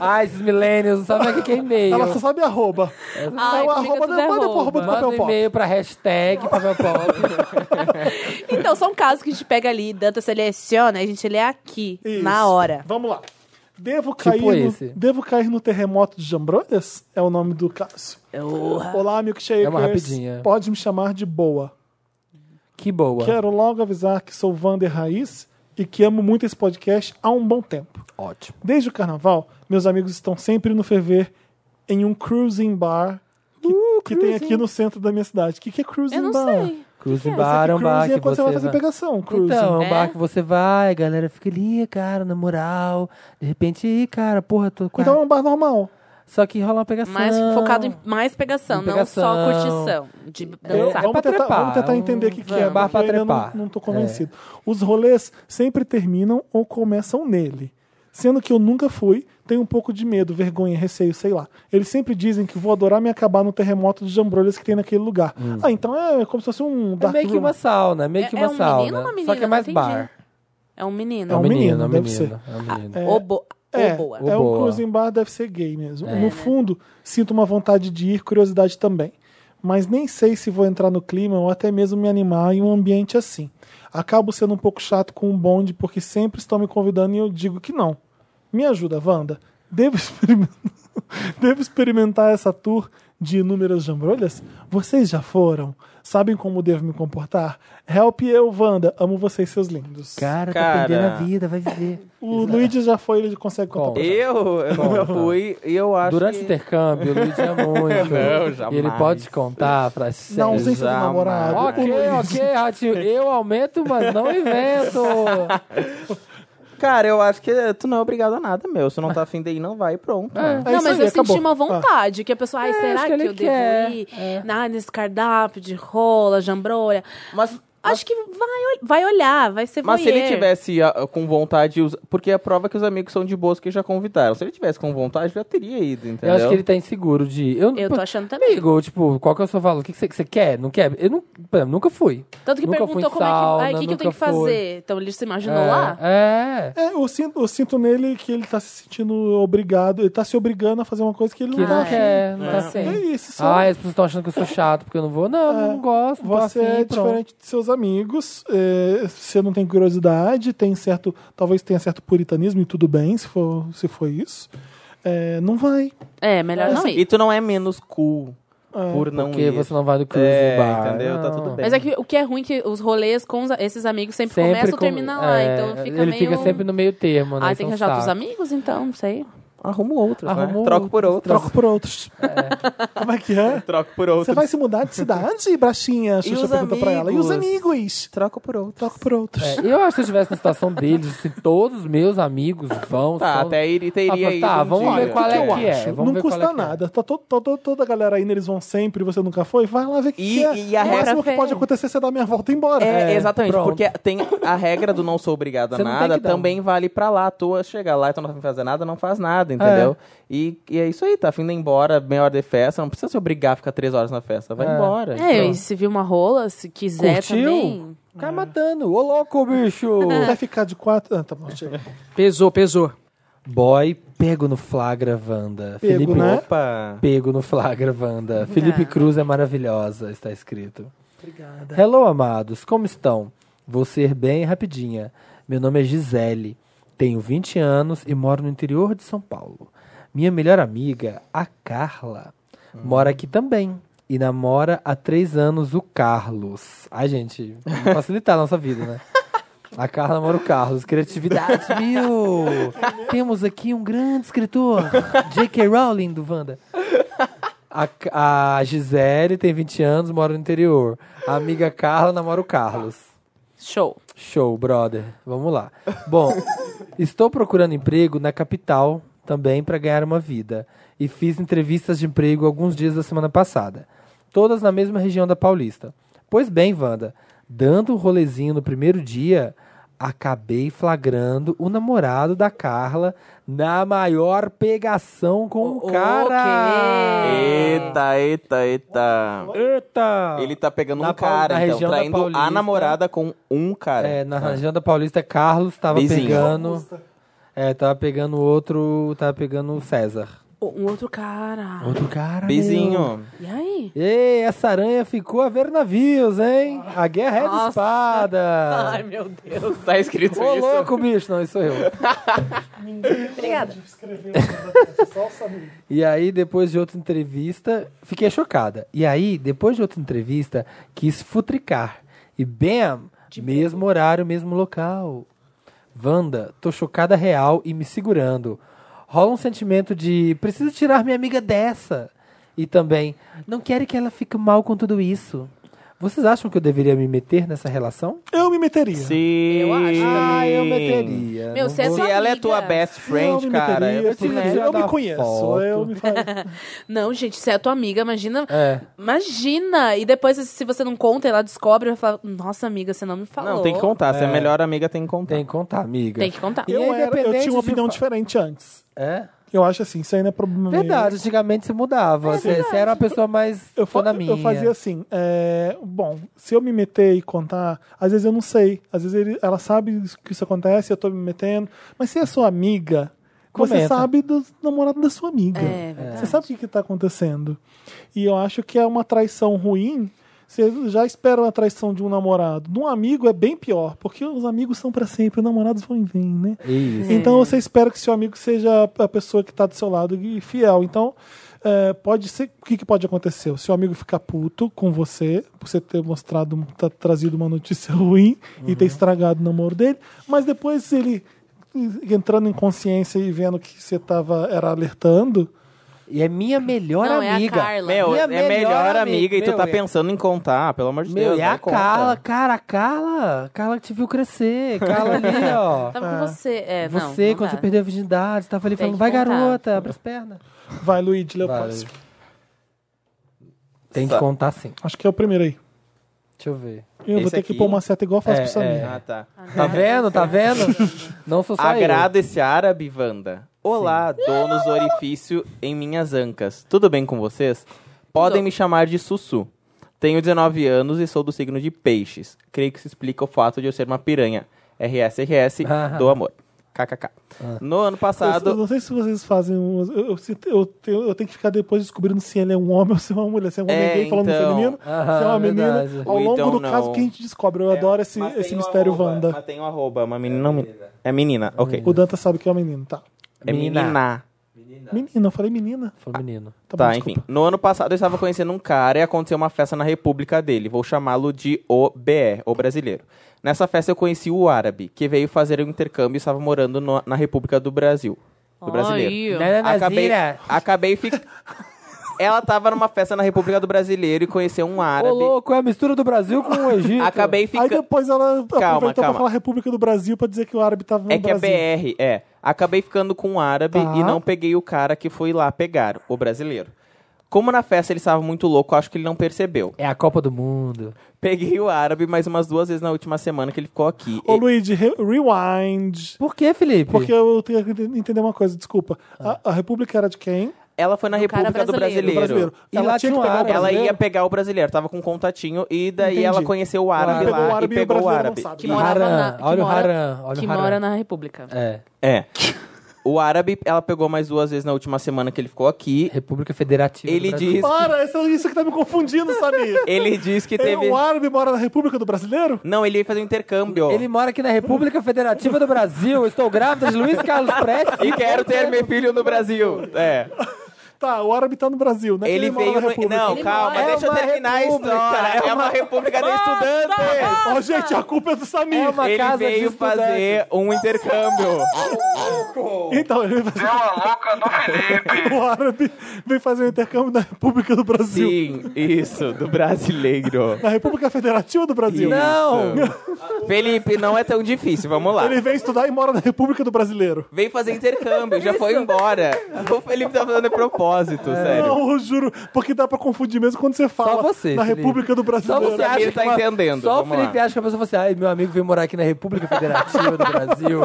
Speaker 4: Ai, esses millennials, não sabem o que que é e-mail.
Speaker 3: Ela só sabe arroba.
Speaker 2: Ai,
Speaker 3: é o
Speaker 2: fica
Speaker 3: arroba,
Speaker 2: tudo
Speaker 3: da- manda pro arroba do
Speaker 4: Manda um
Speaker 3: papel pop.
Speaker 4: e-mail pra hashtag papel pop.
Speaker 2: Então, são casos que a gente pega ali, Danta seleciona, a gente lê aqui,
Speaker 3: Isso.
Speaker 2: na hora.
Speaker 3: Vamos lá. Devo cair, no,
Speaker 4: Tipo esse.
Speaker 3: devo cair no terremoto de Jambrolhas? É o nome do caso.
Speaker 2: Ah.
Speaker 3: Olá, milkshakers.
Speaker 4: É uma rapidinha.
Speaker 3: Pode me chamar de boa.
Speaker 4: que boa.
Speaker 3: Quero logo avisar que sou Vander Raiz e que amo muito esse podcast há um bom tempo.
Speaker 4: Ótimo.
Speaker 3: Desde o carnaval, meus amigos estão sempre no ferver em um cruising bar que, que tem aqui no centro da minha cidade. O que, que é cruising
Speaker 2: Uh, Eu não
Speaker 3: bar?
Speaker 2: sei.
Speaker 4: Cruze
Speaker 3: Pensa
Speaker 4: bar, é um
Speaker 3: que
Speaker 4: bar
Speaker 3: cruising
Speaker 4: que
Speaker 3: é quando
Speaker 4: você
Speaker 3: você vai fazer pegação. Cruising.
Speaker 4: Então, é um
Speaker 2: É?
Speaker 4: bar que você vai, a galera fica ali, cara, na moral. De repente, ih, cara, porra, tô quase.
Speaker 3: Então é um bar normal.
Speaker 4: Só que rola uma pegação. É
Speaker 2: Mais focado em mais pegação,
Speaker 4: Em
Speaker 2: não só
Speaker 4: pegação.
Speaker 2: curtição. De
Speaker 4: É,
Speaker 2: dançar.
Speaker 4: vamos-
Speaker 3: vamos, tentar,
Speaker 4: trepar,
Speaker 3: vamos tentar
Speaker 4: um-
Speaker 3: entender o que, que
Speaker 4: é,
Speaker 3: é,
Speaker 4: bar
Speaker 3: porque
Speaker 4: pra
Speaker 3: eu ainda não,
Speaker 4: trepar. É.
Speaker 3: não tô convencido. Os rolês sempre terminam ou começam nele. Sendo que eu nunca fui, tenho um pouco de medo, vergonha, receio, sei lá. Eles sempre dizem que vou adorar me acabar no terremoto de jambrolhas que tem naquele lugar. Ah, então é como se fosse um
Speaker 4: É
Speaker 3: Dark
Speaker 4: meio que
Speaker 3: Room.
Speaker 4: uma sauna, é meio
Speaker 2: É-
Speaker 4: que
Speaker 2: é
Speaker 4: uma
Speaker 2: um menino
Speaker 4: sauna.
Speaker 2: ou uma menina?
Speaker 4: Só que é
Speaker 2: Não
Speaker 4: mais
Speaker 2: entendi.
Speaker 4: bar.
Speaker 2: É um menino.
Speaker 4: É um
Speaker 3: um menino,
Speaker 4: menino, é um
Speaker 3: deve
Speaker 4: menino. É um menino.
Speaker 2: Ou bo-
Speaker 3: É,
Speaker 2: ou boa.
Speaker 3: é um
Speaker 4: Boa.
Speaker 3: cruising bar, deve ser gay mesmo. no fundo, sinto uma vontade de ir, curiosidade também. Mas nem sei se vou entrar no clima ou até mesmo me animar em um ambiente assim. Acabo sendo um pouco chato com o bonde porque sempre estão me convidando e eu digo que não. Me ajuda, Wanda. Devo experimentar, Devo experimentar essa tour de inúmeras jambrolhas? Vocês já foram? Sabem como devo me comportar? Help eu, Wanda. Amo vocês, seus lindos.
Speaker 4: Cara,
Speaker 5: Cara.
Speaker 4: vida, vai viver.
Speaker 3: o Luigi já foi, ele consegue contar.
Speaker 4: Bom,
Speaker 5: né?
Speaker 3: pra
Speaker 5: Eu, eu nunca fui e eu acho
Speaker 4: Durante o
Speaker 5: que...
Speaker 4: intercâmbio, o Luigi é muito.
Speaker 5: Não,
Speaker 4: E ele
Speaker 5: jamais.
Speaker 4: pode contar pra
Speaker 3: Na
Speaker 4: vocês.
Speaker 3: ausência do
Speaker 5: jamais.
Speaker 3: namorado. o
Speaker 4: Ok,
Speaker 3: Luigi-
Speaker 4: ok, Ratinho. Eu aumento, mas não invento.
Speaker 5: Cara, eu acho que tu não é obrigado a nada, meu. Se não tá afim de ir, não vai e pronto. mano.
Speaker 3: É
Speaker 2: não,
Speaker 3: isso
Speaker 2: mas
Speaker 3: aí,
Speaker 2: eu senti
Speaker 3: acabou.
Speaker 2: uma vontade, que a pessoa, ai,
Speaker 4: Ah. É, acho
Speaker 2: será
Speaker 4: que
Speaker 2: que,
Speaker 4: ele
Speaker 2: eu
Speaker 4: quer,
Speaker 2: devo ir na- nesse cardápio de rola, jambrolha?
Speaker 5: Mas,
Speaker 2: Acho que vai, ol- vai olhar, vai ser
Speaker 5: mas se ele
Speaker 2: voyeur.
Speaker 5: tivesse ah, com vontade... os- Porque a prova é que os amigos são de boas que já convidaram. Se ele tivesse com vontade, já teria ido, entendeu?
Speaker 4: Eu acho que ele tá inseguro de. Eu,
Speaker 2: Eu tô achando também.
Speaker 4: Amigo, tipo, qual que é o seu valor? O que que você que você quer? Não quer? Eu não, pô, eu nunca fui.
Speaker 2: Tanto que
Speaker 4: Nunca fui
Speaker 2: perguntou
Speaker 4: em
Speaker 2: como
Speaker 4: sauna,
Speaker 2: é que. Ai, o que, que eu tenho que
Speaker 4: nunca fui.
Speaker 2: fazer? Então ele se imaginou
Speaker 4: é,
Speaker 2: lá?
Speaker 4: É.
Speaker 3: É, eu sinto, eu sinto nele que ele tá se sentindo obrigado, ele tá se obrigando a fazer uma coisa que ele
Speaker 4: Que
Speaker 3: não
Speaker 4: ele
Speaker 3: tá
Speaker 4: não
Speaker 3: afim.
Speaker 4: quer. Não tá
Speaker 3: É
Speaker 4: afim.
Speaker 3: isso, só
Speaker 4: Ah, as pessoas estão achando que eu sou chato porque eu não vou. Não, não gosto. Não tô
Speaker 3: você
Speaker 4: afim,
Speaker 3: é
Speaker 4: pronto.
Speaker 3: diferente de seus amigos, é, você não tem curiosidade, tem certo, talvez tenha certo puritanismo e tudo bem, se for, se for isso. É, não vai.
Speaker 2: É, melhor não ir.
Speaker 5: E tu não é menos cool
Speaker 3: Ah,
Speaker 5: por não
Speaker 4: Porque
Speaker 5: ir.
Speaker 4: você não vai no cruising
Speaker 5: É,
Speaker 4: bar.
Speaker 5: entendeu? Tá
Speaker 4: Não.
Speaker 5: tudo bem.
Speaker 2: Mas é que o que é ruim é que os rolês com os- esses amigos sempre, começam ou
Speaker 4: com-
Speaker 2: terminam lá.
Speaker 4: é,
Speaker 2: Então fica
Speaker 4: ele
Speaker 2: meio.
Speaker 4: fica sempre no meio termo, né?
Speaker 2: Ah, tem
Speaker 4: Isso é um
Speaker 2: que achar outros
Speaker 4: saco.
Speaker 2: amigos então, não sei.
Speaker 5: Arruma outros, né?
Speaker 4: Arruma
Speaker 5: Troco por outros.
Speaker 3: Troca por outros. Como é que é?
Speaker 5: Troco por
Speaker 3: Você
Speaker 5: outros.
Speaker 3: vai se mudar de cidade, Braxinha? A Xuxa
Speaker 5: os
Speaker 3: pergunta pra ela. E os
Speaker 5: amigos?
Speaker 3: amigos?
Speaker 5: Troco por outros.
Speaker 3: Troca por outros.
Speaker 4: É, eu acho que se eu estivesse na situação deles, se todos os meus amigos vão.
Speaker 5: Tá,
Speaker 4: são-
Speaker 5: até iria,
Speaker 4: Ah,
Speaker 5: teria ido
Speaker 4: Tá,
Speaker 5: um
Speaker 4: vamos
Speaker 5: dia.
Speaker 4: ver qual é
Speaker 3: eu
Speaker 4: que é.
Speaker 3: acho.
Speaker 4: Vamos
Speaker 3: não
Speaker 4: ver qual
Speaker 3: custa
Speaker 4: é que é.
Speaker 3: nada. Tá todo, todo- toda a galera aí, eles vão sempre, você nunca foi, vai lá ver o que,
Speaker 5: E-
Speaker 3: que é.
Speaker 5: e a
Speaker 3: o
Speaker 5: regra-
Speaker 3: máximo que
Speaker 2: Pra
Speaker 3: pode
Speaker 2: ver.
Speaker 3: acontecer é você dar minha volta e ir embora.
Speaker 5: É,
Speaker 4: É,
Speaker 5: exatamente,
Speaker 4: pronto.
Speaker 5: porque tem a regra do não sou obrigado a
Speaker 4: Você não tem
Speaker 5: nada,
Speaker 4: que dar um-
Speaker 5: também vale pra lá. Tu chega lá e tu não tá afim de fazer nada, não faz nada, entendeu? E, e é isso aí, tá afim de ir embora, meia hora de festa, não precisa se obrigar a ficar três horas na festa, vai
Speaker 4: É.
Speaker 5: embora.
Speaker 2: É, e se viu uma rola, se quiser
Speaker 4: Curtiu?
Speaker 2: também.
Speaker 4: Cai matando. Ô, louco, bicho!
Speaker 3: Vai ficar de quatro. Ah, tá bom, chega.
Speaker 9: Pesou, pesou.
Speaker 4: Boy, pego no flagra, Wanda.
Speaker 3: Pego,
Speaker 4: Felipe,
Speaker 3: né?
Speaker 5: Opa!
Speaker 4: pego no flagra, Wanda. Felipe Cruz é maravilhosa, está escrito. Obrigada. Hello, amados. Como estão? Vou ser bem rapidinha. Meu nome é Gisele. Tenho 20 anos e moro no interior de São Paulo. Minha melhor amiga, a Carla, mora aqui também. E namora há três anos o Carlos. Ai, gente, vamos facilitar a nossa vida, né? A Carla namora o Carlos. Criatividade mil! Temos aqui um grande escritor, J.K. Rowling do Wanda. A, Ca- a Gisele tem 20 anos, mora no interior. A amiga Carla namora o Carlos.
Speaker 2: Show.
Speaker 4: Show, brother. Vamos lá. Bom, estou procurando emprego na capital também para ganhar uma vida. E fiz entrevistas de emprego alguns dias da semana passada. Todas na mesma região da Paulista. Pois bem, Wanda, dando um rolezinho no primeiro dia, acabei flagrando o namorado da Carla na maior pegação com o
Speaker 2: O-
Speaker 4: cara.
Speaker 5: Eita, eita, eita.
Speaker 4: Eita!
Speaker 5: Ele tá pegando
Speaker 4: Na
Speaker 5: um
Speaker 4: Paul- na
Speaker 5: cara, então,
Speaker 4: região da
Speaker 5: traindo a
Speaker 4: Paulista.
Speaker 5: namorada com um cara.
Speaker 4: É, na região da Paulista, Carlos tava
Speaker 5: Vizinho.
Speaker 4: pegando. É, tava pegando outro. Tava pegando o César.
Speaker 2: Um outro cara.
Speaker 4: Outro cara.
Speaker 5: Vizinho.
Speaker 2: E aí?
Speaker 4: meu. Ei, essa aranha ficou a ver navios, hein? A guerra é de
Speaker 2: Nossa.
Speaker 4: espada.
Speaker 2: Ai, meu Deus.
Speaker 5: Tá escrito
Speaker 4: Ô,
Speaker 5: isso?
Speaker 4: louco, bicho. Não, isso sou eu.
Speaker 2: Obrigada.
Speaker 4: E aí, depois de outra entrevista, fiquei chocada. E aí, depois de outra entrevista, quis futricar. E bam! mesmo horário, mesmo local. Wanda, tô chocada real e me segurando. Rola um sentimento de preciso tirar minha amiga dessa. E também, não quero que ela fique mal com tudo isso. Vocês acham que eu deveria me meter nessa relação?
Speaker 3: Eu me meteria.
Speaker 5: Sim.
Speaker 2: Eu acho
Speaker 4: Ah, eu meteria.
Speaker 2: Meu,
Speaker 4: Não
Speaker 2: você é
Speaker 4: vou-
Speaker 5: Se
Speaker 2: Sua
Speaker 5: ela é
Speaker 2: amiga.
Speaker 5: tua best
Speaker 3: eu
Speaker 5: friend,
Speaker 3: me
Speaker 5: cara, é
Speaker 3: meteria,
Speaker 5: eu te
Speaker 3: porque
Speaker 4: levo.
Speaker 3: eu
Speaker 4: Dá
Speaker 3: me
Speaker 4: uma
Speaker 3: conheço.
Speaker 4: foto.
Speaker 3: Eu me fa-
Speaker 2: Não, gente, se é a tua amiga, imagina.
Speaker 4: É.
Speaker 2: Imagina! E depois, se você não conta, ela descobre e vai falar: Nossa, amiga, você não me falou.
Speaker 5: Não, tem que contar. Se é melhor amiga, tem que contar.
Speaker 4: Tem que contar, amiga.
Speaker 2: Tem que contar.
Speaker 4: E é
Speaker 3: eu, era, eu
Speaker 4: independente
Speaker 3: tinha uma
Speaker 4: de
Speaker 3: opinião
Speaker 4: fa-
Speaker 3: diferente antes.
Speaker 4: É?
Speaker 3: Eu acho assim, isso ainda é problema meu.
Speaker 4: Verdade, antigamente se mudava. Você você era uma pessoa mais.
Speaker 3: Eu, fa
Speaker 4: tô na
Speaker 3: eu
Speaker 4: minha.
Speaker 3: fazia assim, é, bom, se eu me meter e contar, às vezes eu não sei. Às vezes ele- ela sabe que isso acontece, eu tô me metendo. Mas se é sua amiga, você
Speaker 4: Comenta.
Speaker 3: sabe do namorado da sua amiga.
Speaker 2: É, verdade.
Speaker 3: Você sabe o que, que tá acontecendo. E eu acho que é uma traição ruim. Você já espera uma traição de um namorado. De um amigo é bem pior, porque os amigos são pra sempre, os namorados vão e vêm, né?
Speaker 4: Isso.
Speaker 3: Então você espera que seu amigo seja a pessoa que está do seu lado e fiel. Então, é, pode ser. O que, que pode acontecer? O seu amigo ficar puto com você, por você ter mostrado, tá, trazido uma notícia ruim e
Speaker 4: Uhum.
Speaker 3: ter estragado o namoro dele, mas depois ele entrando em consciência e vendo que você tava, era alertando.
Speaker 4: E é minha melhor
Speaker 2: Não, é a
Speaker 4: amiga.
Speaker 2: Carla.
Speaker 5: Meu,
Speaker 4: Minha
Speaker 5: é melhor, amiga, e tu
Speaker 4: meu,
Speaker 5: tá
Speaker 4: é-
Speaker 5: pensando em contar, pelo amor de
Speaker 4: Meu,
Speaker 5: Deus.
Speaker 4: e
Speaker 5: vai,
Speaker 4: a
Speaker 5: conta.
Speaker 4: Carla, cara, a Carla. a Carla que te viu crescer. Carla ali, ó.
Speaker 2: Tava com você. É, não,
Speaker 4: Ah. Você,
Speaker 2: não
Speaker 4: quando
Speaker 2: dá.
Speaker 4: você perdeu a virgindade, você tava ali
Speaker 2: Tem
Speaker 4: falando,
Speaker 2: que
Speaker 4: vai
Speaker 2: contar."
Speaker 4: garota, abre as pernas.
Speaker 3: Vai, Luigi, lê o
Speaker 4: Vai.
Speaker 3: próximo.
Speaker 4: Tem que contar sim.
Speaker 3: Acho que é o primeiro aí.
Speaker 4: Deixa eu ver.
Speaker 3: Eu
Speaker 5: Esse
Speaker 3: vou ter
Speaker 5: aqui?
Speaker 3: que pôr uma seta igual eu faço
Speaker 4: É,
Speaker 3: pro Samir.
Speaker 5: Ah, tá.
Speaker 4: Tá vendo? Tá vendo? Não sou só eu.
Speaker 5: Agrada esse árabe, Wanda. Olá, donos do orifício em minhas ancas. Tudo bem com vocês? Podem me chamar de Sussu. Tenho 19 anos e sou do signo de peixes. Creio que isso explica o fato de eu ser uma piranha. RS, RS,
Speaker 4: Ah.
Speaker 5: do amor. KKK. No ano
Speaker 3: Eu, eu
Speaker 5: passado...
Speaker 3: não sei se vocês fazem um. Eu, eu- se- eu tenho- eu tenho que ficar depois descobrindo se ele é um homem ou se é uma mulher. Se é um homem
Speaker 5: É,
Speaker 3: gay falando
Speaker 5: então.
Speaker 3: feminino, se é uma
Speaker 4: Aham,
Speaker 3: menina.
Speaker 4: verdade.
Speaker 3: Ao
Speaker 5: We
Speaker 3: longo do
Speaker 5: don't
Speaker 3: caso
Speaker 5: know.
Speaker 3: que a gente descobre. Eu adoro esse,
Speaker 5: É, Mas
Speaker 3: esse
Speaker 5: tem o
Speaker 3: mistério
Speaker 5: arroba,
Speaker 3: Wanda.
Speaker 5: Mas tem um arroba, uma menina... É menina, ok.
Speaker 3: O Danta sabe que é uma menina, tá.
Speaker 5: É menina.
Speaker 3: Menina, eu falei menina.
Speaker 4: Foi menino.
Speaker 3: Tá,
Speaker 5: Tá,
Speaker 3: bom,
Speaker 5: enfim.
Speaker 3: desculpa.
Speaker 5: No ano passado eu estava conhecendo um cara e aconteceu uma festa na república dele. Vou chamá-lo de o BR, o brasileiro. Nessa festa eu conheci o árabe, que veio fazer um intercâmbio e estava morando no- na República do Brasil. Do
Speaker 2: Olha aí,
Speaker 5: brasileiro.
Speaker 2: ó.
Speaker 3: É
Speaker 4: Nana
Speaker 5: Acabei,
Speaker 4: Nazira.
Speaker 5: acabei ficando. Ela tava numa festa na República do Brasileiro e conheceu um
Speaker 4: Ô,
Speaker 5: árabe.
Speaker 4: louco, é a mistura do Brasil com o Egito.
Speaker 5: Acabei
Speaker 3: Aí
Speaker 5: ficando.
Speaker 3: depois ela aproveitou pra
Speaker 5: calma.
Speaker 3: falar República do Brasil pra dizer que o árabe tava no
Speaker 5: É que é
Speaker 3: Brasil.
Speaker 5: BR, é. Acabei ficando com um árabe
Speaker 3: Tá.
Speaker 5: e não peguei o cara que foi lá pegar, o brasileiro. Como na festa ele estava muito louco, acho que ele não percebeu.
Speaker 4: É a Copa do Mundo.
Speaker 5: Peguei o árabe mais umas duas vezes na última semana que ele ficou aqui.
Speaker 3: Ô,
Speaker 5: E-
Speaker 3: Luigi, re- rewind.
Speaker 4: Por que, Felipe?
Speaker 3: Porque eu tenho que entender uma coisa, desculpa.
Speaker 5: Ah.
Speaker 3: A, a República era de quem?
Speaker 5: Ela foi na
Speaker 2: Do cara
Speaker 5: República do
Speaker 2: brasileiro.
Speaker 3: Do
Speaker 5: Brasileiro.
Speaker 3: brasileiro.
Speaker 4: E
Speaker 3: ela
Speaker 4: lá
Speaker 3: tinha que
Speaker 4: tinha um
Speaker 3: pegar o
Speaker 4: árabe.
Speaker 5: Ela
Speaker 3: brasileiro.
Speaker 5: ia pegar o brasileiro, tava com um contatinho, e daí
Speaker 3: Entendi.
Speaker 5: ela conheceu o árabe
Speaker 3: Pegou
Speaker 5: lá
Speaker 3: o árabe
Speaker 5: e
Speaker 3: e o
Speaker 5: pegou o
Speaker 3: brasileiro não
Speaker 5: árabe.
Speaker 3: sabe.
Speaker 2: Que morava
Speaker 4: Haran,
Speaker 2: na, que
Speaker 4: olha o
Speaker 2: mora-
Speaker 4: Haran, olha o
Speaker 2: que
Speaker 4: Haran.
Speaker 2: mora na República.
Speaker 4: É.
Speaker 5: É. O árabe, ela pegou mais duas vezes na última semana que ele ficou aqui.
Speaker 4: República Federativa.
Speaker 5: Ele
Speaker 4: do Brasil.
Speaker 5: diz,
Speaker 3: Para, isso, isso que tá me confundindo, Samir.
Speaker 5: ele diz que
Speaker 3: É,
Speaker 5: teve.
Speaker 3: O árabe mora na República do Brasileiro?
Speaker 5: Não, ele ia fazer um intercâmbio.
Speaker 4: Ele mora aqui na República Federativa do Brasil. Estou grávida de Luiz Carlos Prestes.
Speaker 5: E é quero ter meu filho no Brasil. É.
Speaker 3: Tá, o árabe tá no Brasil, né?
Speaker 5: Ele
Speaker 3: mora
Speaker 5: veio.
Speaker 3: na
Speaker 5: no-
Speaker 3: República.
Speaker 5: Não,
Speaker 2: Ele
Speaker 5: calma,
Speaker 2: mora-
Speaker 5: deixa eu
Speaker 4: É uma
Speaker 5: terminar a
Speaker 4: república,
Speaker 5: história.
Speaker 4: é
Speaker 5: É uma
Speaker 4: uma-
Speaker 5: república de estudantes.
Speaker 3: Ó, gente, a culpa é do Samir.
Speaker 4: É uma
Speaker 5: Ele
Speaker 4: casa de
Speaker 5: veio
Speaker 4: estudantes.
Speaker 5: fazer um intercâmbio.
Speaker 3: Então, ele vai
Speaker 1: Deu a louca no Felipe.
Speaker 3: O árabe veio fazer o intercâmbio na República do Brasil.
Speaker 5: Sim, isso, do brasileiro.
Speaker 3: Na República Federativa do Brasil.
Speaker 4: Não!
Speaker 5: Felipe, não é tão difícil, vamos lá.
Speaker 3: Ele vem estudar e mora na República do Brasileiro.
Speaker 5: Veio fazer intercâmbio, já foi embora. O Felipe tá falando de
Speaker 4: É.
Speaker 5: propósito, sério.
Speaker 3: Não, eu juro, porque dá pra confundir mesmo quando você fala
Speaker 4: você,
Speaker 3: na
Speaker 4: Felipe.
Speaker 3: República do
Speaker 4: Só
Speaker 3: Brasileiro.
Speaker 4: você acha
Speaker 5: Ele
Speaker 4: que
Speaker 5: tá
Speaker 4: uma-
Speaker 5: entendendo,
Speaker 4: Só o
Speaker 5: vamos
Speaker 4: Felipe
Speaker 5: lá.
Speaker 4: acha que a pessoa fala assim, ai, meu amigo veio morar aqui na República Federativa do Brasil.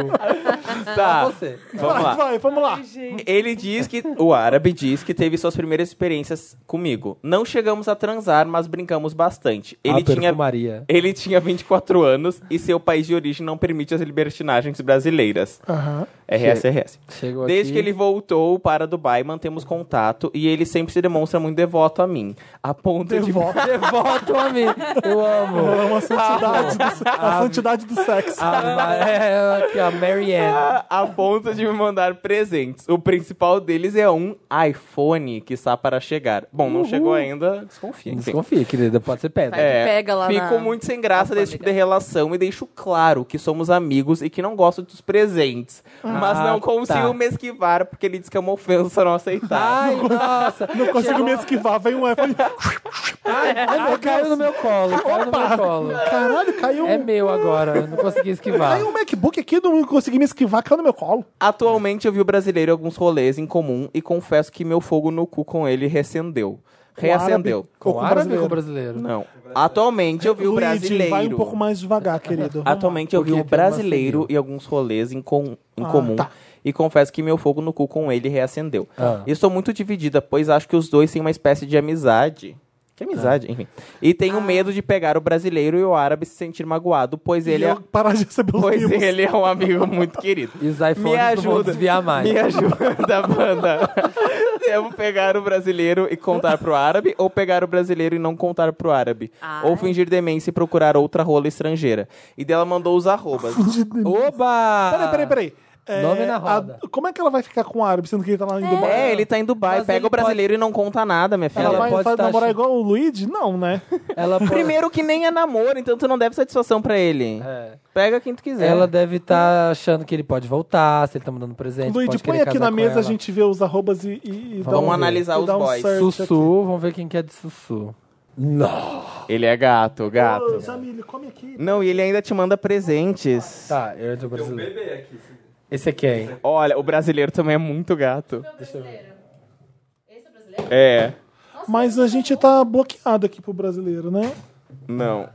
Speaker 5: Tá,
Speaker 4: Você.
Speaker 5: vamos
Speaker 3: vai,
Speaker 5: lá.
Speaker 3: vai, vamos lá.
Speaker 5: Ele diz que. O árabe diz que teve suas primeiras experiências comigo. Não chegamos a transar, mas brincamos bastante. Ele
Speaker 4: a
Speaker 5: tinha.
Speaker 4: Ah, perfumaria.
Speaker 5: Ele tinha 24 anos e seu país de origem não permite as libertinagens brasileiras.
Speaker 3: Aham.
Speaker 5: RS, RS.
Speaker 4: Chegou
Speaker 5: Desde
Speaker 4: aqui.
Speaker 5: que ele voltou para Dubai, mantemos contato e ele sempre se demonstra muito devoto a mim. A ponto
Speaker 3: Devoto.
Speaker 4: Devoto a mim. Eu amo.
Speaker 3: É uma santidade do,
Speaker 5: Ah.
Speaker 3: a santidade do sexo.
Speaker 4: A, Ma- Ah, é, aqui, a Mary
Speaker 5: de
Speaker 4: Ann.
Speaker 5: a ponto de me mandar presentes. O principal deles é um iPhone que está para chegar. Bom, não chegou ainda, desconfia. enfim. É,
Speaker 4: Desconfia, querida. Pode ser pedra.
Speaker 2: Vai. que pega lá
Speaker 5: Fico
Speaker 2: na
Speaker 5: muito sem graça desse tipo de relação e deixo claro que somos amigos e que não gosto dos presentes. mas
Speaker 4: Ah,
Speaker 5: não consigo
Speaker 4: tá. Ah,
Speaker 5: me esquivar porque ele diz que é uma ofensa não aceitar.
Speaker 4: Ai, nossa.
Speaker 3: Não consigo
Speaker 4: Chegou-
Speaker 3: me esquivar, vem um iPhone.
Speaker 4: Ai, caiu no meu colo. Caiu no meu colo.
Speaker 3: Caralho, caiu um.
Speaker 4: É meu agora. eu Não consegui esquivar.
Speaker 3: Caiu um MacBook aqui, não consegui me esquivar, caiu no meu colo.
Speaker 5: Atualmente eu vi o brasileiro em alguns rolês em comum e confesso que meu fogo no cu com ele recendeu. Reacendeu.
Speaker 3: Com
Speaker 4: Com
Speaker 3: o
Speaker 4: árabe ou com
Speaker 3: brasileiro.
Speaker 4: brasileiro?
Speaker 5: Não. Atualmente eu vi o
Speaker 3: Luigi,
Speaker 5: brasileiro.
Speaker 3: vai um pouco mais devagar, querido. Vamos lá.
Speaker 5: Atualmente eu vi
Speaker 4: Porque
Speaker 5: o
Speaker 4: tem uma
Speaker 5: brasileiro
Speaker 4: seguida.
Speaker 5: e alguns rolês em, com- em
Speaker 3: Ah,
Speaker 5: comum.
Speaker 3: tá.
Speaker 5: E confesso que meu fogo no cu com ele reacendeu.
Speaker 4: Ah.
Speaker 5: E Estou muito dividida, pois acho que os dois têm uma espécie de amizade. Que
Speaker 3: Ah.
Speaker 5: amizade, enfim. E tenho medo de pegar o brasileiro e o árabe se sentir magoado, pois ele
Speaker 3: E
Speaker 5: é.
Speaker 3: eu parar de receber os
Speaker 5: Pois
Speaker 3: mimos.
Speaker 5: ele é um amigo muito querido.
Speaker 4: E os iPhones
Speaker 5: Me
Speaker 4: não vão
Speaker 5: ajuda.
Speaker 4: desviar mais.
Speaker 5: Me ajuda, banda. Devo pegar o brasileiro e contar pro árabe, ou pegar o brasileiro e não contar pro árabe. Ou fingir demência e procurar outra rola estrangeira. E dela mandou os arrobas.
Speaker 4: Oba!
Speaker 3: Peraí, peraí, peraí. É,
Speaker 4: Nome na roda.
Speaker 3: a- como é que ela vai ficar com o árabe, sendo que ele tá lá em Dubai?
Speaker 5: É, ele tá em Dubai,
Speaker 4: Mas ele
Speaker 5: pega o brasileiro e não conta nada, minha filha.
Speaker 3: Ela,
Speaker 4: Ela
Speaker 3: vai,
Speaker 4: pode
Speaker 3: vai
Speaker 4: tá
Speaker 3: namorar
Speaker 4: achando-
Speaker 3: igual o Luigi? Não, né?
Speaker 4: Ela pode-
Speaker 5: Primeiro que nem é namoro, então tu não deve satisfação pra ele.
Speaker 4: É.
Speaker 5: Pega quem tu quiser.
Speaker 4: Ela deve estar achando que ele pode voltar, se ele tá mandando presente.
Speaker 3: Luigi,
Speaker 4: pode
Speaker 3: põe
Speaker 4: querer
Speaker 3: aqui
Speaker 4: casar
Speaker 3: na
Speaker 4: com
Speaker 3: mesa,
Speaker 4: ela.
Speaker 3: a gente vê os arrobas e... e, e dá
Speaker 5: Vamos
Speaker 3: um-
Speaker 5: analisar
Speaker 3: e
Speaker 5: os
Speaker 3: dá um
Speaker 5: boys.
Speaker 3: search aqui.
Speaker 4: Sussu, vamos ver quem que é de Sussu. Não.
Speaker 5: Ele é gato,
Speaker 3: Ô,
Speaker 5: gato.
Speaker 3: Jamile, um come aqui.
Speaker 5: Não, e ele ainda te manda presentes.
Speaker 4: Tá, eu entro
Speaker 5: um
Speaker 4: brasileiro. Esse é quem?
Speaker 5: Olha, o brasileiro também é muito gato.
Speaker 2: Esse é brasileiro?
Speaker 5: É,
Speaker 3: Mas a gente tá bloqueado aqui pro brasileiro, né?
Speaker 5: não.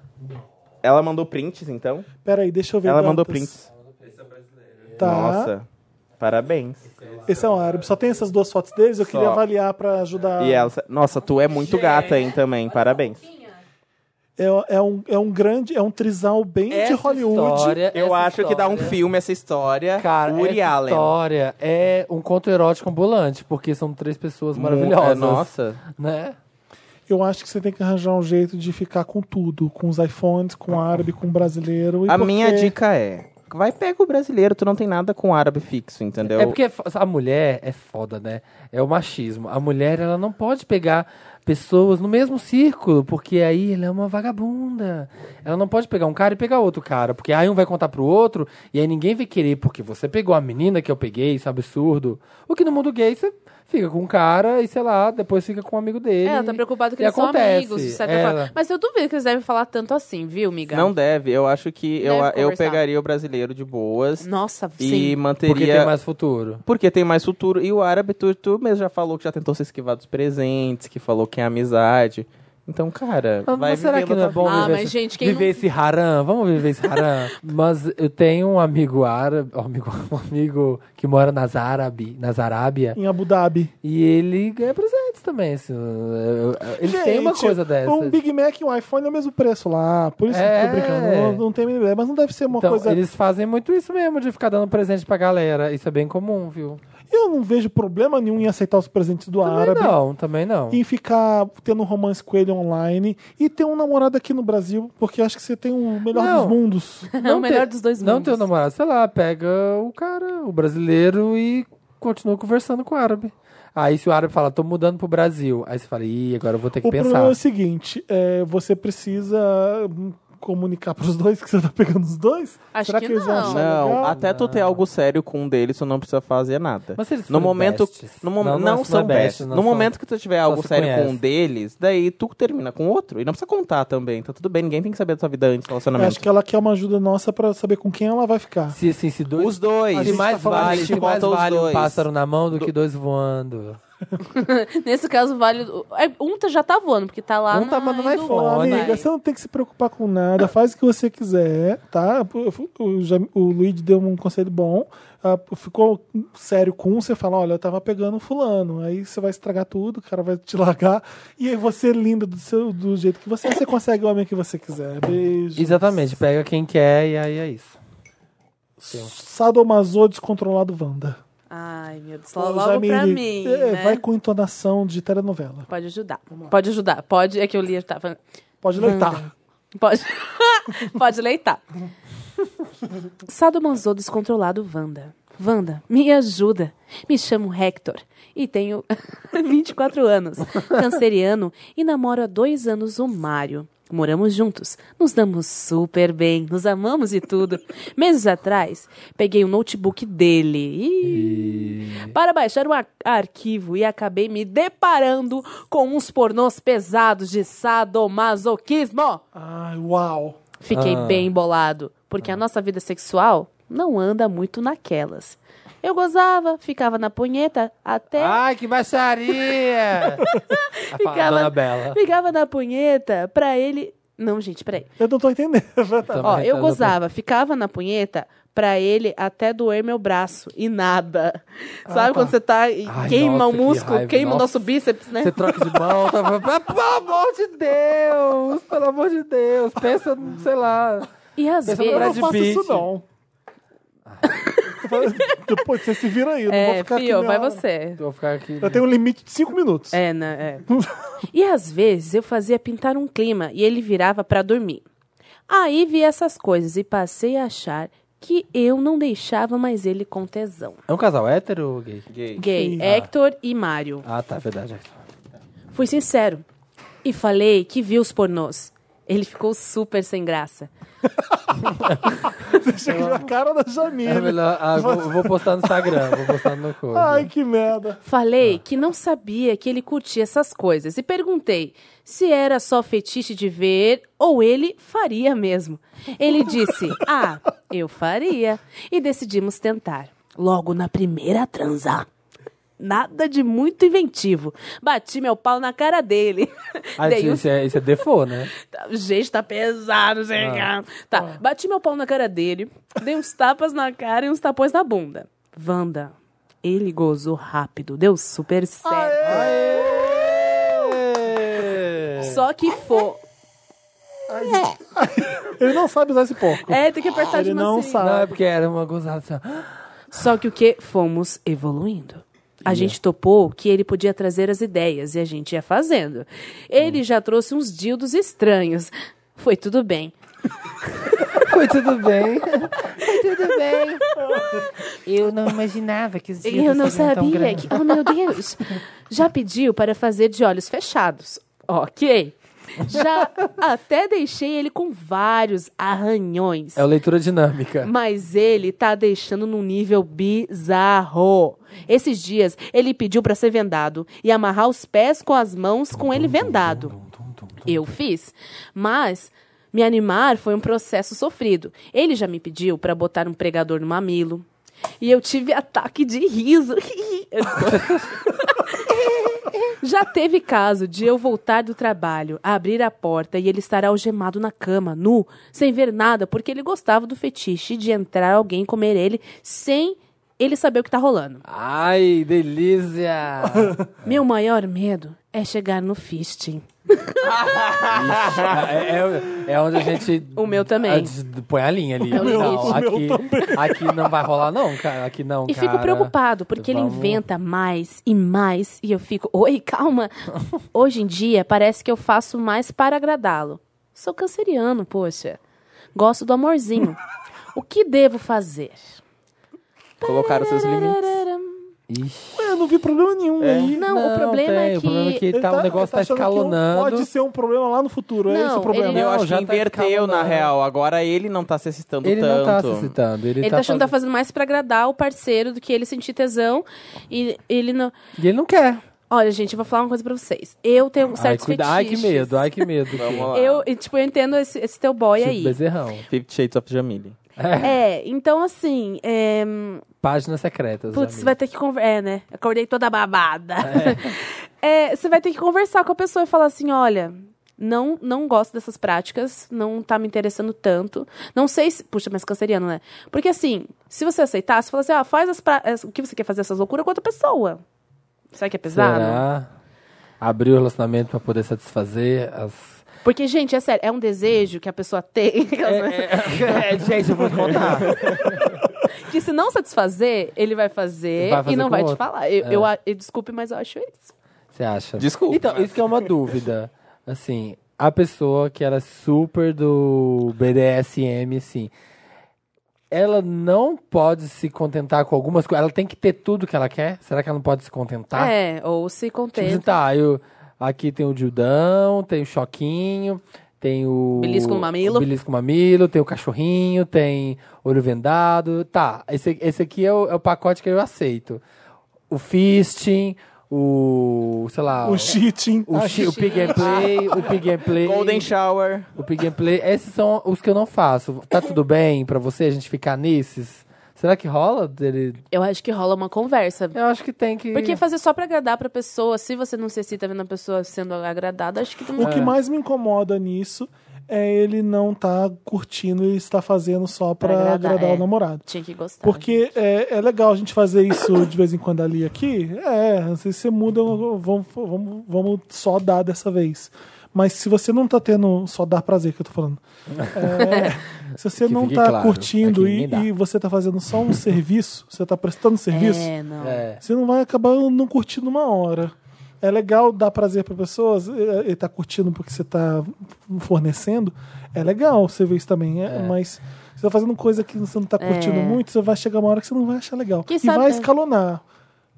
Speaker 5: Ela mandou prints, então?
Speaker 3: Peraí, deixa eu ver.
Speaker 5: Ela
Speaker 3: datas.
Speaker 5: mandou prints.
Speaker 3: Tá.
Speaker 5: Nossa, parabéns.
Speaker 3: Esse é um árabe. Só tem essas duas fotos deles. Eu queria avaliar pra ajudar.
Speaker 5: E ela, nossa, tu é muito gata, hein, também. Parabéns.
Speaker 3: É, é um, é um grande, é um trisal bem de Hollywood.
Speaker 4: história-
Speaker 5: Eu
Speaker 4: essa
Speaker 5: acho que dá um
Speaker 4: história-
Speaker 5: filme essa história.
Speaker 4: Cara,
Speaker 5: Uri
Speaker 4: essa
Speaker 5: Allen.
Speaker 4: história é um conto erótico ambulante, porque são três pessoas
Speaker 5: Mu- é,
Speaker 4: maravilhosas.
Speaker 5: Nossa.
Speaker 4: Né?
Speaker 3: Eu acho que você tem que arranjar um jeito de ficar com tudo, com os iPhones, com o árabe, com o brasileiro. e
Speaker 5: A
Speaker 3: porque-
Speaker 5: minha dica é: vai pega o brasileiro, tu não tem nada com árabe fixo, entendeu?
Speaker 4: É porque é fo- a mulher é foda, né? É o machismo. A mulher, ela não pode pegar pessoas no mesmo círculo, porque aí ela é uma vagabunda. Ela não pode pegar um cara e pegar outro cara, porque aí um vai contar pro outro e aí ninguém vai querer, porque você pegou a menina que eu peguei, isso é um absurdo. O que no mundo gay você fica com um cara e sei lá, depois fica com um amigo dele.
Speaker 2: Ela tá preocupada que
Speaker 4: E
Speaker 2: eles
Speaker 4: acontece. É.
Speaker 2: são amigos, de certa
Speaker 4: Ela-
Speaker 2: forma. Mas eu duvido que eles devem falar tanto assim, viu,
Speaker 4: é
Speaker 2: miga?
Speaker 5: Não deve, eu acho que eu,
Speaker 2: Deve
Speaker 5: eu
Speaker 2: conversar.
Speaker 5: pegaria o brasileiro de boas
Speaker 2: Nossa,
Speaker 5: e
Speaker 2: sim.
Speaker 5: manteria.
Speaker 4: Porque tem mais futuro.
Speaker 5: Porque tem mais futuro. E o árabe, tu, tu mesmo já falou que já tentou se esquivar dos presentes, que falou que é amizade. Então, cara,
Speaker 4: Mas,
Speaker 5: vai
Speaker 4: mas será
Speaker 5: vivendo
Speaker 4: que não
Speaker 5: a
Speaker 3: tá
Speaker 4: é
Speaker 5: tua
Speaker 4: bom
Speaker 2: Ah,
Speaker 4: viver,
Speaker 2: mas,
Speaker 4: esse,
Speaker 2: gente, quem
Speaker 4: viver
Speaker 2: não-
Speaker 4: esse haram? Vamos viver esse haram? mas eu tenho um amigo árabe, um amigo, um amigo que mora nas Árabe, nas Arábia,
Speaker 3: Em Abu Dhabi.
Speaker 4: e ele ganha presentes também. Assim, eu- eu- eles têm uma
Speaker 3: Gente,
Speaker 4: coisa dessa.
Speaker 3: Um Big Mac e um iPhone é o mesmo preço lá. Por isso que eu
Speaker 4: É.
Speaker 3: tô brincando. Não, não tem a mínima ideia. Mas não deve ser uma
Speaker 4: então,
Speaker 3: coisa.
Speaker 4: eles fazem muito isso mesmo, de ficar dando presente pra galera. Isso é bem comum, viu?
Speaker 3: Eu não vejo problema nenhum em aceitar os presentes do
Speaker 4: Também
Speaker 3: árabe.
Speaker 4: não, também não.
Speaker 3: Em ficar tendo um romance com ele online e ter um namorado aqui no Brasil, porque acho que você tem o melhor
Speaker 4: Não.
Speaker 3: dos mundos.
Speaker 2: É o melhor
Speaker 4: ter-
Speaker 2: dos dois
Speaker 4: Não
Speaker 2: mundos.
Speaker 4: ter o namorado, sei lá, pega o cara, o brasileiro, e continua conversando com o árabe. Aí se o árabe fala, tô mudando pro Brasil, aí você fala, ih, agora eu vou ter que
Speaker 3: O
Speaker 4: pensar.
Speaker 3: problema é o seguinte: é, você precisa hum, comunicar pros dois que você tá pegando os dois?
Speaker 2: Acho
Speaker 3: Será que,
Speaker 2: que
Speaker 3: eles vão
Speaker 2: não.
Speaker 3: achar
Speaker 5: Não,
Speaker 3: legal?
Speaker 5: até tu ter algo sério com um deles, tu não precisa fazer nada.
Speaker 4: Mas se eles
Speaker 5: no
Speaker 4: forem
Speaker 5: momento,
Speaker 4: bestes?
Speaker 5: no mom-
Speaker 4: Não,
Speaker 5: não,
Speaker 4: não é- não é
Speaker 5: são
Speaker 4: best,
Speaker 5: bestes.
Speaker 4: não
Speaker 5: no
Speaker 4: são-
Speaker 5: momento que tu tiver algo
Speaker 4: se
Speaker 5: sério com
Speaker 4: conhece.
Speaker 5: um deles, daí tu termina com outro. E não precisa contar também. Então tudo bem, ninguém tem que saber da tua vida antes do
Speaker 3: Eu acho
Speaker 5: relacionamento.
Speaker 3: que ela quer uma ajuda nossa pra saber com quem ela vai ficar.
Speaker 4: Se, assim, se dois.
Speaker 5: Os dois.
Speaker 4: Se mais
Speaker 5: falando, a
Speaker 4: vale,
Speaker 5: gente
Speaker 4: se mais
Speaker 5: bota os
Speaker 4: vale um
Speaker 5: dois.
Speaker 4: pássaro na mão do que dois voando.
Speaker 2: Nesse caso, vale. é, Um tá- já tá voando, porque tá lá.
Speaker 4: Um tá
Speaker 2: na-
Speaker 4: mandando
Speaker 2: indo
Speaker 4: iPhone,
Speaker 2: voando,
Speaker 3: Amiga,
Speaker 2: vai.
Speaker 3: você não tem que se preocupar com nada, faz o que você quiser, tá? O, o, o Luigi deu um conselho bom. ah, ficou sério com um, você fala: olha, eu tava pegando fulano. Aí você vai estragar tudo, o cara vai te largar. E aí você, linda do, seu, do jeito que você é, você consegue o homem que você quiser. Beijo.
Speaker 4: Exatamente, pega quem quer e aí é isso.
Speaker 3: Sadomaso descontrolado Wanda.
Speaker 2: Ai, meu Deus.
Speaker 3: Ô,
Speaker 2: Logo pra
Speaker 3: Jamile,
Speaker 2: mim.
Speaker 3: é,
Speaker 2: né?
Speaker 3: Vai com entonação de telenovela.
Speaker 2: Pode ajudar. Pode ajudar. Pode. É que eu li. Tá, falando-
Speaker 3: Pode leitar.
Speaker 2: pode. pode leitar. Sadomaso descontrolado, Wanda. Wanda, me ajuda. Me chamo Hector e tenho 24 anos, canceriano e namoro há dois anos o Mário. Moramos juntos, nos damos super bem, nos amamos e tudo. Meses atrás, peguei o notebook dele. Ih, para baixar o ar- arquivo e acabei me deparando com uns pornôs pesados de sadomasoquismo.
Speaker 3: Ai, uau.
Speaker 2: Fiquei
Speaker 4: Ah.
Speaker 2: bem bolado, porque a nossa vida sexual não anda muito naquelas. Eu Eu gozava, ficava na punheta até.
Speaker 4: Ai, que baixaria! a fa- a Dona Bela.
Speaker 2: ficava na punheta pra ele. Não, gente, peraí.
Speaker 4: Tá
Speaker 3: Eu não tô entendendo.
Speaker 4: Também
Speaker 2: Ó, eu
Speaker 4: tá-
Speaker 2: gozava, ficava na punheta pra ele até doer meu braço e nada. Sabe quando você tá e
Speaker 4: Ah, Ai,
Speaker 2: queima
Speaker 4: nossa,
Speaker 2: o
Speaker 4: que
Speaker 2: músculo,
Speaker 4: raiva,
Speaker 2: queima o
Speaker 4: nossa.
Speaker 2: nosso bíceps, né?
Speaker 4: Você troca de mão, tá... Ah, pelo amor de Deus! Pelo amor de Deus! Pensa, sei lá.
Speaker 2: E às
Speaker 4: Pensa no
Speaker 3: Eu não
Speaker 2: vezes.
Speaker 4: Brad
Speaker 3: faço isso,
Speaker 4: Pitt.
Speaker 3: não. Depois você se vira aí, eu não vou
Speaker 2: É,
Speaker 3: ficar aqui
Speaker 2: Fio,
Speaker 3: meia
Speaker 2: vai
Speaker 3: hora.
Speaker 2: você.
Speaker 4: Eu vou ficar aqui.
Speaker 3: Eu tenho um limite de 5 minutos.
Speaker 2: É, né? É. e às vezes eu fazia pintar um clima e ele virava pra dormir. Aí vi essas coisas e passei a achar que eu não deixava mais ele com tesão.
Speaker 4: É um casal hétero ou gay?
Speaker 5: Gay.
Speaker 2: Gay, Hector e Mário.
Speaker 4: Ah, tá, verdade.
Speaker 2: Fui sincero e falei que vi os pornôs. Ele ficou super sem graça.
Speaker 3: Você chega na cara da
Speaker 4: É
Speaker 3: Jamile.
Speaker 4: melhor. Ah, vou, vou postar no Instagram, vou postar no coisa.
Speaker 3: Ai, que merda.
Speaker 2: Falei que não sabia que ele curtia essas coisas e perguntei se era só fetiche de ver ou ele faria mesmo. Ele disse: Ah, eu faria. E decidimos tentar. Logo na primeira transa. Nada de muito inventivo. Bati meu pau na cara dele.
Speaker 4: Ah,
Speaker 2: Dei
Speaker 4: isso,
Speaker 2: um
Speaker 4: isso é, isso é default, né?
Speaker 2: Tá, Gente, tá pesado, sei
Speaker 3: Ah.
Speaker 2: lá. Tá, bati meu pau na cara dele, dei uns tapas na cara e uns tapões na bunda. Wanda, ele gozou rápido, deu super certo. Só que foi.
Speaker 3: Ele não sabe usar esse porco.
Speaker 2: É, tem que apertar
Speaker 3: Ele
Speaker 2: de
Speaker 3: não
Speaker 2: macio.
Speaker 3: sabe.
Speaker 4: Não, é porque era uma gozada. Assim, ó.
Speaker 2: Só que o que? Fomos evoluindo. A
Speaker 3: é.
Speaker 2: gente topou que ele podia trazer as ideias e a gente ia fazendo.
Speaker 3: Hum.
Speaker 2: Ele já trouxe uns dildos estranhos. Foi tudo bem.
Speaker 4: Foi tudo bem. Foi tudo bem. Eu não imaginava que os
Speaker 2: Eu não sabia que. Oh, meu Deus! Já pediu para fazer de olhos fechados. Ok. Já até deixei ele com vários arranhões.
Speaker 4: É o leitura dinâmica.
Speaker 2: Mas ele tá deixando num nível bizarro. Esses dias ele pediu para ser vendado e amarrar os pés com as mãos com ele vendado. Eu fiz, mas me animar foi um processo sofrido. Ele já me pediu para botar um pregador no mamilo e eu tive ataque de riso. Já teve caso de eu voltar do trabalho, abrir a porta e ele estar algemado na cama, nu, sem ver nada, porque ele gostava do fetiche de entrar alguém e comer ele sem ele saber o que tá rolando.
Speaker 4: Ai, delícia!
Speaker 2: Meu maior medo é chegar no fisting.
Speaker 4: é, é- é onde a gente.
Speaker 2: O meu também.
Speaker 4: a gente põe a linha ali.
Speaker 2: O meu-
Speaker 4: Não,
Speaker 2: o
Speaker 3: meu
Speaker 4: aqui, aqui não vai rolar, não, cara. Aqui não.
Speaker 2: E fico
Speaker 4: cara.
Speaker 2: preocupado, porque ele
Speaker 4: vamos-
Speaker 2: inventa mais e mais, e eu fico, oi, calma. Hoje em dia, parece que eu faço mais para agradá-lo. Sou canceriano, poxa. Gosto do amorzinho. O que devo fazer?
Speaker 5: Colocaram seus limites.
Speaker 4: Ixi.
Speaker 3: Eu não vi problema nenhum aí.
Speaker 2: É. Não, o problema
Speaker 4: tem,
Speaker 2: é
Speaker 4: O problema é
Speaker 2: que-
Speaker 4: que
Speaker 3: Ele
Speaker 4: tá, o negócio tá
Speaker 3: ele achando que
Speaker 4: escalonando.
Speaker 3: Pode ser um problema lá no futuro. é
Speaker 2: Não,
Speaker 3: esse o problema.
Speaker 2: ele
Speaker 5: Eu
Speaker 4: Não,
Speaker 5: acho
Speaker 4: já
Speaker 5: que
Speaker 4: tá
Speaker 5: inverteu, na
Speaker 4: escalonando.
Speaker 5: real. Agora ele não tá se excitando
Speaker 4: Ele
Speaker 5: tanto.
Speaker 4: não tá se excitando. Ele,
Speaker 2: Ele tá achando que tá
Speaker 4: fazendo-
Speaker 2: fazendo mais pra agradar o parceiro do que ele sentir tesão. E ele não.
Speaker 4: E ele não quer.
Speaker 2: Olha, gente, eu vou falar uma coisa pra vocês. Eu tenho um
Speaker 4: Ai,
Speaker 2: certo
Speaker 4: cuida... Ai, que medo, ai, que medo.
Speaker 5: Vamos lá.
Speaker 2: Eu, e, tipo, eu entendo esse, esse teu boy
Speaker 4: Tipo
Speaker 2: aí.
Speaker 4: Bezerrão.
Speaker 5: Fifty Shades of Jamile.
Speaker 2: É, então assim. É...
Speaker 4: Páginas secretas.
Speaker 2: Putz,
Speaker 4: amigo.
Speaker 2: você vai ter que conversar. É, né? Acordei toda babada. É, você vai ter que conversar com a pessoa e falar assim: olha. Não, não gosto dessas práticas, não tá me interessando tanto. Não sei se. Puxa, mas canceriano, né? Porque assim, se você aceitar, você fala assim: ah, faz as pra... as- o que você quer fazer essas loucuras com outra pessoa. Será que é pesado?
Speaker 4: Será? Abrir o relacionamento pra poder satisfazer as.
Speaker 2: Porque, gente, é sério, é um desejo que a pessoa tem.
Speaker 4: É, gente, eu vou contar.
Speaker 2: que se não satisfazer, ele vai fazer,
Speaker 4: é. Vai fazer
Speaker 2: e não
Speaker 4: com
Speaker 2: vai
Speaker 4: outro.
Speaker 2: te falar. Eu,
Speaker 4: É.
Speaker 2: eu a- eu- desculpe, mas eu acho isso.
Speaker 4: Você acha?
Speaker 5: Desculpa.
Speaker 4: Então, isso que é uma dúvida. Assim, a pessoa que era super do BDSM, assim. Ela não pode se contentar com algumas coisas. Ela tem que ter tudo que ela quer? Será que ela não pode se contentar?
Speaker 2: É, ou se
Speaker 4: Tipo assim,
Speaker 2: contenta.
Speaker 4: tá, eu, aqui tem o Dildão, tem o Choquinho, tem o.
Speaker 2: Belisco no mamilo.
Speaker 4: o belisco no mamilo, tem o cachorrinho, tem olho vendado. Tá, esse, esse aqui é o, é o pacote que eu aceito. O fisting, o. sei lá.
Speaker 3: O cheating. Tá
Speaker 4: o, chi- o pig and play, o pig and play.
Speaker 5: Golden Shower.
Speaker 4: O pig and play. Esses são os que eu não faço. Tá tudo bem pra você a gente ficar nesses? Será que rola dele?
Speaker 9: Eu acho que rola uma conversa.
Speaker 4: Eu acho que tem que.
Speaker 9: Porque
Speaker 3: É.
Speaker 9: fazer só pra agradar pra pessoa, se você não se excita vendo a pessoa sendo agradada, acho que também.
Speaker 3: O
Speaker 4: É.
Speaker 3: que mais me incomoda nisso é ele não tá curtindo e está fazendo só pra,
Speaker 9: Pra agradar,
Speaker 3: agradar,
Speaker 9: é.
Speaker 3: o namorado.
Speaker 9: Tinha que gostar.
Speaker 3: Porque é, é legal a gente fazer isso de vez em quando ali e aqui. É, não sei se você muda, vamos, vamos, vamos só dar dessa vez. Mas se você não tá tendo só dar prazer, que eu tô falando. É, se você
Speaker 4: Que
Speaker 3: não
Speaker 4: fique
Speaker 3: tá
Speaker 4: claro,
Speaker 3: curtindo
Speaker 4: aqui
Speaker 3: e,
Speaker 4: ninguém dá.
Speaker 3: e você tá fazendo só um serviço, você tá prestando serviço,
Speaker 9: É, não.
Speaker 4: É.
Speaker 3: você não vai acabar não curtindo uma hora. É legal dar prazer para pessoas, é, ele tá curtindo porque você tá fornecendo. É legal você ver isso também, é, mas você tá fazendo coisa que você não tá
Speaker 4: É.
Speaker 3: curtindo muito, você vai chegar uma hora que você não vai achar legal.
Speaker 9: Que
Speaker 3: e
Speaker 9: sabe-
Speaker 3: vai escalonar,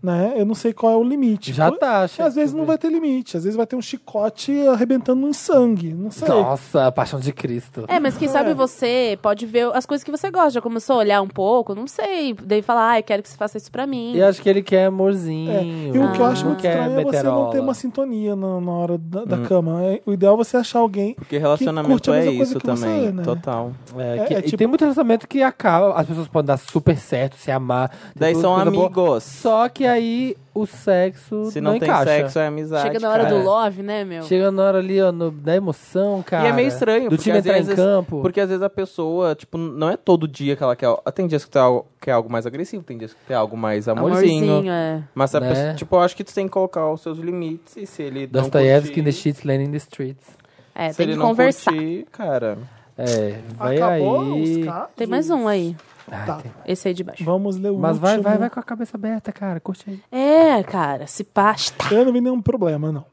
Speaker 3: né? Eu não sei qual é o limite.
Speaker 4: Já
Speaker 3: Por-
Speaker 4: tá,
Speaker 3: Porque às vezes não vai ter limite, às vezes vai ter um chicote arrebentando em sangue, não sei.
Speaker 4: Nossa, a paixão de Cristo.
Speaker 9: É, mas quem sabe você pode ver as coisas que você gosta. Já começou a olhar um pouco, não sei. Daí falar, ah, eu quero que você faça isso pra mim.
Speaker 4: E acho que ele quer
Speaker 3: É,
Speaker 4: amorzinho.
Speaker 3: E o que eu acho
Speaker 4: Ah, não
Speaker 3: muito
Speaker 4: quer Hum.
Speaker 3: estranho é você não ter
Speaker 4: beterola.
Speaker 3: uma sintonia na, na hora da, da cama. É, o ideal é você achar alguém
Speaker 5: Porque
Speaker 3: que
Speaker 5: relacionamento
Speaker 3: curte a
Speaker 5: é
Speaker 3: mesma coisa
Speaker 5: isso
Speaker 3: que você,
Speaker 5: também.
Speaker 3: né?
Speaker 5: Total.
Speaker 4: É,
Speaker 3: É,
Speaker 4: que-
Speaker 3: é
Speaker 4: E
Speaker 3: tipo-
Speaker 4: tem muito relacionamento que acaba, as pessoas podem dar super certo, se amar. tem
Speaker 5: Daí
Speaker 4: todas
Speaker 5: são
Speaker 4: as coisas boas.
Speaker 5: amigos.
Speaker 4: Só que aí o sexo
Speaker 5: Se não, tem
Speaker 4: encaixa.
Speaker 5: sexo, é amizade.
Speaker 9: Chega na hora
Speaker 5: cara.
Speaker 9: do love, né, meu?
Speaker 4: Chega na hora ali, ó, no- da emoção, cara.
Speaker 5: E é meio estranho,
Speaker 4: Do
Speaker 5: porque
Speaker 4: time
Speaker 5: às
Speaker 4: entrar em
Speaker 5: vezes-
Speaker 4: campo.
Speaker 5: Porque às vezes a pessoa, tipo, não é todo dia que ela quer. Tem dias que tem algo, quer algo mais agressivo, tem dias que tem algo mais amorzinho.
Speaker 9: é.
Speaker 5: Mas a
Speaker 4: Né?
Speaker 5: pessoa, tipo, eu acho que tu tem que colocar os seus limites e se ele. não
Speaker 4: Dostoiévski é in the
Speaker 5: curtir,
Speaker 4: sheets, Lenin in the streets.
Speaker 9: É,
Speaker 5: se
Speaker 9: tem
Speaker 5: ele
Speaker 9: que
Speaker 5: não
Speaker 9: conversar.
Speaker 5: curtir, cara.
Speaker 4: É, vai
Speaker 3: Acabou
Speaker 4: aí.
Speaker 3: os casos.
Speaker 9: Tem mais um aí.
Speaker 3: Tá.
Speaker 9: Esse aí de baixo.
Speaker 3: Vamos ler o
Speaker 4: Mas vai,
Speaker 3: último.
Speaker 4: vai, vai com a cabeça aberta, cara. Curte aí.
Speaker 9: É, cara, se pasta.
Speaker 3: Eu não vi nenhum problema, não.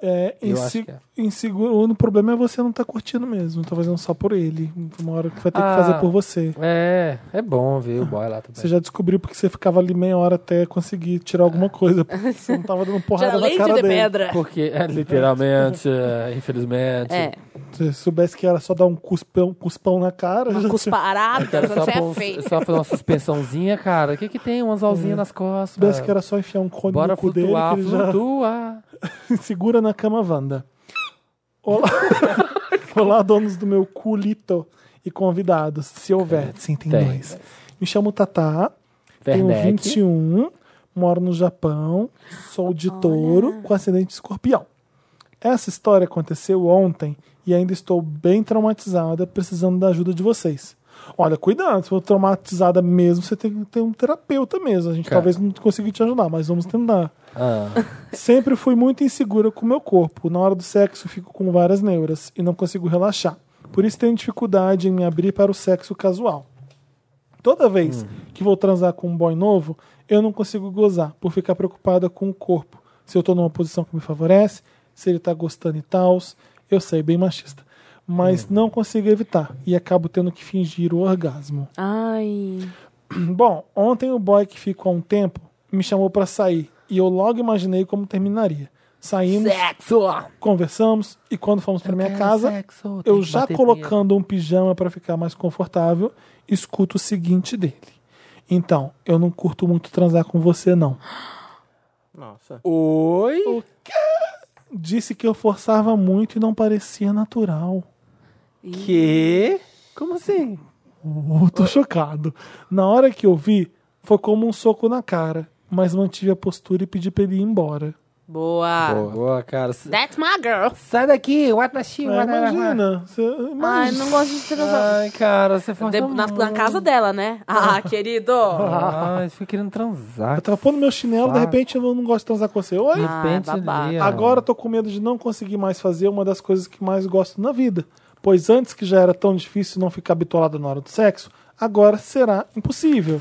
Speaker 3: É, em,
Speaker 4: Eu acho
Speaker 3: se-
Speaker 4: que é.
Speaker 3: em segundo, o problema é você não tá curtindo mesmo. Tá fazendo só por ele. Uma hora que vai ter
Speaker 4: Ah.
Speaker 3: que fazer por você.
Speaker 4: É, é bom ver o boy lá também.
Speaker 3: Você já descobriu porque você ficava ali meia hora até conseguir tirar
Speaker 4: Ah.
Speaker 3: alguma coisa. Porque você não tava dando
Speaker 9: Já
Speaker 3: porrada na
Speaker 9: leite
Speaker 3: cara
Speaker 9: de
Speaker 3: dele.
Speaker 9: pedra.
Speaker 4: Porque, é, literalmente, é, infelizmente.
Speaker 9: É,
Speaker 3: Se você soubesse que era só dar um cuspão, cuspão na cara, já
Speaker 9: uma
Speaker 3: tinha-
Speaker 9: cusparada.
Speaker 4: Quero só,
Speaker 9: Você
Speaker 4: pôr
Speaker 9: é
Speaker 4: um-
Speaker 9: feio.
Speaker 4: só fazer uma suspensãozinha, cara. O que que tem? Um anzolzinho nas
Speaker 3: se soubesse
Speaker 4: costas.
Speaker 3: que era só enfiar um cone
Speaker 4: Ah. Bora
Speaker 3: no cu dele,
Speaker 4: flutuar,
Speaker 3: que ele já
Speaker 4: flutua.
Speaker 3: segura na cama, Wanda. Olá, Olá donos do meu culito e convidados, se houver. Sim, tem,
Speaker 4: Tem.
Speaker 3: dois. Me chamo Tatá, tenho
Speaker 4: Werneck.
Speaker 3: 21, moro no Japão, sou de touro com acidente de escorpião. Essa história aconteceu ontem e ainda estou bem traumatizada, precisando da ajuda de vocês. Olha, cuidado, se for traumatizada mesmo, você tem que ter um terapeuta mesmo. A gente
Speaker 4: Cara.
Speaker 3: talvez não consiga te ajudar, mas vamos tentar.
Speaker 4: Ah,
Speaker 3: Sempre fui muito insegura com o meu corpo. Na hora do sexo, fico com várias neuras e não consigo relaxar. Por isso, tenho dificuldade em me abrir para o sexo casual. Toda vez que vou transar com um boy novo, eu não consigo gozar por ficar preocupada com o corpo. Se eu tô numa posição que me favorece, se ele tá gostando e tal, eu sei, bem machista. Mas não consigo evitar e acabo tendo que fingir o orgasmo.
Speaker 9: Ai.
Speaker 3: Bom, ontem o boy que ficou há um tempo me chamou pra sair e eu logo imaginei como terminaria. Saímos,
Speaker 4: sexo!
Speaker 3: conversamos e quando fomos pra minha
Speaker 4: quero
Speaker 3: casa,
Speaker 4: sexo, tem
Speaker 3: eu
Speaker 4: que
Speaker 3: já
Speaker 4: bater
Speaker 3: colocando um pijama pra ficar mais confortável, escuto o seguinte dele. Então, eu não curto muito transar com você não.
Speaker 5: Nossa.
Speaker 4: Oi?
Speaker 3: Disse que eu forçava muito e não parecia natural.
Speaker 4: Que? Como assim?
Speaker 3: Uh, tô chocado. Na hora que eu vi, foi como um soco na cara, mas mantive a postura e pedi pra ele ir
Speaker 4: Ah.
Speaker 3: embora.
Speaker 9: Boa.
Speaker 4: Boa, cara. S-
Speaker 9: That's my girl.
Speaker 4: Sai daqui, what the shit,
Speaker 3: É,
Speaker 4: what the-
Speaker 3: imagina, você- imagina.
Speaker 9: Ai, não gosto de transar.
Speaker 4: Ai, cara, você força
Speaker 9: De- na, na casa dela, né? Ah, querido.
Speaker 4: Ah, eu fico querendo transar.
Speaker 3: Atrapou no meu chinelo, de
Speaker 4: Saco.
Speaker 3: repente eu não gosto de transar com você. Oi?
Speaker 4: De repente,
Speaker 9: babado.
Speaker 4: ali, ó.
Speaker 3: Agora eu tô com medo de não conseguir mais fazer uma das coisas que mais gosto na vida. Pois antes que já era tão difícil não ficar bitolado na hora do sexo, agora será impossível.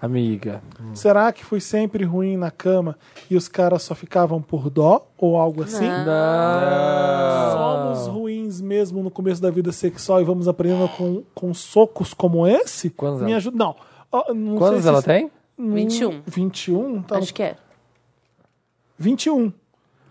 Speaker 4: Amiga.
Speaker 3: Será que fui sempre ruim na cama e os caras só ficavam por dó ou algo assim?
Speaker 4: Não.
Speaker 3: Somos ruins mesmo no começo da vida sexual e vamos aprendendo com, com socos como esse?
Speaker 4: Quantos
Speaker 3: Me
Speaker 4: ela-
Speaker 3: ajuda. Não. Ó, não sei
Speaker 4: Quantos
Speaker 3: se
Speaker 4: ela
Speaker 3: isso-
Speaker 4: tem?
Speaker 3: Hum,
Speaker 9: 21.
Speaker 3: 21? Tá,
Speaker 9: Acho que é.
Speaker 3: 21.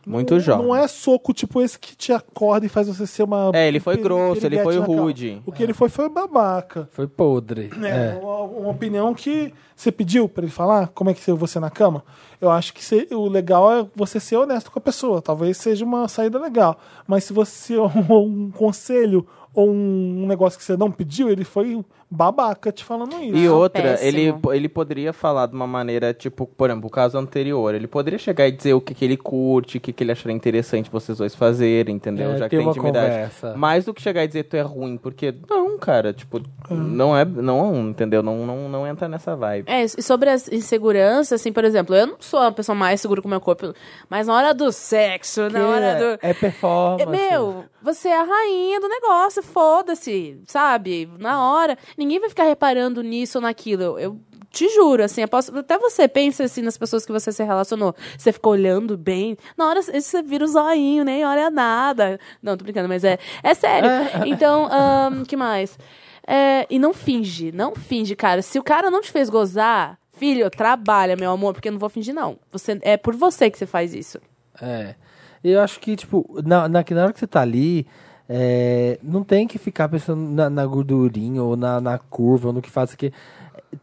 Speaker 5: Muito jovem.
Speaker 3: Não é soco tipo esse que te acorda e faz você ser uma.
Speaker 5: É, ele foi
Speaker 3: peri-
Speaker 5: grosso, ele
Speaker 3: periguete
Speaker 5: foi
Speaker 3: na cama.
Speaker 5: rude.
Speaker 3: O que ele foi foi babaca.
Speaker 4: Foi podre.
Speaker 3: É, né? Uma, uma opinião que é você pediu pra ele falar como é que você na cama. Eu acho que se- o legal é você ser honesto com a pessoa. Talvez seja uma saída legal. Mas se você ou um conselho ou um negócio que você não pediu, ele foi babaca te falando isso.
Speaker 5: E outra,
Speaker 2: péssimo.
Speaker 5: ele, ele poderia falar de uma maneira, tipo, por exemplo, o caso anterior. Ele poderia chegar e dizer o que, que ele curte, o que, que ele acharia interessante vocês dois fazerem, entendeu?
Speaker 4: É,
Speaker 5: Já
Speaker 4: ter
Speaker 5: que tem
Speaker 4: uma
Speaker 5: intimidade.
Speaker 4: conversa.
Speaker 5: Mais do que chegar e dizer tu é ruim, porque não, cara, tipo, não é, não, entendeu? Não, não, não entra nessa vibe.
Speaker 2: É, e sobre as inseguranças, assim, por exemplo, eu não sou a pessoa mais segura com o meu corpo, mas na hora do sexo, na hora do.
Speaker 4: É performance.
Speaker 2: Meu, você é a rainha do negócio, foda-se, sabe? Na hora. Ninguém vai ficar reparando nisso ou naquilo. Eu, eu te juro, assim, eu posso- até você pensa assim nas pessoas que você se relacionou. Você fica olhando bem. Na hora você vira o zoinho, nem olha nada. Não, tô brincando, mas é. É sério. Então, ahn, que mais? É, e não finge, não finge, cara. Se o cara não te fez gozar, filho, trabalha, meu amor, porque eu não vou fingir, não. Você, é por você que você faz isso.
Speaker 4: É. Eu acho que, tipo, na, na, que na hora que você tá ali, é, não tem que ficar pensando na, na gordurinha ou na, na curva ou no que faz aqui.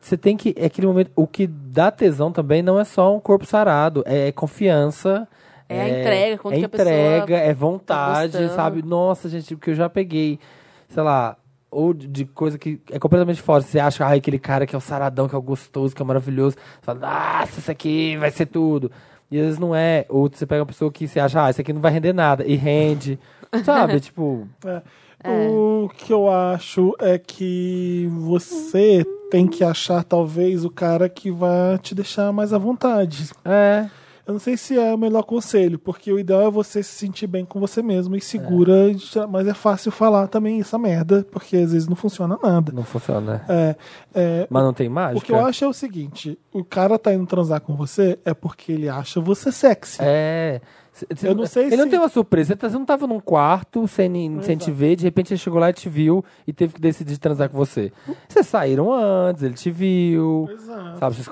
Speaker 4: Você tem que. É aquele momento. O que dá tesão também não é só um corpo sarado, é confiança.
Speaker 2: É a entrega, quanto
Speaker 4: é
Speaker 2: que a pessoa
Speaker 4: entrega, é vontade,
Speaker 2: gostando.
Speaker 4: sabe? Nossa, gente, porque eu já peguei, sei lá, ou de- de coisa que é completamente fora. Você acha, ai, aquele cara que é o saradão, que é o gostoso, que é o maravilhoso. Você fala, nossa, isso aqui vai ser tudo. E às vezes não é. Ou você pega uma pessoa que você acha, ah, isso aqui não vai render nada. E rende. Sabe? tipo,
Speaker 3: O que eu acho é que você tem que achar talvez o cara que vai te deixar mais à vontade.
Speaker 4: é.
Speaker 3: Eu não sei se é o melhor conselho, porque o ideal é você se sentir bem com você mesmo e segura, já- mas é fácil falar também essa merda, porque às vezes não funciona nada.
Speaker 4: Não funciona. né?
Speaker 3: É, é,
Speaker 4: Mas não tem mágica.
Speaker 3: o que eu acho é o seguinte: o cara tá indo transar com você é porque ele acha você sexy.
Speaker 4: É. Cê- cê-
Speaker 3: Eu não sei
Speaker 4: ele não
Speaker 3: se- é.
Speaker 4: teve uma surpresa. Você tá- Você não tava num quarto sem, nin- sem te ver, de repente ele chegou lá e te viu e teve que decidir transar com você. Vocês saíram antes, ele te viu.
Speaker 3: Exato.
Speaker 4: Sabe, vocês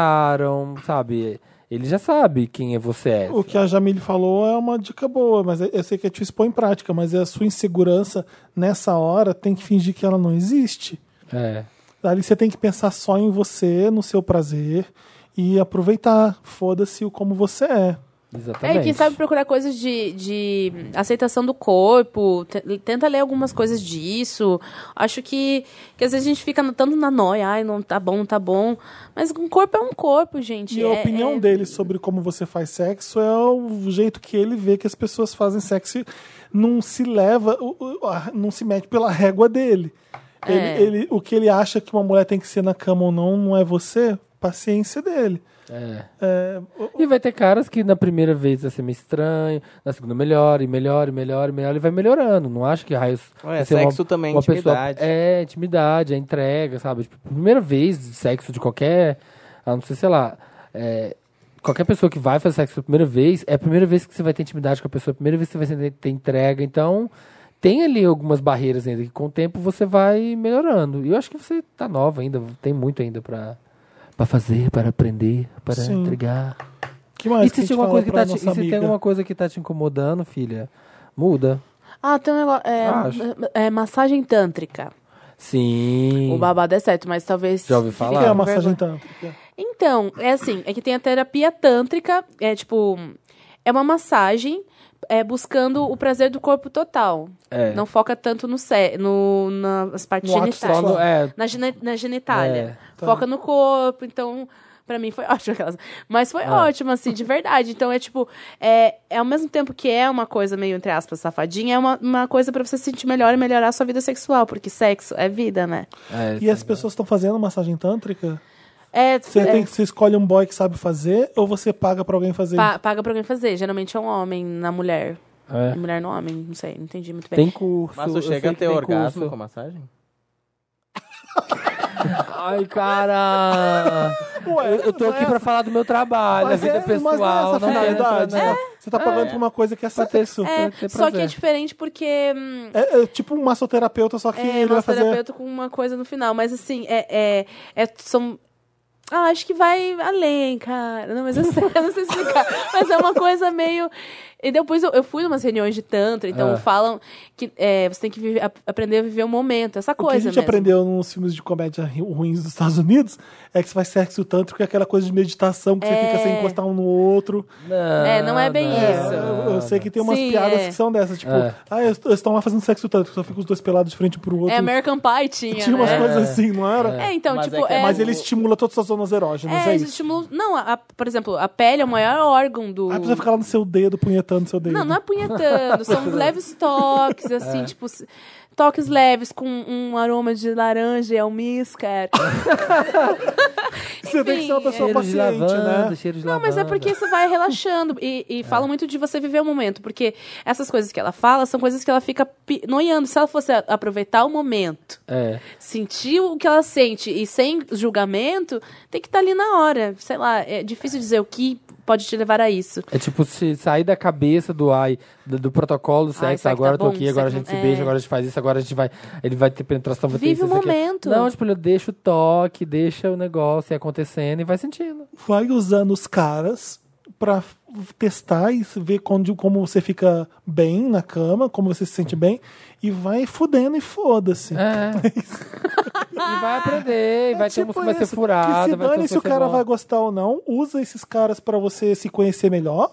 Speaker 4: conversaram, sabe? Ele já sabe quem é você é.
Speaker 3: O que a Jamile falou é uma dica boa, mas eu sei que é te expor em prática, mas é a sua insegurança nessa hora tem que fingir que ela não existe.
Speaker 4: É.
Speaker 3: Ali você tem que pensar só em você, no seu prazer e aproveitar. Foda-se o como você é.
Speaker 4: Exatamente.
Speaker 2: É, quem sabe procurar coisas de, de aceitação do corpo, te- tenta ler algumas coisas disso. Acho que, que às vezes a gente fica no- tanto na noia, ai, não tá bom, não tá bom. Mas um corpo é um corpo, gente.
Speaker 3: E a
Speaker 2: é-
Speaker 3: opinião
Speaker 2: é-
Speaker 3: dele sobre como você faz sexo é o jeito que ele vê que as pessoas fazem sexo e não se leva, o- o- a- não se mete pela régua dele.
Speaker 2: É.
Speaker 3: Ele, ele- o que ele acha que uma mulher tem que ser na cama ou não, não é você, paciência dele. É, o-
Speaker 4: E vai ter caras que na primeira vez vai ser meio estranho, na segunda melhor, e melhor, e melhor, e melhor, e vai melhorando. Não acho que raios.
Speaker 5: Ué,
Speaker 4: vai ser uma-
Speaker 5: sexo também é
Speaker 4: uma pessoa-
Speaker 5: intimidade.
Speaker 4: é, intimidade, é entrega, sabe? Tipo, primeira vez, de sexo de qualquer. A não ser, sei lá. é, qualquer pessoa que vai fazer sexo pela primeira vez, é a primeira vez que você vai ter intimidade com a pessoa, é a primeira vez que você vai ter entrega. Então, tem ali algumas barreiras ainda, que com o tempo você vai melhorando. E eu acho que você tá nova ainda, tem muito ainda pra. Pra fazer, para aprender, para
Speaker 3: Sim.
Speaker 4: entregar.
Speaker 3: que mais
Speaker 4: E se,
Speaker 3: que a gente
Speaker 4: tem alguma
Speaker 3: falou
Speaker 4: coisa que
Speaker 3: pra
Speaker 4: tá te-
Speaker 3: nossa
Speaker 4: e se tem
Speaker 3: amiga?
Speaker 4: alguma coisa que tá te incomodando, filha, muda.
Speaker 2: Ah, tem um negócio. é,
Speaker 4: Acho.
Speaker 2: é, massagem tântrica.
Speaker 4: Sim.
Speaker 2: O babado é certo, mas talvez.
Speaker 4: Já ouvi
Speaker 2: fica
Speaker 4: falar?
Speaker 3: O que é a
Speaker 2: com
Speaker 3: massagem
Speaker 2: vergonha.
Speaker 3: tântrica?
Speaker 2: Então, é assim, é que tem a terapia tântrica, é tipo, é uma massagem é, buscando o prazer do corpo total.
Speaker 4: É.
Speaker 2: Não foca tanto no, cé no nas partes
Speaker 3: No ato
Speaker 2: genitais.
Speaker 3: sexual.
Speaker 4: É,
Speaker 2: Na, gene- na genitália.
Speaker 3: É, tá.
Speaker 2: Foca no corpo, então. Pra mim foi ótimo aquelas. Mas
Speaker 3: É.
Speaker 2: foi ótimo, assim, de verdade. Então é tipo, é, é ao mesmo tempo que é uma coisa meio, entre aspas, safadinha, é uma, uma coisa pra você se sentir melhor e melhorar a sua vida sexual, porque sexo é vida, né?
Speaker 4: é,
Speaker 3: E as pessoas estão fazendo massagem tântrica?
Speaker 2: É,
Speaker 3: Você,
Speaker 2: é,
Speaker 3: tem, você escolhe um boy que sabe fazer ou você paga pra alguém fazer
Speaker 2: Pa- paga pra alguém fazer. Geralmente é um homem na mulher.
Speaker 4: É.
Speaker 2: E Mulher no homem, não sei, não entendi muito bem.
Speaker 4: Tem curso.
Speaker 5: Mas tu
Speaker 4: eu
Speaker 5: chega
Speaker 4: sei
Speaker 5: a
Speaker 4: que
Speaker 5: ter
Speaker 4: tem
Speaker 5: orgasmo
Speaker 4: curso.
Speaker 5: com massagem?
Speaker 4: Ai, cara.
Speaker 3: isso? Ué,
Speaker 4: eu, eu tô aqui pra falar do meu trabalho, da
Speaker 3: mas
Speaker 4: vida
Speaker 3: é- mas não é
Speaker 4: pessoal.
Speaker 3: essa a
Speaker 4: não entra
Speaker 3: finalidade.
Speaker 4: na-
Speaker 3: Você tá pagando por uma coisa que é
Speaker 4: pra ter
Speaker 3: sexo.
Speaker 4: pra
Speaker 2: É,
Speaker 4: ter
Speaker 2: só que é
Speaker 4: prazer.
Speaker 2: diferente porque hum,
Speaker 3: É, é tipo um massoterapeuta, só que
Speaker 2: é
Speaker 3: ele vai fazer.
Speaker 2: massoterapeuta com uma coisa no final. Mas assim, é, é, é- são Ah, acho que vai além, cara. Não, mas eu, sei, eu não sei explicar. Mas é uma coisa meio. E depois eu, eu fui em umas reuniões de Tantra, então
Speaker 4: Ah.
Speaker 2: falam que é, você tem que viver- ap- aprender a viver o momento, essa
Speaker 3: O que a
Speaker 2: coisa
Speaker 3: gente
Speaker 2: mesmo.
Speaker 3: aprendeu nos filmes de comédia ri- ruins dos Estados Unidos é que você faz sexo tântrico e é aquela coisa de meditação que você
Speaker 2: É.
Speaker 3: fica sem encostar um no outro.
Speaker 2: É, não é bem isso.
Speaker 3: Eu, eu sei que tem umas
Speaker 2: Sim,
Speaker 3: piadas
Speaker 2: é.
Speaker 3: que são dessas, tipo,
Speaker 4: É.
Speaker 3: ah, eles eles estão lá fazendo sexo tântrico, só ficam os dois pelados de frente um pro outro.
Speaker 2: É American Pie tinha,
Speaker 3: Tinha umas
Speaker 2: né?
Speaker 3: coisas assim, não era?
Speaker 2: É, então,
Speaker 5: Mas é
Speaker 2: tipo,
Speaker 5: que é
Speaker 2: é,
Speaker 3: Mas ele estimula todas as zonas erógenas,
Speaker 2: é,
Speaker 3: é,
Speaker 2: eles
Speaker 3: isso.
Speaker 2: estimulam- Não, a- a- por exemplo, a pele é o maior órgão do.
Speaker 3: Aí Ah, precisa ficar lá no seu dedo, punhetando seu dedo.
Speaker 4: um
Speaker 2: Não, não é punhetando, são leves toques, assim,
Speaker 4: É.
Speaker 2: tipo, s- toques leves com um aroma de laranja e almíscar.
Speaker 3: Você tem que ser uma
Speaker 2: enfim,
Speaker 4: é.
Speaker 3: pessoa paciente, né?
Speaker 4: cheiro de
Speaker 2: Não, mas é porque você vai relaxando e,
Speaker 4: É.
Speaker 2: e fala muito de você viver o momento, porque essas coisas que ela fala são coisas que ela fica pi- noiando. Se ela fosse a- aproveitar o momento,
Speaker 4: É.
Speaker 2: sentir o que ela sente e sem julgamento, tem que estar ali na hora. Sei lá, é difícil dizer o que pode te levar a isso.
Speaker 4: É tipo se sair da cabeça do ai, do, do protocolo do
Speaker 2: Ai,
Speaker 4: sexo,
Speaker 2: será que tá
Speaker 4: agora eu tô
Speaker 2: bom?
Speaker 4: aqui,
Speaker 2: Será
Speaker 4: agora a
Speaker 2: que
Speaker 4: gente
Speaker 2: não-
Speaker 4: se beija,
Speaker 2: é.
Speaker 4: agora a gente faz isso, agora a gente vai. Ele vai ter penetração, vai ter
Speaker 2: Vive
Speaker 4: isso.
Speaker 2: o
Speaker 4: isso, aquilo.
Speaker 2: momento.
Speaker 4: Não, tipo, ele deixa o toque, deixa o negócio ir acontecendo e vai sentindo.
Speaker 3: Vai usando os caras pra f- testar e se ver quando, como você fica bem na cama, como você se sente bem, e vai fudendo e foda-se.
Speaker 4: É. e vai aprender, e vai ter uns É tipo que vai ser
Speaker 3: Tipo Que
Speaker 4: furado,
Speaker 3: se
Speaker 4: vai ter um
Speaker 3: dane
Speaker 4: uns que
Speaker 3: se o
Speaker 4: vai ser
Speaker 3: cara
Speaker 4: bom.
Speaker 3: vai gostar ou não. Usa esses caras pra você se conhecer melhor.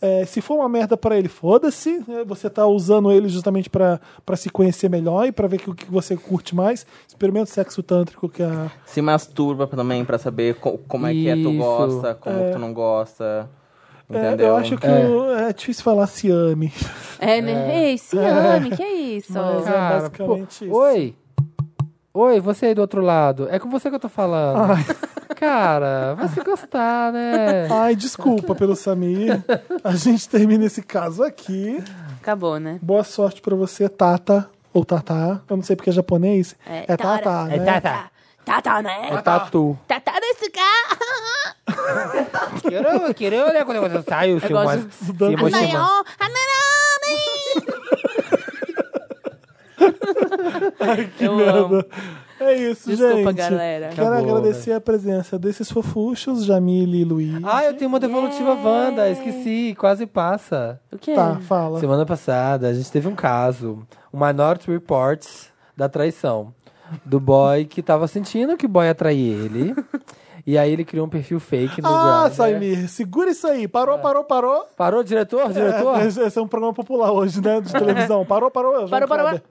Speaker 3: É, se for uma merda pra ele, foda-se. É, Você tá usando ele justamente pra pra se conhecer melhor e pra ver que- o que você curte mais. Experimenta o sexo tântrico que a...
Speaker 5: Se masturba também pra saber co- como é que é tu
Speaker 4: Isso.
Speaker 5: gosta, como que tu não gosta.
Speaker 3: É,
Speaker 5: Entendeu?
Speaker 3: eu acho que
Speaker 4: É.
Speaker 3: o- é, difícil falar se ame.
Speaker 2: É, né? Ei, se ame, que isso?
Speaker 3: Mas é
Speaker 4: Cara,
Speaker 3: basicamente
Speaker 4: pô,
Speaker 3: isso.
Speaker 4: Oi. Oi, você aí do outro lado. É com você que eu tô falando. Cara, vai se gostar, né?
Speaker 3: Ai, desculpa pelo Samir. A gente termina esse caso aqui.
Speaker 2: Acabou, né?
Speaker 3: Boa sorte pra você, Tata. Ou Tatá. Eu não sei porque é japonês.
Speaker 2: É,
Speaker 3: É,
Speaker 2: Tara.
Speaker 3: Tatá, né?
Speaker 4: Tata.
Speaker 2: Tá, tá, né?
Speaker 4: É tatu.
Speaker 2: Tá, tá nesse carro.
Speaker 4: Quero, quero olhar quando eu saio, seu
Speaker 2: gosto
Speaker 4: mas- se emocionar.
Speaker 2: Maior, ananane.
Speaker 3: Que
Speaker 2: Eu
Speaker 3: merda. É isso,
Speaker 2: Desculpa,
Speaker 3: gente.
Speaker 2: galera.
Speaker 3: Quero
Speaker 4: Acabou,
Speaker 3: agradecer a presença desses fofuchos, Jamile e Luiz.
Speaker 4: Ah, eu tenho uma devolutiva Wanda, esqueci, quase passa.
Speaker 2: O quê?
Speaker 3: Tá, fala.
Speaker 4: Semana passada a gente teve um caso, o Minority Report da traição. Do boy que tava sentindo que o boy atraía ele. e aí ele criou um perfil fake no
Speaker 3: Ah,
Speaker 4: Grindr.
Speaker 3: Samir, segura isso aí. Parou,
Speaker 2: É.
Speaker 3: parou, parou.
Speaker 4: Parou, diretor? Diretor?
Speaker 3: É, esse, esse é um programa popular hoje, né? De televisão. Parou, parou. João
Speaker 2: Parou, parou,
Speaker 3: Kleber.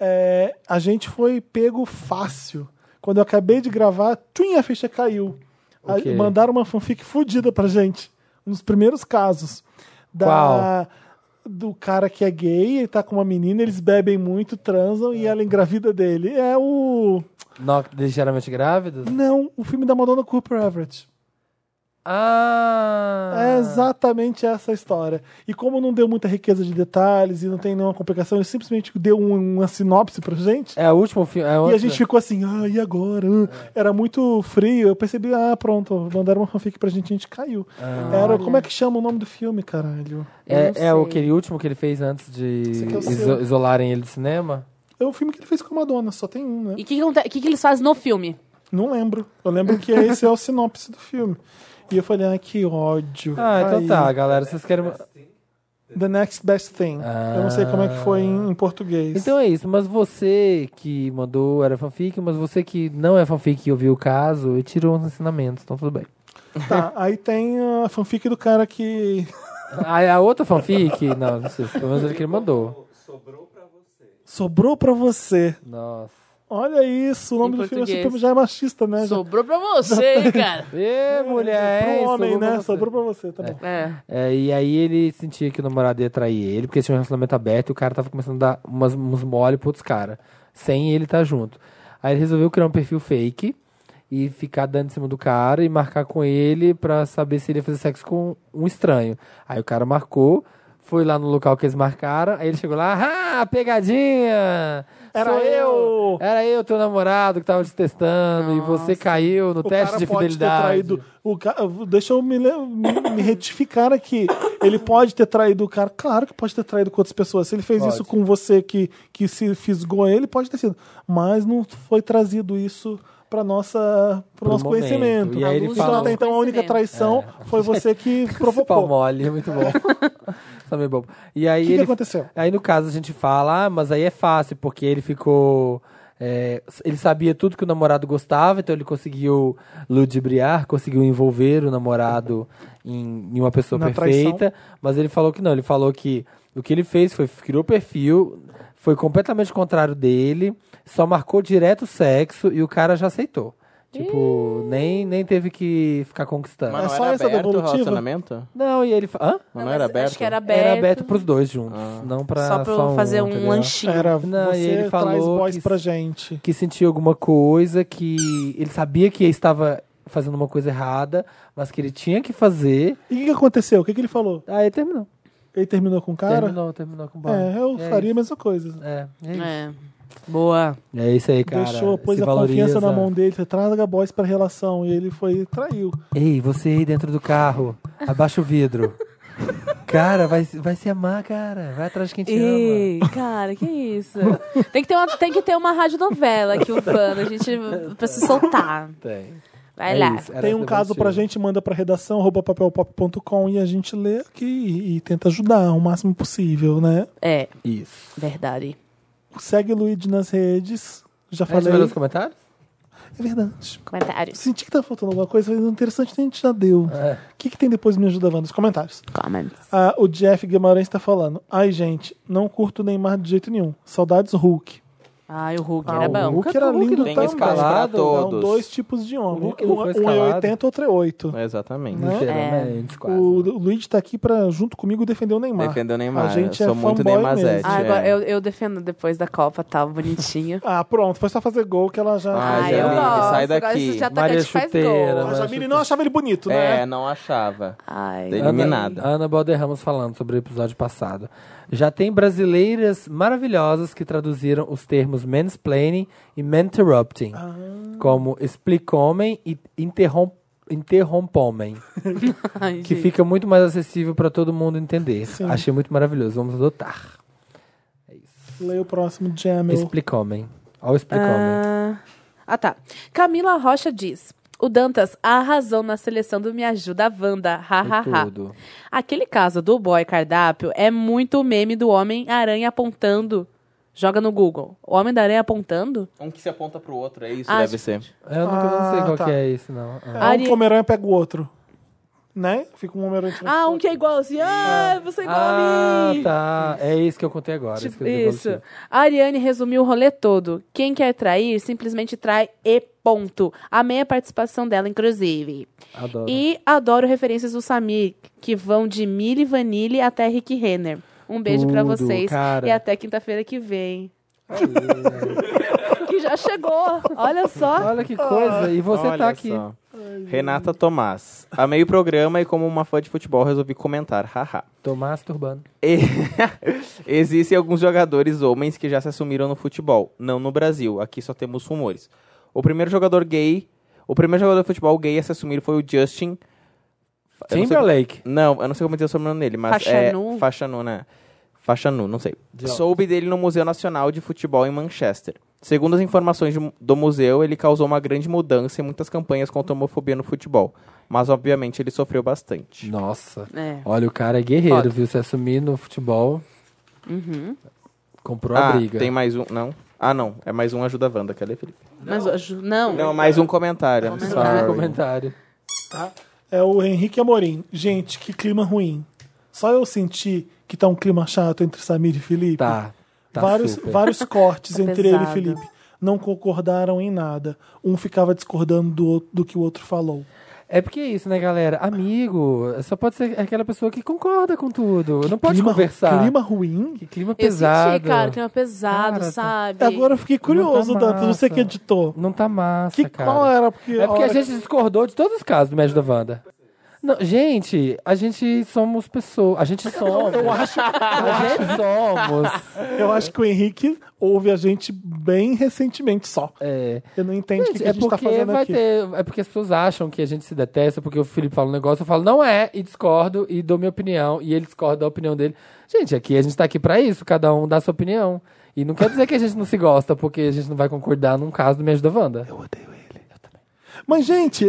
Speaker 3: É, a gente foi pego fácil. Quando eu acabei de gravar, twin, a ficha caiu. A-
Speaker 4: O quê?
Speaker 3: mandaram uma fanfic fudida pra gente. Um dos primeiros casos. Da,
Speaker 4: Qual?
Speaker 3: Do cara que é gay, ele tá com uma menina, eles bebem muito, transam e ela engravida dele. É o.
Speaker 4: Não, ligeiramente grávidos?
Speaker 3: Não, o filme da Madonna Cooper Everett.
Speaker 4: Ah!
Speaker 3: É exatamente essa a história. E como não deu muita riqueza de detalhes e não tem nenhuma complicação, ele simplesmente deu um- uma sinopse pra gente.
Speaker 4: É o último filme. É
Speaker 3: E a gente ficou assim, ah, e agora? Ah, Era muito frio. Eu percebi, ah, pronto, mandaram uma fanfic pra gente, a gente caiu.
Speaker 4: Ah.
Speaker 3: Era, como é que chama o nome do filme, caralho?
Speaker 2: Eu não
Speaker 4: É, é o
Speaker 2: sei.
Speaker 4: aquele último que ele fez antes de
Speaker 3: aqui é o
Speaker 4: iso-
Speaker 3: seu.
Speaker 4: isolarem ele do cinema?
Speaker 3: É o filme que ele fez com a Madonna, só tem um, né?
Speaker 2: E o que, que aconte- que, que eles fazem no filme?
Speaker 3: Não lembro. Eu lembro que esse é o sinopse do filme. E eu falei, ah, que ódio.
Speaker 4: Ah, então
Speaker 3: Aí,
Speaker 4: tá, galera. Vocês querem.
Speaker 3: The Next Best Thing. Eu não sei como é que foi em, em português.
Speaker 4: Então é isso, mas você que mandou era fanfic, mas você que não é fanfic e ouviu o caso, eu tiro uns ensinamentos, então tudo bem.
Speaker 3: Tá, aí tem a fanfic do cara que
Speaker 4: Aí Ah, é a outra fanfic, não, não sei, pelo menos ele que ele mandou.
Speaker 3: sobrou pra você.
Speaker 4: Nossa.
Speaker 3: Olha isso, o nome
Speaker 2: Em
Speaker 3: do filme é
Speaker 2: português.
Speaker 3: super, já é machista, né? Já-
Speaker 2: Sobrou pra você, cara.
Speaker 4: Ê, mulher,
Speaker 3: Pro
Speaker 4: é
Speaker 3: homem,
Speaker 4: sobrou
Speaker 3: né?
Speaker 4: pra você.
Speaker 3: Sobrou pra você, tá bom.
Speaker 2: É.
Speaker 4: É, e aí ele sentia que o namorado ia trair ele, porque tinha um relacionamento aberto e o cara tava começando a dar umas, uns mole pro outros caras, sem ele estar junto. Aí ele resolveu criar um perfil fake e ficar dando em cima do cara e marcar com ele pra saber se ele ia fazer sexo com um estranho. Aí o cara marcou, foi lá no local que eles marcaram, aí ele chegou lá, ah, pegadinha!
Speaker 3: Era
Speaker 4: Sou
Speaker 3: eu!"
Speaker 4: Era eu, teu namorado, que tava te testando, e você caiu no
Speaker 3: O
Speaker 4: teste
Speaker 3: cara
Speaker 4: de
Speaker 3: pode ter
Speaker 4: fidelidade.
Speaker 3: traído. O ca... Deixa eu me, le- me- me retificar aqui. Ele pode ter traído o cara. Claro que pode ter traído com outras pessoas. Se ele fez isso com você que, que se fisgou a ele, pode ter sido. Mas não foi trazido isso para nossa pro
Speaker 4: Pro
Speaker 3: nosso
Speaker 4: momento.
Speaker 3: conhecimento.
Speaker 4: E aí ele
Speaker 3: então,
Speaker 4: fala- É.
Speaker 3: até então a única traição foi você que
Speaker 4: Principal
Speaker 3: provocou. O
Speaker 4: mole, é muito bom. Tá meio bobo. E aí
Speaker 3: que, que
Speaker 4: ele
Speaker 3: aconteceu?
Speaker 4: Aí no caso a gente fala, ah, mas aí é fácil, porque ele ficou. é, ele sabia tudo que o namorado gostava, então ele conseguiu ludibriar, conseguiu envolver o namorado em, em uma pessoa
Speaker 3: Na
Speaker 4: perfeita. Mas ele falou que não, ele falou que o que ele fez foi criou o perfil, foi completamente contrário dele, só marcou direto o sexo e o cara já aceitou. Tipo, nem, nem teve que ficar conquistando.
Speaker 5: Mas
Speaker 3: É
Speaker 5: não
Speaker 3: só
Speaker 5: era
Speaker 3: essa
Speaker 5: aberto o
Speaker 3: devolutiva?
Speaker 5: relacionamento?
Speaker 4: Não, e ele. fa- Hã?
Speaker 5: Não, era aberto?
Speaker 2: Acho que era aberto.
Speaker 4: Era aberto pros dois juntos, não pra
Speaker 2: Só pra eu
Speaker 4: um,
Speaker 2: fazer um
Speaker 4: entendeu?
Speaker 2: lanchinho.
Speaker 3: Era
Speaker 4: Não,
Speaker 3: você
Speaker 4: e ele
Speaker 3: traz
Speaker 4: falou
Speaker 3: boys
Speaker 4: que-
Speaker 3: pra gente.
Speaker 4: que sentia alguma coisa, que ele sabia que estava fazendo uma coisa errada, mas que ele tinha que fazer.
Speaker 3: E o que, que aconteceu? O que, que ele falou?
Speaker 4: Aí terminou.
Speaker 3: Ele terminou com o cara?
Speaker 4: terminou, terminou com o Bob.
Speaker 3: É, eu
Speaker 4: É
Speaker 3: faria a
Speaker 4: isso.
Speaker 3: mesma coisa.
Speaker 4: É, é isso.
Speaker 2: É. Boa.
Speaker 4: É isso aí, cara.
Speaker 3: Deixou, pôs
Speaker 4: Se
Speaker 3: a
Speaker 4: valoriza.
Speaker 3: confiança na mão dele, você traga boys pra relação. E ele foi e traiu.
Speaker 4: Ei, você aí dentro do carro, abaixa o vidro. cara, vai, vai se amar, cara. Vai atrás de quem te ama.
Speaker 2: Ih, cara, que isso? Tem que ter uma, tem que ter uma radionovela aqui, o fã, a gente pra se soltar.
Speaker 4: Tem. É
Speaker 2: Vai lá.
Speaker 3: Tem um caso pra gente, manda pra redação, arroba papelpop.com e a gente lê aqui e, e tenta ajudar o máximo possível, né?
Speaker 2: É,
Speaker 4: Isso.
Speaker 2: verdade.
Speaker 3: Segue o Luigi nas redes. Já
Speaker 4: A gente
Speaker 3: falei.
Speaker 4: vai ler os comentários?
Speaker 3: É verdade.
Speaker 2: Comentários.
Speaker 3: Senti que tá faltando alguma coisa, mas interessante a gente já deu. O
Speaker 4: É.
Speaker 3: que, que tem depois me ajuda, Wanda? Nos comentários.
Speaker 2: Comments.
Speaker 3: Ah, o Jeff Guimarães tá falando. Ai, gente, não curto o Neymar de jeito nenhum. Saudades Hulk.
Speaker 2: Ai, o Hulk
Speaker 4: Ah,
Speaker 2: era
Speaker 4: o
Speaker 2: É bom.
Speaker 3: O Hulk era
Speaker 4: Hulk
Speaker 3: lindo tá
Speaker 5: tem
Speaker 3: também.
Speaker 4: escalado.
Speaker 3: São
Speaker 5: Todos.
Speaker 3: Um, dois tipos de homem.
Speaker 4: O Hulk não
Speaker 3: um,
Speaker 4: foi
Speaker 3: um é
Speaker 4: escalado.
Speaker 3: 80, outro é 8.
Speaker 5: Exatamente.
Speaker 2: É.
Speaker 4: Literalmente, quase.
Speaker 3: O Luigi tá aqui pra, junto comigo, defender o Neymar.
Speaker 5: Defendeu o Neymar.
Speaker 3: A gente
Speaker 5: eu
Speaker 3: é
Speaker 5: sou muito
Speaker 3: fanboy
Speaker 5: Neymarzete.
Speaker 3: mesmo.
Speaker 2: Ah,
Speaker 5: é.
Speaker 2: agora eu, eu defendo depois da Copa, tá bonitinho.
Speaker 3: Ah, pronto. Foi só fazer gol que ela já...
Speaker 5: Ah,
Speaker 2: Ai,
Speaker 5: Jamile,
Speaker 2: eu gosto.
Speaker 5: sai
Speaker 2: agora tá
Speaker 5: daqui.
Speaker 2: esse de atacante
Speaker 4: Maria
Speaker 2: faz
Speaker 4: Chuteira,
Speaker 2: gol.
Speaker 3: a
Speaker 4: mas-
Speaker 3: Jamile não achava ele bonito, né?
Speaker 5: É, não achava.
Speaker 2: Ai,
Speaker 5: Tem-
Speaker 4: Ana,
Speaker 5: Eliminada.
Speaker 4: Ana Balderramos falando sobre o episódio passado. Já tem brasileiras maravilhosas que traduziram os termos mansplaining e manterrupting,
Speaker 2: Ah.
Speaker 4: como explicomem e interrom interrompomem,
Speaker 2: ai,
Speaker 4: que
Speaker 2: gente.
Speaker 4: fica muito mais acessível para todo mundo entender. Achei muito maravilhoso, vamos adotar.
Speaker 3: Leia o próximo, Jamil.
Speaker 4: Explicomem. Olha o explicomem.
Speaker 2: Ah, ah, tá. Camila Rocha diz: O Dantas arrasou na seleção do Me Ajuda Wanda. Ha,
Speaker 4: Foi
Speaker 2: ha, ha.
Speaker 4: tudo.
Speaker 2: Aquele caso do boy cardápio é muito o meme do Homem-Aranha apontando. Joga no Google. O Homem-Aranha apontando?
Speaker 5: Um que se aponta pro outro, é isso,
Speaker 2: Ah,
Speaker 5: deve ser.
Speaker 4: Eu nunca não sei
Speaker 3: Ah,
Speaker 4: qual
Speaker 3: tá.
Speaker 4: que é isso, não. Ah.
Speaker 3: É,
Speaker 2: Ari-
Speaker 3: Um Homem-Aranha pega o outro. Né? Fica um Homem-Aranha... tirando
Speaker 2: Ah, um
Speaker 3: foto.
Speaker 2: que é igual assim. Ah, você é igual a
Speaker 4: Ah,
Speaker 2: mim.
Speaker 4: tá. É isso que eu contei agora. isso.
Speaker 2: Tipo,
Speaker 4: que eu dei
Speaker 2: isso.
Speaker 4: pra você.
Speaker 2: A Ariane resumiu o rolê todo. Quem quer trair, simplesmente trai e ponto. Amei a participação dela, inclusive.
Speaker 4: Adoro.
Speaker 2: E adoro referências do Samir, que vão de Milly Vanille até Rick Renner. Um beijo pra
Speaker 4: Tudo,
Speaker 2: vocês
Speaker 4: cara.
Speaker 2: e até quinta-feira que vem. que já chegou, olha só.
Speaker 4: Olha que coisa. E você
Speaker 5: Olha
Speaker 4: tá aqui.
Speaker 5: só. Renata Tomás. Amei o programa e, como uma fã de futebol, resolvi comentar. Haha.
Speaker 4: Tô masturbando.
Speaker 5: E- Existem alguns jogadores homens que já se assumiram no futebol. Não no Brasil, aqui só temos rumores. O primeiro jogador gay. O primeiro jogador de futebol gay a se assumir foi o Justin. Eu não sei-
Speaker 4: Timberlake.
Speaker 5: Não, eu não sei como dizer o sobrenome dele, mas
Speaker 2: Faixa
Speaker 5: é
Speaker 2: nu?
Speaker 5: Faixa nu, né? Faixa nu, não sei.
Speaker 4: De-
Speaker 5: Soube dele no Museu Nacional de Futebol em Manchester. Segundo as informações de- do museu, ele causou uma grande mudança em muitas campanhas contra a homofobia no futebol. Mas, obviamente, ele sofreu bastante.
Speaker 4: Nossa.
Speaker 2: É.
Speaker 4: Olha, o cara é guerreiro, viu? Se assumir no futebol.
Speaker 2: Uhum.
Speaker 4: Comprou a
Speaker 5: ah,
Speaker 4: briga.
Speaker 5: tem mais um. Não? Ah, não. É mais um Ajuda Wanda. Cadê, Felipe?
Speaker 2: Mas eu ju- não.
Speaker 5: Não, mais um comentário. I'm
Speaker 4: Só um
Speaker 5: sorry.
Speaker 4: comentário.
Speaker 3: É o Henrique Amorim. Gente, que clima ruim. Só eu senti que tá um clima chato entre Samir e Felipe.
Speaker 4: Tá. Tá
Speaker 3: vários,
Speaker 4: super.
Speaker 3: vários cortes entre ele e
Speaker 2: pesado.
Speaker 3: Felipe. Não concordaram em nada. Um ficava discordando do, outro- do que o outro falou.
Speaker 4: É porque é isso, né, galera? Amigo, só pode ser aquela pessoa que concorda com tudo. Não pode
Speaker 3: clima,
Speaker 4: conversar.
Speaker 3: Clima ruim?
Speaker 4: Que clima
Speaker 2: eu
Speaker 4: pesado.
Speaker 2: senti, cara, que é pesado,
Speaker 4: Cara, tá-
Speaker 2: sabe?
Speaker 3: Agora eu fiquei curioso,
Speaker 4: Não tá
Speaker 3: Dantas. Você que
Speaker 4: massa.
Speaker 3: editou.
Speaker 4: Não tá massa,
Speaker 3: Que,
Speaker 4: cara.
Speaker 3: qual era? Porque,
Speaker 4: É porque a
Speaker 3: hora-
Speaker 4: gente discordou de todos os casos do Médio da Wanda. Não, gente, a gente somos pessoas. A gente somos. Eu acho. A gente somos.
Speaker 3: Eu acho que o Henrique ouve a gente bem recentemente só.
Speaker 4: É.
Speaker 3: Eu não entendo o que,
Speaker 4: Gente,
Speaker 3: que a gente tá fazendo
Speaker 4: vai
Speaker 3: aqui.
Speaker 4: ter. É porque as pessoas acham que a gente se detesta, porque o Felipe fala um negócio, eu falo, não é, e discordo, e dou minha opinião, e ele discorda da opinião dele. Gente, aqui a gente tá aqui pra isso, cada um dá sua opinião. E não quer dizer que a gente não se gosta, porque a gente não vai concordar num caso do Me Ajuda Wanda. Eu odeio ele.
Speaker 3: Mas, gente,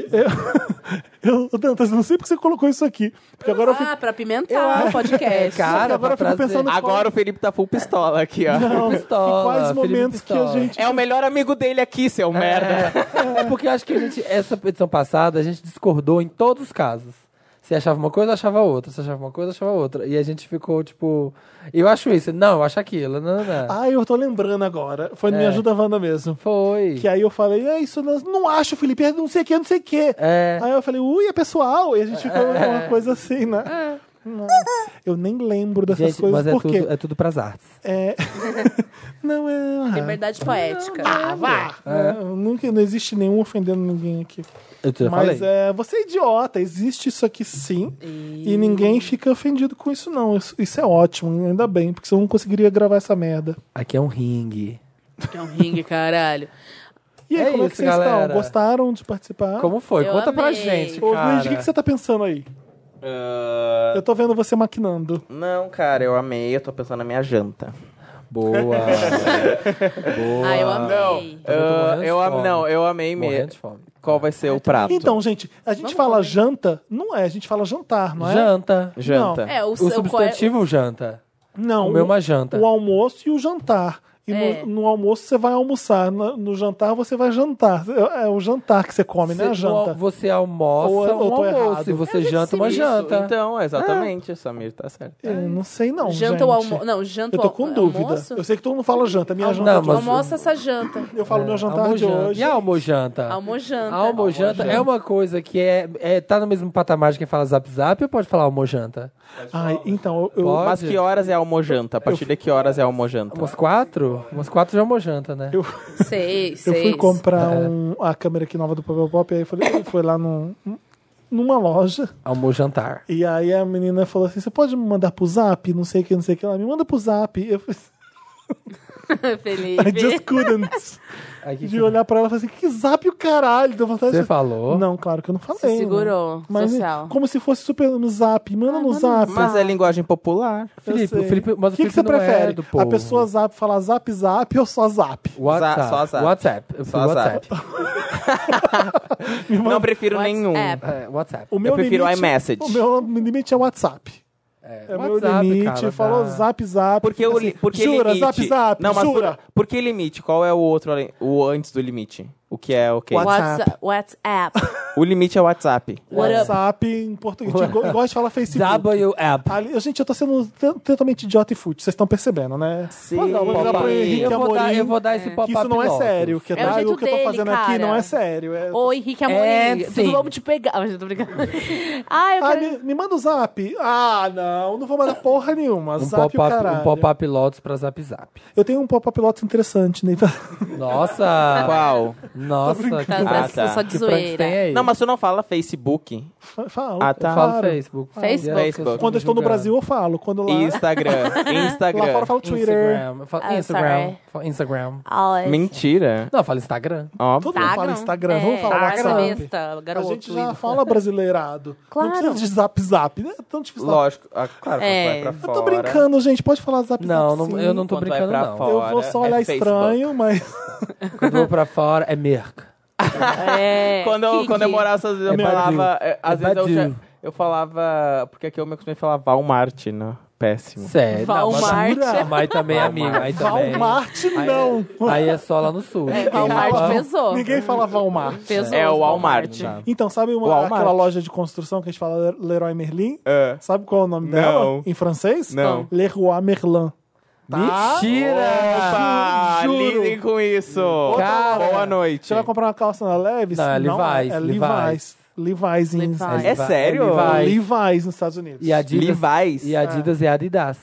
Speaker 3: eu, eu, Dantas, não sei porque você colocou isso aqui. Porque agora eu fico.
Speaker 2: Ah, pra pimentar o podcast.
Speaker 4: é, Cara,
Speaker 3: agora eu
Speaker 4: pra
Speaker 3: fico
Speaker 4: trazer.
Speaker 3: pensando
Speaker 5: Agora o Felipe tá full pistola aqui, ó.
Speaker 3: Não,
Speaker 4: Pistola,
Speaker 3: em quais
Speaker 4: Felipe
Speaker 3: momentos que a
Speaker 4: Pistola.
Speaker 3: gente.
Speaker 5: É o melhor amigo dele aqui, seu merda.
Speaker 4: É porque eu acho que a gente, essa edição passada, a gente discordou em todos os casos. Você achava uma coisa, achava outra. Você achava uma coisa, achava outra. E a gente ficou, tipo, eu acho isso, não, eu acho aquilo. Não, não, não.
Speaker 3: Ah, eu tô lembrando agora. Foi
Speaker 4: É.
Speaker 3: no Me Ajuda Wanda mesmo.
Speaker 4: Foi.
Speaker 3: Que aí eu falei, é isso, não, não acho, Felipe, é não sei o que, não sei o que.
Speaker 4: É.
Speaker 3: Aí eu falei, ui, é pessoal. E a gente ficou uma coisa assim, né? Não. Eu nem lembro dessas
Speaker 4: É. Gente,
Speaker 3: coisas,
Speaker 4: mas é
Speaker 3: porque
Speaker 4: tudo, é tudo pras artes.
Speaker 3: é... não é...
Speaker 2: Liberdade poética.
Speaker 4: Ah,
Speaker 3: É, nunca, não existe nenhum ofendendo ninguém aqui.
Speaker 4: Eu já falei.
Speaker 3: Mas é, você é idiota, existe isso aqui sim. E... ninguém fica ofendido com isso, não. Isso, isso é ótimo, ainda bem, porque senão eu não conseguiria gravar essa merda.
Speaker 4: Aqui é um ringue.
Speaker 2: É um ringue, caralho.
Speaker 3: E aí,
Speaker 4: É
Speaker 3: como é que
Speaker 4: isso,
Speaker 3: vocês
Speaker 4: galera.
Speaker 3: estão? Gostaram de participar?
Speaker 4: Como foi?
Speaker 2: Eu
Speaker 4: Conta pra
Speaker 2: amei.
Speaker 4: gente,
Speaker 3: Ô,
Speaker 4: cara.
Speaker 3: Luiz, o que, que você tá pensando aí?
Speaker 2: É,
Speaker 3: Eu tô vendo você maquinando.
Speaker 5: Não, cara, eu amei. Eu tô pensando na minha janta.
Speaker 4: Boa. Boa.
Speaker 2: Ah, eu
Speaker 5: Tá
Speaker 2: amei.
Speaker 4: Também tô morrendo de
Speaker 5: eu am-
Speaker 4: fome.
Speaker 5: não, eu amei
Speaker 4: Morrendo de
Speaker 5: mesmo.
Speaker 4: fome.
Speaker 5: Qual vai ser o prato?
Speaker 3: Então, gente, a gente fala janta, não é, a gente fala jantar, não é?
Speaker 4: Janta.
Speaker 5: janta.
Speaker 2: É, o,
Speaker 4: O
Speaker 2: seu
Speaker 4: substantivo janta.
Speaker 3: Não.
Speaker 4: Comer
Speaker 3: o-
Speaker 4: uma janta.
Speaker 3: O almoço e o jantar. E no-
Speaker 2: É.
Speaker 3: no, almoço você vai almoçar, no, no jantar você vai jantar. É, é o jantar que você come, né? A
Speaker 4: Você- um al-
Speaker 3: janta.
Speaker 4: Você almoça
Speaker 3: Ou eu-
Speaker 4: um
Speaker 3: ou tô
Speaker 4: almoço
Speaker 3: errado.
Speaker 4: e você janta uma
Speaker 5: Isso,
Speaker 4: janta.
Speaker 5: Então, exatamente. Samir tá certo.
Speaker 3: Eu É, não sei, não.
Speaker 2: Janta
Speaker 3: um gente.
Speaker 2: o almoço. Não, janta
Speaker 3: Eu
Speaker 2: o
Speaker 3: tô com
Speaker 2: almo-
Speaker 3: dúvida.
Speaker 2: almoço.
Speaker 3: Eu sei que todo mundo fala janta. Minha janta
Speaker 4: não,
Speaker 3: de
Speaker 4: mas-
Speaker 3: hoje.
Speaker 2: Almoça essa janta.
Speaker 3: Eu falo meu jantar de
Speaker 4: Almojanta.
Speaker 3: hoje.
Speaker 4: E a almojanta?
Speaker 2: Almojanta.
Speaker 4: A almojanta é uma coisa que é, é- tá no mesmo patamar de quem fala zap zap ou pode falar almojanta?
Speaker 3: Ai, então, eu, eu-
Speaker 4: Pode?
Speaker 5: Mas que horas é a almojanta? A partir de que horas é a almojanta?
Speaker 4: Umas quatro? Umas quatro de almojanta, né?
Speaker 2: Seis,
Speaker 3: eu
Speaker 2: seis.
Speaker 3: fui comprar um- a câmera aqui nova do Papel Pop, aí eu falei, eu fui lá num- numa loja.
Speaker 4: Almojantar.
Speaker 3: E aí a menina falou assim: você pode me mandar pro zap? Não sei o que, não sei o que. Ela me manda pro zap. Eu falei, I
Speaker 2: Felipe.
Speaker 3: just couldn't.
Speaker 4: Aqui
Speaker 3: De olhar pra ela e falar assim: que zap o caralho? Deu vontade
Speaker 4: você
Speaker 3: de-
Speaker 4: falou?
Speaker 3: Não, claro que eu não falei.
Speaker 2: Se
Speaker 3: né?
Speaker 2: segurou,
Speaker 3: Mas
Speaker 2: social. Ah,
Speaker 3: como se fosse super no zap. Manda no zap.
Speaker 5: Mas é linguagem popular.
Speaker 3: Eu
Speaker 4: Felipe, o
Speaker 3: sei.
Speaker 4: Felipe, mas o
Speaker 3: que, que
Speaker 4: Felipe
Speaker 3: você
Speaker 4: não é
Speaker 3: prefere?
Speaker 4: do povo.
Speaker 3: A pessoa zap, falar zap zap ou só zap?
Speaker 4: WhatsApp.
Speaker 5: Za- só zap.
Speaker 4: WhatsApp. Eu
Speaker 5: Só
Speaker 4: fui WhatsApp.
Speaker 5: Não prefiro nenhum.
Speaker 2: WhatsApp.
Speaker 4: É, WhatsApp.
Speaker 3: O meu
Speaker 5: prefiro
Speaker 3: limite,
Speaker 5: iMessage.
Speaker 3: O meu limite é WhatsApp. É, o meu
Speaker 4: WhatsApp,
Speaker 3: limite.
Speaker 4: cara,
Speaker 3: falou
Speaker 4: dá.
Speaker 3: zap zap.
Speaker 5: Porque o
Speaker 3: Assim,
Speaker 5: li- porque
Speaker 3: jura,
Speaker 5: limite.
Speaker 3: zap zap.
Speaker 5: não, mas por-
Speaker 3: jura.
Speaker 5: por que limite? Qual é o outro além- o antes do limite? O que é o que?
Speaker 3: What-
Speaker 2: WhatsApp. WhatsApp.
Speaker 5: O limite é o WhatsApp.
Speaker 2: What up?
Speaker 3: WhatsApp em português. Eu go- eu gosto de falar Facebook.
Speaker 4: W app.
Speaker 3: Ali, eu- gente, eu tô sendo t- totalmente idiota e fútil, vocês estão percebendo, né? Sim, eu vou virar pro Henrique
Speaker 4: Eu vou dar,
Speaker 3: Amorim,
Speaker 4: eu vou dar esse
Speaker 3: que
Speaker 4: pop-up um
Speaker 3: isso não é
Speaker 4: logo.
Speaker 3: sério, que
Speaker 2: É o
Speaker 3: tá,
Speaker 2: jeito
Speaker 3: o que eu tô
Speaker 2: dele,
Speaker 3: fazendo aqui
Speaker 2: cara.
Speaker 3: não é sério. é-
Speaker 2: Ô, Henrique um Amorim,
Speaker 4: É, sim.
Speaker 2: tudo vamos te pegar. Ah, eu tô brincando. Ah, eu
Speaker 3: Ah,
Speaker 2: quero...
Speaker 3: me, me manda o zap. Ah, não, não vou mandar porra nenhuma.
Speaker 4: Um
Speaker 3: zap o
Speaker 4: pop-up
Speaker 3: caralho.
Speaker 4: um pop Lotus pra Zap Zap.
Speaker 3: Eu tenho um pop-up piloto interessante, né?
Speaker 5: Ah.
Speaker 4: Nossa!
Speaker 5: Qual?
Speaker 4: Nossa, que,
Speaker 2: Tá,
Speaker 5: Ah,
Speaker 2: tá,
Speaker 5: tá.
Speaker 2: Só de
Speaker 4: que pranks
Speaker 2: zoeira.
Speaker 4: tem aí?
Speaker 5: Não, mas tu não fala Facebook,
Speaker 3: Falo.
Speaker 5: Ah, tá.
Speaker 4: Eu falo
Speaker 3: claro.
Speaker 4: Facebook.
Speaker 2: Facebook.
Speaker 5: Facebook.
Speaker 3: Quando eu estou no Brasil, eu falo. Quando lá,
Speaker 5: Instagram,
Speaker 3: lá fora, eu
Speaker 5: Instagram.
Speaker 3: falo Twitter.
Speaker 4: Instagram. Eu falo
Speaker 2: Ah,
Speaker 4: Instagram.
Speaker 2: sorry.
Speaker 4: Falo Instagram.
Speaker 2: Always.
Speaker 5: Mentira.
Speaker 4: Não, eu falo Instagram.
Speaker 5: Ó,
Speaker 3: Todo mundo fala Instagram. Vamos falar
Speaker 2: é,
Speaker 3: Instagram.
Speaker 2: Instagram. Besta,
Speaker 3: A
Speaker 2: garoto,
Speaker 3: gente já
Speaker 2: ídolo.
Speaker 3: fala brasileirado.
Speaker 2: Claro.
Speaker 3: Não precisa de zap zap, né? É tão difícil. falar.
Speaker 5: lógico. Ah, claro, quando
Speaker 2: É.
Speaker 5: tu vai pra
Speaker 2: Eu
Speaker 5: fora.
Speaker 3: Eu tô brincando, gente. Pode falar zap zap.
Speaker 4: Não, não-
Speaker 3: sim.
Speaker 4: eu não tô
Speaker 5: Quando vai
Speaker 4: brincando,
Speaker 5: pra
Speaker 4: não.
Speaker 5: fora.
Speaker 3: Eu vou só olhar
Speaker 5: é Facebook.
Speaker 3: estranho, mas
Speaker 4: Quando eu vou pra fora, é merca.
Speaker 2: É,
Speaker 5: Quando eu,
Speaker 2: Kiki.
Speaker 5: quando eu morava, às vezes eu
Speaker 4: É
Speaker 5: falava.
Speaker 4: Brasil.
Speaker 5: é, Às
Speaker 4: É
Speaker 5: vezes eu,
Speaker 4: Brasil.
Speaker 5: já- eu falava. Porque aqui eu me acostumei a falar Walmart, né? Péssimo.
Speaker 4: Sério. não, mas-
Speaker 2: Valmart.
Speaker 4: Ah, Mas também é amigo. Aí também.
Speaker 3: Walmart
Speaker 4: Aí-
Speaker 3: não.
Speaker 4: Aí é só lá no sul.
Speaker 2: Walmart pesou.
Speaker 3: Ninguém fala Walmart.
Speaker 2: Pesou
Speaker 5: É o
Speaker 2: os
Speaker 5: Walmart.
Speaker 3: Então, sabe uma,
Speaker 5: Walmart.
Speaker 3: aquela loja de construção que a gente fala Le- Leroy Merlin?
Speaker 5: É.
Speaker 3: Sabe qual é o nome
Speaker 5: Não.
Speaker 3: dela? Em francês?
Speaker 5: Não.
Speaker 3: Leroy Merlin.
Speaker 4: Mentira!
Speaker 5: Opa,
Speaker 3: Juro, Ah, juro.
Speaker 5: lidem com isso.
Speaker 4: Cara.
Speaker 5: Boa noite.
Speaker 3: Você vai comprar uma calça na Levis?
Speaker 4: Não, é Levi's,
Speaker 3: É
Speaker 4: Levi's.
Speaker 3: Levi's. Levi's. em-
Speaker 2: Levi's.
Speaker 5: É sério?
Speaker 4: Levi's.
Speaker 3: Levi's nos Estados Unidos.
Speaker 4: E Adidas.
Speaker 5: Levi's.
Speaker 4: E Adidas é Adidas.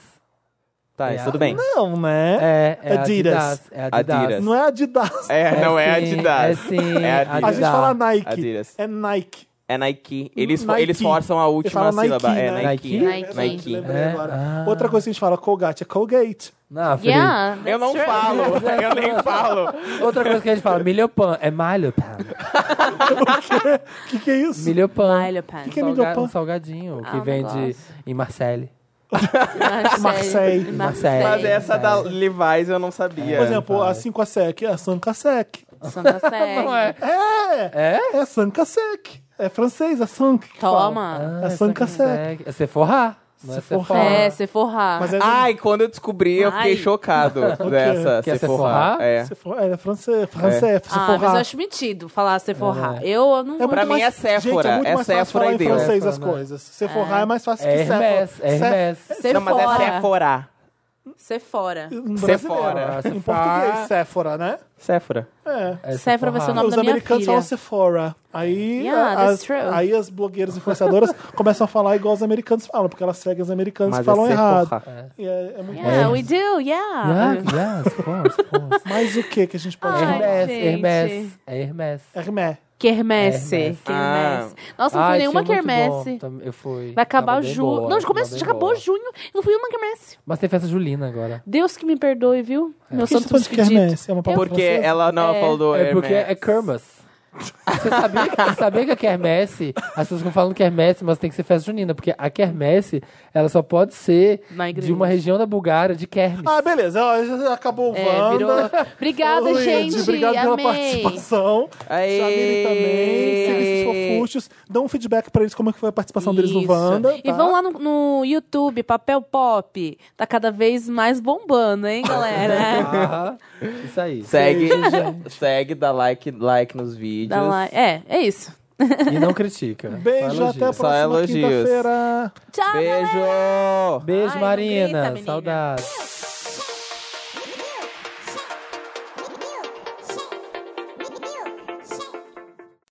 Speaker 5: Tá, isso tudo bem.
Speaker 3: Não, né?
Speaker 4: É, é
Speaker 3: Adidas.
Speaker 4: Adidas. É Adidas.
Speaker 5: Adidas.
Speaker 3: Não é Adidas.
Speaker 5: É, não é
Speaker 4: sim,
Speaker 5: Adidas.
Speaker 4: É sim.
Speaker 5: É
Speaker 4: Adidas.
Speaker 5: Adidas.
Speaker 3: A gente fala Nike.
Speaker 5: Adidas.
Speaker 3: É Nike.
Speaker 5: É Nike. Eles,
Speaker 3: Nike.
Speaker 5: eles forçam a última
Speaker 3: fala Nike,
Speaker 5: sílaba.
Speaker 3: né?
Speaker 5: É Nike.
Speaker 2: Nike.
Speaker 5: Nike.
Speaker 3: Lembrei
Speaker 4: É,
Speaker 3: agora.
Speaker 4: ah.
Speaker 3: Outra coisa que a gente fala Colgate é Colgate.
Speaker 4: Não, Felipe.
Speaker 2: Yeah,
Speaker 5: Eu não
Speaker 2: that's true.
Speaker 5: falo. Eu nem falo.
Speaker 4: Outra coisa que a gente fala, milho pan, é malho pan.
Speaker 3: O que, que é isso?
Speaker 4: Milho pan.
Speaker 2: Milho pan.
Speaker 3: que é milho pan?
Speaker 4: Um salgadinho que
Speaker 2: Ah, não
Speaker 4: vende em Marseille.
Speaker 3: Marseille.
Speaker 2: Marseille.
Speaker 4: Marseille.
Speaker 5: Mas essa
Speaker 4: é.
Speaker 5: da Levi's eu não sabia.
Speaker 3: Por exemplo, a 5 a SEC é a Sanca SEC.
Speaker 2: Santa Sé.
Speaker 4: Não é?
Speaker 3: É! É, é Sankasek. É francês, é Sank. que fala.
Speaker 4: Ah,
Speaker 2: Toma.
Speaker 3: É Sankasek.
Speaker 4: É Sephora. Não é
Speaker 3: Sephora.
Speaker 4: Sephora.
Speaker 2: É, se forrar.
Speaker 3: Mas é,
Speaker 5: Ai, quando eu descobri, eu fiquei
Speaker 2: Ai.
Speaker 5: chocado dessa
Speaker 4: Que é
Speaker 5: Sephora.
Speaker 4: Sephora?
Speaker 5: É.
Speaker 3: Sephora, é francês, francês,
Speaker 2: Ah,
Speaker 3: Sephora.
Speaker 2: mas eu acho metido falar se forrar. Eu, eu não
Speaker 3: É
Speaker 5: Pra
Speaker 3: muito
Speaker 5: mim é
Speaker 3: mais-
Speaker 5: Sephora,
Speaker 3: Gente, é muito
Speaker 5: é
Speaker 3: mais fácil
Speaker 5: Sephora
Speaker 3: falar
Speaker 5: e
Speaker 3: em
Speaker 5: Deus.
Speaker 3: francês as
Speaker 4: Sephora, né?
Speaker 3: coisas. Sephora é mais fácil
Speaker 4: É
Speaker 3: que Sephora.
Speaker 4: Hermes. É Hermes.
Speaker 2: Sephora.
Speaker 5: Não, mas é Sephora.
Speaker 2: Se fora.
Speaker 3: Em
Speaker 5: Sephora.
Speaker 3: um brasileiro. Em português, Sephora, né?
Speaker 5: Sephora.
Speaker 3: É.
Speaker 4: É
Speaker 2: Sephora vai ser o nome
Speaker 3: Os
Speaker 2: da minha
Speaker 3: americanos
Speaker 2: filha.
Speaker 3: falam Sephora. Aí,
Speaker 2: Yeah, that's
Speaker 3: as,
Speaker 2: true.
Speaker 3: aí as blogueiras influenciadoras começam a falar igual os americanos falam, porque elas seguem os americanos
Speaker 5: Mas
Speaker 3: e falam
Speaker 5: é
Speaker 3: errado.
Speaker 5: Sephora.
Speaker 3: E é, é muito
Speaker 2: Yeah, we do, yeah.
Speaker 4: Yeah, yes, of course, of course.
Speaker 3: Mas o que que a gente pode
Speaker 2: Ai,
Speaker 3: falar?
Speaker 4: Hermes,
Speaker 2: gente.
Speaker 4: Hermes. É Hermes.
Speaker 3: Hermé. É,
Speaker 2: Quermesse.
Speaker 4: Quermesse.
Speaker 2: Quermesse. Nossa, não
Speaker 4: Ah. Ai,
Speaker 2: fui nenhuma
Speaker 4: achei muito
Speaker 2: quermesse.
Speaker 4: bom. Tam- Tá, Eu fui.
Speaker 2: Vai acabar
Speaker 4: Tava bem
Speaker 2: junho.
Speaker 4: boa,
Speaker 2: Não, já,
Speaker 4: tava
Speaker 2: começa,
Speaker 4: bem
Speaker 2: já acabou
Speaker 4: boa.
Speaker 2: junho. Eu não fui nenhuma quermesse.
Speaker 4: Mas tem festa julina agora.
Speaker 2: Deus que me perdoe, viu? Meu
Speaker 3: que
Speaker 2: santo
Speaker 3: você pode que
Speaker 2: despedido.
Speaker 3: Hermès? É uma palavra
Speaker 5: Porque
Speaker 3: francesa?
Speaker 5: ela não
Speaker 2: É.
Speaker 5: falou do
Speaker 4: É porque
Speaker 5: Hermes.
Speaker 4: é Kermas. Você sabia, que- você sabia que a quermesse, as pessoas ficam falando quermesse, mas tem que ser festa junina, porque a quermesse, ela só pode ser
Speaker 2: Na igreja.
Speaker 4: de uma região da Bulgária de Kermes.
Speaker 3: Ah, beleza. Ó, já Acabou o
Speaker 2: É,
Speaker 3: Wanda.
Speaker 2: virou. Obrigada,
Speaker 3: Oi,
Speaker 2: gente.
Speaker 3: Obrigado pela
Speaker 2: Amei.
Speaker 3: participação.
Speaker 5: Aê.
Speaker 3: Jamile também. Siga esses fofuchos. Dá um feedback pra eles como é que foi a participação deles no
Speaker 2: Isso.
Speaker 3: Wanda.
Speaker 2: E
Speaker 3: tá?
Speaker 2: vão lá no, no YouTube, Papel Pop. Tá cada vez mais bombando, hein,
Speaker 3: Ah,
Speaker 2: galera?
Speaker 4: Aham. Isso aí.
Speaker 5: Segue, segue, dá like, like nos vídeos.
Speaker 2: Dá lá. É, é isso.
Speaker 4: E não critica. Só
Speaker 3: Beijo,
Speaker 4: elogia.
Speaker 3: até a
Speaker 5: Só
Speaker 3: próxima
Speaker 5: elogios.
Speaker 3: quinta-feira.
Speaker 2: Ah, Tchau, galera.
Speaker 5: Beijo!
Speaker 4: Beijo,
Speaker 2: Ai, não grita,
Speaker 4: Marina.
Speaker 2: menina.
Speaker 4: Saudades.